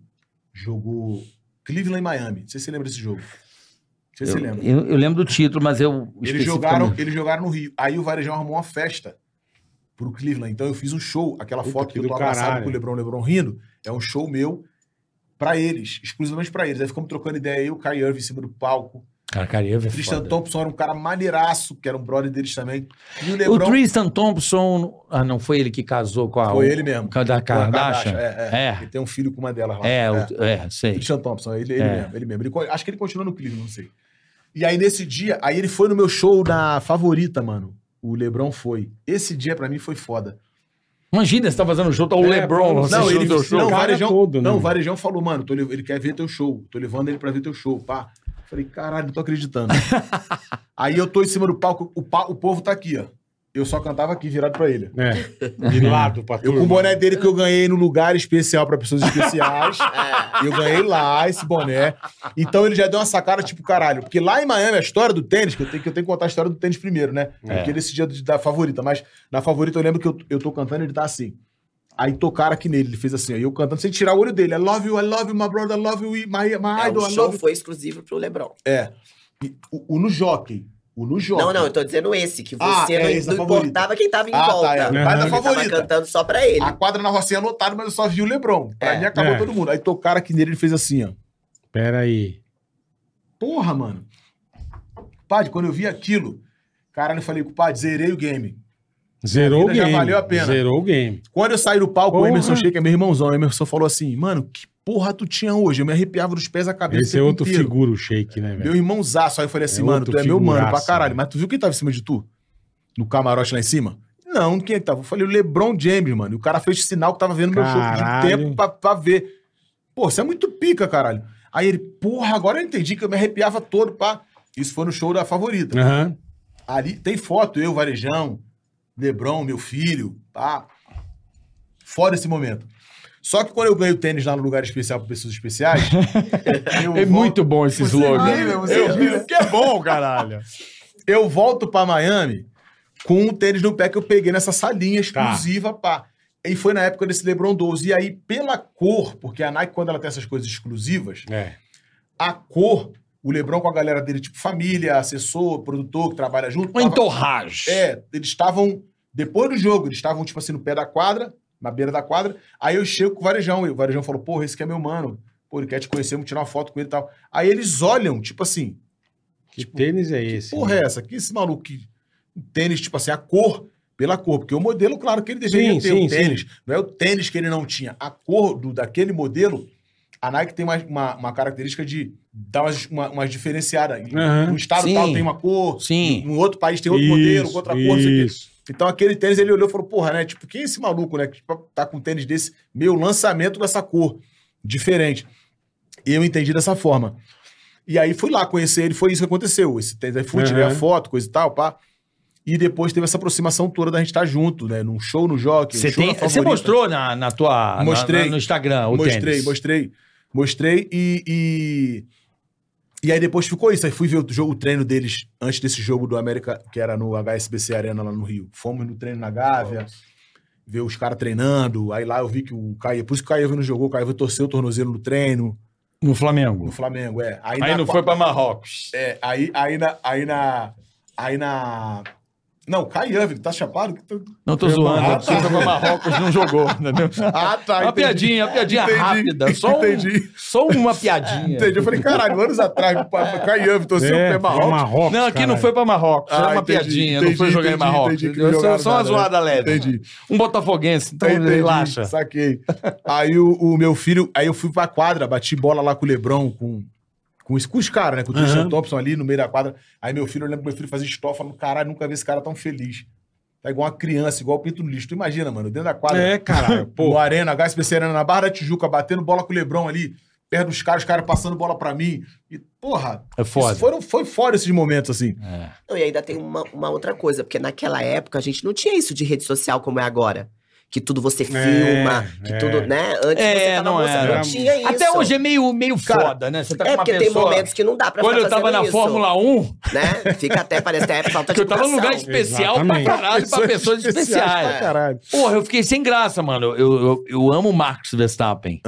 S4: jogou Cleveland e Miami. Não sei se você lembra desse jogo. Não sei se você lembra.
S2: Eu, eu lembro do título, mas eu
S4: Eles
S2: esqueci
S4: jogaram,
S2: também.
S4: eles jogaram no Rio. Aí o Varejão arrumou uma festa pro Cleveland. Então eu fiz um show. Aquela
S3: Puta,
S4: foto
S3: que
S4: que eu tô
S3: do
S4: abraçado
S3: caralho.
S4: com o Lebron, Lebron rindo, é um show meu pra eles, exclusivamente pra eles. Aí ficamos trocando ideia, eu, Kai Irving em cima do palco.
S2: Cara, cara, eu é
S4: Tristan
S2: foda.
S4: Thompson era um cara maneiraço, que era um brother deles também. E o
S2: O
S4: Lebron
S2: Tristan Thompson. Ah, não foi ele que casou com a.
S4: foi ele mesmo.
S2: Com a da
S4: Com a
S2: Kardashian?
S4: É, é. Ele tem um filho com uma delas lá.
S2: É, o- é, sei.
S4: Christian Thompson, ele, ele
S2: É.
S4: mesmo, ele mesmo. Ele co- acho que ele continua no Cleveland, não sei. E aí, nesse dia, aí ele foi no meu show na favorita, mano. O Lebron foi. Esse dia, pra mim, foi foda.
S2: Imagina, você tá fazendo show, tá o
S3: É,
S2: Lebron.
S3: pô,
S2: você
S4: não,
S2: assistiu
S4: ele,
S2: teu
S4: não,
S2: show.
S4: o
S3: cara
S4: Varejão,
S3: todo, né,
S4: não, o
S3: mano?
S4: Varejão falou, mano, tô le- ele quer ver teu show. Tô levando ele pra ver teu show, pá. Falei, caralho, não tô [laughs] acreditando. aí eu tô em cima do palco, o, pa- o povo tá aqui, ó. Eu só cantava aqui, virado pra ele.
S3: É. De lado pra
S4: Uhum. Eu com o boné dele que eu ganhei no lugar especial pra pessoas
S5: [laughs]
S4: especiais. eu ganhei lá esse boné. Então ele já deu uma sacada, tipo, caralho. Porque lá em Miami, a história do tênis, que eu tenho que, eu tenho que contar a história do tênis primeiro, né?
S2: É.
S4: Porque nesse dia de- da favorita. Mas na favorita eu lembro que eu, eu tô cantando e ele tá assim. Aí tocaram aqui nele, ele fez assim, aí eu cantando sem tirar o olho dele. I love you, I love you, my brother, I love you, my, my
S5: É,
S4: idol,
S5: o
S4: I
S5: show
S4: love you.
S5: foi exclusivo pro Lebron.
S4: É. E o, o no jockey. O no jockey.
S5: Não, não, eu tô dizendo esse, que
S4: Ah,
S5: você
S4: é
S5: não,
S4: esse, a
S5: não
S4: favorita.
S5: importava quem tava em
S4: Ah, tá,
S5: volta. Uhum.
S4: é.
S5: Ele
S3: Vai da
S5: tava
S4: favorita. Ah.
S5: cantando só pra ele.
S4: A quadra na Rocinha é lotada, mas eu só vi o Lebron. Pra
S5: É.
S4: mim acabou
S3: É.
S4: todo mundo. Aí tocaram aqui nele, ele fez assim, ó.
S3: Pera aí.
S4: Porra, mano. Padre, quando eu vi aquilo, caralho, eu falei, compadre, zerei o game.
S3: Zerou o
S4: vida já
S3: game.
S4: valeu a pena.
S3: Zerou o game.
S4: Quando eu saí do palco, o
S3: Porra.
S4: Emerson Sheik é meu irmãozão. O Emerson falou assim, mano, que porra tu tinha hoje? Eu me arrepiava dos pés à cabeça. o
S3: Esse é
S4: tempo
S3: outro
S4: inteiro.
S3: figura, o shake, né, velho?
S4: Meu irmãozaço. Aí eu falei assim,
S3: É
S4: mano,
S3: outro
S4: tu é meu mano pra
S3: figuraça,
S4: caralho.
S3: né?
S4: Mas tu viu quem tava em cima de tu? No camarote lá em cima? Não, quem é que tava? Eu falei, o LeBron James, mano. E o cara fez sinal que tava vendo meu show,
S3: Caralho.
S4: pediu tempo pra, pra ver. Pô, você é muito pica, caralho. Aí ele, porra, agora eu entendi que eu me arrepiava todo, pá. Isso foi no show da favorita.
S3: Aham.
S4: Ali tem foto, eu, Varejão, Lebron, meu filho, tá? Fora esse momento. Só que quando eu ganho tênis lá no lugar especial para pessoas especiais. eu
S2: É
S4: volto-
S2: muito bom esse
S4: Você
S2: slogan.
S4: ri, meu, você ri.
S7: que é bom, caralho.
S4: Eu volto para Miami com um tênis no pé que eu peguei nessa
S3: Tá.
S4: salinha exclusiva, pá. E foi na época desse Lebron 12. E aí, pela cor, porque a Nike, quando ela tem essas coisas exclusivas,
S3: É.
S4: a cor, o Lebron com a galera dele, tipo família, assessor, produtor que trabalha junto.
S2: Uma
S4: tava-
S2: entorragem.
S4: É, eles estavam. Depois do jogo, eles estavam, tipo assim, no pé da quadra, na beira da quadra. Aí eu chego com o Varejão, e o Varejão falou: Porra, esse que é meu mano. Pô, ele quer te conhecer, vamos tirar uma foto com ele e tal. Aí eles olham, tipo assim,
S3: Que tênis é esse?
S4: porra, é essa? Que esse maluco que. um Tênis, tipo assim, a cor, pela cor, porque o modelo, claro, que ele deveria
S3: Sim,
S4: ter
S3: sim,
S4: o tênis. Não é o tênis que ele não tinha. A cor do, daquele modelo, a Nike tem uma, uma, uma característica de dar umas, uma, umas diferenciadas.
S3: Aham.
S4: No estado
S2: Sim.
S4: tal tem uma cor,
S2: Sim.
S4: no outro país um tem outro modelo, com outra cor, não sei o quê.
S3: Isso.
S4: Então aquele tênis ele olhou e falou: Porra, né? Tipo, quem é esse maluco, né? Que tipo, tá com um tênis desse, meu lançamento com essa cor diferente. E eu entendi dessa forma. E aí fui lá conhecer ele, foi isso que aconteceu. Esse tênis aí fui, tirei a
S3: Uhum.
S4: foto, coisa e tal, pá. E depois teve essa aproximação toda da gente estar junto, né? Num show no Jockey, um
S2: Você,
S4: show
S2: tem-
S4: na
S2: você
S4: Favorita.
S2: mostrou na, na tua. na-
S4: Mostrei.
S2: na- no Instagram, o
S4: mostrei,
S2: tênis.
S4: mostrei. Mostrei e, e. E aí depois ficou isso. Aí fui ver o jogo, o treino deles antes desse jogo do América, que era no HSBC Arena lá no Rio. Fomos no treino na Gávea, ver os caras treinando. Aí lá eu vi que o Caio. Por isso que o Caio não jogou, o Caio torceu o tornozelo no treino,
S2: No
S4: no
S2: Flamengo.
S4: Flamengo, é.
S2: Aí
S4: na
S2: não
S4: qua-
S2: foi pra Marrocos.
S4: É, aí, aí na. Aí na. Aí na. Não, Caio, Irving, tá chapado?
S2: Não tô zoando. Você foi pra Marrocos, não jogou. Entendeu?
S4: tá. Ah, tá.
S2: uma
S4: entendi.
S2: piadinha, uma piadinha
S4: Entendi,
S2: rápida. Só, um-
S4: entendi.
S2: só uma piadinha.
S4: Entendi. Eu falei, caralho, anos atrás, o Caiame torceu
S3: É,
S4: o um pé
S3: Marrocos.
S4: marrom.
S2: Não, aqui não foi pra Marrocos.
S4: Ah,
S2: era uma
S4: entendi,
S2: piadinha. não
S4: entendi,
S2: foi jogar em
S4: entendi,
S2: Marrocos.
S4: entendi, que
S2: entendeu? só,
S4: jogaram
S2: só uma
S4: nada, né?
S2: zoada leve.
S4: [laughs] Entendi.
S2: Um botafoguense, então
S4: Entendi,
S2: relaxa.
S4: Saquei. Aí o, o meu filho, aí eu fui pra quadra, bati bola lá com o Lebron, com, com, os- com os caras, né? Com o Tristan Thompson ali no meio da quadra. Aí meu filho, eu lembro que meu filho fazia estofa, falando, caralho, nunca vi esse cara tão feliz. Tá igual uma criança, igual o pinto no lixo. Tu imagina, mano, dentro da quadra. [laughs]
S3: É, caralho,
S4: Pô.
S3: pô.
S4: No Arena, HSBC Arena, na Barra da Tijuca, batendo bola com o Lebron ali. perto dos caras, os caras passando bola pra mim. E, porra,
S2: É foda.
S4: isso foram, foi fora esses momentos, assim.
S5: Não, e ainda tem uma, uma outra coisa, porque naquela época a gente não tinha isso de rede social como é agora. Que tudo
S4: É,
S5: você filma, que
S3: é.
S5: tudo, né? Antes
S2: É,
S5: você tava
S2: não
S5: moça,
S2: era.
S5: não tinha isso.
S2: Até hoje é meio, meio
S4: Cara,
S2: foda, né? Você tá
S5: É
S2: com uma
S5: porque tem
S2: pessoa...
S5: momentos que não dá pra
S2: Quando
S5: ficar
S2: eu tava
S5: fazendo
S2: na
S5: isso,
S2: Fórmula 1,
S5: Né? Fica até, parece até falta
S2: que [laughs]
S5: de
S2: eu tava num lugar
S5: educação.
S2: especial
S3: Exatamente.
S2: pra caralho, pra pessoas especiais.
S4: pra caralho.
S2: Porra, eu fiquei sem graça, mano. Eu, eu, eu amo o Max Verstappen.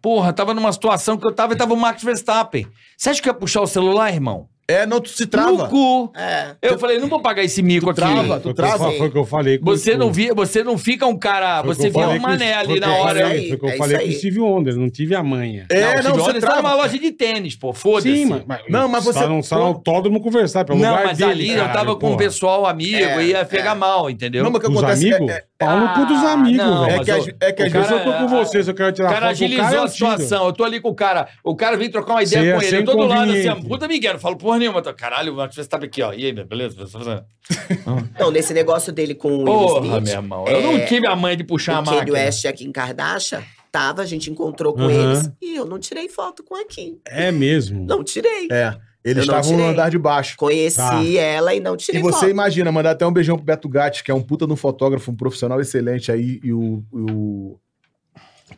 S2: Porra, tava numa situação que eu tava e tava o Max Verstappen. Você acha que eu ia puxar o celular, irmão?
S4: É, não, tu se trava.
S2: No cu.
S5: É.
S2: Eu falei, não vou pagar esse mico aqui.
S3: Foi
S4: Trava, tu
S3: o que eu
S4: trava.
S3: fa- Foi o que eu falei. com-
S2: Você não,
S3: com-
S2: via, você não fica um cara.
S3: foi o que
S2: você
S3: eu
S2: vira
S3: falei
S2: um
S3: com-
S2: mané
S3: foi
S2: ali
S3: o que
S2: na
S3: eu
S2: hora.
S3: falei-
S5: É
S3: Foi o que
S5: isso
S3: eu falei
S5: aí.
S3: com o Steve Wonder, não tive a manha.
S4: É, não,
S2: Steve
S4: você
S2: Wonder tá numa
S4: trava.
S2: loja de tênis, pô. Foda-se.
S3: Sim, mas, mas,
S4: Não, mas você-
S3: Só não, só no autódromo conversar, pelo
S2: Não,
S3: lugar
S2: mas
S3: dele,
S2: ali eu
S3: caralho,
S2: tava com
S3: porra.
S2: um pessoal amigo,
S5: É,
S2: ia pegar
S5: é.
S2: mal, entendeu?
S4: Não, mas o que
S3: Dos
S4: acontece é-
S3: amigos?
S4: é-
S3: Paulo
S2: Ah,
S3: cu dos amigos,
S2: não,
S3: velho.
S4: é
S2: mas
S4: que
S2: o-
S4: as- é que
S2: o cara-
S4: às vezes
S3: Se eu tô com você, se eu quero
S2: O
S3: tirar
S2: cara
S3: foto do cara,
S2: agilizou
S3: eu
S2: a
S3: tiro.
S2: situação. Eu tô ali com o cara. O cara vem trocar uma
S3: Você é
S2: ideia
S3: ia
S2: com ele.
S3: ser
S2: Eu tô do lado assim,
S3: inconveniente.
S2: ah, puta Miguel, eu falo, porra nenhuma. Eu tô, Caralho, o Max Verstappen aqui, ó. E aí, beleza? tá
S5: Então, nesse negócio dele com o Will
S2: Porra,
S5: Smith,
S2: meu irmão. Eu não
S5: é,
S2: tive a mãe de puxar a
S5: o Kanye
S2: máquina.
S5: West e a Kim Kardashian, tava, a gente encontrou com
S3: Aham.
S5: eles, e eu não tirei foto com a Kim.
S3: É mesmo.
S5: Não tirei.
S4: É,
S5: Eu
S4: eles
S5: não
S4: estavam no
S5: tirei.
S4: andar de baixo.
S5: Conheci
S3: Tá.
S5: ela e não
S4: E
S5: tirei
S4: você
S5: foto.
S4: imagina, mandar até um beijão pro Beto Gatti, que é um puta de um fotógrafo, um profissional excelente aí, e o, e o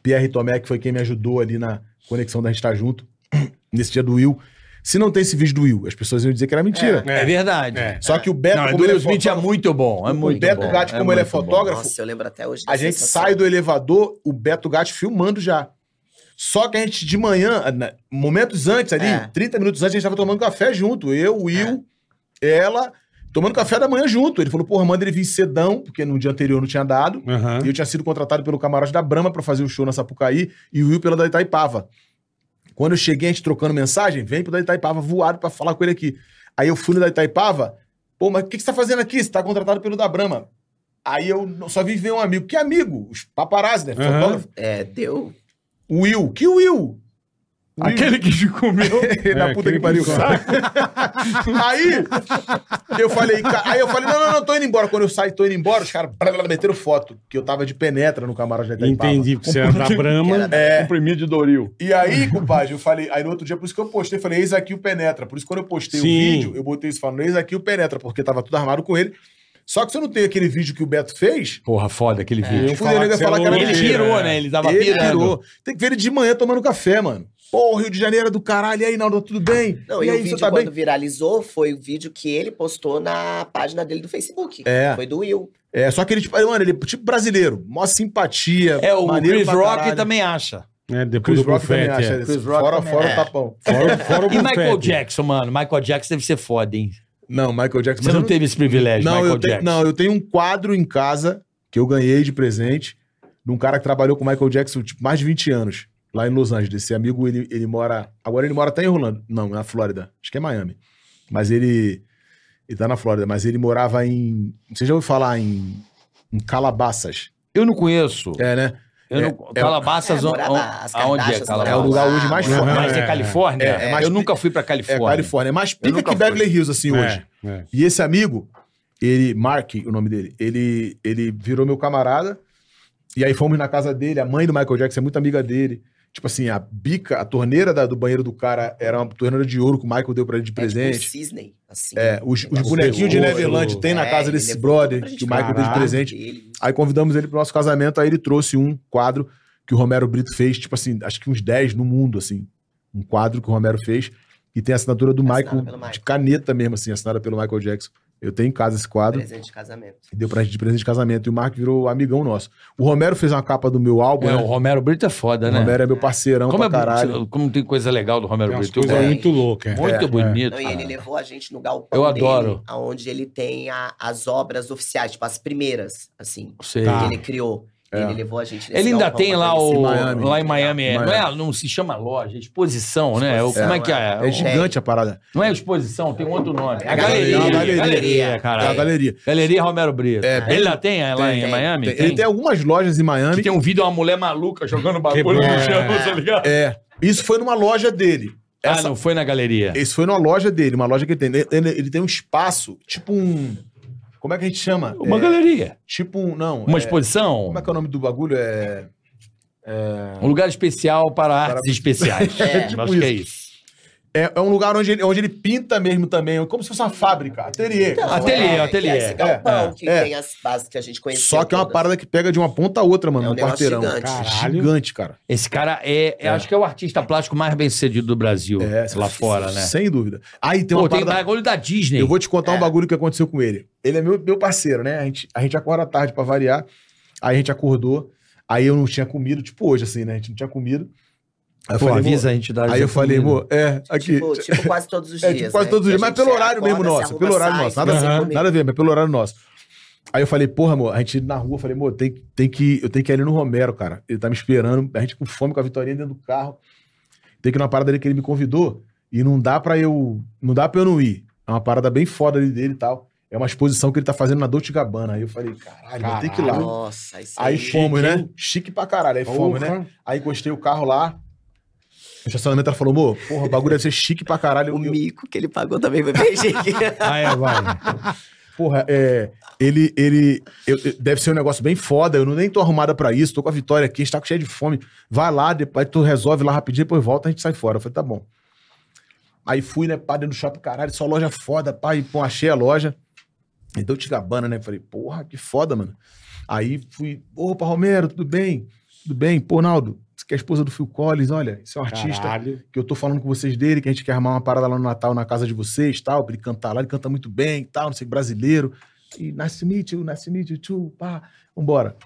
S4: Pierre Tomé, que foi quem me ajudou ali na conexão da gente estar junto, [clears throat] nesse dia do Will. Se não tem esse vídeo do Will, as pessoas iam dizer que era mentira.
S2: É verdade.
S3: É.
S4: Só que o Beto,
S2: Não, é do
S4: como ele
S2: Will
S4: é
S2: Smith é
S4: fotógrafo,
S2: muito bom. É muito
S4: o Beto
S2: bom,
S4: Gatti,
S2: é
S4: como ele é
S2: muito bom.
S4: fotógrafo,
S5: Nossa, eu lembro até hoje.
S4: a
S5: dessa
S4: gente
S5: sensação.
S4: sai do elevador, o Beto Gatti filmando já. Só que a gente, de manhã, na- momentos antes ali,
S5: É.
S4: 30 minutos antes, a gente tava tomando café junto. Eu, o Will, ela, tomando café da manhã junto. Ele falou, porra, manda ele vir cedão, porque no dia anterior não tinha dado.
S3: Aham.
S4: E eu tinha sido contratado pelo camarote da Brahma pra fazer o show na Sapucaí e o Will pela da Itaipava. Quando eu cheguei, a gente trocando mensagem, vem pro da Itaipava voado pra falar com ele aqui. Aí eu fui no da Itaipava, pô, mas o que, que você tá fazendo aqui? Você tá contratado pelo da Brahma. Aí eu no- só vim ver um amigo. Que amigo? Os paparazzi, né?
S3: Aham.
S4: Fotógrafo.
S5: É, deu.
S4: Will. Que Will?
S2: Aquele que te comeu.
S4: [laughs] na
S3: É,
S4: puta
S3: aquele
S4: que pariu.
S3: que sabe.
S4: [laughs] aí eu falei, ca- aí eu falei, não, não, não, tô indo embora. Quando eu saí, tô indo embora, os caras blá, blá, blá, meteram foto, que eu tava de penetra no camarote da Itaipava.
S3: Entendi, porque você era da Brahma.
S4: É,
S8: Comprimido de Doril.
S4: E aí, compadre, eu falei, aí no outro dia, por isso que eu postei, falei, eis aqui o Penetra. Por isso, quando eu postei o
S3: Sim.
S4: vídeo, eu botei isso falando, eis aqui o Penetra, porque tava tudo armado com ele. Só que se eu não tenho aquele vídeo que o Beto fez,
S2: Porra, foda aquele
S4: eu
S2: vídeo.
S4: fui falar,
S3: que
S4: que
S3: você
S4: falar
S3: é
S4: que era
S3: louco.
S2: Ele
S4: mentira.
S2: pirou, né? Ele tava
S4: Ele
S2: pirando.
S4: pirou. Tem que ver ele de manhã tomando café, mano. Pô, Rio de Janeiro é do caralho, e aí, Naldo, tudo bem?
S5: Não, e,
S4: e
S5: o
S4: aí,
S5: vídeo
S4: você tá
S5: quando
S4: bem?
S5: viralizou foi o vídeo que ele postou na página dele do Facebook.
S4: É.
S5: Foi do Will.
S4: É, só que ele, tipo, mano, ele é tipo brasileiro, mó simpatia.
S2: É, o
S4: maneiro
S2: Chris
S4: pra
S2: Rock
S4: caralho.
S2: também acha.
S3: É, depois
S4: Chris
S3: do
S4: Rock também
S3: bufete.
S4: acha
S3: é.
S4: isso.
S2: Chris Rock
S4: Fora,
S2: também
S4: fora
S2: é.
S4: o tapão.
S3: Fora, fora o
S2: E Michael
S3: bufete.
S2: Jackson, mano? Michael Jackson deve ser foda, hein?
S4: Não, Michael Jackson.
S2: Você
S4: mas eu
S2: não teve esse privilégio,
S4: Não,
S2: É Michael
S4: eu tenho,
S2: Jackson.
S4: não, eu tenho um quadro em casa que eu ganhei de presente de um cara que trabalhou com o Michael Jackson tipo, mais de 20 anos, lá em Los Angeles. Esse amigo, ele, ele mora. Agora ele mora até em Orlando. Não, na Flórida. Acho que é Miami. Mas ele. Ele tá na Flórida, mas ele morava em. Você já ouviu falar em. Em Calabasas.
S2: Eu não conheço.
S4: É, né?
S2: Eu não...
S4: é-
S2: Calabaças,
S5: É,
S2: on-
S5: morava
S2: on- aonde
S5: as
S2: é
S5: Kardashians,
S2: Calabasas?
S4: É o lugar hoje mais
S3: Uhum.
S4: forte.
S2: Mas é Califórnia?
S4: É, é mais
S2: eu
S4: pi-
S2: nunca fui pra
S4: É,
S2: Califórnia.
S4: Califórnia. É mais pica
S2: nunca
S4: que Beverly Hills, assim, hoje.
S3: É, é.
S4: E esse amigo, ele, Mark, o nome dele, ele, ele virou meu camarada. E aí fomos na casa dele, a mãe do Michael Jackson é muito amiga dele. Tipo assim, a bica, a torneira da- do banheiro do cara era uma torneira de ouro que o Michael deu pra ele de
S5: É tipo um
S4: presente.
S5: cisne, assim.
S4: É, os, os
S5: Os
S4: bonequinhos de
S3: tesouros.
S4: Neverland tem na
S5: É,
S4: casa
S5: ele
S4: desse
S5: levou
S4: brother
S5: pra gente
S4: que o Michael deu de
S3: caralho.
S4: presente. Tá
S5: Ele-
S4: Aí convidamos ele pro nosso casamento, aí ele trouxe um quadro que o Romero Brito fez, tipo assim, acho que uns 10 no mundo, assim. Um quadro que o Romero fez. E tem a assinatura do
S5: Assinada
S4: Michael,
S5: pelo Michael.
S4: de caneta mesmo, assim, assinada pelo Michael Jackson. Eu tenho em casa esse quadro.
S5: Presente de casamento.
S4: E deu pra gente de presente de casamento. E o Mark virou amigão nosso. O Romero fez uma capa do meu álbum,
S2: É,
S4: né?
S2: o Romero Brito é foda,
S4: O
S2: né?
S4: Romero é meu parceirão
S2: como,
S4: pra
S2: é bonito,
S4: caralho.
S2: como tem coisa legal do Romero
S3: Tem umas
S2: Brito. Eu
S3: coisas
S2: gosto.
S5: é.
S3: muito loucas. é.
S2: Muito
S4: É,
S2: bonito.
S5: Não, e ele
S2: cara.
S5: levou a gente no galpão
S2: Eu
S5: dele,
S2: adoro.
S5: aonde ele tem a- as obras oficiais, tipo as primeiras, assim,
S2: Sei.
S3: Tá. Ah.
S5: que ele criou.
S4: É.
S5: Ele levou a gente nesse
S2: Ele ainda
S5: galpão
S2: tem
S5: pra
S2: lá
S5: conhecer
S2: o.
S4: Miami.
S2: Lá em Miami. é-
S4: Miami.
S2: Não, é, não se chama loja, é exposição, né? É o- como é que é?
S4: É gigante a parada.
S2: Não é exposição, tem um outro nome.
S5: É galeria,
S2: Galeria,
S4: galeria.
S2: galeria,
S4: É a
S2: caralho.
S4: galeria.
S2: Galeria Romero Brito.
S4: É,
S2: ele lá tem, é lá
S5: tem,
S2: em
S5: tem.
S2: Miami?
S4: Tem- Ele tem um algumas lojas em Miami.
S2: Que tem um vídeo de uma mulher maluca jogando bagulho
S3: Quebrou.
S2: no chão, tá ligado?
S4: É. Isso foi numa loja dele.
S2: Ah, não, foi na galeria.
S4: Esse foi numa loja dele, uma loja que ele tem. Ele, ele- ele tem um espaço, tipo um. Como é que a gente chama?
S2: Uma
S4: É,
S2: galeria.
S4: Tipo um. Não.
S2: Uma
S4: é,
S2: exposição.
S4: como é que é o nome do bagulho? É.
S2: Um lugar especial para artes
S4: [laughs]
S2: especiais.
S5: É,
S4: tipo
S2: Eu Acho que é isso.
S4: É, é um lugar onde ele, onde ele pinta mesmo também, como se fosse uma fábrica, ateliê.
S2: [laughs]
S5: Então,
S2: Ateliê, ateliê.
S5: que É, esse galpão que
S4: é.
S5: tem as bases que a gente conhece.
S4: Só que é uma parada que pega de uma ponta a outra, mano,
S5: É um
S4: um
S5: negócio
S4: quarteirão.
S5: gigante.
S4: Caralho. Gigante, cara.
S2: Esse cara é, é, acho que é o artista plástico mais bem sucedido do Brasil.
S4: É,
S2: lá fora, né?
S4: Sem dúvida. Aí tem
S2: Pô,
S4: uma
S2: tem o
S4: parada...
S2: bagulho da Disney.
S4: Eu vou te contar
S5: É.
S4: um bagulho que aconteceu com ele. Ele é meu, meu parceiro, né? A gente, a gente acorda tarde pra variar. Aí a gente acordou. Aí eu não tinha comido, tipo hoje, assim, né? A gente não tinha comido. Aí eu
S2: Pô,
S4: falei,
S2: avisa
S4: amor-
S2: a entidade.
S4: Aí
S2: da
S4: eu falei,
S2: comida.
S4: amor, é, aqui.
S5: assim Tipo, tipo quase todos os
S4: É,
S5: dias.
S4: tipo, quase
S5: né?
S4: todos os
S5: Que
S4: dias,
S5: a
S4: mas
S5: gente
S4: pelo
S5: acorda,
S4: horário mesmo
S5: se
S4: nosso,
S5: arruma,
S4: pelo horário
S5: sai,
S4: nosso, nada,
S5: fica sem
S4: a ver,
S5: comer.
S4: nada a ver, mas pelo horário nosso. Aí eu falei, porra, amor, a gente na rua, eu falei, amor, tem, tem que, eu tenho que ir ali no Romero, cara. Ele tá me esperando, a gente com fome, com a Vitorinha dentro do carro. Tem que ir numa parada dele que ele me convidou e não dá pra eu, não dá pra eu não ir. É uma parada bem foda ali dele e tal. É uma exposição que ele tá fazendo na Dolce e Gabbana. Aí eu falei, caralho, vou ter que ir lá.
S5: Nossa, isso
S4: Aí
S5: aí. é
S4: fomos, né? Chique pra caralho, aí fomos, né? Aí encostei o carro lá. O estacionamento, ela falou, amor, porra, o bagulho deve ser chique pra caralho.
S5: O
S4: Eu- eu-
S5: mico que ele pagou também foi bem chique. [laughs]
S3: Ah, é, vai.
S4: Porra, é. Ele. ele eu- eu- deve ser um negócio bem foda. Eu não nem tô arrumada pra isso, tô com a Vitória aqui, está cheio de fome. Vai lá, depois tu resolve lá rapidinho, depois volta, a gente sai fora. Eu falei, tá bom. Aí fui, né, pá, dentro do shopping, caralho, só loja foda, pá, e pô, achei a loja. E deu Tigabana, né? Falei, porra, que foda, mano. Aí fui, opa, Romero, tudo bem? Tudo bem? Pô, Naldo, isso aqui é a esposa do Phil Collins, olha, isso é um artista
S3: Caralho.
S4: que eu tô falando com vocês dele, que a gente quer armar uma parada lá no Natal, na casa de vocês, tal, pra ele cantar lá, ele canta muito bem, tal, não sei, brasileiro. E nice to meet you, nice to meet you too, pá, vambora.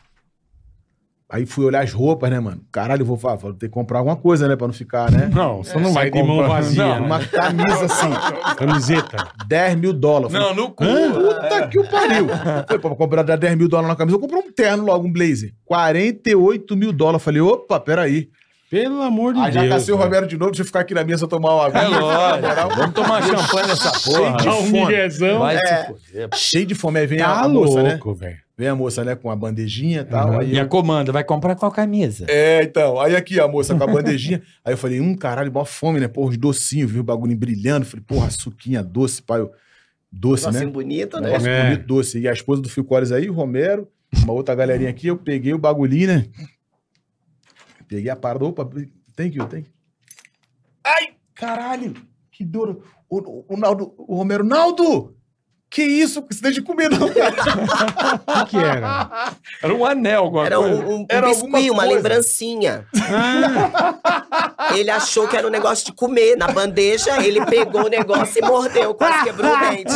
S4: Aí fui olhar as roupas, né, mano? Caralho, eu vou, falar, vou ter que comprar alguma coisa, né, pra não ficar, né?
S3: Não, você não vai de mão
S9: comprar-
S3: vazia. né?
S4: Uma camisa assim,
S3: Camiseta.
S4: 10 mil dólares. Falei,
S2: no cu. é
S4: Puta que o pariu. Falei, pô, pra comprar 10 mil dólares na camisa, eu comprei um terno logo, um blazer. 48 mil dólares. Falei, opa, peraí.
S3: Pelo amor de
S4: Aí já
S3: Deus.
S4: cacei o
S3: velho.
S4: Romero de novo, deixa eu ficar aqui na mesa tomar uma água.
S2: É lógico. Vamos
S4: [laughs]
S2: tomar champanhe nessa
S4: Dá
S2: porra.
S4: um fome.
S3: miguezão.
S2: Vai
S4: é.
S2: se fuder.
S4: Cheio de fome. Aí vem a,
S3: Tá
S4: a moça, né?
S3: louco, velho.
S4: Vem a moça, né, com a bandejinha e tal.
S3: Uhum.
S4: Aí
S2: E
S4: eu-
S2: a comanda, vai comprar qual camisa?
S4: É, então. Aí aqui a moça com a bandejinha. aí eu falei, hum, caralho, mó fome, né? Porra, os docinhos, viu o bagulho brilhando. Falei, porra, suquinha doce, pai. eu- Doce,
S5: Negocinho
S4: né?
S5: bonito, né?
S4: Negócio
S3: É.
S4: bonito, doce. E a esposa do Phil Collins aí, o Romero, uma outra galerinha aqui, eu peguei o bagulhinho, né? Peguei a parada. Opa, thank you, thank you. Ai, caralho, que dor. O, o, o Naldo, o Romero, Naldo! Que isso? Você deixa de comer, não, cara.
S3: O que que era?
S2: Era um anel, alguma
S5: Era um, um, um
S4: Era alguma
S5: biscuit, uma
S4: coisa.
S5: lembrancinha. Ele achou que era um negócio de comer. Na bandeja, ele pegou o negócio e mordeu, quase quebrou o dente.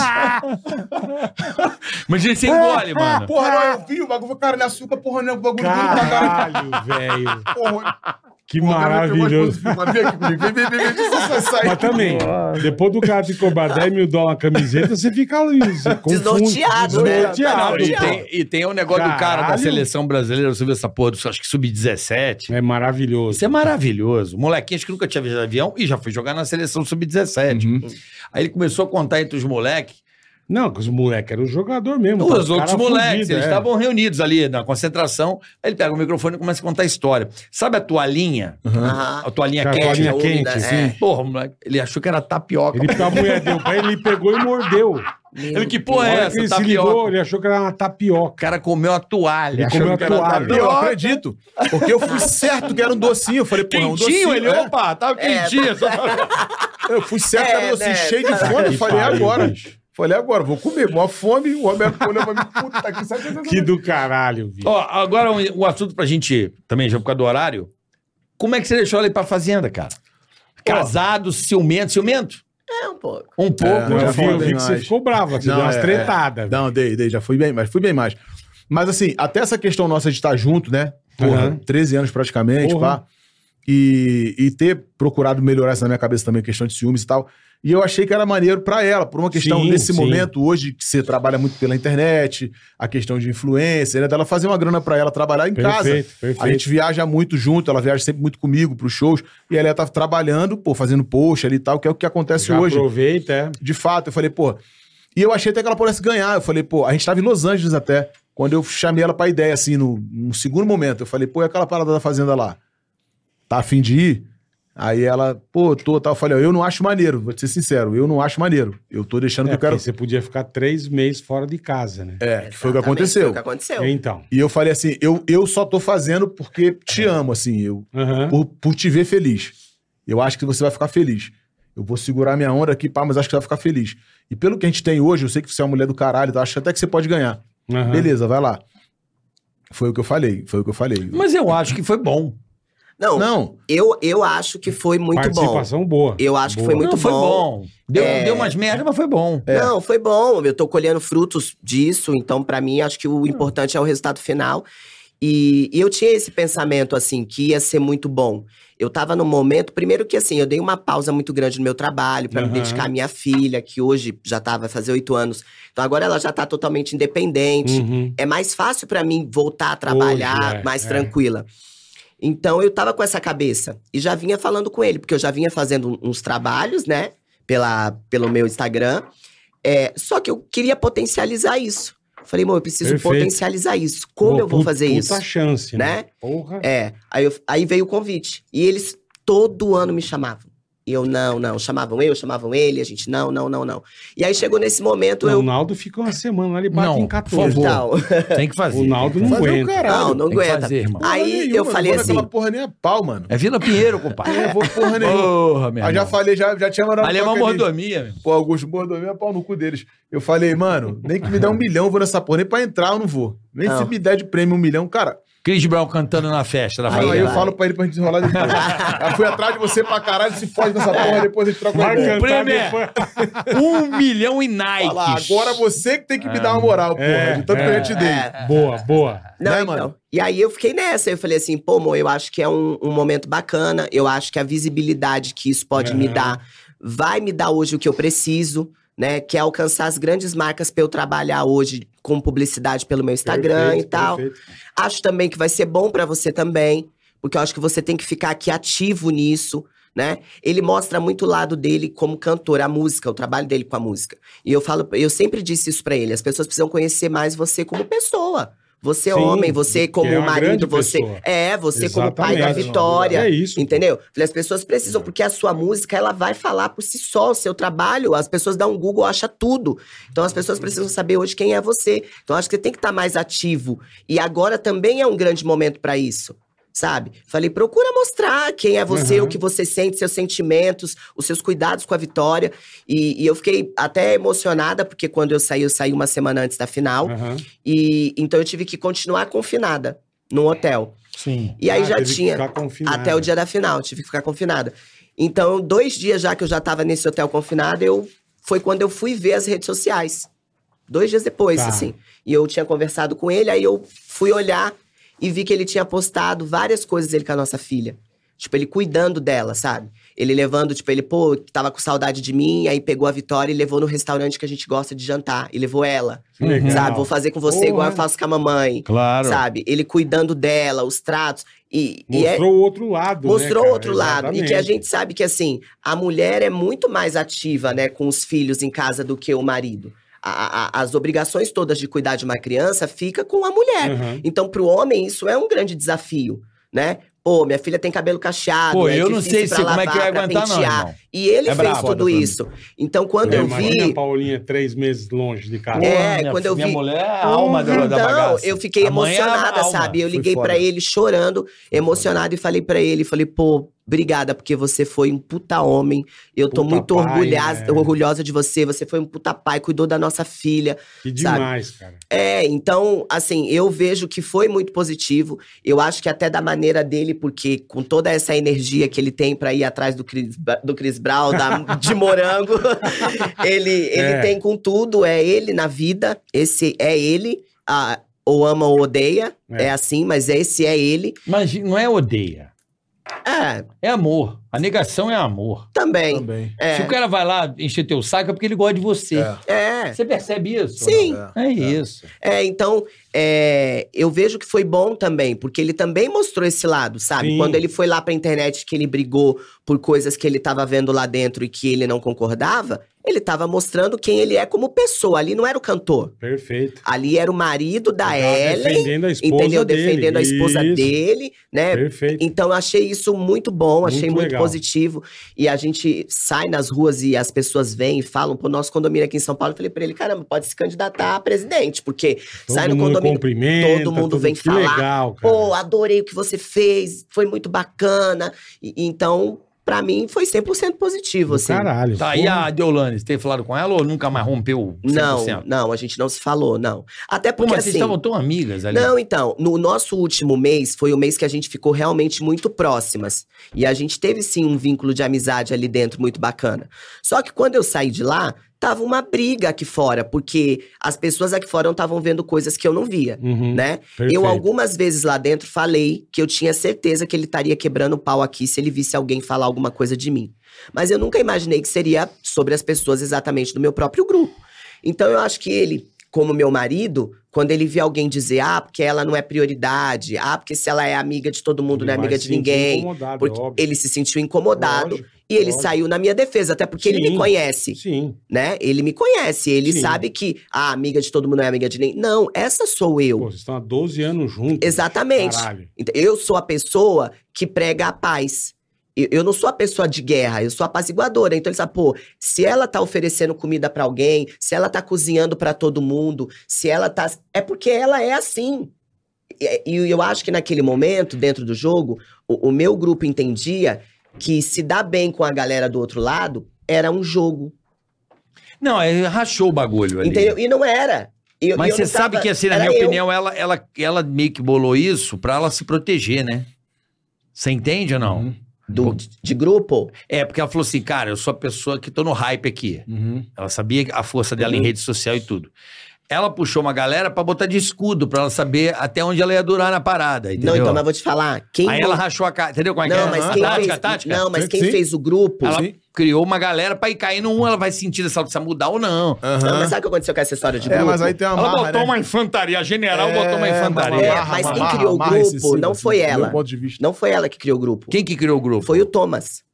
S2: Mas ele se engole, mano.
S4: Porra, não, eu vi o bagulho. Cara, ele açúcar, porra, não, o bagulho duro pra caralho. [laughs]
S3: Caralho, velho.
S4: Porra,
S3: Que
S4: porra, cara, eu tenho mais
S3: maravilhoso.
S4: coisa, mas Vem aqui comigo, vem, vem, vem, vem, deixa eu só sair.
S3: Mas também, depois do cara te cobrar 10 mil dólares na camiseta, você fica ali, você confunde,
S5: Desnorteado, né?
S3: desnorteado,
S2: E
S3: Ah, pô.
S2: tem, e tem o negócio do cara da
S3: Caralho.
S2: seleção brasileira, você viu essa porra, do- acho que sub-17.
S3: É maravilhoso.
S2: Isso é maravilhoso. Molequinhos que nunca tinha visto avião e já foi jogar na seleção sub-17.
S3: Uhum.
S2: Aí ele começou a contar entre os moleques,
S3: Não, que os moleques eram o jogador mesmo. tá?
S2: os outros
S3: cara
S2: moleques,
S3: fudido,
S2: eles
S3: é.
S2: estavam reunidos ali na concentração. Aí ele pega o microfone e começa a contar a história. Sabe a toalhinha?
S5: Aham.
S2: A toalhinha
S3: Uhum. Aquela
S2: quente?
S3: bolinha
S5: úmida,
S3: quente,
S5: é.
S3: assim.
S2: Porra, moleque, ele achou que era tapioca.
S3: Ele pegou a mulher deu pra ele, ele pegou e mordeu.
S2: Ele, que porra
S3: Na
S2: é
S3: hora que
S2: essa?
S3: ele se
S2: Tapioca.
S3: ligou, ele achou que era uma
S2: O
S3: tapioca.
S2: cara comeu a toalha.
S3: Ele comeu a toalha.
S4: Não, eu acredito. Porque eu fui certo que era um docinho. Eu falei, porra, é um docinho.
S2: Quentinho, ele,
S4: é.
S2: opa, tava
S5: É,
S2: quentinho.
S4: Eu fui certo que era um
S5: É,
S4: docinho,
S5: né?
S4: cheio de fome. Eu
S3: Que
S4: falei,
S3: pariu,
S4: agora.
S3: bicho.
S4: Falei, agora, vou comer. Mó fome. O Roberto olhou pra mim, puta que sabe.
S3: [laughs]
S4: sabe,
S3: Que
S4: sabe.
S3: do caralho, bicho.
S2: [laughs] Ó, agora um, um assunto pra gente, também já por causa do horário. Como é que você deixou ela ir pra fazenda, cara? Casado, ciumento, ciumento?
S5: É um pouco.
S2: Um pouco.
S4: Não,
S3: eu
S4: já
S3: vi, eu vi
S4: falei
S3: que você
S4: mais.
S3: ficou brava, você
S4: Não,
S3: deu umas
S4: é, é.
S3: tretadas. velho.
S4: [laughs] Não, dei, dei, já fui bem mais, fui bem mais. Mas assim, até essa questão nossa de estar junto, né? Porra,
S3: Aham.
S4: 13 anos praticamente,
S3: Porra.
S4: pá. E, e ter procurado melhorar isso na minha cabeça também, questão de ciúmes e tal. E eu achei que era maneiro pra ela, por uma questão
S3: Sim, sim.
S4: nesse momento, hoje, que você trabalha muito pela internet, a questão de influência, né? Dela fazer uma grana pra ela trabalhar em casa.
S3: Perfeito, perfeito.
S4: A gente viaja muito junto, ela viaja sempre muito comigo pros shows, e ela tá trabalhando, pô, fazendo post ali e tal, que é o que acontece
S3: Já
S4: hoje.
S3: aproveita, é.
S4: De fato, eu falei, pô. E eu achei até que ela pudesse ganhar. Eu falei, pô, a gente tava em Los Angeles até. Quando eu chamei ela pra ideia, assim, no, num segundo momento, eu falei, pô, e aquela parada da fazenda lá? Tá afim de ir? Aí ela, pô, tô, tal. Eu falei, ó, eu não acho maneiro, vou te ser sincero, eu não acho maneiro. Eu tô deixando
S3: É,
S4: que o cara.
S3: porque Você podia ficar três meses fora de casa, né?
S4: É, que foi o
S5: Exatamente,
S4: que aconteceu.
S5: Foi o que aconteceu.
S3: Então.
S4: E eu falei assim, eu, eu só tô fazendo porque te amo, assim, eu,
S3: Aham.
S4: por, por te ver feliz. Eu acho que você vai ficar feliz. Eu vou segurar minha onda aqui, pá, mas acho que você vai ficar feliz. E pelo que a gente tem hoje, eu sei que você é uma mulher do caralho, eu acho até que você pode ganhar.
S3: aham.
S4: Beleza, vai lá. Foi o que eu falei, foi o que eu falei.
S2: Mas eu acho que foi bom.
S5: Não,
S4: Não,
S5: Eu, eu acho que foi muito bom.
S3: Participação boa.
S5: Eu acho que
S3: Boa.
S5: foi muito
S2: não, foi
S5: bom.
S2: bom. Deu,
S5: É.
S2: deu umas merdas, mas foi bom.
S5: Não, foi bom. Eu tô colhendo frutos disso, então pra mim acho que o importante é o resultado final. E, e eu tinha esse pensamento assim que ia ser muito bom. Eu tava num momento, primeiro que assim, eu dei uma pausa muito grande no meu trabalho pra me
S3: Aham.
S5: dedicar à minha filha, que hoje já tá, vai fazer oito anos. Então agora ela já tá totalmente independente.
S3: Uhum.
S5: é mais fácil pra mim voltar a trabalhar
S3: Hoje, é,
S5: mais
S3: é.
S5: tranquila. Então eu tava com essa cabeça e já vinha falando com ele, porque eu já vinha fazendo um- uns trabalhos, né, pela, pelo meu Instagram. É, só que eu queria potencializar isso. Falei, amor, eu preciso
S3: Perfeito.
S5: potencializar isso. Como eu vou
S3: Puta-
S5: fazer isso?
S3: Puta chance, né?
S5: Né?
S3: Porra.
S5: É, aí, eu- aí veio o convite. E eles todo ano me chamavam. E eu, não, não. Chamavam eu, chamavam ele, a gente, não, não, não, não. E aí chegou nesse momento,
S3: Não,
S5: então eu.
S3: O Naldo fica uma semana lá, ele bate
S2: Não,
S3: em 14.
S2: por favor.
S5: Não,
S2: Tem que fazer.
S3: O Naldo não
S4: fazer o
S3: aguenta.
S4: caralho.
S5: não, não
S2: Tem que
S5: aguenta.
S2: fazer, irmão.
S4: Porra
S5: Aí
S4: nenhuma,
S5: eu falei
S4: não vou
S5: assim.
S4: naquela porra nem a pau, mano.
S2: É Vila Pinheiro, compadre.
S4: Eu não vou
S5: [laughs]
S4: porra nenhuma.
S2: Porra, meu
S4: É, Aí já
S2: irmão.
S4: falei, já, já tinha mandado
S2: Alemão
S4: toque ali.
S2: mordomia, meu.
S4: Pô, Augusto Bordomia, pau no cu deles. Eu falei, mano, nem que me dê um milhão, eu vou nessa porra. Nem pra entrar eu não vou. Nem
S5: Não.
S4: se me der de prêmio um milhão, cara.
S2: Chris Brown cantando na festa da
S4: Aí,
S5: Aí,
S2: família.
S4: eu
S5: vai.
S4: falo pra ele pra gente enrolar depois. eu fui atrás de você pra caralho, se fode nessa porra, depois a gente troca uma
S3: Vai
S4: ideia.
S3: cantar
S2: prêmio é-
S3: depois.
S2: Um milhão e
S4: Fala,
S2: Nikes.
S4: agora você que tem que me dar uma moral, porra.
S3: É,
S4: de tanto que eu já te dei.
S5: É.
S3: Boa, boa.
S5: Não,
S4: Né,
S5: então.
S4: mano?
S5: E aí eu fiquei nessa. Eu falei assim, pô, amor, eu acho que é um, um momento bacana. Eu acho que a visibilidade que isso pode me
S3: Aham.
S5: dar vai me dar hoje o que eu preciso, né? Que é alcançar as grandes marcas pra eu trabalhar hoje com publicidade pelo meu Instagram
S3: Perfeito,
S5: É, e tal.
S3: perfeito.
S5: Acho também que vai ser bom pra você também, porque eu acho que você tem que ficar aqui ativo nisso, né? Ele mostra muito o lado dele como cantor, a música, o trabalho dele com a música. E eu falo, eu sempre disse isso pra ele, as pessoas precisam conhecer mais você como pessoa. Você é
S3: Sim,
S5: homem, você
S3: que
S5: como
S3: é uma grande
S5: marido, você
S3: pessoa.
S5: é, você como pai da
S3: Exatamente.
S5: Vitória.
S3: É isso. pô. É.
S5: Entendeu? Falei, as pessoas precisam, porque a sua música, ela vai falar por si só, o seu trabalho. As pessoas dão um Google, acha tudo. Então, as pessoas precisam saber hoje quem é você. Então, acho que você tem que estar mais ativo. E agora também é um grande momento para isso, sabe? Falei, procura mostrar quem é você,
S3: Uhum.
S5: o que você sente, seus sentimentos, os seus cuidados com a vitória. E, e eu fiquei até emocionada, porque quando eu saí, eu saí uma semana antes da final.
S3: Aham.
S5: E então, eu tive que continuar confinada num hotel.
S3: Sim.
S5: E aí
S3: Ah,
S5: já
S3: teve que
S5: tinha
S3: ficar confinado.
S5: até o dia da final, tive que ficar confinada. Então, dois dias já que eu já tava nesse hotel confinado, eu foi quando eu fui ver as redes sociais. Dois dias depois,
S3: Tá.
S5: assim. E eu tinha conversado com ele, aí eu fui olhar e vi que ele tinha postado várias coisas ele com a nossa filha. Tipo, ele cuidando dela, sabe? Ele levando, tipo, ele, pô, tava com saudade de mim, aí pegou a Vitória e levou no restaurante que a gente gosta de jantar. E levou ela.
S3: Que legal.
S5: Sabe? Vou fazer com você igual eu
S3: Porra.
S5: faço com a mamãe.
S6: Claro.
S5: Sabe? Ele cuidando dela, os tratos. E, e é,
S3: Mostrou o outro lado. né,
S5: mostrou
S3: cara?
S5: outro lado. E que a
S3: Exatamente.
S5: gente sabe que, assim, a mulher é muito mais ativa, né, com os filhos em casa do que o marido. A- a- a- as obrigações todas de cuidar de uma criança fica com a
S2: Hum.
S5: mulher.
S3: Aham.
S5: Então, pro homem, isso é um grande desafio, né? Pô, minha filha tem cabelo cacheado.
S2: Pô,
S5: é
S2: eu não
S5: difícil
S2: sei se
S5: pra
S2: como é
S5: lavar,
S2: que vai
S5: pra
S2: aguentar, não,
S5: pentear.
S2: irmão.
S5: E ele
S2: É
S5: fez
S2: brabo,
S5: tudo
S2: foda pra É,
S5: isso. Então, quando eu
S3: Imagina
S5: vi.
S3: a Paulinha três meses longe de casa.
S5: É,
S2: Porra, minha-
S5: quando eu
S2: minha
S5: vi-
S2: mulher é a alma da, da
S5: Então,
S2: bagaça.
S5: eu fiquei
S2: A mãe é a
S5: emocionada,
S2: alma.
S5: sabe? Eu
S2: Foi
S5: liguei
S2: foda.
S5: pra ele chorando, emocionada, e falei pra ele, falei, pô, obrigada, porque você foi um puta homem. Eu tô
S3: Puta
S5: muito
S3: pai,
S5: orgulhosa,
S3: né?
S5: orgulhosa de você. Você foi um puta pai, cuidou da nossa filha.
S3: Que demais, cara.
S5: É, então, assim, eu vejo que foi muito positivo. Eu acho que até da maneira dele, porque com toda essa energia que ele tem pra ir atrás do Chris, Bra- do Chris Brown, da- de morango, [laughs] ele, ele
S3: É.
S5: tem com tudo. É ele na vida, esse é ele. ah, ou ama ou odeia,
S3: É.
S5: é. assim, mas esse é ele.
S2: Mas não é odeia.
S5: É,
S2: É amor. A negação é amor.
S5: também.
S4: Também.
S2: Se
S5: É,
S2: o cara vai lá encher teu saco, é porque ele gosta de você.
S4: É.
S5: é.
S2: Você percebe isso?
S5: Sim.
S4: É.
S2: É isso.
S5: É, então, é, eu vejo que foi bom também, porque ele também mostrou esse lado, sabe?
S3: Sim.
S5: Quando ele foi lá pra internet que ele brigou por coisas que ele tava vendo lá dentro e que ele não concordava, ele tava mostrando quem ele é como pessoa. Ali não era o cantor,
S3: Perfeito.
S5: ali era o marido da
S3: Tava
S5: Tá Ellen,
S3: Defendendo a esposa
S5: entendeu?
S3: dele.
S5: Defendendo a esposa
S3: Isso.
S5: dele, né?
S3: Perfeito.
S5: Então, eu achei isso muito bom, achei
S3: Muito
S5: muito,
S3: legal. Legal.
S5: positivo. E a gente sai nas ruas e as pessoas vêm e falam pro nosso condomínio aqui em São Paulo. Eu falei pra ele, caramba, pode se candidatar a presidente, porque
S3: Todo
S5: sai no
S3: mundo
S5: condomínio,
S3: cumprimenta,
S5: todo mundo vem
S3: que
S5: falar.
S3: legal, cara.
S5: pô, adorei o que você fez, foi muito bacana. E- e então, pra mim, foi 100% positivo, assim.
S3: Caralho.
S2: Tá, e a Deolane, tem falado com ela ou nunca mais rompeu 100%?
S5: Não, não, a gente não se falou, não. Até
S2: Pô,
S5: porque,
S2: mas
S5: assim...
S2: vocês estavam tão amigas ali.
S5: Não, então, no nosso último mês foi o mês que a gente ficou realmente muito próximas. E a gente teve sim um vínculo de amizade ali dentro muito bacana. Só que quando eu saí de lá, tava uma briga aqui fora, porque as pessoas aqui fora estavam vendo coisas que eu não via,
S3: Uhum,
S5: né?
S3: perfeito.
S5: Eu algumas vezes lá dentro falei que eu tinha certeza que ele estaria quebrando o pau aqui se ele visse alguém falar alguma coisa de mim. Mas eu nunca imaginei que seria sobre as pessoas exatamente do meu próprio grupo. Então eu acho que ele, como meu marido, quando ele via alguém dizer, ah, porque ela não é prioridade, ah, porque se ela é amiga de todo mundo,
S3: Ele
S5: não é
S3: vai
S5: amiga
S3: se
S5: de
S3: sentir
S5: ninguém.
S3: incomodado,
S5: Porque
S3: é óbvio.
S5: ele se sentiu incomodado
S3: Lógico,
S5: e ele
S3: lógico.
S5: saiu na minha defesa, até porque ele
S3: Sim.
S5: me conhece
S3: Sim.
S5: né? Ele me conhece, ele
S3: Sim.
S5: sabe que a amiga de todo mundo não é amiga de ninguém. Não, essa sou eu.
S3: Pô, vocês estão há 12 anos juntos.
S5: Exatamente.
S3: Caralho.
S5: Ent- Eu sou a pessoa que prega a paz. Eu eu não sou a pessoa de guerra, eu sou apaziguadora. Então ele sabe, pô, se ela tá oferecendo comida pra alguém, se ela tá cozinhando pra todo mundo, se ela tá. É porque ela é assim. E e eu acho que naquele momento, dentro do jogo, o, o meu grupo entendia que se dar bem com a galera do outro lado era um jogo.
S2: Não, é, rachou o bagulho ali.
S5: Entendeu? E não era. E eu- e
S2: Mas
S5: eu
S2: você
S5: não
S2: sabe
S5: tava-
S2: que, assim, na
S5: era
S2: minha
S5: eu.
S2: opinião, ela, ela, ela meio que bolou isso pra ela se proteger, né? Você entende ou
S5: Uhum.
S2: não?
S5: Do- de grupo?
S2: É, porque ela falou assim, cara, eu sou a pessoa que tô no hype aqui.
S10: Uhum.
S2: Ela sabia a força dela em rede social e tudo. Ela puxou uma galera pra botar de escudo, pra ela saber até onde ela ia durar na parada, entendeu?
S5: Não, então, mas vou te falar. Quem
S2: Aí ela rachou a cara, entendeu como é que
S5: não,
S2: é?
S5: mas
S2: a
S5: quem
S2: tática,
S5: fez...
S2: a tática?
S5: Não, mas
S10: Sim,
S5: quem
S10: sim.
S5: fez o grupo.
S2: Ela criou uma galera pra ir cair num, ela vai sentir essa se mudar ou não.
S5: Não, mas sabe o que aconteceu com essa história de grupo?
S10: É, mas aí tem uma
S2: Ela
S10: marra,
S2: botou
S10: né?
S2: uma infantaria, a general
S10: É,
S2: botou uma infantaria.
S5: É, mas quem criou o grupo
S10: excessiva,
S5: não foi
S10: do
S5: ela.
S10: meu ponto de vista.
S5: Não foi ela que criou o grupo.
S2: Quem que criou o grupo?
S5: Foi o Thomas.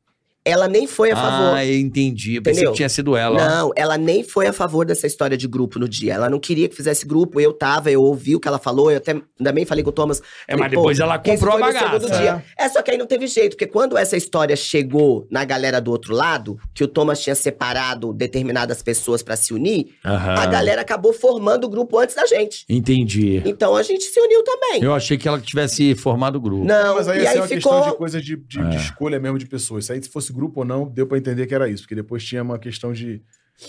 S5: Ela nem foi a favor.
S2: Ah, eu entendi. Eu Pensei
S5: Entendeu?
S2: que tinha sido ela. ó.
S5: Não, ela nem foi a favor dessa história de grupo no dia. Ela não queria que fizesse grupo. Eu tava, eu ouvi o que ela falou. Eu até também falei com o Thomas.
S2: É,
S5: Falei,
S2: mas depois
S5: "Pô,
S2: ela
S5: esse
S2: comprou a
S5: foi meu
S2: bagaça.
S5: segundo dia." É, só que aí não teve jeito, porque quando essa história chegou na galera do outro lado, que o Thomas tinha separado determinadas pessoas pra se unir,
S2: Aham.
S5: a galera acabou formando o grupo antes da gente.
S2: Entendi.
S5: Então a gente se uniu também.
S2: Eu achei que ela tivesse formado o grupo.
S5: Não,
S10: Mas aí,
S5: e
S10: assim, é
S5: aí
S10: uma questão de
S5: ficou.
S10: coisa de, de- de escolha mesmo de pessoas. Isso aí, se fosse grupo ou não, deu pra entender que era isso. Porque depois tinha uma questão de,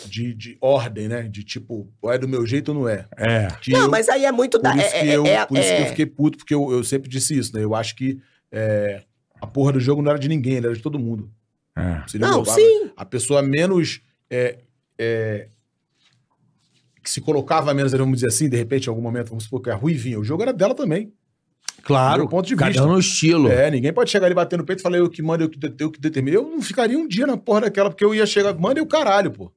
S10: de, de ordem, né? De tipo, ou é do meu jeito ou não é.
S3: É.
S10: Que
S5: Não,
S10: eu-
S5: mas aí é muito da.
S10: Por isso,
S5: é-
S10: que,
S5: é-
S10: eu,
S5: é-
S10: por isso que eu
S5: é-
S10: fiquei puto, porque eu, eu sempre disse isso, né? Eu acho que é, a porra do jogo não era de ninguém, era de todo mundo.
S2: é.
S10: Seria
S5: Não,
S10: uma-
S5: sim.
S10: A pessoa menos. é, é, que se colocava menos, vamos dizer assim, de repente, em algum momento, vamos supor que a Rui vinha. O jogo era dela também.
S2: Claro,
S10: Meu ponto de
S2: cada
S10: vista.
S2: um no estilo.
S10: É, ninguém pode chegar ali bater no peito e falar eu que mando, eu que, de- eu que determino. Eu não ficaria um dia na porra daquela, porque eu ia chegar, manda e o caralho, pô.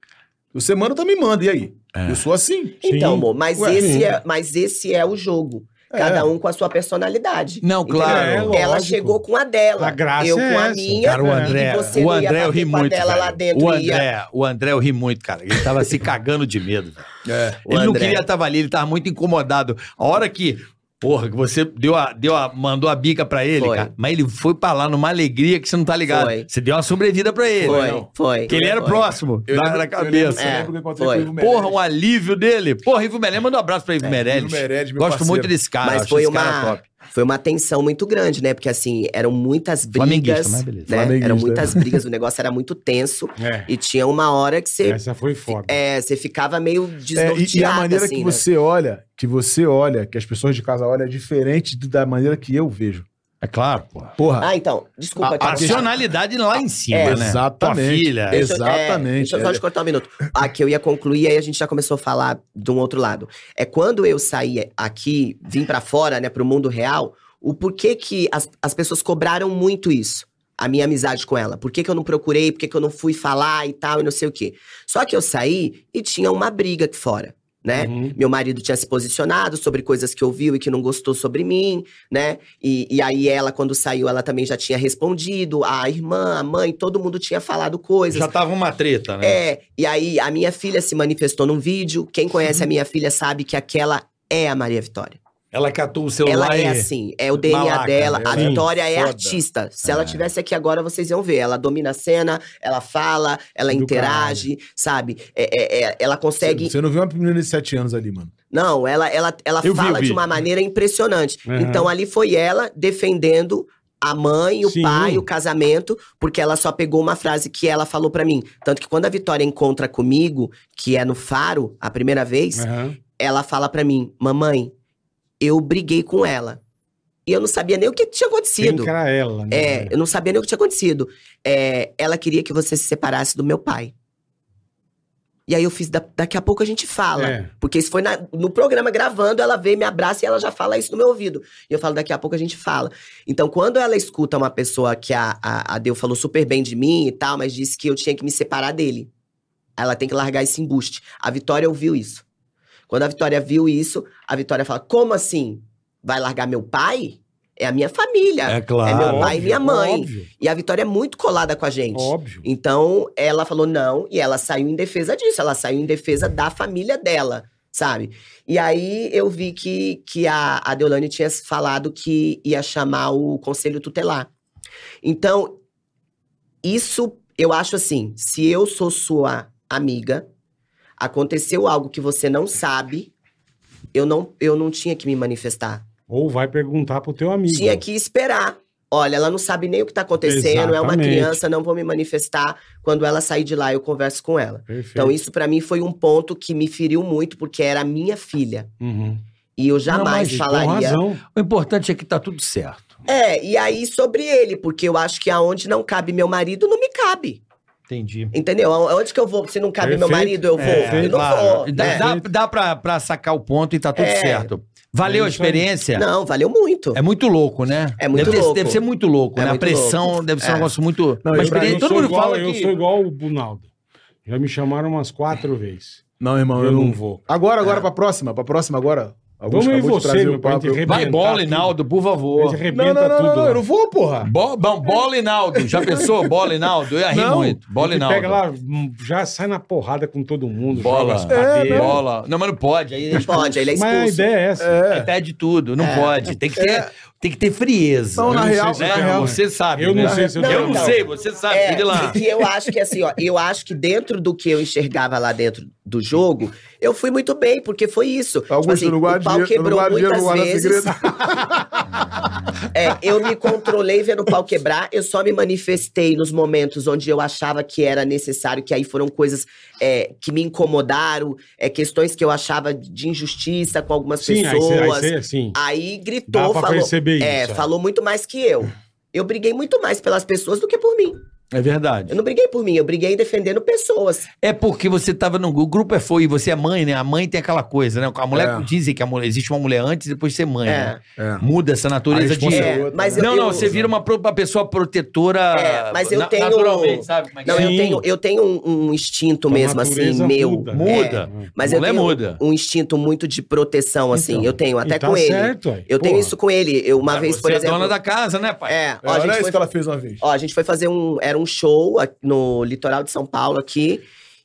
S10: Você manda, eu também manda, e aí?
S2: É.
S10: Eu sou assim.
S5: Então, amor, mas,
S10: Ué, sim.
S5: esse é, mas esse é o jogo. Cada um com a sua personalidade.
S2: Não,
S5: Entendeu?
S2: claro.
S5: ela
S10: É, lógico.
S5: chegou com a dela.
S3: A graça
S5: eu
S3: é
S5: com a
S3: essa.
S5: minha.
S2: Cara, o André,
S5: E você
S2: o
S5: não
S2: André
S5: ia
S2: eu
S5: bater
S2: ri
S5: com a
S2: muito.
S5: dela
S2: velho.
S5: lá dentro,
S2: o
S5: e ia-
S2: André, o André eu ri muito, cara. Ele tava se cagando de medo. velho.
S5: O
S2: [laughs]
S10: É.
S2: Ele não
S5: André.
S2: queria tava ali, ele tava muito incomodado. A hora que, porra, que você deu a, deu a, mandou a bica pra ele,
S5: Foi.
S2: cara. Mas ele foi pra lá numa alegria que você não tá ligado.
S5: Foi.
S2: Você deu uma sobrevida pra ele.
S5: Foi,
S2: não.
S5: foi.
S2: Porque ele era o
S5: foi.
S2: próximo,
S10: Eu
S2: da,
S10: lembro-
S2: da
S10: eu lembro-
S2: cabeça.
S10: eu lembro que eu encontrei
S5: É,
S10: com o Ivo Meirelles.
S2: Porra, um alívio dele. Porra, Ivo Meirelles, manda um abraço pra Ivo Meirelles.
S10: Ivo Meirelles, meu
S2: Gosto
S10: parceiro.
S2: muito desse cara.
S5: Mas
S2: acho
S5: foi
S2: esse cara
S5: uma,
S2: top.
S5: foi uma tensão muito grande, né? Porque assim, eram muitas
S2: Flamenguista,
S5: brigas.
S2: mas beleza.
S5: né?
S10: Flamenguista,
S5: Eram
S10: né?
S5: muitas brigas, o negócio era muito tenso.
S3: É.
S5: E tinha uma hora que você,
S3: Essa foi foda.
S5: é, você ficava meio
S10: É,
S5: desnorteado.
S10: e, e a maneira
S5: assim,
S10: que
S5: né?
S10: você olha, que você olha, que as pessoas de casa olham, é diferente do- da maneira que eu vejo.
S2: É claro, porra.
S10: Porra,
S5: Ah, então, desculpa.
S10: A-
S5: Thiago.
S2: Racionalidade lá em cima,
S5: É.
S2: né?
S10: Exatamente.
S2: Tua filha.
S5: Deixa eu-
S10: Exatamente,
S5: é, deixa eu só
S10: é.
S5: te cortar um minuto. Aqui eu ia concluir, aí a gente já começou a falar de um outro lado. É quando eu saí aqui, vim pra fora, né, pro mundo real, o porquê que as, as pessoas cobraram muito isso. A minha amizade com ela. Por que, que eu não procurei, por que, que eu não fui falar e tal, e não sei o quê. Só que eu saí e tinha uma briga aqui fora, né?
S3: Uhum.
S5: Meu marido tinha se posicionado sobre coisas que ouviu e que não gostou sobre mim, né? E, e aí ela, quando saiu, ela também já tinha respondido. A irmã, a mãe, todo mundo tinha falado coisas.
S2: Já tava uma treta, né?
S5: É, e aí a
S2: Uhum.
S5: minha filha se manifestou num vídeo. Quem conhece a minha filha sabe que aquela é a Maria Vitória.
S2: Ela catou o celular
S5: Ela
S2: e...
S5: é assim, é o DNA
S2: Então malaca,
S5: dela.
S2: né?
S5: A
S2: Sim,
S5: Vitória é
S2: foda. É.
S5: artista. Se ela tivesse aqui agora, vocês iam ver. Ela domina a cena, ela fala, ela
S3: Do
S5: interage, sabe? É- é- é- ela consegue.
S4: Você não viu uma menina de 7 anos ali, mano.
S5: Não, ela, ela, ela
S6: Eu vi,
S5: fala
S6: eu vi.
S5: de uma maneira impressionante.
S3: Aham.
S5: Então ali foi ela defendendo a mãe, o
S3: Sim.
S5: pai, o casamento, porque ela só pegou uma frase que ela falou pra mim. Tanto que quando a Vitória encontra comigo, que é no Faro, a primeira vez,
S3: Aham.
S5: ela fala pra mim: "Mamãe, eu briguei com ela". E eu não sabia nem o que tinha
S3: Quem
S5: acontecido.
S3: que era ela, né?
S5: É, eu não sabia nem o que tinha acontecido. É, ela queria que você se separasse do meu pai. E aí eu fiz, da- daqui a pouco a gente fala.
S3: É.
S5: Porque isso foi na- no programa gravando, ela vem, me abraça e ela já fala isso no meu ouvido. E eu falo, daqui a pouco a gente fala. Então, quando ela escuta uma pessoa que a, a, a Deu falou super bem de mim e tal, mas disse que eu tinha que me separar dele. Ela tem que largar esse embuste. A Vitória ouviu isso. Quando a Vitória viu isso, a Vitória fala: Como assim? Vai largar meu pai? É a minha família.
S2: É claro.
S5: É meu pai e minha mãe.
S3: Ah, Óbvio,
S5: E a Vitória é muito colada com a gente.
S3: óbvio.
S5: Então, ela falou não, e ela saiu em defesa disso, ela saiu em defesa da família dela, sabe? E aí eu vi que, que a, a Deolane tinha falado que ia chamar o conselho tutelar. Então, isso eu acho assim: se eu sou sua amiga, aconteceu algo que você não sabe, eu não, eu não tinha que me manifestar.
S3: Ou vai perguntar pro teu amigo.
S5: Tinha é que esperar. Olha, ela não sabe nem o que tá acontecendo, é uma
S3: Exatamente.
S5: criança, não vou me manifestar. Quando ela sair de lá, eu converso com ela.
S3: Perfeito.
S5: Então, isso pra mim foi um ponto que me feriu muito, porque era minha filha.
S3: Uhum.
S5: E eu
S2: mas
S5: jamais
S2: com
S3: Com
S5: falaria.
S3: razão.
S2: O importante é que tá tudo certo.
S5: É, e aí sobre ele, porque eu acho que aonde não cabe meu marido, não me cabe.
S2: Entendi.
S5: Entendeu? Aonde que eu vou? Se não cabe meu
S3: Perfeito.
S5: marido, eu vou.
S3: É,
S5: eu não
S2: claro.
S5: vou.
S2: Dá,
S5: né?
S2: dá, dá pra, pra sacar o ponto e tá tudo
S5: É.
S2: certo. Valeu
S3: É
S2: a
S3: isso aí.
S2: experiência.
S5: Não, valeu muito.
S2: É muito louco, né?
S5: É muito
S2: deve ter-
S5: louco.
S2: deve ser muito louco,
S5: É
S2: né?
S5: muito
S2: a pressão
S5: louco.
S2: deve ser um
S5: É.
S2: negócio muito.
S4: Não,
S2: Mas
S4: eu-
S2: experiência-
S3: Eu
S2: todo
S3: sou
S2: mundo
S3: igual-
S2: fala
S3: Eu
S2: que.
S3: sou igual o Bunaldo. Já me chamaram umas
S5: [laughs]
S3: quatro vezes.
S4: Não, irmão,
S3: Eu,
S4: eu, não...
S3: não vou.
S4: Agora,
S5: É.
S4: agora, pra próxima, pra próxima agora. Augusto
S3: Vamos em
S4: acabou de
S3: você,
S4: trazer
S3: meu
S4: o
S3: pai,
S4: papo.
S3: te
S4: Eu-
S2: Vai,
S3: arrebentar
S2: bola,
S3: tudo.
S2: Inaldo, por
S3: A
S2: favor.
S3: gente
S4: Não,
S3: arrebenta
S4: não, não, não,
S3: tudo.
S4: não,
S3: lá.
S4: eu não vou, porra.
S2: Bo, bom, bola, Inaldo. Já pensou? Bola, Inaldo. Eu ia rir
S4: Não,
S2: muito. Bola,
S3: Ele pega
S2: Inaldo.
S3: lá, hum, já sai na porrada com todo mundo.
S2: Bola.
S4: É,
S3: joga as
S4: né?
S3: cadeiras.
S2: Bola. Não, mas não pode. Aí
S5: Não pode, ele
S3: [laughs]
S5: é
S3: Mas a
S5: expulso.
S3: ideia é essa.
S2: Aí perde tudo,
S5: É.
S2: não pode. Tem que ter, tem que ter frieza.
S4: Não, na
S2: Eu
S4: real,
S2: sei se é
S4: na
S2: eu-
S4: real.
S2: você
S4: É.
S2: sabe.
S3: Eu não
S2: né?
S3: sei se eu
S2: eu
S5: tenho
S2: não
S5: não.
S2: sei, você
S3: Ah,
S2: sabe,
S5: É,
S2: sei lá.
S5: e que eu acho que assim, ó, eu acho que dentro do que eu enxergava lá dentro do jogo, eu fui muito bem, porque foi isso. Tipo
S4: Augusto,
S5: assim,
S4: eu não guardo
S5: o pau
S4: dinheiro, eu não
S5: quebrou
S4: guardo dinheiro, eu
S5: muitas
S4: não guardo
S5: vezes.
S4: segredo.
S5: É, eu me controlei vendo o pau quebrar, eu só me manifestei nos momentos onde eu achava que era necessário, que aí foram coisas é, que me incomodaram, é, questões que eu achava de injustiça com algumas
S3: Sim, aí
S5: pessoas.
S3: você, aí você assim.
S5: Aí
S3: Dá
S5: gritou,
S3: pra
S5: falou.
S3: perceber
S5: É,
S3: isso.
S5: falou muito mais que eu. Eu briguei muito mais pelas pessoas do que por mim.
S2: É verdade.
S5: Eu não briguei por mim, eu briguei defendendo pessoas.
S2: É porque você tava no o grupo é foi, você é mãe, né? A mãe tem aquela coisa, né? A mulher
S4: É.
S2: dizem que a mulher, existe uma mulher antes e depois ser mãe, né?
S5: É,
S4: É.
S2: Muda essa natureza
S4: A
S2: de.
S4: resposta
S5: é,
S4: outra,
S5: mas
S4: né?
S5: eu,
S2: Não,
S5: eu-
S2: não, você vira uma, pro- uma pessoa protetora.
S5: É, mas eu tenho-
S2: Naturalmente, sabe? como é que
S5: Não,
S2: é?
S5: eu
S3: Sim.
S5: tenho, eu tenho um, um instinto
S3: Tua
S5: mesmo, assim,
S3: Então, natureza
S5: meu. Então,
S3: muda. né?
S2: Muda.
S5: Mas
S2: A
S5: eu
S2: mulher
S5: tenho
S2: muda.
S5: um instinto muito de proteção, assim.
S3: Então,
S5: eu tenho, até
S3: E tá
S5: com ele.
S3: certo, aí.
S5: Eu tenho
S3: Porra.
S5: isso com ele. Eu, uma
S2: Ah,
S5: vez,
S2: você
S5: por
S2: é
S5: exemplo.
S2: dona da casa, né, pai?
S5: É, ó, a
S4: Olha
S5: gente
S4: isso
S5: foi-
S4: que ela fez uma vez.
S5: Ó, a gente foi fazer um. Era um show a- no litoral de São Paulo aqui.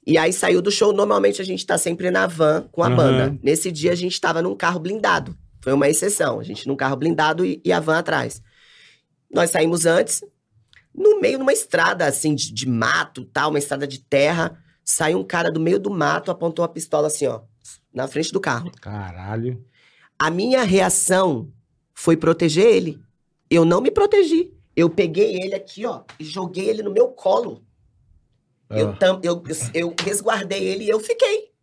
S5: E aí saiu do show. Normalmente a gente tá sempre na van com a
S3: Aham.
S5: banda. Nesse dia a gente tava num carro blindado. Foi uma exceção. A gente num carro blindado e, e a van atrás. Nós saímos antes, no meio de uma estrada, assim, de, de mato tal, uma estrada de terra. Saiu um cara do meio do mato, apontou a pistola assim, ó, na frente do carro.
S3: Caralho.
S5: A minha reação foi proteger ele. Eu não me protegi. Eu peguei ele aqui, ó, e joguei ele no meu colo.
S3: Ah.
S5: Eu, tam- eu, eu resguardei ele e eu fiquei.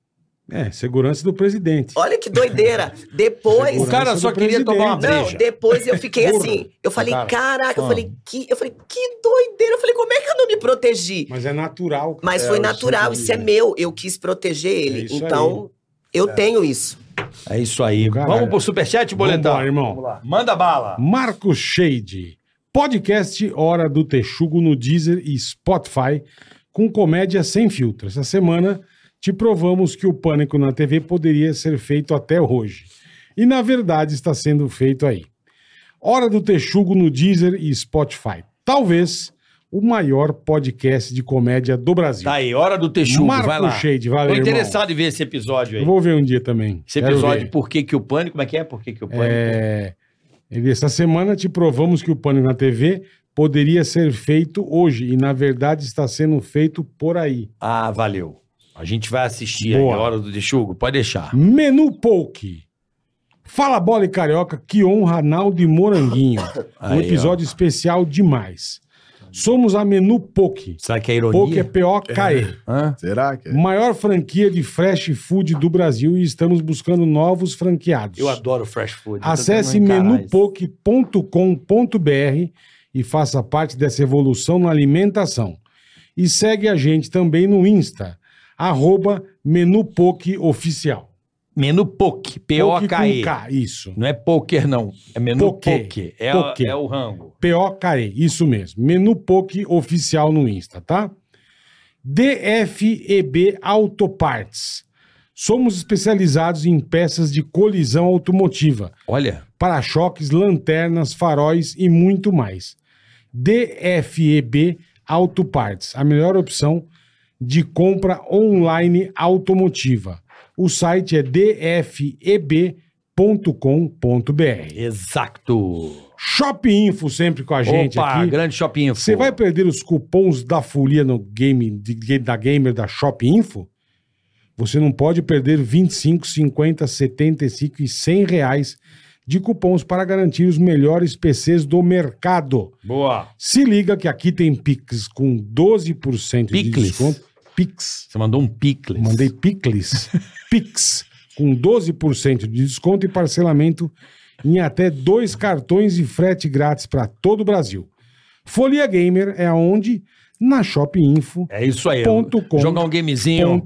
S3: É, segurança do presidente.
S5: Olha que doideira. Depois.
S2: O cara só
S3: do
S2: queria tomar uma
S3: presidente.
S5: Não,
S2: breja.
S5: depois eu fiquei
S3: Burro.
S5: assim. Eu falei,
S3: Cara,
S5: caraca, eu
S2: ah.
S5: falei, que. Eu falei, que doideira. Eu falei, como é que eu não me protegi?
S3: Mas é natural. cara.
S5: Mas
S3: É,
S5: foi
S3: eu
S5: natural,
S3: sempre
S5: isso é
S3: vi.
S5: meu. Eu quis proteger
S3: É
S5: ele.
S3: isso
S5: então, eu tenho isso.
S2: É isso aí.
S3: Caralho.
S2: Vamos pro superchat, boletão?
S3: Vambora, irmão.
S2: Manda bala.
S3: Marco Shade. Podcast Hora do Texugo no Deezer e Spotify com comédia sem filtro. Essa semana te provamos que o pânico na TV poderia ser feito até hoje. E na verdade está sendo feito aí. Hora do Texugo no Deezer e Spotify. Talvez o maior podcast de comédia do Brasil.
S2: Tá aí, hora do Texugo,
S3: Marco
S2: vai lá.
S3: Shade, valeu,
S2: Tô
S3: irmão.
S2: interessado em ver esse episódio
S3: Eu
S2: aí.
S3: vou ver um dia também.
S2: Esse
S3: Quero
S2: episódio,
S3: ver.
S2: por que que o pânico, como é que é? Por que que o pânico?
S3: É, ele, essa semana te provamos que o Pânico na TV poderia ser feito hoje e, na verdade, está sendo feito por aí.
S2: Ah, valeu. A gente vai assistir
S3: Boa. Um
S2: aí, hora do Texugo, pode deixar.
S3: Menu Poke. Fala bola e carioca, que honra Naldo e Moranguinho. um
S2: [laughs] Aí,
S3: episódio especial demais. Somos a Menu Poke.
S2: Será que é
S3: Poke é
S2: ironia?
S3: P-O-K-E.
S2: Hã?
S4: Será que é?
S3: Maior franquia de fast food do Brasil e estamos buscando novos franqueados.
S2: Eu adoro fresh food.
S3: Acesse
S2: Eu tô tentando encarar isso.
S3: menupoke.com.br e faça parte dessa evolução na alimentação. E segue a gente também no Insta, arroba menupokeoficial.
S2: Menu
S3: Poke
S2: Poke,
S3: com
S2: P-O-K-E.
S3: K, Isso.
S2: Não é poker, não. É menu
S3: Poke.
S2: poke. É, o-
S3: Poke.
S2: é o rango.
S3: P-O-K-E, isso mesmo. Menu Poke Oficial no Insta, tá? DFEB Autoparts. Somos especializados em peças de colisão automotiva.
S2: Olha,
S3: para-choques, lanternas, faróis e muito mais. DFEB Auto Parts, a melhor opção de compra online automotiva. O site é dfeb.com.br.
S2: exato.
S3: Shop Info sempre com a gente
S2: Opa,
S3: aqui.
S2: grande shopping. Info.
S3: Você vai perder os cupons da folia no game de- da gamer da Shop Info? Você não pode perder 25, 50, 75 e 100 reais de cupons para garantir os melhores PCs do mercado.
S6: Boa.
S3: Se liga que aqui tem Pix com 12% de
S2: Picles.
S3: desconto. Pix.
S2: Você mandou um picles.
S3: Mandei Picles. Pix com 12% de desconto e parcelamento em até dois cartões e frete grátis para todo o Brasil. Folia Gamer é aonde? Na shopinfo.com.br.
S2: É isso aí. Jogar um gamezinho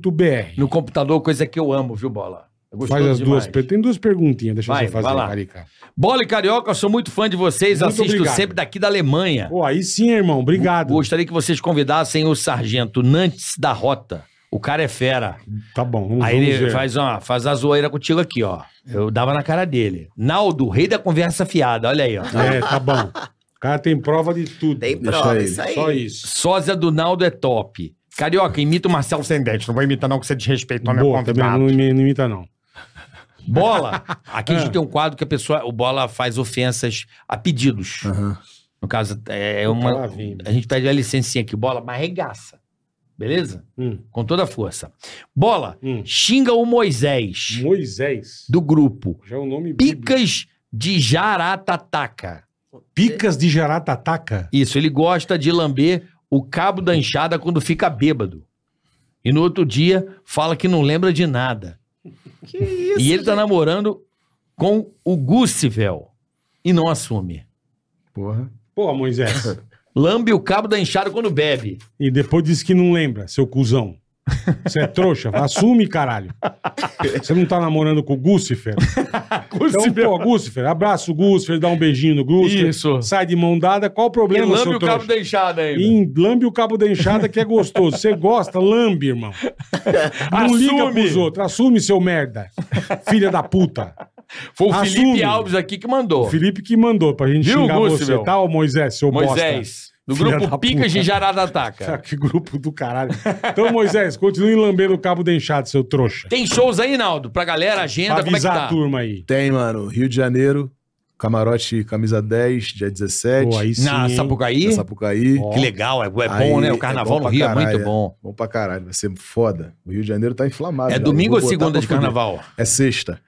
S2: no computador, coisa que eu amo, viu, Bola? É gostoso
S3: Faz as
S2: demais.
S3: duas. per- Tem duas perguntinhas, deixa
S2: Vai,
S3: eu só
S2: vai
S3: fazer,
S2: lá.
S3: Carica.
S2: Bola e Carioca, eu sou muito fã de vocês,
S3: Muito
S2: assisto
S3: obrigado.
S2: sempre daqui da Alemanha.
S3: Pô, aí sim, irmão, obrigado.
S2: Gostaria que vocês convidassem o sargento Nantes da Rota. O cara é fera.
S3: Tá bom, vamos,
S2: Aí
S3: vamos
S2: ele
S3: ver.
S2: faz, uma, faz a zoeira contigo aqui, ó. Eu dava na cara dele. Naldo, rei da conversa fiada, olha aí, ó.
S3: É, tá bom. O cara tem prova de tudo.
S5: Tem
S4: Deixa
S5: prova,
S4: ele.
S5: isso aí.
S3: Só isso.
S2: Sósia do Naldo é top. Carioca, imita o Marcelo
S6: Ascendente, não vou imitar não que você desrespeitou meu
S3: Boa, também
S6: convidado.
S3: não imi- não imita, não.
S2: Bola. Aqui a
S3: Ah. [laughs]
S2: gente tem um quadro que a pessoa, o Bola faz ofensas a pedidos.
S4: Aham.
S2: No caso, é
S3: Tá
S2: uma.
S3: vindo.
S2: A gente pede a licencinha aqui, Bola, mas regaça. Beleza?
S3: Hum,
S2: Com toda a força. Bola,
S3: hum.
S2: xinga o Moisés
S3: Moisés.
S2: do grupo.
S3: Já é o nome bíblico.
S2: Picas de Jaratataca.
S3: Picas de Jaratataca.
S2: Isso, ele gosta de lamber o cabo da enxada quando fica bêbado. E no outro dia fala que não lembra de nada.
S5: Que isso,
S2: E ele tá namorando com o Gussivel e não assume.
S4: Porra.
S3: Pô, Moisés.
S2: Lambe o cabo da enxada quando bebe.
S3: e depois diz que não lembra, seu cuzão. Você é trouxa? Assume, caralho. Você não tá namorando com o Gúcifer?
S2: [laughs]
S3: então, pô, Gúcifer, abraça o Gúcifer, dá um beijinho no Gúcifer.
S2: Isso.
S3: Sai de mão dada, qual o
S2: E
S3: problema,
S2: lambe
S3: seu
S2: o cabo
S3: trouxa?
S2: da enxada ainda.
S3: E lambe o cabo da enxada que é gostoso. Você gosta, lambe,
S2: [laughs]
S3: irmão. Não
S2: Assume.
S3: liga pros outros. Assume, seu merda. Filha da puta.
S2: Foi o
S3: Assume.
S2: Felipe Alves aqui que mandou.
S3: O Felipe que mandou pra gente
S2: Viu,
S3: xingar
S2: Gúcio,
S3: você,
S2: meu?
S3: tá, ô Moisés, seu bosta?
S2: Moisés, do
S3: Filha da puta.
S2: grupo Picas de Jarada
S3: Cara,
S2: Ataca.
S3: [laughs] que grupo do caralho. Então, Moisés, continue lambendo o cabo denchado, seu trouxa.
S2: Tem shows aí, Naldo? Pra galera,
S3: Pra
S2: agenda, como é que
S3: avisar a
S2: tá?
S3: turma aí.
S4: Tem, mano. Rio de Janeiro, Camarote Camisa 10, dia 17.
S3: Pô, aí sim,
S2: Na
S3: hein?
S2: Sapucaí?
S4: na Sapucaí.
S3: Ó,
S2: Que legal, é, é
S4: Aí
S2: bom, né? O carnaval
S4: é
S2: no
S4: bom pra
S2: Rio é
S4: caralho,
S2: muito
S4: é.
S2: bom.
S4: Bom pra caralho, vai ser foda. O Rio de Janeiro tá inflamado.
S2: É
S4: já.
S2: domingo
S4: Eu
S2: ou
S4: vou botar
S2: segunda
S4: pra
S2: de
S4: fuder.
S2: carnaval?
S4: É sexta.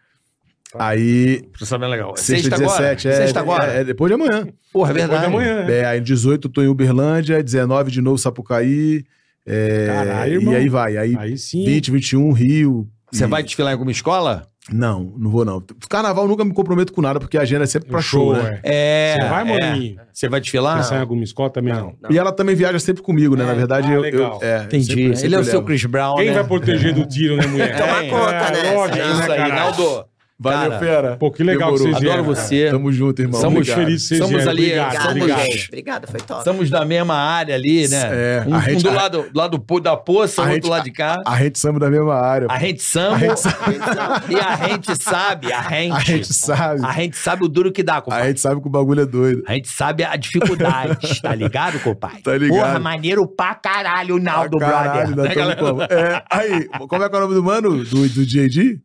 S4: Aí,
S2: Pra saber legal. É
S4: sexta,
S2: sexta,
S4: 17,
S2: agora?
S4: é,
S2: sexta agora?
S4: É, é depois de amanhã.
S2: Porra,
S3: Depois
S2: é verdade.
S3: da manhã, né?
S4: É, aí 18 eu tô em Uberlândia, 19 de novo Sapucaí. é,
S3: Caralho, irmão.
S4: e aí vai. Aí,
S3: Aí sim.
S4: 20, 21, Rio.
S2: Você
S4: E-
S2: vai desfilar em alguma escola?
S4: Não, não vou não. Carnaval eu nunca me comprometo com nada, porque a agenda é sempre pra
S3: o
S4: show, né?
S3: é.
S2: É.
S3: Você vai,
S2: é. Ah.
S3: Moreninho?
S2: Você vai desfilar?
S3: Pensar em alguma escola também não.
S5: Não.
S4: E ela também viaja sempre comigo, né?
S3: É,
S4: Na verdade,
S3: ah,
S4: eu,
S3: legal.
S4: eu- é,
S2: Entendi.
S4: sempre- sempre
S2: Ele é o
S4: eu
S2: seu
S4: levo.
S2: Chris Brown,
S3: Quem
S2: né? [laughs]
S4: É,
S3: vai proteger do tiro, né, mulher?
S5: Toma conta, né?
S3: lógico,
S2: É isso
S3: né,
S2: aí,
S3: cara?
S2: Naldo.
S4: Valeu,
S2: Cara,
S4: fera.
S3: Pô, que legal que
S4: Demorou.
S3: vocês vieram.
S2: Adoro você.
S4: Tamo junto, irmão.
S2: Somos
S4: Obrigado.
S3: felizes que vocês
S2: Somos
S3: vieram.
S2: ali-
S3: Obrigado,
S5: Obrigada,
S2: somos-
S3: obrigado.
S5: gente. Obrigada, foi top.
S2: Estamos da mesma área ali, né?
S4: É,
S2: um
S4: a
S2: um
S4: gente-
S2: do lado, do lado po- da poça,
S4: a
S2: o outro
S4: gente-
S2: lado de cá.
S4: A gente somos da mesma área. pô.
S2: A gente samba [laughs] e a gente sabe, a gente.
S4: A gente sabe.
S2: A gente sabe o duro que dá,
S4: A
S2: compadre.
S4: gente sabe que o bagulho é doido.
S2: A gente sabe a
S4: [laughs]
S2: dificuldade, tá ligado, compadre?
S4: Tá ligado.
S2: Porra, maneiro pra caralho o Naldo,
S4: Ah, Caralho,
S2: brother. Né,
S4: nós tamo como? É, aí, como é que é o nome do mano? Do, do JD?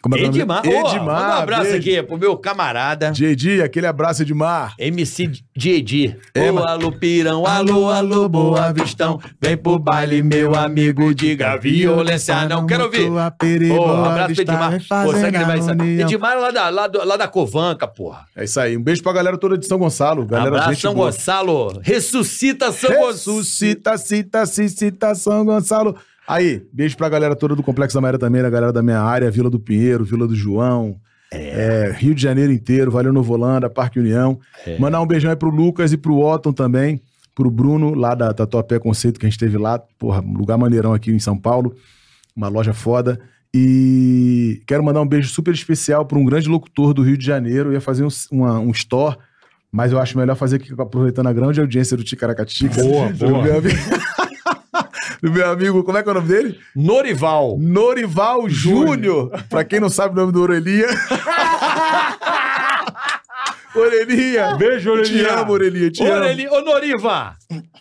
S4: Como é que é o nome
S2: Edmar,
S4: dele?
S2: Ô, manda um abraço
S4: beijo.
S2: aqui pro meu camarada.
S4: JD, aquele abraço, Edmar.
S2: MC Didi.
S4: É,
S2: Ô,
S4: mas-
S2: alô, pirão, alô, alô, boa vistão. Vem pro baile, meu amigo, diga violência não. Quero ouvir. Ô, abraço pro Edmar. Pô, será que ele vai saber? Edmar é lá da, lá, do- lá da Covanca, porra.
S4: É isso aí. Um beijo pra galera toda de São Gonçalo. Galera,
S2: abraço,
S4: gente
S2: São
S4: boa.
S2: Gonçalo. Ressuscita São Gonçalo.
S4: Ressuscita, cita, cita, São Gonçalo. Aí, beijo pra galera toda do Complexo da Maria também, a galera da minha área, Vila do Pinheiro, Vila do João, é, Rio de Janeiro inteiro, Valeu Novo Holanda, Parque União.
S2: É.
S4: Mandar um beijão aí pro Lucas e pro Otton também, pro Bruno, lá da Tatuapé Conceito, que a gente teve lá, porra, um lugar maneirão aqui em São Paulo, uma loja foda. E quero mandar um beijo super especial pra um grande locutor do Rio de Janeiro, eu ia fazer um, uma- um store, mas eu acho melhor fazer aqui, aproveitando a grande audiência do Ticaracatica.
S3: Boa,
S4: [laughs] Do
S3: boa.
S4: meu ami- do meu amigo, como é que é o nome dele?
S2: Norival.
S4: Norival Júnior. pra quem não sabe o nome
S3: [laughs]
S4: do Orelhinha. Orelhinha.
S3: Beijo,
S4: Te
S3: Orelhinha.
S4: amo, Orelhinha. Te
S2: Ô,
S4: amo.
S2: Oreli- ô, Noriva.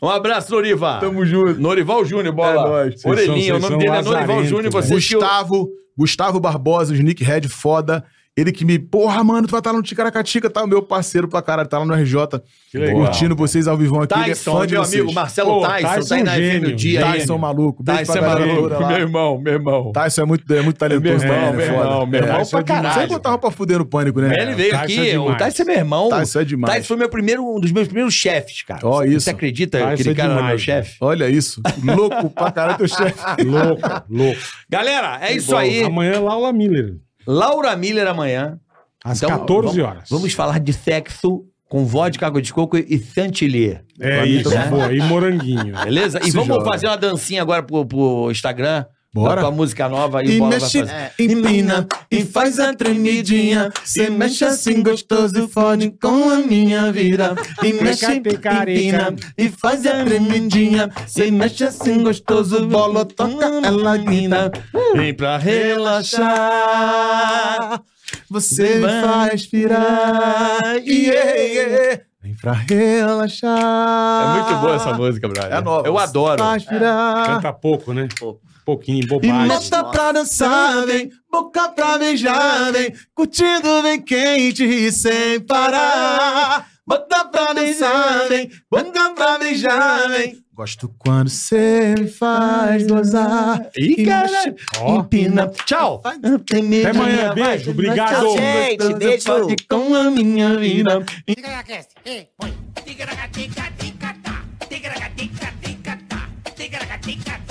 S2: Um abraço, Noriva.
S4: Tamo junto.
S2: Norival Júnior, bola.
S4: É nóis. Vocês
S3: são-
S2: Orelhinha,
S3: vocês
S2: o nome
S3: são
S2: dele é Norival
S3: lazarentos,
S2: Júnior.
S3: velho.
S2: Você que
S4: Gustavo, Gustavo Barbosa, o Nick Head, foda. Ele que me, porra, mano, tu vai estar lá no Ticaracatica, tá? O meu parceiro pra caralho, tá lá no RJ.
S3: Que legal.
S4: Curtindo vocês ao vivão aqui. Ele é
S2: Tyson,
S4: fã de
S2: meu
S4: vocês.
S2: amigo, Marcelo
S3: Pô,
S2: Tyson,
S3: Tyson
S2: tá aí na
S3: gênio,
S2: FM do dia aí.
S4: Tyson é maluco. Beijo
S2: Tyson é
S4: pra galera
S2: maluco,
S4: toda lá.
S2: meu irmão, meu irmão.
S4: Tyson é muito, é muito talentoso,
S3: Meu irmão,
S4: também,
S3: meu
S4: né? Foda.
S3: irmão, meu
S4: É,
S3: irmão
S4: Tyson
S3: pra
S4: é demais.
S3: caralho.
S4: Sem botar roupa fuder no pânico, né?
S2: Ele veio
S3: Tyson
S2: aqui,
S3: é
S2: o
S3: demais.
S2: Tyson é meu irmão.
S4: Tyson é demais.
S2: Tyson foi meu primeiro, um dos meus primeiros chefes, cara.
S4: Ó,
S2: Você
S4: isso.
S2: acredita que
S3: Tyson
S2: aquele
S3: é
S2: cara era
S3: demais,
S2: meu chefe?
S4: Olha isso. Louco pra caralho teu chefe.
S3: Louco, louco.
S2: Galera, é isso aí.
S3: Amanhã é Laura Miller.
S2: Laura Miller amanhã.
S3: Às
S2: Então,
S3: 14
S2: vamos-
S3: horas.
S2: Vamos falar de sexo com vodka, água de coco e chantilly.
S3: É
S4: Vamos-
S3: isso,
S2: né?
S3: boa. E moranguinho.
S2: Beleza? E
S4: Se
S2: vamos
S4: joga.
S2: fazer uma dancinha agora pro, pro Instagram. Tá
S4: Bora.
S2: Com a música nova aí, o
S4: E
S2: Bola
S4: mexe,
S2: vai fazer.
S4: empina, e faz a tremidinha. Se mexe assim gostoso, fode com a minha vida. E mexe, empina, e faz a tremidinha. Se mexe assim gostoso, bola toca ela guina.
S2: Vem pra relaxar.
S4: Você faz pirar. Yeah, yeah. Vem pra
S2: É
S4: relaxar.
S2: muito boa essa música, brother.
S4: É nova.
S2: Eu adoro.
S4: Faz pirar.
S3: Canta pouco, né? Pouquinho,
S4: E tá
S3: bobagem.
S4: mata pra dançar, vem, boca pra beijar, vem, curtindo vem quente e sem parar. Bota pra dançar, vem, boca pra beijar, vem. Gosto quando cê me faz gozar.
S2: Ih,
S4: E
S2: caralho.
S3: Ó.
S2: Empina. Tchau.
S4: Até
S3: amanhã, beijo, obrigado.
S4: tá
S5: Tchau, gente. Beijo.
S4: Com a minha vida.
S1: Ticaracast, eh, põe. Ticaracatica, ticatá. Ticaracatica, ticatá. Ticaracatica,